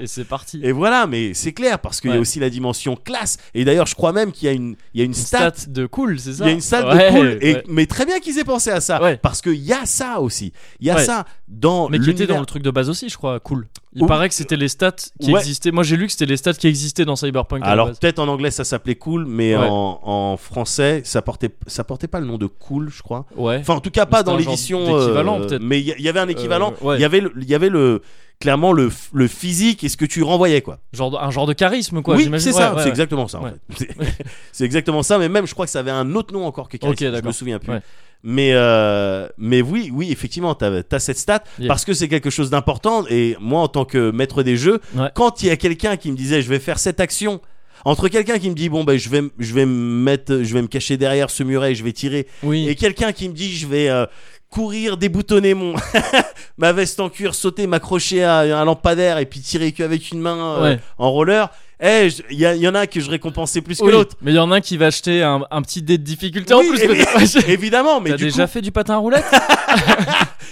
Speaker 1: Et c'est parti.
Speaker 2: Et voilà, mais c'est clair, parce qu'il y a
Speaker 1: Ouais.
Speaker 2: aussi la dimension classe. Et d'ailleurs, je crois même qu'il y a une, il y a une,
Speaker 1: Une
Speaker 2: stat.
Speaker 1: stat de cool, c'est ça
Speaker 2: Il y a une salle
Speaker 1: Ouais,
Speaker 2: de pool, et,
Speaker 1: ouais.
Speaker 2: mais très bien qu'ils aient pensé à ça,
Speaker 1: Ouais.
Speaker 2: parce qu'il y a ça aussi. Il y a
Speaker 1: Ouais.
Speaker 2: ça dans
Speaker 1: Mais qui était dans
Speaker 2: l'univers.
Speaker 1: le truc de base aussi, je crois. Cool. Il
Speaker 2: Ouh.
Speaker 1: paraît que c'était les stats qui
Speaker 2: Ouais.
Speaker 1: existaient. Moi j'ai lu que c'était les stats qui existaient dans Cyberpunk. à la
Speaker 2: Alors
Speaker 1: base.
Speaker 2: peut-être en anglais ça s'appelait cool, mais
Speaker 1: Ouais.
Speaker 2: en, en français ça portait ça portait pas le nom de cool, je crois.
Speaker 1: ouais.
Speaker 2: Enfin en tout cas pas
Speaker 1: C'était
Speaker 2: dans
Speaker 1: un genre
Speaker 2: l'édition. euh,
Speaker 1: d'équivalent, peut-être.
Speaker 2: Mais il y, il y avait un équivalent.
Speaker 1: Euh, ouais.
Speaker 2: Il y avait le- il y avait le clairement le, f- le physique et ce que tu renvoyais quoi.
Speaker 1: Genre, un genre de charisme, quoi.
Speaker 2: oui,
Speaker 1: j'imagine.
Speaker 2: c'est
Speaker 1: Ouais,
Speaker 2: ça,
Speaker 1: ouais,
Speaker 2: c'est
Speaker 1: ouais.
Speaker 2: exactement ça. en
Speaker 1: Ouais.
Speaker 2: fait. C'est- c'est exactement ça, mais même je crois que ça avait un autre nom encore que charisme, je me
Speaker 1: d'accord.
Speaker 2: souviens plus.
Speaker 1: Ouais.
Speaker 2: Mais euh, mais oui, oui, effectivement, t'as as cette stat
Speaker 1: Yeah.
Speaker 2: parce que c'est quelque chose d'important. Et moi, en tant que maître des jeux,
Speaker 1: Ouais.
Speaker 2: quand il y a quelqu'un qui me disait, je vais faire cette action. Entre quelqu'un qui me dit bon ben je vais m- je vais me mettre je vais me cacher derrière ce muret et je vais tirer
Speaker 1: Oui.
Speaker 2: et quelqu'un qui me dit je vais euh, courir déboutonner mon ma veste en cuir sauter m'accrocher à un lampadaire et puis tirer qu'avec une main euh,
Speaker 1: Ouais.
Speaker 2: en roller eh je- il y, a- il y en a que je récompensais plus que
Speaker 1: Oui,
Speaker 2: l'autre
Speaker 1: Mais il y en a un qui va acheter un, un petit dé de difficulté en
Speaker 2: Oui,
Speaker 1: plus.
Speaker 2: et
Speaker 1: peut-être.
Speaker 2: oui, évidemment mais
Speaker 1: T'as
Speaker 2: du
Speaker 1: déjà
Speaker 2: coup
Speaker 1: fait du patin à roulette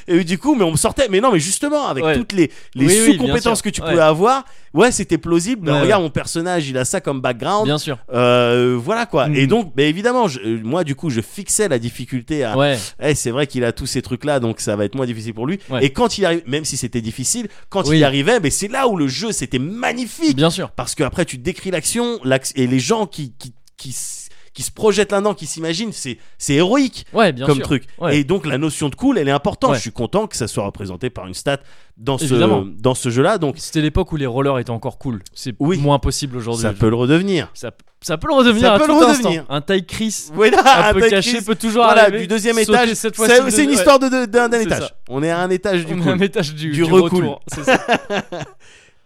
Speaker 2: et du coup mais on me sortait mais non mais justement avec
Speaker 1: Ouais.
Speaker 2: toutes les les
Speaker 1: Oui, oui, bien
Speaker 2: sous-compétences
Speaker 1: sûr.
Speaker 2: que tu
Speaker 1: Ouais.
Speaker 2: pouvais avoir ouais c'était plausible Ben,
Speaker 1: Ouais,
Speaker 2: regarde mon personnage il a ça comme background
Speaker 1: Bien sûr.
Speaker 2: Euh, voilà quoi.
Speaker 1: Mm.
Speaker 2: Et donc, mais évidemment, je- euh, moi du coup, je fixais la difficulté à.
Speaker 1: Ouais.
Speaker 2: Eh, c'est vrai qu'il a tous ces trucs là, donc ça va être moins difficile pour lui.
Speaker 1: Ouais.
Speaker 2: Et quand il arrive, même si c'était difficile, quand
Speaker 1: Oui.
Speaker 2: il y arrivait, mais c'est là où le jeu c'était magnifique.
Speaker 1: Bien sûr.
Speaker 2: Parce qu'après, tu décris l'action, l'ax- et les gens qui qui qui, s- qui se projettent là-dedans, qui s'imaginent, c'est c'est héroïque
Speaker 1: Ouais, bien
Speaker 2: comme
Speaker 1: sûr.
Speaker 2: truc.
Speaker 1: Ouais.
Speaker 2: Et donc la notion de cool, elle est importante.
Speaker 1: Ouais.
Speaker 2: Je suis content que ça soit représenté par une stat dans
Speaker 1: Évidemment.
Speaker 2: ce dans ce jeu-là. Donc
Speaker 1: C'était l'époque où les rollers étaient encore cool. C'est
Speaker 2: Oui.
Speaker 1: moins possible aujourd'hui.
Speaker 2: ça peut le redevenir.
Speaker 1: ça, ça peut le redevenir
Speaker 2: Ça
Speaker 1: à
Speaker 2: peut
Speaker 1: tout
Speaker 2: le redevenir.
Speaker 1: instant. Un taille Chris
Speaker 2: Voilà,
Speaker 1: un peu
Speaker 2: avec
Speaker 1: caché
Speaker 2: Chris-
Speaker 1: peut toujours
Speaker 2: voilà,
Speaker 1: arriver.
Speaker 2: du deuxième
Speaker 1: Sauter
Speaker 2: étage.
Speaker 1: cette fois-ci
Speaker 2: C'est
Speaker 1: de-
Speaker 2: c'est une
Speaker 1: ouais.
Speaker 2: histoire de- de- d'un d'un
Speaker 1: C'est
Speaker 2: étage.
Speaker 1: ça.
Speaker 2: On est à un étage du
Speaker 1: On est
Speaker 2: coup.
Speaker 1: à un étage du,
Speaker 2: Du
Speaker 1: retour.
Speaker 2: recul.
Speaker 1: C'est ça.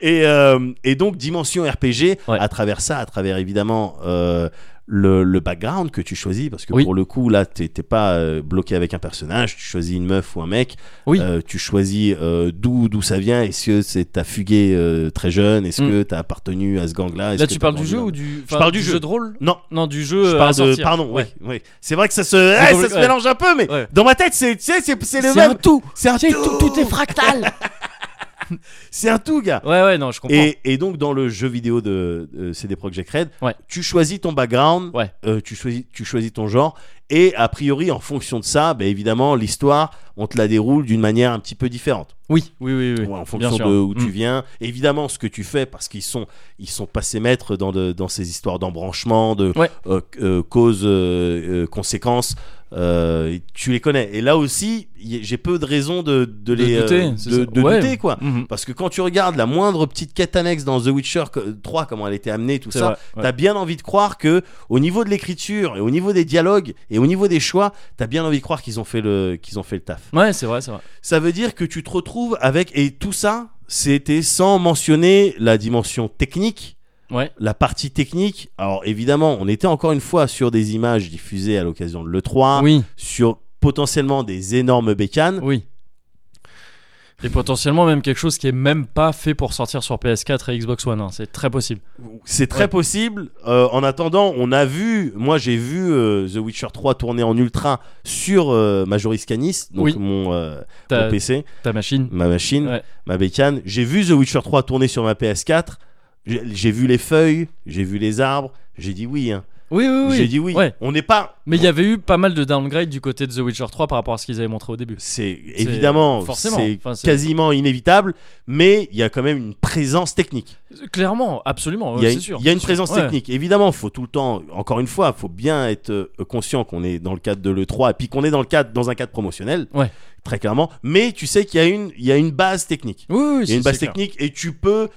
Speaker 2: Et, euh, et donc dimension RPG
Speaker 1: Ouais.
Speaker 2: à travers ça, à travers évidemment euh, le, le background que tu choisis, parce que
Speaker 1: Oui.
Speaker 2: pour le coup là t'es t'es pas euh, bloqué avec un personnage, tu choisis une meuf ou un mec,
Speaker 1: Oui.
Speaker 2: Euh, tu choisis euh, d'où d'où ça vient, est-ce que c'est t'as fugué euh, très jeune, est-ce
Speaker 1: Mm.
Speaker 2: que t'as appartenu à ce gang là,
Speaker 1: Là, tu parles du jeu ou du. enfin,
Speaker 2: parle du jeu.
Speaker 1: de rôle
Speaker 2: non
Speaker 1: Non, du jeu.
Speaker 2: je
Speaker 1: euh, à
Speaker 2: parle de
Speaker 1: sortir.
Speaker 2: pardon
Speaker 1: Ouais.
Speaker 2: oui oui c'est vrai que ça se eh, ça
Speaker 1: compliqué,
Speaker 2: se
Speaker 1: ouais.
Speaker 2: mélange un peu mais
Speaker 1: Ouais.
Speaker 2: dans ma tête c'est tu sais, c'est c'est le
Speaker 1: C'est un
Speaker 2: même
Speaker 1: tout.
Speaker 2: c'est un
Speaker 1: Tiens, tout, tout est fractal.
Speaker 2: c'est un tout gars
Speaker 1: ouais, ouais, non, je comprends.
Speaker 2: Et, et donc dans le jeu vidéo de, de CD Projekt Red,
Speaker 1: Ouais.
Speaker 2: tu choisis ton background,
Speaker 1: Ouais.
Speaker 2: euh, tu, choisis, tu choisis ton genre, et a priori en fonction de ça, bah, évidemment l'histoire, on te la déroule d'une manière un petit peu différente.
Speaker 1: Oui, oui, oui, oui.
Speaker 2: Ouais, en
Speaker 1: bien
Speaker 2: fonction
Speaker 1: sûr.
Speaker 2: de où tu
Speaker 1: Mm.
Speaker 2: viens, évidemment ce que tu fais, parce qu'ils sont, ils sont passés maîtres dans, de- dans ces histoires d'embranchement, de
Speaker 1: Ouais.
Speaker 2: euh, euh, causes, euh, euh, conséquences. euh, tu les connais et là aussi y- j'ai peu de raisons de, de les euh,
Speaker 1: douter, c'est
Speaker 2: de-
Speaker 1: ça.
Speaker 2: de
Speaker 1: Ouais.
Speaker 2: douter, quoi
Speaker 1: Mhm.
Speaker 2: parce que quand tu regardes la moindre petite quête annexe dans The Witcher que- 3, comment elle était amenée, tout
Speaker 1: C'est
Speaker 2: ça,
Speaker 1: vrai, ouais.
Speaker 2: t'as bien envie de croire que, au niveau de l'écriture, et au niveau des dialogues, et au niveau des choix, t'as bien envie de croire qu'ils ont fait le, qu'ils ont fait le taf.
Speaker 1: Ouais, c'est vrai, c'est vrai.
Speaker 2: Ça veut dire que tu te retrouves avec, et tout ça, c'était sans mentionner la dimension technique.
Speaker 1: Ouais.
Speaker 2: La partie technique, alors évidemment, on était encore une fois sur des images diffusées à l'occasion de l'E3,
Speaker 1: oui,
Speaker 2: sur potentiellement des énormes bécanes.
Speaker 1: oui. Et potentiellement même quelque chose qui est même pas fait pour sortir sur PS4 et Xbox One. hein. C'est très possible.
Speaker 2: C'est très
Speaker 1: Ouais.
Speaker 2: possible. Euh, en attendant, on a vu, moi j'ai vu euh, The Witcher 3 tourner en ultra sur euh, Majoris Canis, donc
Speaker 1: Oui.
Speaker 2: mon, euh, mon
Speaker 1: Ta,
Speaker 2: PC,
Speaker 1: ta machine.
Speaker 2: ma machine,
Speaker 1: Ouais.
Speaker 2: ma bécane. J'ai vu The Witcher 3 tourner sur ma PS4. J'ai j'ai vu les feuilles, j'ai vu les arbres. J'ai dit oui. hein.
Speaker 1: Oui, oui, oui.
Speaker 2: J'ai dit oui.
Speaker 1: Ouais.
Speaker 2: On n'est pas.
Speaker 1: Mais il y avait eu pas mal de downgrade du côté de The Witcher 3 par rapport à ce qu'ils avaient montré au début.
Speaker 2: C'est évidemment,
Speaker 1: forcément.
Speaker 2: c'est
Speaker 1: Enfin, c'est-
Speaker 2: quasiment inévitable, mais il y a quand même une présence technique.
Speaker 1: Clairement, absolument,
Speaker 2: Il y, a
Speaker 1: ouais, c'est
Speaker 2: une-
Speaker 1: sûr.
Speaker 2: il y a une
Speaker 1: c'est sûr.
Speaker 2: présence
Speaker 1: Ouais.
Speaker 2: technique. Évidemment, faut tout le temps, encore une fois, faut bien être euh, conscient qu'on est dans le cadre de l'E3 et puis qu'on est dans, le cadre, dans un cadre promotionnel,
Speaker 1: Ouais.
Speaker 2: très clairement. Mais tu sais qu'il y, a une- il y a une base technique.
Speaker 1: Oui, oui, oui,
Speaker 2: Il y a
Speaker 1: c'est-
Speaker 2: une base
Speaker 1: c'est clair.
Speaker 2: technique et tu peux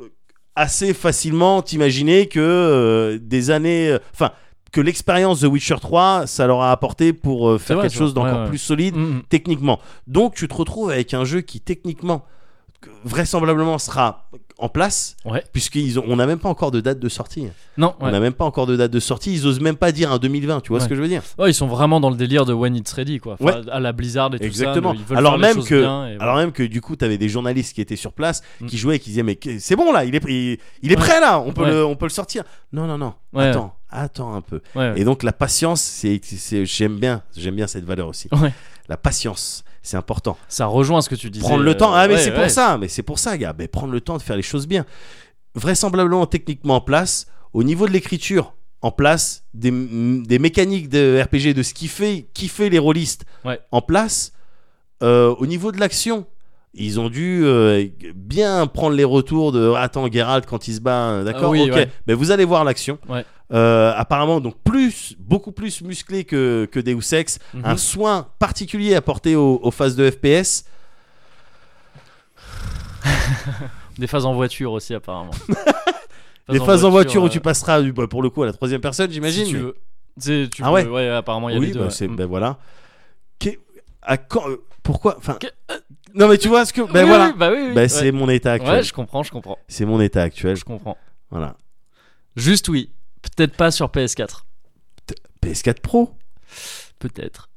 Speaker 2: euh, assez facilement t'imaginer que euh, des années. euh, Enfin, que l'expérience The Witcher 3, ça leur a apporté pour euh, faire
Speaker 1: vrai,
Speaker 2: quelque
Speaker 1: ça.
Speaker 2: chose d'encore
Speaker 1: Ouais, ouais.
Speaker 2: plus solide
Speaker 1: Mm, mm.
Speaker 2: techniquement. Donc tu te retrouves avec un jeu qui techniquement que- vraisemblablement sera en place
Speaker 1: Ouais.
Speaker 2: puisqu'ils ont, on n'a même pas encore de date de sortie
Speaker 1: Non,
Speaker 2: on
Speaker 1: ouais.
Speaker 2: n'a même pas encore de date de sortie ils osent même pas dire un 2020 tu vois ce
Speaker 1: Ouais.
Speaker 2: que je veux dire
Speaker 1: Ouais, ils sont vraiment dans le délire de when it's ready, quoi. Enfin, À la Blizzard et tout
Speaker 2: Exactement.
Speaker 1: ça. de- ils veulent
Speaker 2: Alors
Speaker 1: faire les
Speaker 2: même
Speaker 1: choses
Speaker 2: que-
Speaker 1: bien et voilà.
Speaker 2: alors même que du coup tu avais des journalistes qui étaient sur place
Speaker 1: Mm.
Speaker 2: qui jouaient et qui disaient mais que- c'est bon là il est il, il
Speaker 1: Ouais.
Speaker 2: est prêt là on peut
Speaker 1: Ouais.
Speaker 2: le on peut le sortir non non non
Speaker 1: Ouais.
Speaker 2: attends attends un peu
Speaker 1: Ouais, ouais.
Speaker 2: et donc la patience c'est c'est- j'aime bien j'aime bien cette valeur aussi
Speaker 1: Ouais.
Speaker 2: la patience c'est important
Speaker 1: Ça rejoint ce que tu disais.
Speaker 2: prendre le
Speaker 1: euh,
Speaker 2: temps. Ah, mais
Speaker 1: ouais,
Speaker 2: c'est
Speaker 1: ouais.
Speaker 2: pour ça, mais c'est pour ça, gars. Mais prendre le temps de faire les choses bien. Vraisemblablement, techniquement en place, au niveau de l'écriture, en place, des, des mécaniques de RPG, de ce qui fait, qui fait les rôlistes,
Speaker 1: Ouais.
Speaker 2: en place, Euh, au niveau de l'action. Ils ont dû euh, bien prendre les retours de attends Geralt quand il se bat, euh, d'accord,
Speaker 1: Ah oui,
Speaker 2: ok.
Speaker 1: ouais.
Speaker 2: Mais vous allez voir l'action.
Speaker 1: Ouais.
Speaker 2: Euh, apparemment donc plus, beaucoup plus musclé que que Deus Ex,
Speaker 1: Mhm.
Speaker 2: un soin particulier apporté aux, aux phases de FPS.
Speaker 1: Des phases en voiture aussi, apparemment.
Speaker 2: Des phases en voiture où tu
Speaker 1: euh,
Speaker 2: passes du bah, pour le coup à la troisième personne, j'imagine.
Speaker 1: si tu
Speaker 2: mais-
Speaker 1: veux. C'est- tu
Speaker 2: Ah
Speaker 1: peux-
Speaker 2: ouais.
Speaker 1: apparemment, il y a
Speaker 2: oui,
Speaker 1: les deux.
Speaker 2: bah,
Speaker 1: ouais.
Speaker 2: c'est
Speaker 1: Mm.
Speaker 2: ben voilà. Qu'est- à quand euh, Pourquoi Enfin.
Speaker 1: Que- euh,
Speaker 2: Non mais tu vois ce que ben
Speaker 1: Oui,
Speaker 2: voilà.
Speaker 1: oui, bah oui, oui,
Speaker 2: Ben,
Speaker 1: ouais.
Speaker 2: c'est mon état actuel.
Speaker 1: Ouais, je comprends, je comprends.
Speaker 2: C'est mon état actuel.
Speaker 1: Je comprends.
Speaker 2: Voilà.
Speaker 1: Juste oui. Peut-être pas sur PS4.
Speaker 2: PS4 Pro.
Speaker 1: Peut-être.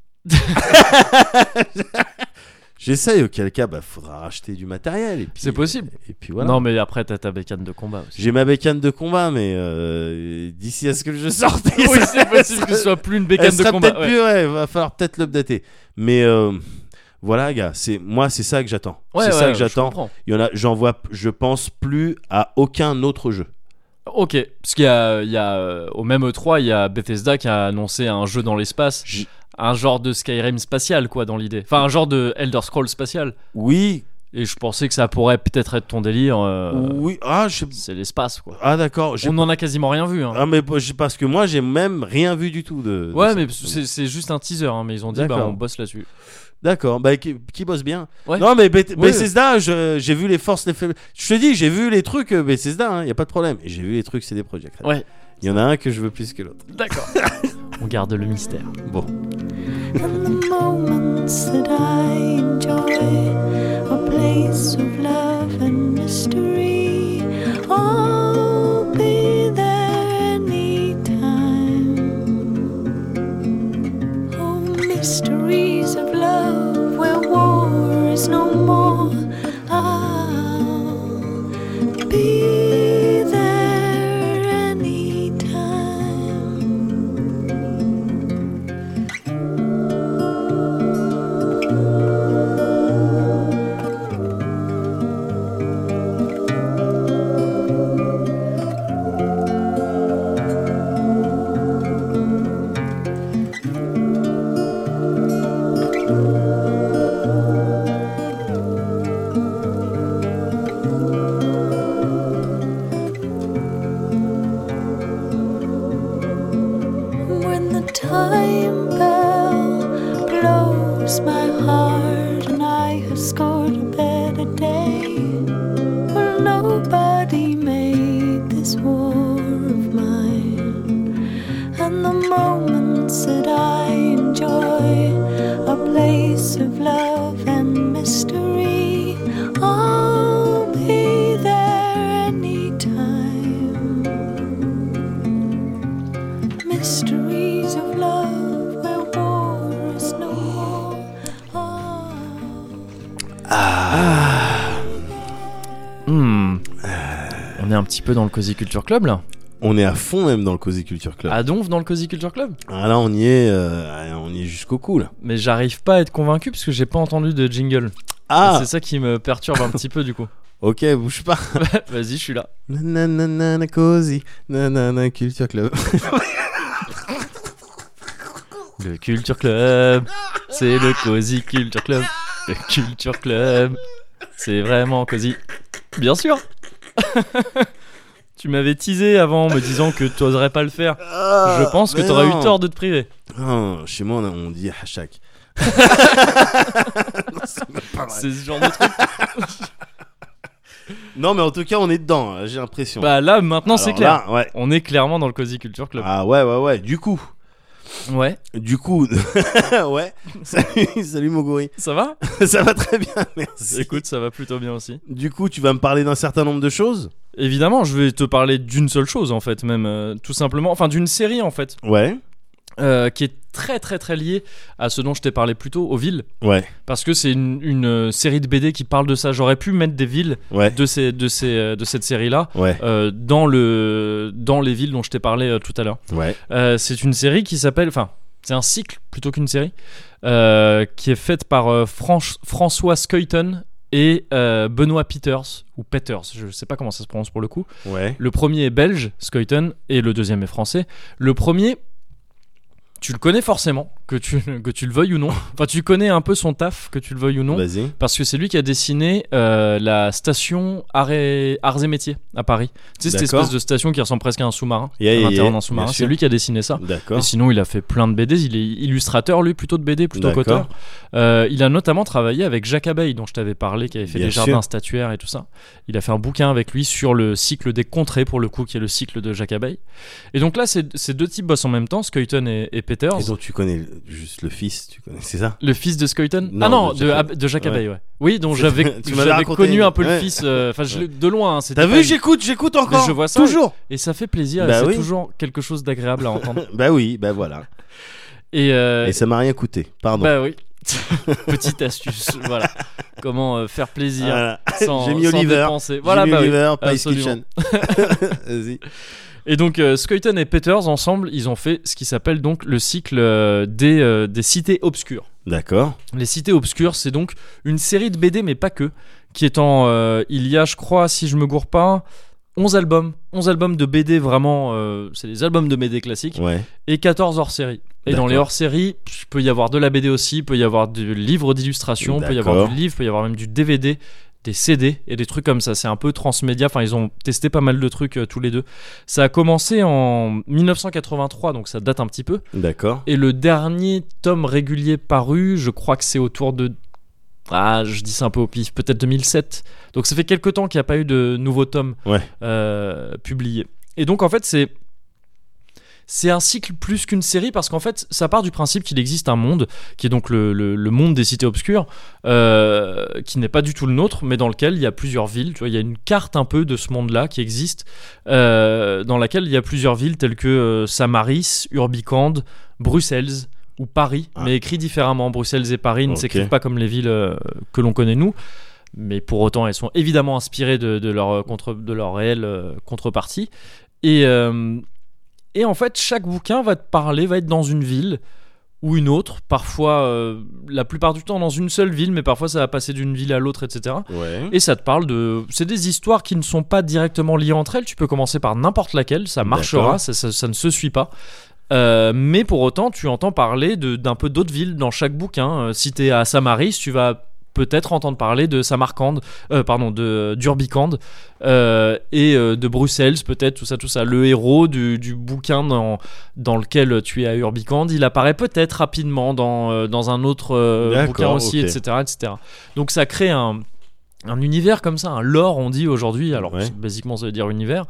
Speaker 2: J'essaye. Auquel cas, bah faudra racheter du matériel. et puis-
Speaker 1: C'est possible.
Speaker 2: Et puis voilà.
Speaker 1: euh, Non, mais après, t'as ta bécane de combat aussi.
Speaker 2: J'ai ma bécane de combat, mais euh, d'ici à ce que je sorte,
Speaker 1: Oui,
Speaker 2: ça-
Speaker 1: c'est possible
Speaker 2: ça-
Speaker 1: que ce soit plus une
Speaker 2: elle
Speaker 1: bécane de
Speaker 2: sera
Speaker 1: combat.
Speaker 2: peut-être
Speaker 1: ouais.
Speaker 2: plus. Ouais, va falloir peut-être l'updater. Mais euh, voilà, gars. C'est moi, c'est ça que j'attends.
Speaker 1: Ouais,
Speaker 2: c'est ça
Speaker 1: ouais, je
Speaker 2: que j'attends.
Speaker 1: comprends.
Speaker 2: Il y en a, j'en vois, je pense plus à aucun autre jeu.
Speaker 1: Ok, parce qu'il y a, il y a, euh, au même E3, il y a Bethesda qui a annoncé un jeu dans l'espace,
Speaker 2: Je-
Speaker 1: un genre de Skyrim spatial, quoi, dans l'idée. Enfin, un genre de Elder Scrolls spatial.
Speaker 2: Oui,
Speaker 1: Et je pensais que ça pourrait peut-être être ton délire. euh,
Speaker 2: oui. Ah, je...
Speaker 1: C'est l'espace, quoi.
Speaker 2: ah d'accord. j'ai-
Speaker 1: On n'en a quasiment rien vu. hein.
Speaker 2: Ah, mais je- parce que moi, j'ai même rien vu du tout de. de
Speaker 1: ouais,
Speaker 2: ça.
Speaker 1: mais c'est c'est juste un teaser, hein, mais ils ont dit, bah,
Speaker 2: D'accord.
Speaker 1: on bosse là-dessus.
Speaker 2: D'accord. Bah, qui, qui bosse bien.
Speaker 1: Ouais.
Speaker 2: Non, mais Beth-
Speaker 1: Oui.
Speaker 2: Bethesda, je- j'ai vu les forces, les faiblesses. Je te dis, j'ai vu les trucs euh, Bethesda. Il y a pas de problème. Et J'ai vu les trucs, c'est des projets.
Speaker 1: Ouais.
Speaker 2: Il y en a un que je veux plus que l'autre.
Speaker 1: D'accord. on garde le mystère.
Speaker 2: Bon.
Speaker 7: and the moments that I enjoy, a place of love and mystery. I'll be there anytime. Oh, mysteries of love where war is no more. I'll be there anytime. when the time bell blows my heart and I have scored a better day. Well, nobody made this war of mine, and the moments that I enjoy, a place of love and mystery. I'll be there anytime mysteries of love where war is no more. Ah.
Speaker 2: Ah, Hmm.
Speaker 1: Euh.
Speaker 8: un petit peu dans le Cozy Culture Club là
Speaker 2: On est à fond même dans le Cozy Culture Club.
Speaker 1: À Donf dans le Cozy Culture Club
Speaker 2: Ah, là, on y est, euh, on y est jusqu'au cou là.
Speaker 1: Mais j'arrive pas à être convaincu parce que j'ai pas entendu de jingle.
Speaker 2: Ah,
Speaker 1: C'est ça qui me perturbe un petit peu du coup.
Speaker 2: ok, bouge pas.
Speaker 1: Vas-y, je suis là.
Speaker 2: Nanana Cozy, nanana Culture Club.
Speaker 1: Le Culture Club, c'est le Cozy Culture Club. Le Culture Club, c'est vraiment Cozy. Bien sûr Tu m'avais teasé avant en me disant que tu oserais pas le faire. Je pense que
Speaker 2: Ah, Euh, mais
Speaker 1: t'aurais
Speaker 2: non.
Speaker 1: eu tort de te priver.
Speaker 2: Ah, chez moi, on, a- on dit hashtag.
Speaker 1: C'est ce genre de truc.
Speaker 2: Non, mais en tout cas, on est dedans, hein, j'ai l'impression.
Speaker 1: Bah là, maintenant, c'est
Speaker 2: Alors
Speaker 1: clair.
Speaker 2: là, ouais.
Speaker 1: On est clairement dans le Cozy Culture Club.
Speaker 2: Ah ouais, ouais, ouais. Du coup, Ah.
Speaker 1: Ouais,
Speaker 2: du coup, ouais. Salut, salut Moguri.
Speaker 1: ça va
Speaker 2: Ça va très bien, merci.
Speaker 1: Écoute, ça va plutôt bien aussi.
Speaker 2: Du coup, tu vas me parler d'un certain nombre de choses
Speaker 1: Évidemment, je vais te parler d'une seule chose en fait, même euh, tout simplement, enfin d'une série en fait,
Speaker 2: Ouais.
Speaker 1: euh, qui est très très très liée à ce dont je t'ai parlé plus tôt, aux villes,
Speaker 2: Ouais,
Speaker 1: parce que c'est une, une, euh, série de BD qui parle de ça. J'aurais pu mettre des villes
Speaker 2: ouais,
Speaker 1: de ces de ces euh, de cette série là.
Speaker 2: ouais,
Speaker 1: dans, le, dans les villes dont je t'ai parlé euh, tout à l'heure.
Speaker 2: ouais.
Speaker 1: Euh, c'est une série qui s'appelle. Enfin, c'est un cycle plutôt qu'une série. euh, qui est faite par euh, Franch- François Skuyton et euh, Benoît Peters. Ou Peters, je sais pas comment ça se prononce pour le coup.
Speaker 2: Ouais.
Speaker 1: Le premier est belge, Skuyton, et le deuxième est français. Le premier, tu le connais forcément, que tu, que tu le veuilles ou non. Enfin, tu connais un peu son taf, que tu le veuilles ou non.
Speaker 2: Vas-y.
Speaker 1: Parce que c'est lui qui a dessiné euh, la station Arts et, Arts et Métiers à Paris. Tu sais, cette
Speaker 2: D'accord.
Speaker 1: espèce de station qui ressemble presque à un sous-marin.
Speaker 2: Yeah, yeah,
Speaker 1: à l'intérieur
Speaker 2: yeah,
Speaker 1: d'un sous-marin.
Speaker 2: bien
Speaker 1: C'est
Speaker 2: sûr.
Speaker 1: lui qui a dessiné ça.
Speaker 2: D'accord.
Speaker 1: Et sinon, il a fait plein de BD. Il est illustrateur, lui, plutôt de BD, plutôt
Speaker 2: D'accord.
Speaker 1: qu'auteur. Euh, il a notamment travaillé avec Jacques Abeille, dont je t'avais parlé, qui avait fait
Speaker 2: Bien
Speaker 1: les
Speaker 2: sûr.
Speaker 1: jardins statuaires et tout ça. Il a fait un bouquin avec lui sur le cycle des contrées, pour le coup, qui est le cycle de Jacques Abeille. Et donc là, ces ces deux types bossent en même temps, Skuyton et, et Peters.
Speaker 2: Et donc, tu connais le- juste le fils, tu connais, c'est ça
Speaker 1: Le fils de Skuyton
Speaker 2: Non,
Speaker 1: Ah non,
Speaker 2: de
Speaker 1: de,
Speaker 2: Jacques-
Speaker 1: Ab- de Jacques Abeille, ouais. Oui, dont
Speaker 2: C'est-
Speaker 1: j'avais
Speaker 2: tu m'avais
Speaker 1: j'avais
Speaker 2: raconté,
Speaker 1: connu un peu
Speaker 2: ouais.
Speaker 1: le fils, euh, enfin je l'ai- de loin. hein, c'était
Speaker 2: T'as
Speaker 1: pas
Speaker 2: vu,
Speaker 1: une-
Speaker 2: j'écoute, j'écoute encore.
Speaker 1: Mais je vois ça,
Speaker 2: Toujours.
Speaker 1: Et ça fait plaisir,
Speaker 2: Bah
Speaker 1: et c'est
Speaker 2: oui.
Speaker 1: toujours quelque chose d'agréable à entendre.
Speaker 2: Bah oui, bah voilà.
Speaker 1: Et, euh,
Speaker 2: Et ça m'a rien coûté, pardon.
Speaker 1: bah oui, petite astuce, voilà. Comment euh, faire plaisir
Speaker 2: Voilà.
Speaker 1: sans,
Speaker 2: Ah, Euh, J'ai mis
Speaker 1: sans
Speaker 2: Oliver.
Speaker 1: dépenser. Voilà,
Speaker 2: Jimmy
Speaker 1: bah oui.
Speaker 2: Oliver, Pies
Speaker 1: absolument.
Speaker 2: Kitchen. Vas-y.
Speaker 1: Et donc euh, Skuyton et Peters ensemble, ils ont fait ce qui s'appelle donc le cycle euh, des, euh, des cités obscures.
Speaker 2: D'accord.
Speaker 1: Les Cités Obscures, c'est donc une série de BD, mais pas que, qui est en. euh, il y a, je crois, si je me gourre pas, 11 albums. 11 albums de BD vraiment. euh, c'est des albums de BD classiques.
Speaker 2: Ouais.
Speaker 1: Et 14 hors-série. Et dans
Speaker 2: D'accord.
Speaker 1: les hors-série, il peut y avoir de la BD aussi, il peut y avoir du livre d'illustration, il peut y avoir
Speaker 2: D'accord.
Speaker 1: du livre, il peut y avoir même du DVD, des CD et des trucs comme ça. C'est un peu transmédia. Enfin, ils ont testé pas mal de trucs euh, tous les deux. Ça a commencé en 1983, donc ça date un petit peu.
Speaker 2: D'accord.
Speaker 1: Et le dernier tome régulier paru, je crois que c'est autour de. Ah, je dis ça un peu au pif, peut-être 2007. Donc ça fait quelque temps qu'il n'y a pas eu de nouveau tome
Speaker 2: Ouais.
Speaker 1: euh, publié. Et donc en fait, c'est. C'est un cycle plus qu'une série parce qu'en fait, ça part du principe qu'il existe un monde, qui est donc le, le- le monde des cités obscures, euh, qui n'est pas du tout le nôtre, mais dans lequel il y a plusieurs villes. Tu vois, il y a une carte un peu de ce monde-là qui existe, euh, dans laquelle il y a plusieurs villes telles que euh, Samaris, Urbicande, Bruxelles ou Paris,
Speaker 2: Ah.
Speaker 1: mais écrit différemment. Bruxelles et Paris ne
Speaker 2: Ok.
Speaker 1: s'écrivent pas comme les villes euh, que l'on connaît nous, mais pour autant elles sont évidemment inspirées de, de leur, euh, contre, de leur réelle euh, contrepartie. Et, euh, et en fait, chaque bouquin va te parler, va être dans une ville ou une autre, parfois, euh, la plupart du temps dans une seule ville, mais parfois ça va passer d'une ville à l'autre, etc.
Speaker 2: Ouais.
Speaker 1: Et ça te parle de. C'est des histoires qui ne sont pas directement liées entre elles. Tu peux commencer par n'importe laquelle, ça marchera,
Speaker 2: D'accord.
Speaker 1: ça, ça- ça ne se suit pas. Euh, mais pour autant, tu entends parler de- d'un peu d'autres villes dans chaque bouquin. Euh, si t'es à Samaris, tu vas peut-être entendre parler de Samarcande, euh, pardon, de d'Urbicande euh, et euh, de Bruxelles, peut-être tout ça, tout ça. Le héros du, du bouquin dans, dans lequel tu es à Urbicande, il apparaît peut-être rapidement dans, euh, dans un autre euh,
Speaker 2: D'accord,
Speaker 1: bouquin aussi,
Speaker 2: ok.
Speaker 1: etc., etc. Donc ça crée un, un univers comme ça, un lore, on dit aujourd'hui. Alors,
Speaker 2: Ouais.
Speaker 1: c'est- basiquement, ça veut dire univers.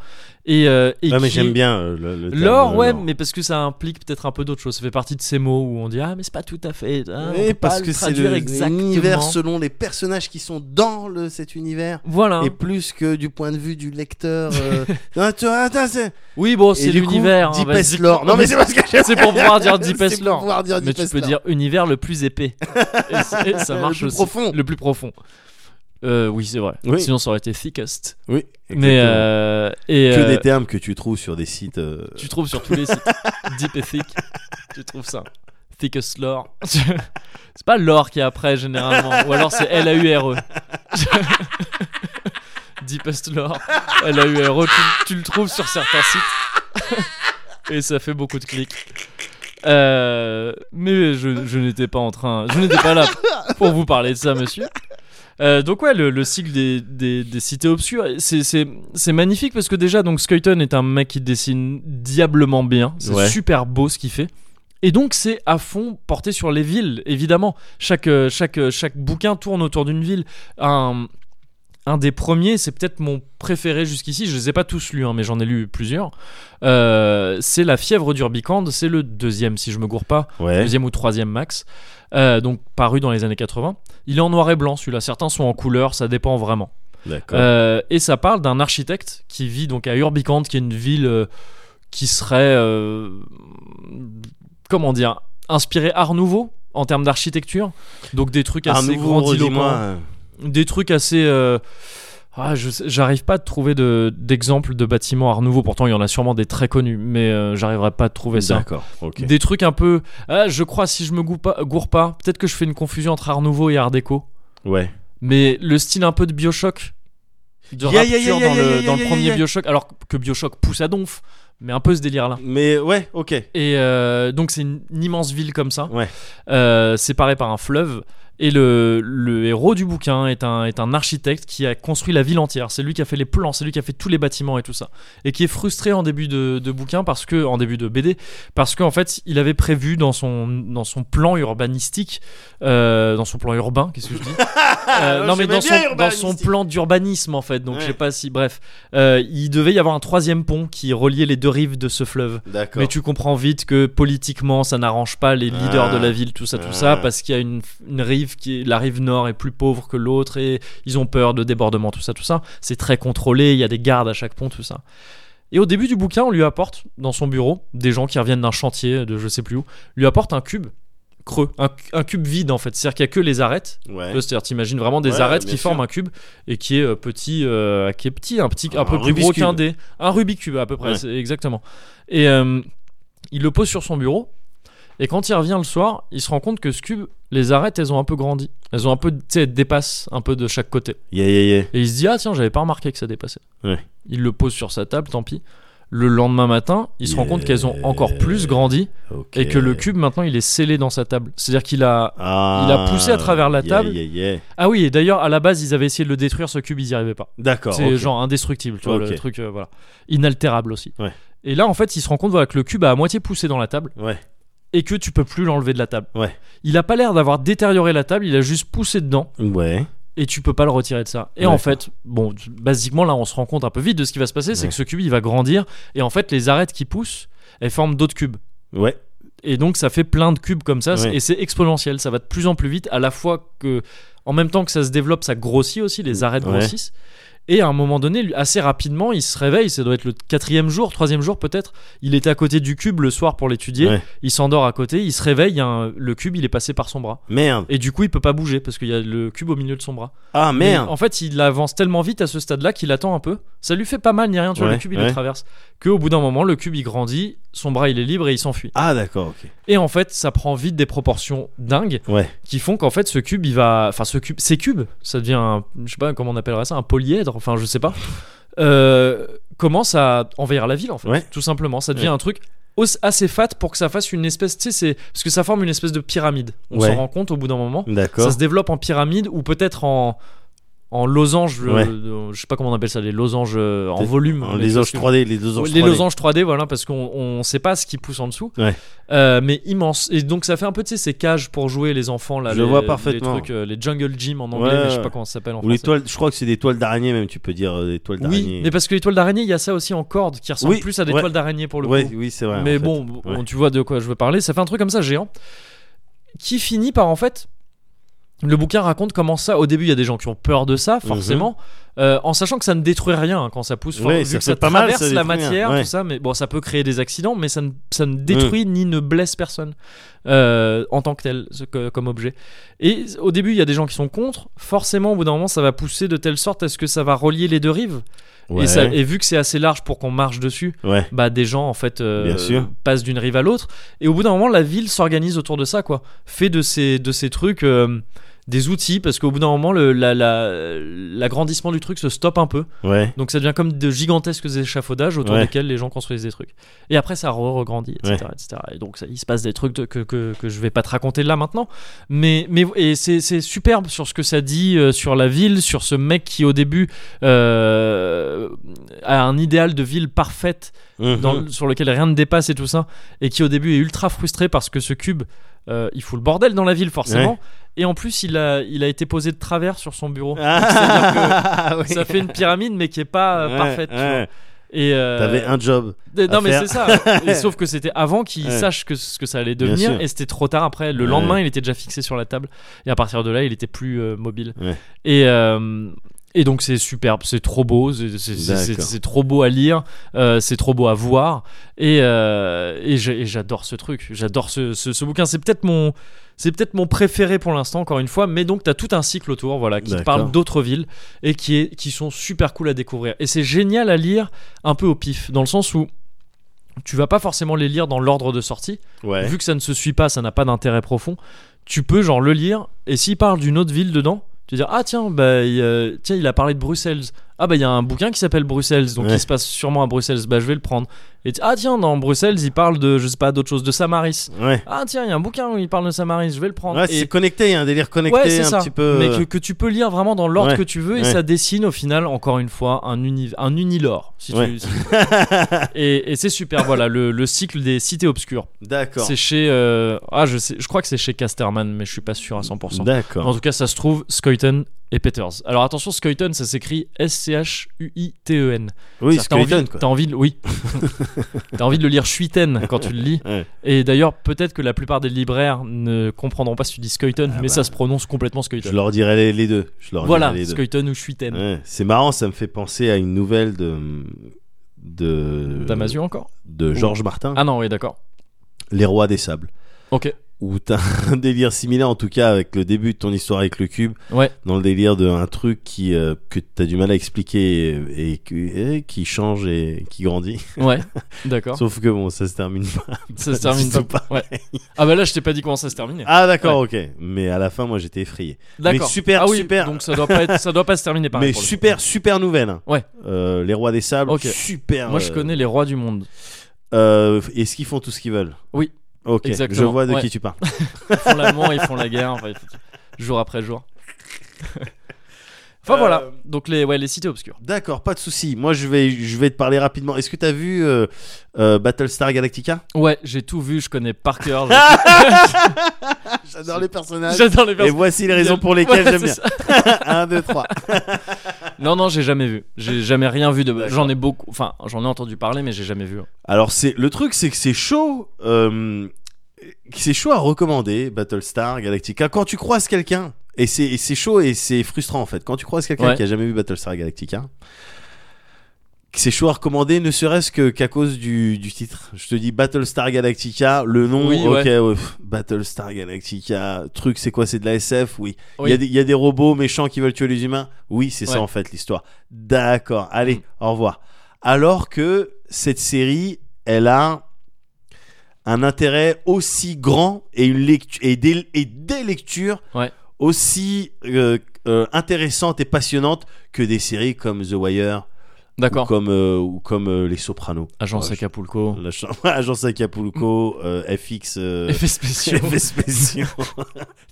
Speaker 1: Et, euh, et
Speaker 2: Ah mais
Speaker 1: qui-
Speaker 2: j'aime bien euh, le, le terme,
Speaker 1: Lore,
Speaker 2: euh,
Speaker 1: ouais, mais parce que ça implique peut-être un peu d'autres choses. Ça fait partie de ces mots où on dit ah mais c'est pas tout à fait. ah, on
Speaker 2: Oui,
Speaker 1: peut pas
Speaker 2: parce
Speaker 1: le
Speaker 2: que c'est
Speaker 1: traduire
Speaker 2: le-
Speaker 1: exactement.
Speaker 2: l'univers selon les personnages qui sont dans le, cet univers.
Speaker 1: Voilà.
Speaker 2: Et plus que du point de vue du lecteur. euh, non, tu- attends, c'est
Speaker 1: Oui bon,
Speaker 2: et
Speaker 1: c'est
Speaker 2: du coup,
Speaker 1: l'univers. hein,
Speaker 2: Deepest
Speaker 1: vas-y.
Speaker 2: Lore. Non, mais c'est parce que j'ai-
Speaker 1: c'est pour pouvoir dire
Speaker 2: c'est
Speaker 1: deepest
Speaker 2: pour
Speaker 1: lore.
Speaker 2: pouvoir dire
Speaker 1: Mais tu
Speaker 2: Deepest
Speaker 1: peux
Speaker 2: Lore.
Speaker 1: dire univers le plus épais. et, c'est- et ça
Speaker 2: Le
Speaker 1: marche
Speaker 2: plus
Speaker 1: aussi.
Speaker 2: profond.
Speaker 1: Le plus profond. Euh, oui, c'est vrai.
Speaker 2: Oui.
Speaker 1: Sinon, ça aurait été thickest.
Speaker 2: Oui.
Speaker 1: Mais euh, et
Speaker 2: que
Speaker 1: euh,
Speaker 2: des termes que tu trouves sur des sites. euh,
Speaker 1: tu trouves sur tous les sites deep et thick. Tu trouves ça. Thickest lore. c'est pas lore qui est après généralement, ou alors c'est L A U R E. Deepest lore, L A U R E. Tu, tu le trouves sur certains sites. et ça fait beaucoup de clics. Euh, mais je, je n'étais pas en train, je n'étais pas là pour vous parler de ça, monsieur. Euh, donc ouais, le, le cycle des, des, des cités obscures, c'est- c'est c'est magnifique parce que déjà, donc Skuyton est un mec qui dessine diablement bien, c'est
Speaker 2: Ouais.
Speaker 1: super beau ce qu'il fait. Et donc c'est à fond porté sur les villes, évidemment. Chaque, euh, chaque, euh, chaque bouquin tourne autour d'une ville. Un, un des premiers, c'est peut-être mon préféré jusqu'ici, je les ai pas tous lus, hein, mais j'en ai lu plusieurs. Euh, c'est La fièvre d'Urbicande, c'est le deuxième si je me gourre pas
Speaker 2: Ouais.
Speaker 1: deuxième ou troisième max, Euh, donc paru dans les années 80. Il est en noir et blanc celui-là, certains sont en couleur, ça dépend vraiment.
Speaker 2: D'accord.
Speaker 1: Euh, et ça parle d'un architecte qui vit donc à Urbicante, qui est une ville euh, qui serait, euh, comment dire, inspirée Art Nouveau en termes d'architecture, donc des trucs
Speaker 2: Art
Speaker 1: assez
Speaker 2: Nouveau,
Speaker 1: grandiloquents
Speaker 2: redis-moi. euh,
Speaker 1: des trucs assez. euh, ah, je sais- j'arrive pas à trouver de- d'exemples de, bâtiments Art Nouveau. Pourtant, il y en a sûrement des très connus, mais euh, j'arriverai pas à trouver ça.
Speaker 2: D'accord. Ok.
Speaker 1: Des trucs un peu. Ah, je crois, si je me gourre pas, gourre pas peut-être que je fais une confusion entre Art Nouveau et Art Déco.
Speaker 2: Ouais.
Speaker 1: Mais le style un peu de Bioshock. De
Speaker 2: Yeah,
Speaker 1: Rapture
Speaker 2: yeah, yeah,
Speaker 1: dans
Speaker 2: yeah,
Speaker 1: le,
Speaker 2: yeah,
Speaker 1: dans le
Speaker 2: yeah,
Speaker 1: premier
Speaker 2: yeah.
Speaker 1: Bioshock. Alors que Bioshock pousse à donf. Mais un peu ce délire-là.
Speaker 2: Mais ouais. Ok.
Speaker 1: Et euh, donc, c'est une, une immense ville comme ça.
Speaker 2: Ouais.
Speaker 1: euh, séparée par un fleuve. Et le, le héros du bouquin est un, est un architecte qui a construit la ville entière. C'est lui qui a fait les plans, c'est lui qui a fait tous les bâtiments et tout ça. Et qui est frustré en début de, de bouquin, parce que, en début de BD, parce qu'en fait, il avait prévu dans son, dans son plan urbanistique, euh, dans son plan urbain, qu'est-ce que je dis Euh, Non, mais
Speaker 2: j'aimais
Speaker 1: dans
Speaker 2: bien
Speaker 1: son, dans son
Speaker 2: urbanistique.
Speaker 1: plan d'urbanisme, en fait. Donc,
Speaker 2: Ouais.
Speaker 1: je sais pas si. Bref, Euh, il devait y avoir un troisième pont qui reliait les deux rives de ce fleuve.
Speaker 2: D'accord.
Speaker 1: Mais tu comprends vite que politiquement, ça n'arrange pas les leaders
Speaker 2: Ah.
Speaker 1: de la ville, tout ça, tout ça,
Speaker 2: Ah.
Speaker 1: parce qu'il y a une, une rive qui est, la rive nord est plus pauvre que l'autre et ils ont peur de débordements, tout ça, tout ça. C'est très contrôlé, il y a des gardes à chaque pont, tout ça. Et au début du bouquin, on lui apporte dans son bureau des gens qui reviennent d'un chantier de je sais plus où, lui apporte un cube creux, un, un cube vide en fait, c'est-à-dire qu'il y a que les arêtes
Speaker 2: Ouais.
Speaker 1: euh, C'est-à-dire, t'imagines vraiment des
Speaker 2: Ouais,
Speaker 1: arêtes
Speaker 2: bien
Speaker 1: qui
Speaker 2: sûr.
Speaker 1: forment un cube et qui est euh, petit, euh, qui est petit, un petit, un,
Speaker 2: Un
Speaker 1: peu plus
Speaker 2: Rubik's
Speaker 1: gros
Speaker 2: Cube.
Speaker 1: qu'un dé, un Rubik's cube à peu près,
Speaker 2: Ouais.
Speaker 1: c'est exactement. Et euh, il le pose sur son bureau. Et quand il revient le soir, il se rend compte que ce cube, les arêtes, elles ont un peu grandi. Elles ont un peu, tu sais, elles dépassent un peu de chaque côté.
Speaker 2: Yeah, yeah, yeah.
Speaker 1: Et il se dit, ah tiens, j'avais pas remarqué que ça dépassait.
Speaker 2: Ouais.
Speaker 1: Il le pose sur sa table, tant pis. Le lendemain matin, il se rend compte qu'elles ont encore plus grandi
Speaker 2: Ok.
Speaker 1: et que le cube, maintenant, il est scellé dans sa table. C'est-à-dire qu'il a
Speaker 2: Ah,
Speaker 1: il a poussé à travers la
Speaker 2: yeah,
Speaker 1: table.
Speaker 2: yeah, yeah.
Speaker 1: ah oui, et d'ailleurs, à la base, ils avaient essayé de le détruire, ce cube, ils n'y arrivaient pas.
Speaker 2: D'accord.
Speaker 1: C'est
Speaker 2: Ah, ok.
Speaker 1: genre indestructible, tu vois, le
Speaker 2: Ok.
Speaker 1: truc, euh, voilà. Inaltérable aussi.
Speaker 2: Ouais.
Speaker 1: Et là, en fait, il se rend compte voilà, que le cube a à moitié poussé dans la table
Speaker 2: Ouais.
Speaker 1: et que tu peux plus l'enlever de la table.
Speaker 2: Ouais.
Speaker 1: Il a pas l'air d'avoir détérioré la table, il a juste poussé dedans
Speaker 2: Ouais.
Speaker 1: et tu peux pas le retirer de ça. Et en
Speaker 2: D'accord.
Speaker 1: fait, bon, tu- basiquement, là, on se rend compte un peu vite de ce qui va se passer, c'est
Speaker 2: Ouais.
Speaker 1: que ce cube, il va grandir et en fait, les arêtes qui poussent, elles forment d'autres cubes.
Speaker 2: Ouais.
Speaker 1: Et donc ça fait plein de cubes comme ça
Speaker 2: Ouais.
Speaker 1: et c'est exponentiel, ça va de plus en plus vite à la fois que en même temps que ça se développe, ça grossit aussi, les arêtes
Speaker 2: Mm, Ouais.
Speaker 1: grossissent. Et à un moment donné, lui, assez rapidement, il se réveille, ça doit être le quatrième jour, troisième jour peut-être. Il était à côté du cube le soir pour l'étudier,
Speaker 2: Ouais.
Speaker 1: il s'endort à côté, il se réveille, il y a un- le cube il est passé par son bras.
Speaker 2: Merde.
Speaker 1: Et du coup il peut pas bouger parce qu'il y a le cube au milieu de son bras.
Speaker 2: Ah
Speaker 1: Mais
Speaker 2: merde.
Speaker 1: En fait, il avance tellement vite à ce stade-là qu'il attend un peu. Ça lui fait pas mal ni rien, tu vois,
Speaker 2: Ouais,
Speaker 1: le cube il
Speaker 2: ouais.
Speaker 1: le traverse. Que au bout d'un moment, le cube il grandit, son bras il est libre et il s'enfuit.
Speaker 2: Ah d'accord. Ok.
Speaker 1: Et en fait, ça prend vite des proportions dingues
Speaker 2: Ouais.
Speaker 1: qui font qu'en fait, ce cube, il va. Enfin, ce cube, ces cubes, ça devient. un- je sais pas comment on appellerait ça, un polyèdre, enfin, je sais pas. Euh, commence à envahir la ville, en fait.
Speaker 2: Ouais.
Speaker 1: Tout simplement. Ça devient
Speaker 2: Ouais.
Speaker 1: un truc os- assez fat pour que ça fasse une espèce. Tu sais, c'est. Parce que ça forme une espèce de pyramide. On
Speaker 2: Ouais.
Speaker 1: s'en rend compte au bout d'un moment. Ça
Speaker 2: D'accord.
Speaker 1: se développe en pyramide ou peut-être en. En losange, euh,
Speaker 2: Ouais.
Speaker 1: euh, je sais pas comment on appelle ça, les losanges euh, en
Speaker 2: Des-
Speaker 1: volume.
Speaker 2: Oh,
Speaker 1: mais
Speaker 2: Les
Speaker 1: parce
Speaker 2: anges
Speaker 1: que-
Speaker 2: 3D, les deux anges
Speaker 1: les
Speaker 2: 3D.
Speaker 1: losanges 3D, voilà, parce qu'on on sait pas ce qui pousse en dessous.
Speaker 2: Ouais.
Speaker 1: Euh, mais immense. Et donc ça fait un peu, tu sais, ces cages pour jouer les enfants, là.
Speaker 2: Je
Speaker 1: les,
Speaker 2: vois
Speaker 1: Les,
Speaker 2: parfaitement.
Speaker 1: trucs, euh, les jungle gym en anglais,
Speaker 2: Ouais,
Speaker 1: mais je sais
Speaker 2: ouais.
Speaker 1: pas comment ça s'appelle en
Speaker 2: Ou les
Speaker 1: français.
Speaker 2: toiles. Je crois que c'est des toiles d'araignée même. Tu peux dire euh, des toiles d'araignée.
Speaker 1: Oui, mais parce que les toiles d'araignée, il y a ça aussi en corde qui ressemble
Speaker 2: Oui,
Speaker 1: plus à des
Speaker 2: ouais.
Speaker 1: toiles d'araignée pour le
Speaker 2: Ouais,
Speaker 1: coup.
Speaker 2: oui, c'est vrai. en
Speaker 1: mais
Speaker 2: fait.
Speaker 1: bon,
Speaker 2: Ouais.
Speaker 1: bon, tu vois de quoi je veux parler. Ça fait un truc comme ça géant qui finit par en fait. Le bouquin raconte comment ça. Au début, il y a des gens qui ont peur de ça, forcément. Euh, en sachant que ça ne détruit rien hein, quand ça pousse,
Speaker 2: Mhm. Oui,
Speaker 1: vu
Speaker 2: ça
Speaker 1: que ça
Speaker 2: fait pas mal,
Speaker 1: traverse
Speaker 2: ça
Speaker 1: la
Speaker 2: détruit rien,
Speaker 1: matière,
Speaker 2: ouais. Mhm.
Speaker 1: tout ça, mais bon, ça peut créer des accidents, mais ça ne, ça ne détruit ni ne blesse personne euh, en tant que tel, ce que- comme objet. Et au début, il y a des gens qui sont contre. Forcément, au bout d'un moment, ça va pousser de telle sorte à ce que ça va relier les deux rives.
Speaker 2: Ouais.
Speaker 1: Et, ça- et vu que c'est assez large pour qu'on marche dessus,
Speaker 2: Ouais.
Speaker 1: bah des gens en fait euh,
Speaker 2: Bien sûr.
Speaker 1: passent d'une rive à l'autre et au bout d'un moment la ville s'organise autour de ça quoi fait de ces de ces trucs euh, des outils parce qu'au bout d'un moment le- la- la- l'agrandissement du truc se stoppe un peu
Speaker 2: Ouais.
Speaker 1: donc ça devient comme de gigantesques échafaudages autour
Speaker 2: Ouais.
Speaker 1: desquels les gens construisent des trucs et après ça re-regrandit etc,
Speaker 2: Ouais.
Speaker 1: etc. et donc ça- il se passe des trucs de- que, que, que je vais pas te raconter là maintenant mais, mais et c'est c'est superbe sur ce que ça dit euh, sur la ville sur ce mec qui au début euh, a un idéal de ville parfaite dans
Speaker 2: Mhm.
Speaker 1: le- sur lequel rien ne dépasse et tout ça, et qui au début est ultra frustré parce que ce cube, euh, il fout le bordel dans la ville forcément,
Speaker 2: Ouais.
Speaker 1: et en plus il a, il a été posé de travers sur son bureau.
Speaker 2: Ah, oui.
Speaker 1: Ça fait une pyramide mais qui est pas euh,
Speaker 2: Ouais,
Speaker 1: parfaite. tu vois.
Speaker 2: ouais.
Speaker 1: Et euh,
Speaker 2: T'avais un job.
Speaker 1: de- non
Speaker 2: à
Speaker 1: mais
Speaker 2: faire.
Speaker 1: c'est ça. Et sauf que c'était avant qu'il
Speaker 2: Ouais.
Speaker 1: sache que ce que ça allait
Speaker 2: Bien
Speaker 1: devenir
Speaker 2: sûr.
Speaker 1: et c'était trop tard après. Le
Speaker 2: Ouais.
Speaker 1: lendemain, il était déjà fixé sur la table et à partir de là, il était plus euh, mobile.
Speaker 2: Ouais.
Speaker 1: Et euh, et donc c'est superbe, c'est trop beau, c'est- c'est- c'est c'est-
Speaker 2: D'accord.
Speaker 1: c'est trop beau à lire, euh, c'est trop beau à voir et euh, et j'ai- et j'adore ce truc, j'adore ce, ce ce bouquin. C'est peut-être mon c'est peut-être mon préféré pour l'instant, encore une fois, mais donc tu as tout un cycle autour, voilà, qui te
Speaker 2: D'accord.
Speaker 1: parle d'autres villes et qui, est, qui sont super cool à découvrir. Et c'est génial à lire un peu au pif, dans le sens où tu vas pas forcément les lire dans l'ordre de sortie,
Speaker 2: Ouais.
Speaker 1: vu que ça ne se suit pas, ça n'a pas d'intérêt profond. Tu peux genre le lire et s'il parle d'une autre ville dedans, tu vas dire ah tiens bah il, euh, tiens il a parlé de Bruxelles. Ah bah il y a un bouquin qui s'appelle Bruxelles, donc
Speaker 2: Ouais.
Speaker 1: il se passe sûrement à Bruxelles. Bah je vais le prendre. Et tu- ah tiens dans Bruxelles il parle de je sais pas d'autre chose de Samaris.
Speaker 2: Ouais.
Speaker 1: Ah tiens, il y a un bouquin où il parle de Samaris, je vais le prendre.
Speaker 2: Ouais,
Speaker 1: Et-
Speaker 2: c'est connecté, un délire connecté
Speaker 1: Ouais, c'est
Speaker 2: un
Speaker 1: ça.
Speaker 2: petit peu. euh,
Speaker 1: Mais que, que tu peux lire vraiment dans l'ordre
Speaker 2: Ouais,
Speaker 1: que tu veux et
Speaker 2: ouais.
Speaker 1: ça dessine au final, encore une fois, un, uni, un unilore. si tu-
Speaker 2: Ouais.
Speaker 1: si- et et c'est super, voilà, le, le cycle des cités obscures.
Speaker 2: D'accord.
Speaker 1: C'est chez... euh, ah, je, sais, je crois que c'est chez Casterman, mais je suis pas sûr à 100%. En
Speaker 2: D'accord.
Speaker 1: tout cas, ça se trouve, Scoyton et Peters. Alors attention, Scoyton, ça s'écrit S-C-H-U-I-T-E-n.
Speaker 2: Oui,
Speaker 1: E C'est-à-dire que t'as
Speaker 2: Skeleton,
Speaker 1: envie-
Speaker 2: quoi.
Speaker 1: T'as envie, de- oui. t'as envie de le lire Schuiten quand tu le lis.
Speaker 2: Ouais.
Speaker 1: Et d'ailleurs, peut-être que la plupart des libraires ne comprendront pas si tu dis Scoyton, mais ça se prononce complètement
Speaker 2: Ah bah. Je
Speaker 1: Scoyton.
Speaker 2: leur dirai les, les deux. Je leur
Speaker 1: Voilà,
Speaker 2: dirai les deux.
Speaker 1: Scoyton ou Schuiten.
Speaker 2: Ouais, C'est marrant, ça me fait penser à une nouvelle de de
Speaker 1: Damasio encore
Speaker 2: de Georges Martin,
Speaker 1: Ah non, oui, d'accord.
Speaker 2: Les Rois des Sables,
Speaker 1: Ok.
Speaker 2: où t'as un délire similaire en tout cas avec le début de ton histoire avec le cube,
Speaker 1: Ouais.
Speaker 2: dans le délire de un truc qui euh, que t'as du mal à expliquer et, et que- et qui change et qui grandit.
Speaker 1: Ouais, d'accord.
Speaker 2: Sauf que bon, ça se termine pas.
Speaker 1: Ça se termine
Speaker 2: du tout
Speaker 1: pas. Ouais. Ah bah là, je t'ai pas dit comment ça se terminait.
Speaker 2: Ah d'accord, ok. Mais à la fin, moi j'étais effrayé.
Speaker 1: d'accord.
Speaker 2: mais super,
Speaker 1: ah oui,
Speaker 2: super.
Speaker 1: Donc ça doit pas, être- ça doit pas se terminer pareil.
Speaker 2: mais
Speaker 1: pour le coup.
Speaker 2: super, super nouvelle. hein.
Speaker 1: Ouais.
Speaker 2: Euh, les Rois des Sables,
Speaker 1: Ok.
Speaker 2: super.
Speaker 1: Moi, je
Speaker 2: euh,
Speaker 1: connais les rois du monde.
Speaker 2: Euh, Est-ce qu'ils font tout ce qu'ils veulent
Speaker 1: Oui.
Speaker 2: Ok,
Speaker 1: Exactement,
Speaker 2: je vois de
Speaker 1: ouais.
Speaker 2: qui tu parles.
Speaker 1: Ils font l'amour, ils font la guerre, enfin, jour après jour. enfin voilà. Donc les, ouais, les cités obscures.
Speaker 2: D'accord, pas de souci. Moi, je vais, je vais te parler rapidement. Est-ce que t'as vu euh, euh, Battlestar Galactica
Speaker 1: Ouais, j'ai tout vu, je connais par cœur.
Speaker 2: J'adore les personnages.
Speaker 1: J'adore les
Speaker 2: Et
Speaker 1: personnages.
Speaker 2: voici les raisons pour lesquelles
Speaker 1: Ouais,
Speaker 2: j'aime
Speaker 1: c'est
Speaker 2: bien.
Speaker 1: ça.
Speaker 2: 1, 2, 3.
Speaker 1: Non, non, j'ai jamais vu. J'ai jamais rien vu de.
Speaker 2: D'accord.
Speaker 1: J'en ai beaucoup. Enfin, j'en ai entendu parler, mais j'ai jamais vu.
Speaker 2: Alors, c'est, le truc, c'est que c'est chaud. euh, c'est chaud à recommander, Battlestar Galactica. Quand tu croises quelqu'un, et c'est, et c'est chaud et c'est frustrant en fait. Quand tu croises quelqu'un
Speaker 1: Ouais.
Speaker 2: qui a jamais vu Battlestar Galactica, c'est chaud à recommander, ne serait-ce que, qu'à cause du, du titre. Je te dis Battlestar Galactica, le nom,
Speaker 1: Oui,
Speaker 2: ok,
Speaker 1: ouais.
Speaker 2: ouais, pff, Battlestar Galactica, truc, c'est quoi, c'est de la SF, oui. Il
Speaker 1: Oui.
Speaker 2: y, a des- il y a des robots méchants qui veulent tuer les humains, oui, c'est
Speaker 1: Ouais. Mm.
Speaker 2: ça en fait l'histoire. D'accord, allez, au revoir. Alors que cette série, elle a un intérêt aussi grand et, une lectu- et, des, et des lectures
Speaker 1: Ouais.
Speaker 2: aussi euh, euh, intéressantes et passionnantes que des séries comme The Wire ou
Speaker 1: D'accord. Oh.
Speaker 2: comme, euh, ou comme euh, Les Sopranos.
Speaker 1: Agence Acapulco.
Speaker 2: La ch- Agence Acapulco, euh, FX, euh,
Speaker 1: Effets spéciaux.
Speaker 2: effets spéciaux,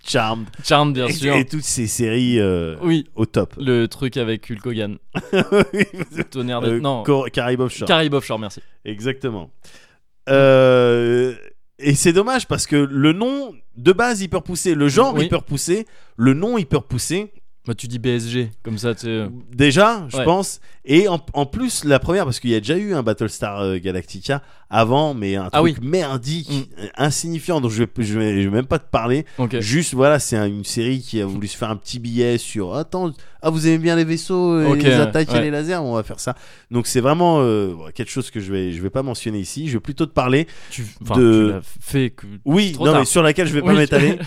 Speaker 2: Charmed,
Speaker 1: Charm, bien
Speaker 2: et,
Speaker 1: sûr.
Speaker 2: et toutes ces séries euh,
Speaker 1: Oui.
Speaker 2: au top.
Speaker 1: Le truc avec Hulk Hogan. Le tonnerre de.
Speaker 2: Euh,
Speaker 1: non.
Speaker 2: Cor- Carrie Bob Shore.
Speaker 1: Carrie Bobshore, merci.
Speaker 2: Exactement. Euh, et c'est dommage parce que le nom, de base, il peut repousser. Le genre,
Speaker 1: Oui.
Speaker 2: il peut repousser. Le nom, il peut repousser.
Speaker 1: Bah, tu dis BSG, comme ça, tu sais. euh,
Speaker 2: Déjà, je
Speaker 1: Ouais.
Speaker 2: pense. Et en, en plus, la première, parce qu'il y a déjà eu un Battlestar euh, Galactica avant, mais un truc
Speaker 1: Ah Mm.
Speaker 2: merdique, euh, insignifiant, donc je vais, je, vais, je vais même pas te parler.
Speaker 1: Ok.
Speaker 2: Juste, voilà, c'est un- une série qui a voulu se faire un petit billet sur Attends, ah, vous aimez bien les vaisseaux et
Speaker 1: Ok,
Speaker 2: les attaques
Speaker 1: ouais.
Speaker 2: et les lasers, on va faire ça. Donc, c'est vraiment euh, quelque chose que je vais, je vais pas mentionner ici. Je vais plutôt te parler.
Speaker 1: Tu, enfin,
Speaker 2: de-
Speaker 1: tu l'as fait que.
Speaker 2: Oui,
Speaker 1: Trop
Speaker 2: non,
Speaker 1: tard.
Speaker 2: mais sur laquelle je vais pas
Speaker 1: Oui.
Speaker 2: m'étaler.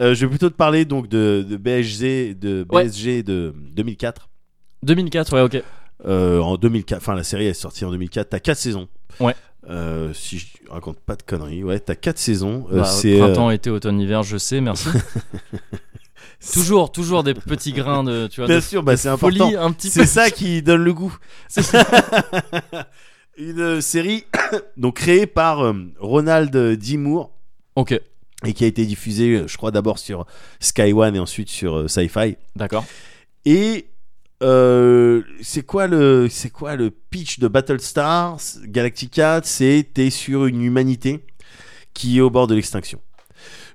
Speaker 2: Euh, je vais plutôt te parler donc de, de BSG, de,
Speaker 1: Ouais.
Speaker 2: BSG de 2004.
Speaker 1: 2004, ouais, ok.
Speaker 2: Euh, en 2004, enfin la série est sortie en 2004, t'as 4 saisons.
Speaker 1: Ouais.
Speaker 2: Euh, si je raconte pas de conneries, ouais, t'as 4 saisons. Euh,
Speaker 1: Bah,
Speaker 2: c'est
Speaker 1: printemps,
Speaker 2: euh,
Speaker 1: été, automne, hiver, je sais, merci.
Speaker 2: c'est-
Speaker 1: toujours, toujours des petits grains de, tu vois,
Speaker 2: Bien
Speaker 1: de
Speaker 2: sûr, bah, c'est
Speaker 1: folie,
Speaker 2: important.
Speaker 1: un petit peu.
Speaker 2: C'est ça qui donne le goût. Une euh, série donc créée par euh, Ronald D. Moore
Speaker 1: Ok,
Speaker 2: et qui a été diffusée, euh, je crois, d'abord sur Sky One et ensuite sur euh, Sci-Fi.
Speaker 1: d'accord.
Speaker 2: Et euh, c'est quoi le c'est quoi le pitch de Battlestar Galactica C'est t'es sur une humanité qui est au bord de l'extinction.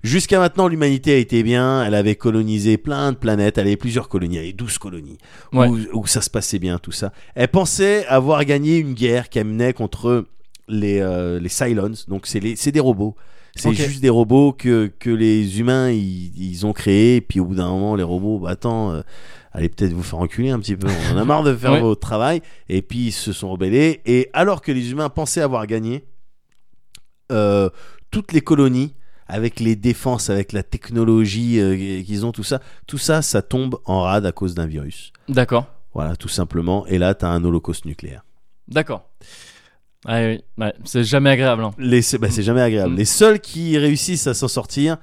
Speaker 2: Jusqu'à maintenant, l'humanité a été bien, elle avait colonisé plein de planètes, elle avait plusieurs colonies, elle avait 12 colonies,
Speaker 1: Ouais.
Speaker 2: où, où ça se passait bien, tout ça. Elle pensait avoir gagné une guerre qu'elle menait contre les, euh, les Cylons, donc c'est les- c'est des robots. C'est
Speaker 1: Ok.
Speaker 2: juste des robots que, que les humains, ils, ils ont créés, et puis au bout d'un moment, les robots, bah attends, euh, allez peut-être vous faire enculer un petit peu, on en a marre de faire
Speaker 1: Ouais.
Speaker 2: votre travail, et puis ils se sont rebellés, et alors que les humains pensaient avoir gagné, euh, toutes les colonies, avec les défenses, avec la technologie euh, qu'ils ont, tout ça, tout ça, ça tombe en rade à cause d'un virus.
Speaker 1: D'accord,
Speaker 2: Voilà, tout simplement. Et là, t'as un holocauste nucléaire.
Speaker 1: d'accord. Ah oui, ouais, c'est jamais agréable. hein.
Speaker 2: Les, c'est, bah, c'est jamais agréable.
Speaker 1: Mm.
Speaker 2: Les seuls qui réussissent à s'en sortir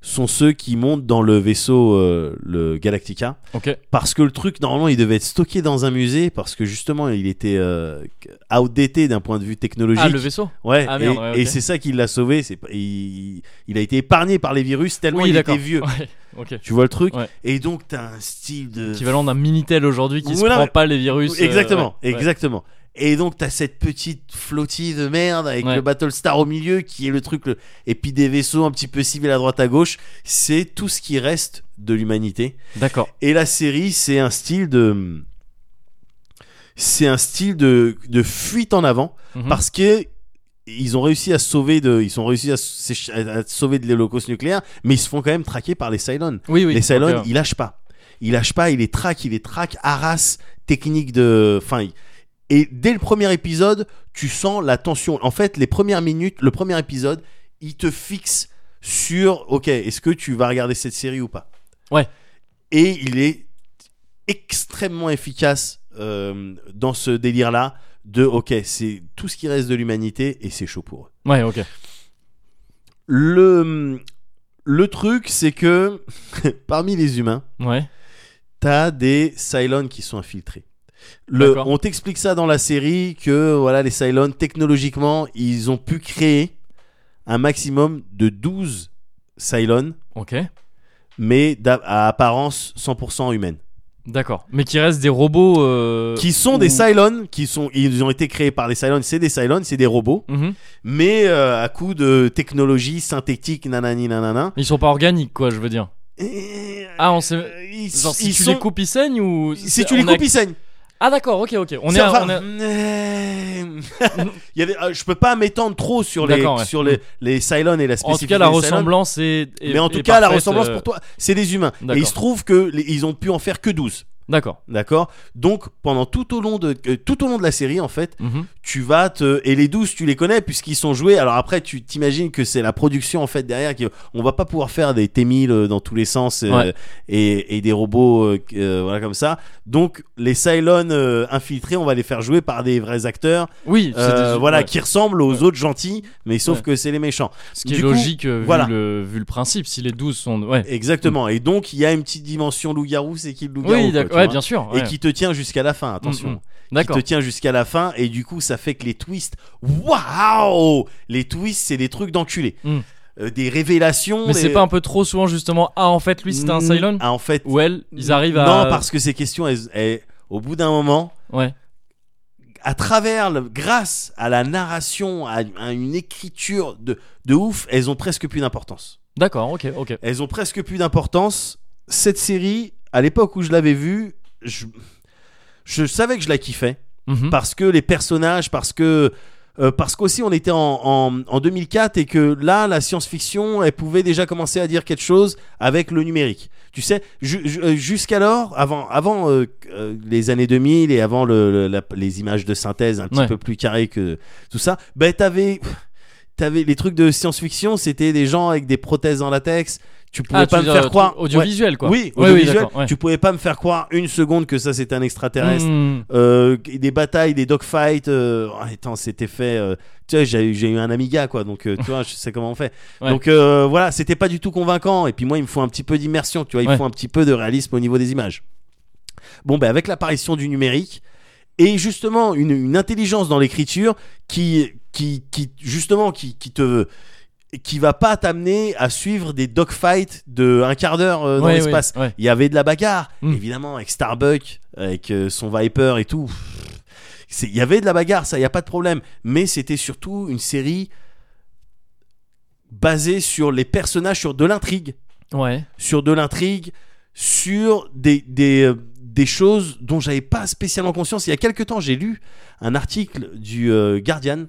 Speaker 2: sont ceux qui montent dans le vaisseau, euh, le Galactica.
Speaker 1: Ok, Ah,
Speaker 2: parce que le truc normalement il devait être stocké dans un musée parce que justement il était euh, outdated d'un point de vue technologique.
Speaker 1: ah le vaisseau.
Speaker 2: Ouais,
Speaker 1: Ah, merde,
Speaker 2: et,
Speaker 1: ouais, ok.
Speaker 2: et c'est ça qui l'a sauvé. C'est pas- il, il a été épargné par les virus tellement
Speaker 1: oui,
Speaker 2: il
Speaker 1: d'accord.
Speaker 2: était vieux. Euh,
Speaker 1: Ouais, ok.
Speaker 2: Tu vois le truc
Speaker 1: Ouais.
Speaker 2: Et donc t'as un style de
Speaker 1: Équivalent d'un minitel aujourd'hui qui
Speaker 2: Voilà,
Speaker 1: se prend
Speaker 2: mais-
Speaker 1: pas les virus. euh,
Speaker 2: exactement,
Speaker 1: ouais, ouais.
Speaker 2: exactement. Et donc t'as cette petite flottille de merde avec
Speaker 1: Ouais.
Speaker 2: le Battlestar au milieu qui est le truc le... et puis des vaisseaux un petit peu civils à droite à gauche. C'est tout ce qui reste de l'humanité.
Speaker 1: D'accord.
Speaker 2: Et la série, c'est un style de. C'est un style de, de fuite en avant
Speaker 1: Mhm.
Speaker 2: parce que ils ont réussi à se sauver de ils ont réussi à, s'éch- à- à se sauver de l'holocauste nucléaire mais ils se font quand même traquer par les Cylons.
Speaker 1: Oui, oui.
Speaker 2: les Cylons,
Speaker 1: ok, ouais.
Speaker 2: ils lâchent pas. Ils lâchent pas, ils les traquent, ils les traquent harassent technique de enfin ils- et dès le premier épisode, tu sens la tension. En fait, les premières minutes, le premier épisode, il te fixe sur OK, est-ce que tu vas regarder cette série ou pas
Speaker 1: Ouais.
Speaker 2: Et il est extrêmement efficace euh, dans ce délire-là de OK, c'est tout ce qui reste de l'humanité et c'est chaud pour eux.
Speaker 1: Ouais, ok.
Speaker 2: Le le truc, c'est que parmi les humains,
Speaker 1: Ouais.
Speaker 2: t'as des Cylons qui sont infiltrés. Le,
Speaker 1: D'accord.
Speaker 2: on t'explique ça dans la série que voilà les Cylons technologiquement ils ont pu créer un maximum de 12 Cylons
Speaker 1: Ok.
Speaker 2: mais d'a- à apparence 100% humaine
Speaker 1: D'accord. Mais qui restent des robots. euh,
Speaker 2: qui sont
Speaker 1: ou-
Speaker 2: des Cylons qui sont ils ont été créés par les Cylons c'est des Cylons c'est des robots
Speaker 1: Mhm.
Speaker 2: mais euh, à coup de technologie synthétique nanani nanana
Speaker 1: Ils sont pas organiques, quoi, je veux dire.
Speaker 2: Et- euh,
Speaker 1: Ah, on sait.
Speaker 2: ils,
Speaker 1: Genre, si
Speaker 2: ils
Speaker 1: tu
Speaker 2: sont-
Speaker 1: les coupes, ils saignent ou.
Speaker 2: si tu les
Speaker 1: on a-
Speaker 2: coupes ils saignent
Speaker 1: Ah, d'accord, ok, ok. On est,
Speaker 2: C'est-
Speaker 1: à-
Speaker 2: enfin,
Speaker 1: on est à-
Speaker 2: euh, il y avait, euh, je peux pas m'étendre trop sur les
Speaker 1: D'accord, ouais.
Speaker 2: sur les, les Cylons et la
Speaker 1: En tout
Speaker 2: spécificité
Speaker 1: cas, la
Speaker 2: des Cylons.
Speaker 1: ressemblance est. est-
Speaker 2: Mais en tout
Speaker 1: est
Speaker 2: cas, la
Speaker 1: parfaite,
Speaker 2: ressemblance
Speaker 1: euh,
Speaker 2: pour toi, c'est des humains. Et il
Speaker 1: d'accord.
Speaker 2: se trouve que les- ils ont pu en faire que 12.
Speaker 1: D'accord.
Speaker 2: D'accord Donc pendant tout au long de euh, tout au long de la série en fait,
Speaker 1: Mhm.
Speaker 2: tu vas te et les 12 tu les connais puisqu'ils sont joués. Alors après tu t'imagines que c'est la production en fait derrière qui on va pas pouvoir faire des T1000 euh, dans tous les sens euh,
Speaker 1: Ouais.
Speaker 2: et, et des robots euh, euh, voilà comme ça. Donc les Cylons euh, infiltrés, on va les faire jouer par des vrais acteurs
Speaker 1: Oui, c'est
Speaker 2: euh,
Speaker 1: des-
Speaker 2: voilà
Speaker 1: ouais.
Speaker 2: qui ressemblent aux autres gentils mais sauf
Speaker 1: Ouais.
Speaker 2: que c'est les méchants.
Speaker 1: Ce qui
Speaker 2: Du
Speaker 1: est
Speaker 2: coup,
Speaker 1: logique euh, vu,
Speaker 2: voilà.
Speaker 1: le, vu le principe, si les 12 sont. Ouais.
Speaker 2: Exactement. Et donc, il y a une petite dimension loup-garou, c'est qui le loup-garou
Speaker 1: Mm. Oui,
Speaker 2: quoi,
Speaker 1: d'accord.
Speaker 2: tu
Speaker 1: Ouais,
Speaker 2: vois.
Speaker 1: bien sûr.
Speaker 2: Et
Speaker 1: ouais.
Speaker 2: qui te tient jusqu'à la fin, attention.
Speaker 1: Mm, mm.
Speaker 2: Qui
Speaker 1: D'accord.
Speaker 2: te tient jusqu'à la fin, et du coup, ça fait que les twists. Waouh Les twists, c'est des trucs d'enculé.
Speaker 1: Mm.
Speaker 2: Euh, des révélations.
Speaker 1: Mais
Speaker 2: des-
Speaker 1: c'est pas un peu trop souvent, justement. Ah, en fait, lui, c'était un Cylon
Speaker 2: Ah, en fait.
Speaker 1: Ou elle, ils arrivent à.
Speaker 2: Non, parce que ces questions, elles- elles- au bout d'un moment,
Speaker 1: Ouais.
Speaker 2: à travers, le- grâce à la narration, à, à une écriture de, de ouf, elles ont presque plus d'importance.
Speaker 1: D'accord, ok, ok.
Speaker 2: Elles ont presque plus d'importance. Cette série, à l'époque où je l'avais vu, je, je savais que je la kiffais
Speaker 1: Mhm.
Speaker 2: parce que les personnages, parce que euh, parce qu'aussi on était en, en, en 2004 et que là la science-fiction elle pouvait déjà commencer à dire quelque chose avec le numérique. Tu sais, ju- ju- euh, jusqu'alors, avant, avant euh, euh, les années 2000 et avant le- le- la- les images de synthèse un petit
Speaker 1: Ouais.
Speaker 2: peu plus carrées que tout ça, ben t'avais t'avais les trucs de science-fiction, c'était des gens avec des prothèses en latex. Tu pouvais
Speaker 1: Ah, tu
Speaker 2: pas
Speaker 1: veux
Speaker 2: me
Speaker 1: dire,
Speaker 2: faire
Speaker 1: euh,
Speaker 2: croire. Ouais.
Speaker 1: Audiovisuel, quoi.
Speaker 2: Oui,
Speaker 1: oui,
Speaker 2: audiovisuel.
Speaker 1: d'accord, ouais.
Speaker 2: Tu pouvais pas me faire croire une seconde que ça c'était un extraterrestre.
Speaker 1: Mm.
Speaker 2: Euh, des batailles, des dogfights. euh, oh, attends, c'était fait. euh, tu sais, j'ai eu- j'ai eu un Amiga, quoi. Donc, euh, tu vois, je sais comment on fait.
Speaker 1: Ouais.
Speaker 2: Donc, euh, voilà, c'était pas du tout convaincant. Et puis, moi, il me faut un petit peu d'immersion, tu vois. Il me
Speaker 1: Ouais.
Speaker 2: faut un petit peu de réalisme au niveau des images. Bon, ben, avec l'apparition du numérique et justement une, une intelligence dans l'écriture qui, qui, qui, justement, qui, qui te qui va pas t'amener à suivre des dogfights de un quart d'heure euh, dans
Speaker 1: Ouais,
Speaker 2: l'espace
Speaker 1: ouais, ouais.
Speaker 2: il y avait de la bagarre,
Speaker 1: Mm.
Speaker 2: évidemment, avec Starbuck, avec euh, son Viper et tout. C'est- Il y avait de la bagarre, ça, il n'y a pas de problème. Mais c'était surtout une série basée sur les personnages, sur de l'intrigue.
Speaker 1: Ouais.
Speaker 2: Sur de l'intrigue, sur des, des, euh, des choses dont j'avais pas spécialement conscience. Il y a quelques temps, j'ai lu un article du euh, Guardian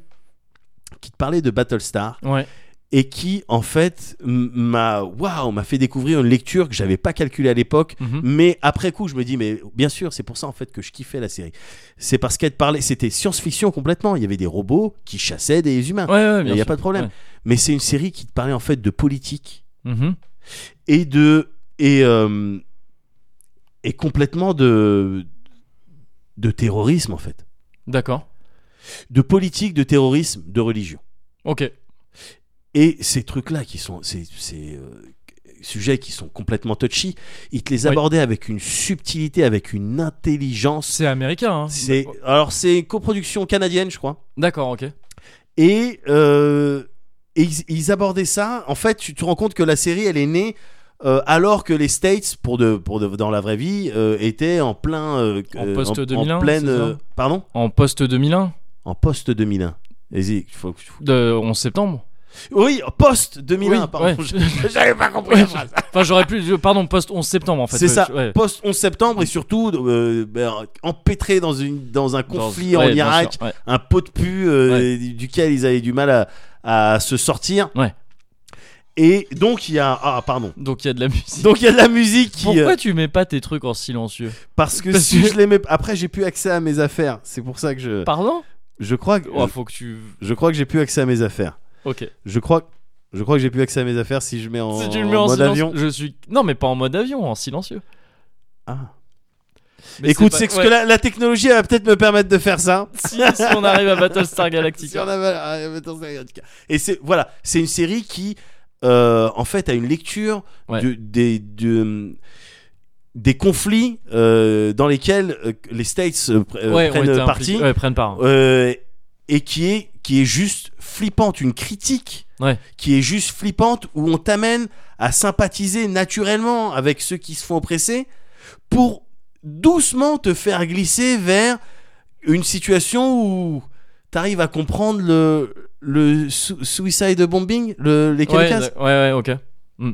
Speaker 2: qui te parlait de Battlestar
Speaker 1: Ouais.
Speaker 2: et qui en fait m- m'a waouh m'a fait découvrir une lecture que j'avais pas calculée à l'époque
Speaker 1: Mhm.
Speaker 2: mais après coup je me dis mais bien sûr c'est pour ça en fait que je kiffais la série c'est parce qu'elle te parlait c'était science-fiction complètement il y avait des robots qui chassaient des humains
Speaker 1: Ouais, ouais, bien
Speaker 2: il n'y a
Speaker 1: sûr.
Speaker 2: pas de problème
Speaker 1: Ouais.
Speaker 2: mais c'est une série qui te parlait en fait de politique
Speaker 1: Mhm.
Speaker 2: et de et euh, et complètement de de terrorisme en fait
Speaker 1: D'accord.
Speaker 2: de politique de terrorisme de religion
Speaker 1: Ok.
Speaker 2: Et ces trucs-là qui sont ces, ces, euh, sujets qui sont complètement touchy, ils te les
Speaker 1: Oui.
Speaker 2: abordaient avec une subtilité, avec une intelligence.
Speaker 1: C'est américain. hein.
Speaker 2: C'est alors c'est une coproduction canadienne, je crois.
Speaker 1: D'accord, ok.
Speaker 2: Et, euh, et ils, ils abordaient ça. En fait, tu te rends compte que la série, elle est née. euh, alors que les States, pour de, pour de- dans la vraie vie, euh, étaient en plein. euh,
Speaker 1: En
Speaker 2: euh,
Speaker 1: post- 2001,
Speaker 2: pleine.
Speaker 1: c'est ça
Speaker 2: euh, pardon
Speaker 1: En post 2001,
Speaker 2: En post 2001. Vas-y, faut, que-
Speaker 1: de 11 septembre.
Speaker 2: Oui, post 2001,
Speaker 1: Oui,
Speaker 2: pardon.
Speaker 1: ouais.
Speaker 2: Je- J'avais pas compris la phrase.
Speaker 1: Enfin, j'aurais plus. Pardon, post 11 septembre en fait.
Speaker 2: C'est
Speaker 1: Ouais,
Speaker 2: ça,
Speaker 1: je- ouais.
Speaker 2: post 11 septembre et surtout euh, ben, empêtré dans, une, dans un
Speaker 1: Dans-
Speaker 2: conflit en
Speaker 1: ouais, bien
Speaker 2: Irak,
Speaker 1: sûr, ouais.
Speaker 2: un pot de pu euh, duquel ils avaient du mal à, à se sortir.
Speaker 1: Ouais.
Speaker 2: Et donc il y a. Ah, pardon.
Speaker 1: Donc il y a de la musique.
Speaker 2: Donc il y a de la musique qui.
Speaker 1: Pourquoi
Speaker 2: euh,
Speaker 1: tu mets pas tes trucs en silencieux
Speaker 2: parce que
Speaker 1: parce
Speaker 2: si
Speaker 1: que-
Speaker 2: je l'aimais. Après, j'ai plus accès à mes affaires. C'est pour ça que je.
Speaker 1: Pardon
Speaker 2: Je crois que.
Speaker 1: Oh, faut que tu.
Speaker 2: Je crois que j'ai plus accès à mes affaires.
Speaker 1: Ok.
Speaker 2: Je crois que. Je crois que j'ai plus accès à mes affaires si je mets en,
Speaker 1: si tu le mets en,
Speaker 2: mode
Speaker 1: silencieux,
Speaker 2: avion.
Speaker 1: je suis. Non, mais pas en mode avion, en silencieux.
Speaker 2: Ah.
Speaker 1: Mais
Speaker 2: Écoute,
Speaker 1: pas-
Speaker 2: c'est que
Speaker 1: ouais.
Speaker 2: la, la technologie, elle va peut-être me permettre de faire ça.
Speaker 1: si, si on arrive à Battlestar
Speaker 2: Si
Speaker 1: Galactica.
Speaker 2: on avait- ah, attends, c'est un cas. Et c'est voilà, c'est une série qui euh, en fait a une lecture
Speaker 1: Ouais.
Speaker 2: de- des de- des conflits euh, dans lesquels euh, les States euh, pr- euh,
Speaker 1: ouais, on était
Speaker 2: prennent parti
Speaker 1: impliqués. Ouais, prennent part.
Speaker 2: euh, et qui est qui est juste flippante, une critique
Speaker 1: Ouais.
Speaker 2: qui est juste flippante où on t'amène à sympathiser naturellement avec ceux qui se font oppresser pour doucement te faire glisser vers une situation où t'arrives à comprendre le le su- suicide bombing, le, les
Speaker 1: Ouais,
Speaker 2: kamikazes,
Speaker 1: d'ac- ouais, ouais, ok.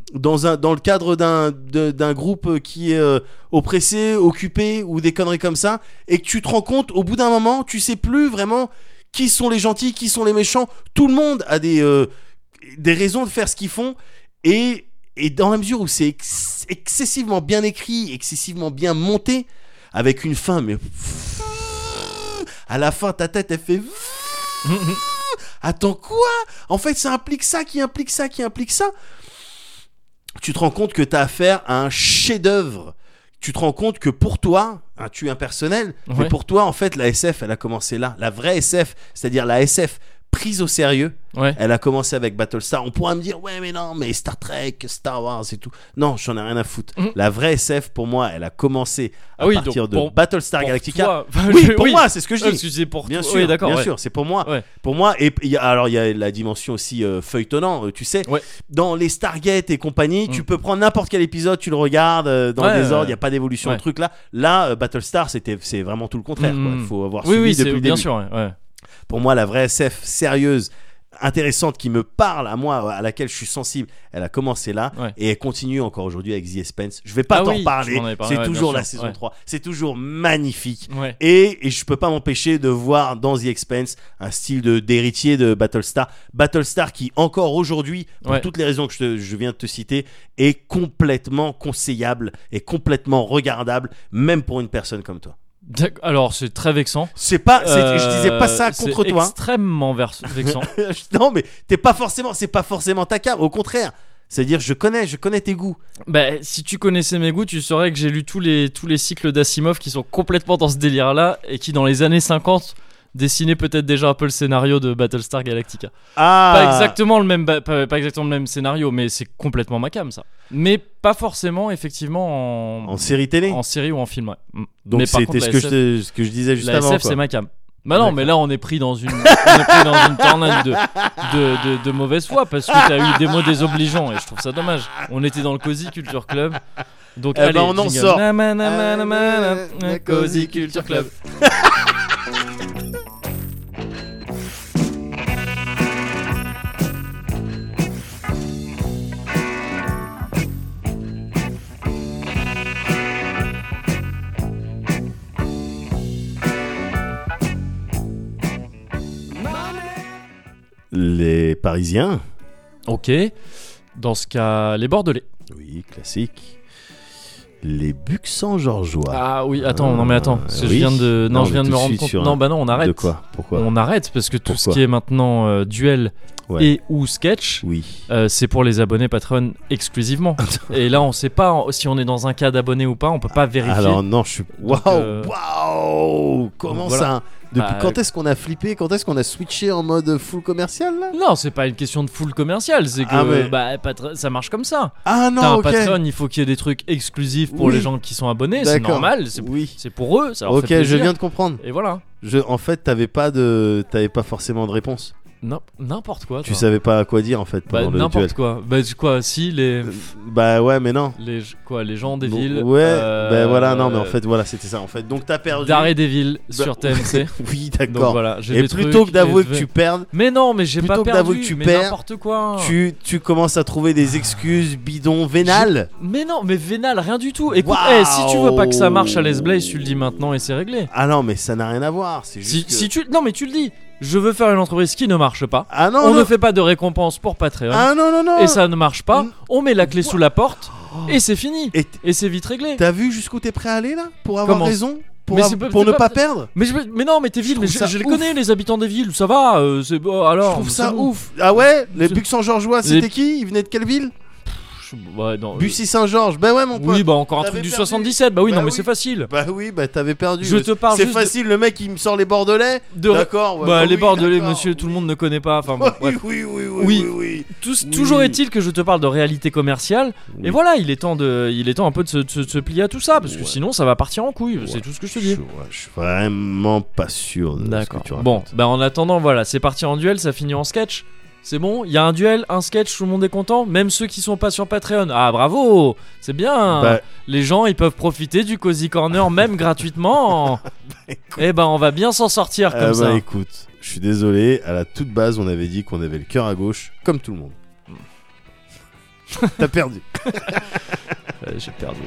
Speaker 2: dans un dans le cadre d'un de- d'un groupe qui est euh, oppressé, occupé ou des conneries comme ça, et que tu te rends compte au bout d'un moment, tu sais plus vraiment qui sont les gentils, qui sont les méchants. Tout le monde a des euh, des raisons de faire ce qu'ils font, et et dans la mesure où c'est ex- excessivement bien écrit, excessivement bien monté, avec une fin mais à la fin ta tête elle fait Attends quoi En fait, ça implique ça, qui implique ça, qui implique ça. Tu te rends compte que t'as affaire à un chef-d'œuvre. Tu te rends compte que pour toi, hein, tu es impersonnel, mais
Speaker 1: Ouais.
Speaker 2: pour toi, en fait, la SF, elle a commencé là. La vraie SF, c'est-à-dire la SF prise au sérieux,
Speaker 1: ouais.
Speaker 2: elle a commencé avec Battlestar. On pourra me dire, ouais, mais non, mais Star Trek, Star Wars et tout. Non, j'en ai rien à foutre.
Speaker 1: Mhm.
Speaker 2: La vraie SF, pour moi, elle a commencé à
Speaker 1: Ah oui,
Speaker 2: partir
Speaker 1: donc
Speaker 2: de
Speaker 1: pour-
Speaker 2: Battlestar
Speaker 1: Pour
Speaker 2: Galactica.
Speaker 1: toi.
Speaker 2: Oui, pour
Speaker 1: Oui.
Speaker 2: moi, c'est ce que je
Speaker 1: Ah,
Speaker 2: dis.
Speaker 1: parce que c'est pour
Speaker 2: Bien
Speaker 1: toi.
Speaker 2: sûr,
Speaker 1: Oui, d'accord.
Speaker 2: bien
Speaker 1: ouais.
Speaker 2: sûr, c'est pour moi.
Speaker 1: Ouais.
Speaker 2: Pour moi, et il y a- alors il y a la dimension aussi euh, feuilletonnant, euh, tu sais.
Speaker 1: Ouais.
Speaker 2: Dans les Stargate et compagnie,
Speaker 1: Mm.
Speaker 2: tu peux prendre n'importe quel épisode, tu le regardes euh, dans
Speaker 1: Ouais,
Speaker 2: le désordre, il
Speaker 1: ouais.
Speaker 2: n'y a pas d'évolution
Speaker 1: Ouais.
Speaker 2: de truc là. Là, euh, Battlestar, c'était c'est vraiment tout le contraire.
Speaker 1: Mm,
Speaker 2: quoi.
Speaker 1: mm.
Speaker 2: faut avoir
Speaker 1: Oui,
Speaker 2: suivi
Speaker 1: oui,
Speaker 2: depuis
Speaker 1: c'est
Speaker 2: le
Speaker 1: bien
Speaker 2: début.
Speaker 1: sûr. ouais, ouais.
Speaker 2: Pour moi, la vraie SF sérieuse intéressante qui me parle à moi, à laquelle je suis sensible, elle a commencé là
Speaker 1: Ouais.
Speaker 2: et elle continue encore aujourd'hui avec The Expense. Je vais pas
Speaker 1: Ah
Speaker 2: t'en
Speaker 1: oui,
Speaker 2: parler,
Speaker 1: tu m'en avais parlé,
Speaker 2: c'est
Speaker 1: ouais,
Speaker 2: toujours
Speaker 1: bien
Speaker 2: la
Speaker 1: sûr,
Speaker 2: saison
Speaker 1: ouais.
Speaker 2: 3, c'est toujours magnifique.
Speaker 1: Ouais.
Speaker 2: Et, et je peux pas m'empêcher de voir dans The Expense un style de- d'héritier de, Battlestar. Battlestar qui, encore aujourd'hui, pour
Speaker 1: Ouais.
Speaker 2: toutes les raisons que je, te- je viens de te citer, est complètement conseillable et complètement regardable, même pour une personne comme toi.
Speaker 1: D'ac- Alors, c'est très vexant.
Speaker 2: C'est pas, Ah, c'est- je
Speaker 1: Euh,
Speaker 2: disais pas ça contre
Speaker 1: c'est
Speaker 2: toi. hein.
Speaker 1: extrêmement vers- vexant.
Speaker 2: non, mais t'es pas forcément, c'est pas forcément ta cave. Au contraire, c'est-à-dire, je connais, je connais tes goûts.
Speaker 1: bah, si tu connaissais mes goûts, tu saurais que j'ai lu tous les, tous les cycles d'Asimov qui sont complètement dans ce délire-là et qui, dans les années 50, dessinaient peut-être déjà un peu le scénario de Battlestar Galactica.
Speaker 2: Ah,
Speaker 1: Pas, exactement le même, ba- pas, pas exactement le même scénario, mais c'est complètement ma cam, ça. Mais pas forcément, effectivement, en,
Speaker 2: En série télé.
Speaker 1: en série ou en film, ouais. Mm.
Speaker 2: Donc
Speaker 1: mais par
Speaker 2: c'était
Speaker 1: contre,
Speaker 2: ce
Speaker 1: la
Speaker 2: que je
Speaker 1: SF
Speaker 2: te- ce que je disais juste
Speaker 1: la
Speaker 2: avant.
Speaker 1: SF,
Speaker 2: quoi.
Speaker 1: c'est ma cam. Bah non, mais là on est pris dans une, on est pris dans une tornade de, de, de- de mauvaise foi parce que t'as eu des mots désobligeants et je trouve ça dommage. On était dans le Cozy Culture Club. Donc
Speaker 2: Eh
Speaker 1: allez,
Speaker 2: ben, on en
Speaker 1: jingle.
Speaker 2: sort.
Speaker 1: Na, na, na, na, na, na,
Speaker 2: Euh,
Speaker 1: na, Cozy Culture Club.
Speaker 2: Les Parisiens.
Speaker 1: Ok. Dans ce cas, les Bordelais.
Speaker 2: Oui, classique. Les Buxans georgeois.
Speaker 1: Ah oui, attends, non mais attends, parce que
Speaker 2: Oui.
Speaker 1: je viens de, non,
Speaker 2: Non,
Speaker 1: je
Speaker 2: mais
Speaker 1: viens de me
Speaker 2: tout de
Speaker 1: rendre
Speaker 2: suite
Speaker 1: compte.
Speaker 2: sur un-
Speaker 1: Non, bah non, on arrête.
Speaker 2: de quoi Pourquoi
Speaker 1: on arrête parce que tout ce
Speaker 2: Pourquoi
Speaker 1: qui est maintenant euh, duel
Speaker 2: Ouais.
Speaker 1: et ou sketch,
Speaker 2: Oui.
Speaker 1: Euh, c'est pour les abonnés Patreon exclusivement. et là, on sait pas en- si on est dans un cas d'abonné ou pas, on peut pas vérifier.
Speaker 2: Alors non, je suis. Waouh,
Speaker 1: euh,
Speaker 2: waouh Comment
Speaker 1: donc, voilà.
Speaker 2: ça Depuis
Speaker 1: Bah,
Speaker 2: quand est-ce qu'on a flippé Quand est-ce qu'on a switché en mode full commercial là
Speaker 1: Non, c'est pas une question de full commercial, c'est que
Speaker 2: Ah ouais.
Speaker 1: bah, Patre- ça marche comme ça.
Speaker 2: Ah
Speaker 1: T'as un
Speaker 2: non, ok.
Speaker 1: Patreon, il faut qu'il y ait des trucs exclusifs pour
Speaker 2: Oui.
Speaker 1: les gens qui sont abonnés, c'est
Speaker 2: D'accord.
Speaker 1: normal, c'est
Speaker 2: Oui.
Speaker 1: c'est pour eux, ça leur
Speaker 2: Ok,
Speaker 1: fait
Speaker 2: je
Speaker 1: plaisir.
Speaker 2: viens de comprendre.
Speaker 1: Et voilà.
Speaker 2: Je, en fait, t'avais pas de, t'avais pas forcément de réponse.
Speaker 1: Non, N'importe quoi.
Speaker 2: Tu
Speaker 1: toi.
Speaker 2: savais pas à quoi dire en fait
Speaker 1: Bah,
Speaker 2: pendant le duel.
Speaker 1: N'importe quoi. Bah, du- quoi, si, les,
Speaker 2: Euh, Bah ouais, mais non.
Speaker 1: les, quoi, les gens des
Speaker 2: Bon,
Speaker 1: villes.
Speaker 2: Ouais.
Speaker 1: euh,
Speaker 2: Bah voilà, non, mais en fait, voilà, c'était ça. En fait, donc t'as perdu.
Speaker 1: D'arrêt des villes
Speaker 2: Bah,
Speaker 1: sur TMC.
Speaker 2: oui,
Speaker 1: Donc
Speaker 2: d'accord.
Speaker 1: voilà, j'ai
Speaker 2: Et
Speaker 1: des
Speaker 2: plutôt
Speaker 1: trucs,
Speaker 2: que d'avouer
Speaker 1: les-
Speaker 2: que tu perdes,
Speaker 1: Mais non, mais j'ai pas
Speaker 2: Plutôt que
Speaker 1: perdu.
Speaker 2: d'avouer que tu
Speaker 1: mais
Speaker 2: perds,
Speaker 1: n'importe quoi.
Speaker 2: tu, tu commences à trouver des excuses bidons vénales.
Speaker 1: Mais non, mais vénal, rien du tout. Écoute,
Speaker 2: Waouh.
Speaker 1: eh, si tu veux pas que ça marche à Les Blaze, tu le dis maintenant et c'est réglé.
Speaker 2: Ah non, mais ça n'a rien à voir. C'est
Speaker 1: Si,
Speaker 2: juste. que-
Speaker 1: si tu, non, mais tu le dis. Je veux faire une entreprise qui ne marche pas.
Speaker 2: Ah non,
Speaker 1: on
Speaker 2: non.
Speaker 1: ne fait pas de récompense pour Patreon.
Speaker 2: Ah non, non, non.
Speaker 1: Et ça ne marche pas.
Speaker 2: Mm.
Speaker 1: On met la clé sous la porte et c'est fini.
Speaker 2: Et t-
Speaker 1: Et c'est vite réglé.
Speaker 2: t'as vu jusqu'où t'es prêt à aller là pour avoir
Speaker 1: Comment
Speaker 2: raison, pour,
Speaker 1: Mais
Speaker 2: av-
Speaker 1: c'est pas-
Speaker 2: pour
Speaker 1: c'est
Speaker 2: ne
Speaker 1: pas-
Speaker 2: pas perdre.
Speaker 1: Mais, je, mais non, mais t'es ville,
Speaker 2: trouve
Speaker 1: mais je,
Speaker 2: ça
Speaker 1: je les
Speaker 2: ouf.
Speaker 1: connais les habitants des villes. Ça va, euh, c'est bon. Alors,
Speaker 2: je trouve ça
Speaker 1: c'est bon.
Speaker 2: ouf. Ah ouais, les
Speaker 1: C'est-
Speaker 2: Buxans georgeois,
Speaker 1: Les-
Speaker 2: c'était qui Ils venaient de quelle ville
Speaker 1: Je- ouais, non,
Speaker 2: Bussy Saint-Georges. Bah ouais, mon
Speaker 1: euh,
Speaker 2: pote.
Speaker 1: oui, bah encore un truc
Speaker 2: T'avais
Speaker 1: du
Speaker 2: perdu.
Speaker 1: 77. Bah oui,
Speaker 2: Bah
Speaker 1: non, mais
Speaker 2: oui.
Speaker 1: c'est facile.
Speaker 2: Bah oui, bah t'avais perdu.
Speaker 1: Je te parle
Speaker 2: C'est
Speaker 1: juste de-
Speaker 2: facile, le mec il me sort les Bordelais.
Speaker 1: De-
Speaker 2: D'accord. ouais,
Speaker 1: bah, les
Speaker 2: oui,
Speaker 1: bordelais,
Speaker 2: d'accord.
Speaker 1: monsieur, tout le monde ne connaît pas. Enfin, bon,
Speaker 2: Oui,
Speaker 1: bref.
Speaker 2: oui, oui, oui,
Speaker 1: Oui.
Speaker 2: oui, oui.
Speaker 1: Tous-
Speaker 2: Oui.
Speaker 1: Toujours est-il que je te parle de réalité commerciale.
Speaker 2: Oui.
Speaker 1: Et voilà, il est temps de, il est temps un peu de se, de se- de se plier à tout ça parce que sinon ça va partir en couille. C'est tout ce que je te dis.
Speaker 2: Je, ouais, je suis vraiment pas sûr de ce
Speaker 1: D'accord.
Speaker 2: que tu racontes.
Speaker 1: Bon, bah en attendant, voilà, c'est parti en duel, ça finit en sketch. C'est bon, il y a un duel, un sketch, tout le monde est content, même ceux qui sont pas sur Patreon. Ah bravo, c'est bien.
Speaker 2: Bah-
Speaker 1: Les gens, ils peuvent profiter du cozy corner même gratuitement. Eh ben, on va bien s'en sortir comme
Speaker 2: Bah, Ah bah
Speaker 1: ça.
Speaker 2: écoute, je suis désolé, à la toute base on avait dit qu'on avait le cœur à gauche, comme tout le monde. T'as perdu.
Speaker 1: Euh, J'ai perdu.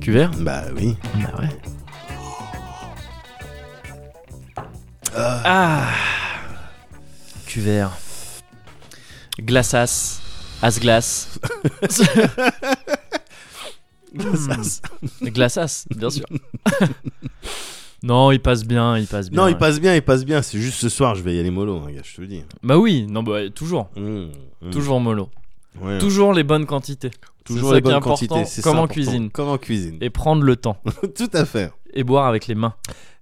Speaker 1: Cuvert
Speaker 2: Bah oui.
Speaker 1: Bah ouais. Ah.
Speaker 8: Cuvert.
Speaker 1: Glaçasse. As-glace. Hmm. Glaçasse, bien sûr. Non, il passe bien, il passe bien.
Speaker 2: Non,
Speaker 1: ouais.
Speaker 2: il passe bien, il passe bien. C'est juste ce soir, je vais y aller mollo, hein, gars, je te le dis.
Speaker 1: Bah oui, non, bah ouais, toujours.
Speaker 2: Mmh, mmh.
Speaker 1: Toujours mollo.
Speaker 2: Ouais.
Speaker 1: Toujours les bonnes quantités.
Speaker 2: Toujours
Speaker 1: ça
Speaker 2: les
Speaker 1: qui est
Speaker 2: bonnes
Speaker 1: important,
Speaker 2: quantités. c'est
Speaker 1: comme
Speaker 2: ça
Speaker 1: en
Speaker 2: important.
Speaker 1: cuisine.
Speaker 2: Comme en cuisine.
Speaker 1: Et prendre le temps.
Speaker 2: Tout à fait.
Speaker 1: Et boire avec les mains.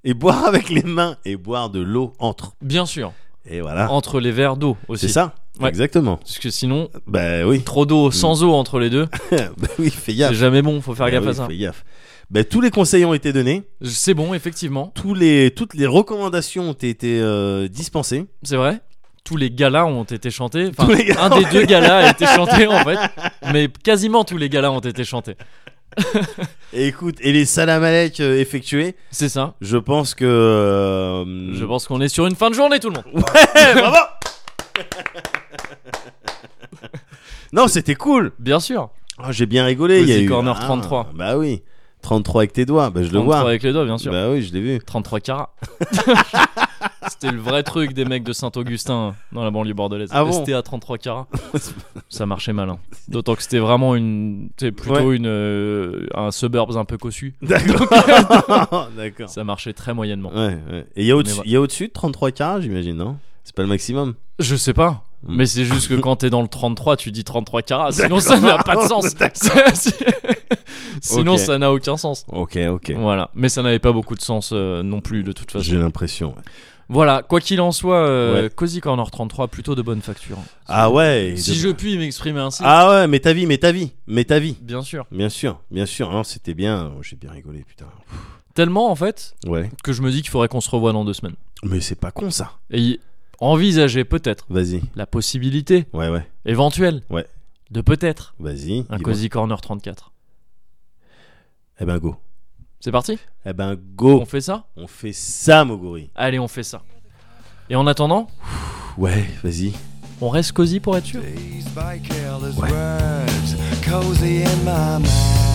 Speaker 2: Et boire avec les mains et boire de l'eau entre.
Speaker 1: Bien sûr.
Speaker 2: Et voilà.
Speaker 1: Entre les verres d'eau aussi.
Speaker 2: Ah. C'est ça
Speaker 1: Ouais.
Speaker 2: Exactement.
Speaker 1: Parce que sinon,
Speaker 2: Bah oui.
Speaker 1: trop d'eau sans eau entre les deux,
Speaker 2: bah oui, fais
Speaker 1: c'est
Speaker 2: gaffe.
Speaker 1: jamais bon, faut faire
Speaker 2: Bah
Speaker 1: gaffe à
Speaker 2: oui,
Speaker 1: ça.
Speaker 2: Fais gaffe. Bah, tous les conseils ont été donnés,
Speaker 1: C'est bon, effectivement.
Speaker 2: tous les, toutes les recommandations ont été euh, dispensées.
Speaker 1: C'est vrai. Tous les galas ont été chantés. Enfin,
Speaker 2: Tous les galas
Speaker 1: un des deux galas a été chanté en fait. Mais quasiment tous les galas ont été chantés.
Speaker 2: Et écoute, et les salamalek euh, effectuées,
Speaker 1: C'est ça.
Speaker 2: je pense que. euh,
Speaker 1: Je pense qu'on est sur une fin de journée, tout le monde.
Speaker 2: Eh, bravo Non, c'était cool.
Speaker 1: Bien sûr.
Speaker 2: Ah, J'ai bien rigolé. Il y a
Speaker 1: Cozy
Speaker 2: eu-
Speaker 1: Corner
Speaker 2: Ah,
Speaker 1: 33.
Speaker 2: bah oui. 33 avec tes doigts, bah, je le
Speaker 1: 33
Speaker 2: vois.
Speaker 1: avec les doigts, bien sûr.
Speaker 2: Bah oui, je l'ai vu.
Speaker 1: 33 carats. C'était le vrai truc des mecs de Saint-Augustin dans la banlieue bordelaise.
Speaker 2: Ah bon
Speaker 1: C'était à 33 carats. ça marchait mal. hein. D'autant que c'était vraiment une. C'était plutôt une, euh, un suburbs un peu cossu.
Speaker 2: D'accord. D'accord.
Speaker 1: Ça marchait très moyennement.
Speaker 2: Ouais, ouais. Et il y a au-dessus
Speaker 1: voilà.
Speaker 2: il y a au-dessus de 33 carats, j'imagine, non C'est pas le maximum.
Speaker 1: Je sais pas.
Speaker 2: Mm.
Speaker 1: Mais c'est juste que quand t'es dans le 33, tu dis 33 carats. Sinon, ça n'a pas de sens. Sinon,
Speaker 2: Ok.
Speaker 1: ça n'a aucun sens.
Speaker 2: Ok, ok.
Speaker 1: Voilà. Mais ça n'avait pas beaucoup de sens euh, non plus, de toute façon.
Speaker 2: J'ai l'impression. ouais.
Speaker 1: Voilà, quoi qu'il en soit, euh,
Speaker 2: Ouais.
Speaker 1: Cozy Corner 33, plutôt de bonne facture.
Speaker 2: Ah ouais. et
Speaker 1: Si
Speaker 2: de-
Speaker 1: je puis m'exprimer ainsi,
Speaker 2: Ah ouais, mais ta vie, mais ta vie, mais ta vie.
Speaker 1: bien sûr.
Speaker 2: Bien sûr, bien sûr. Non, c'était bien. Oh, J'ai bien rigolé, putain.
Speaker 1: Tellement, en fait,
Speaker 2: Ouais.
Speaker 1: que je me dis qu'il faudrait qu'on se revoie dans deux semaines.
Speaker 2: Mais c'est pas con ça.
Speaker 1: Et y- envisager peut-être
Speaker 2: Vas-y.
Speaker 1: la possibilité
Speaker 2: Ouais, ouais.
Speaker 1: éventuelle
Speaker 2: Ouais.
Speaker 1: de peut-être
Speaker 2: Vas-y.
Speaker 1: un
Speaker 2: dis-moi.
Speaker 1: Cozy Corner 34.
Speaker 2: Eh ben go.
Speaker 1: C'est parti
Speaker 2: Eh ben go.
Speaker 1: On fait ça
Speaker 2: On fait ça, Mogori.
Speaker 1: Allez, on fait ça. Et en attendant,
Speaker 2: Ouais, vas-y.
Speaker 1: on reste Cozy pour être sûr
Speaker 3: Dazed by careless words, cozy in my mind.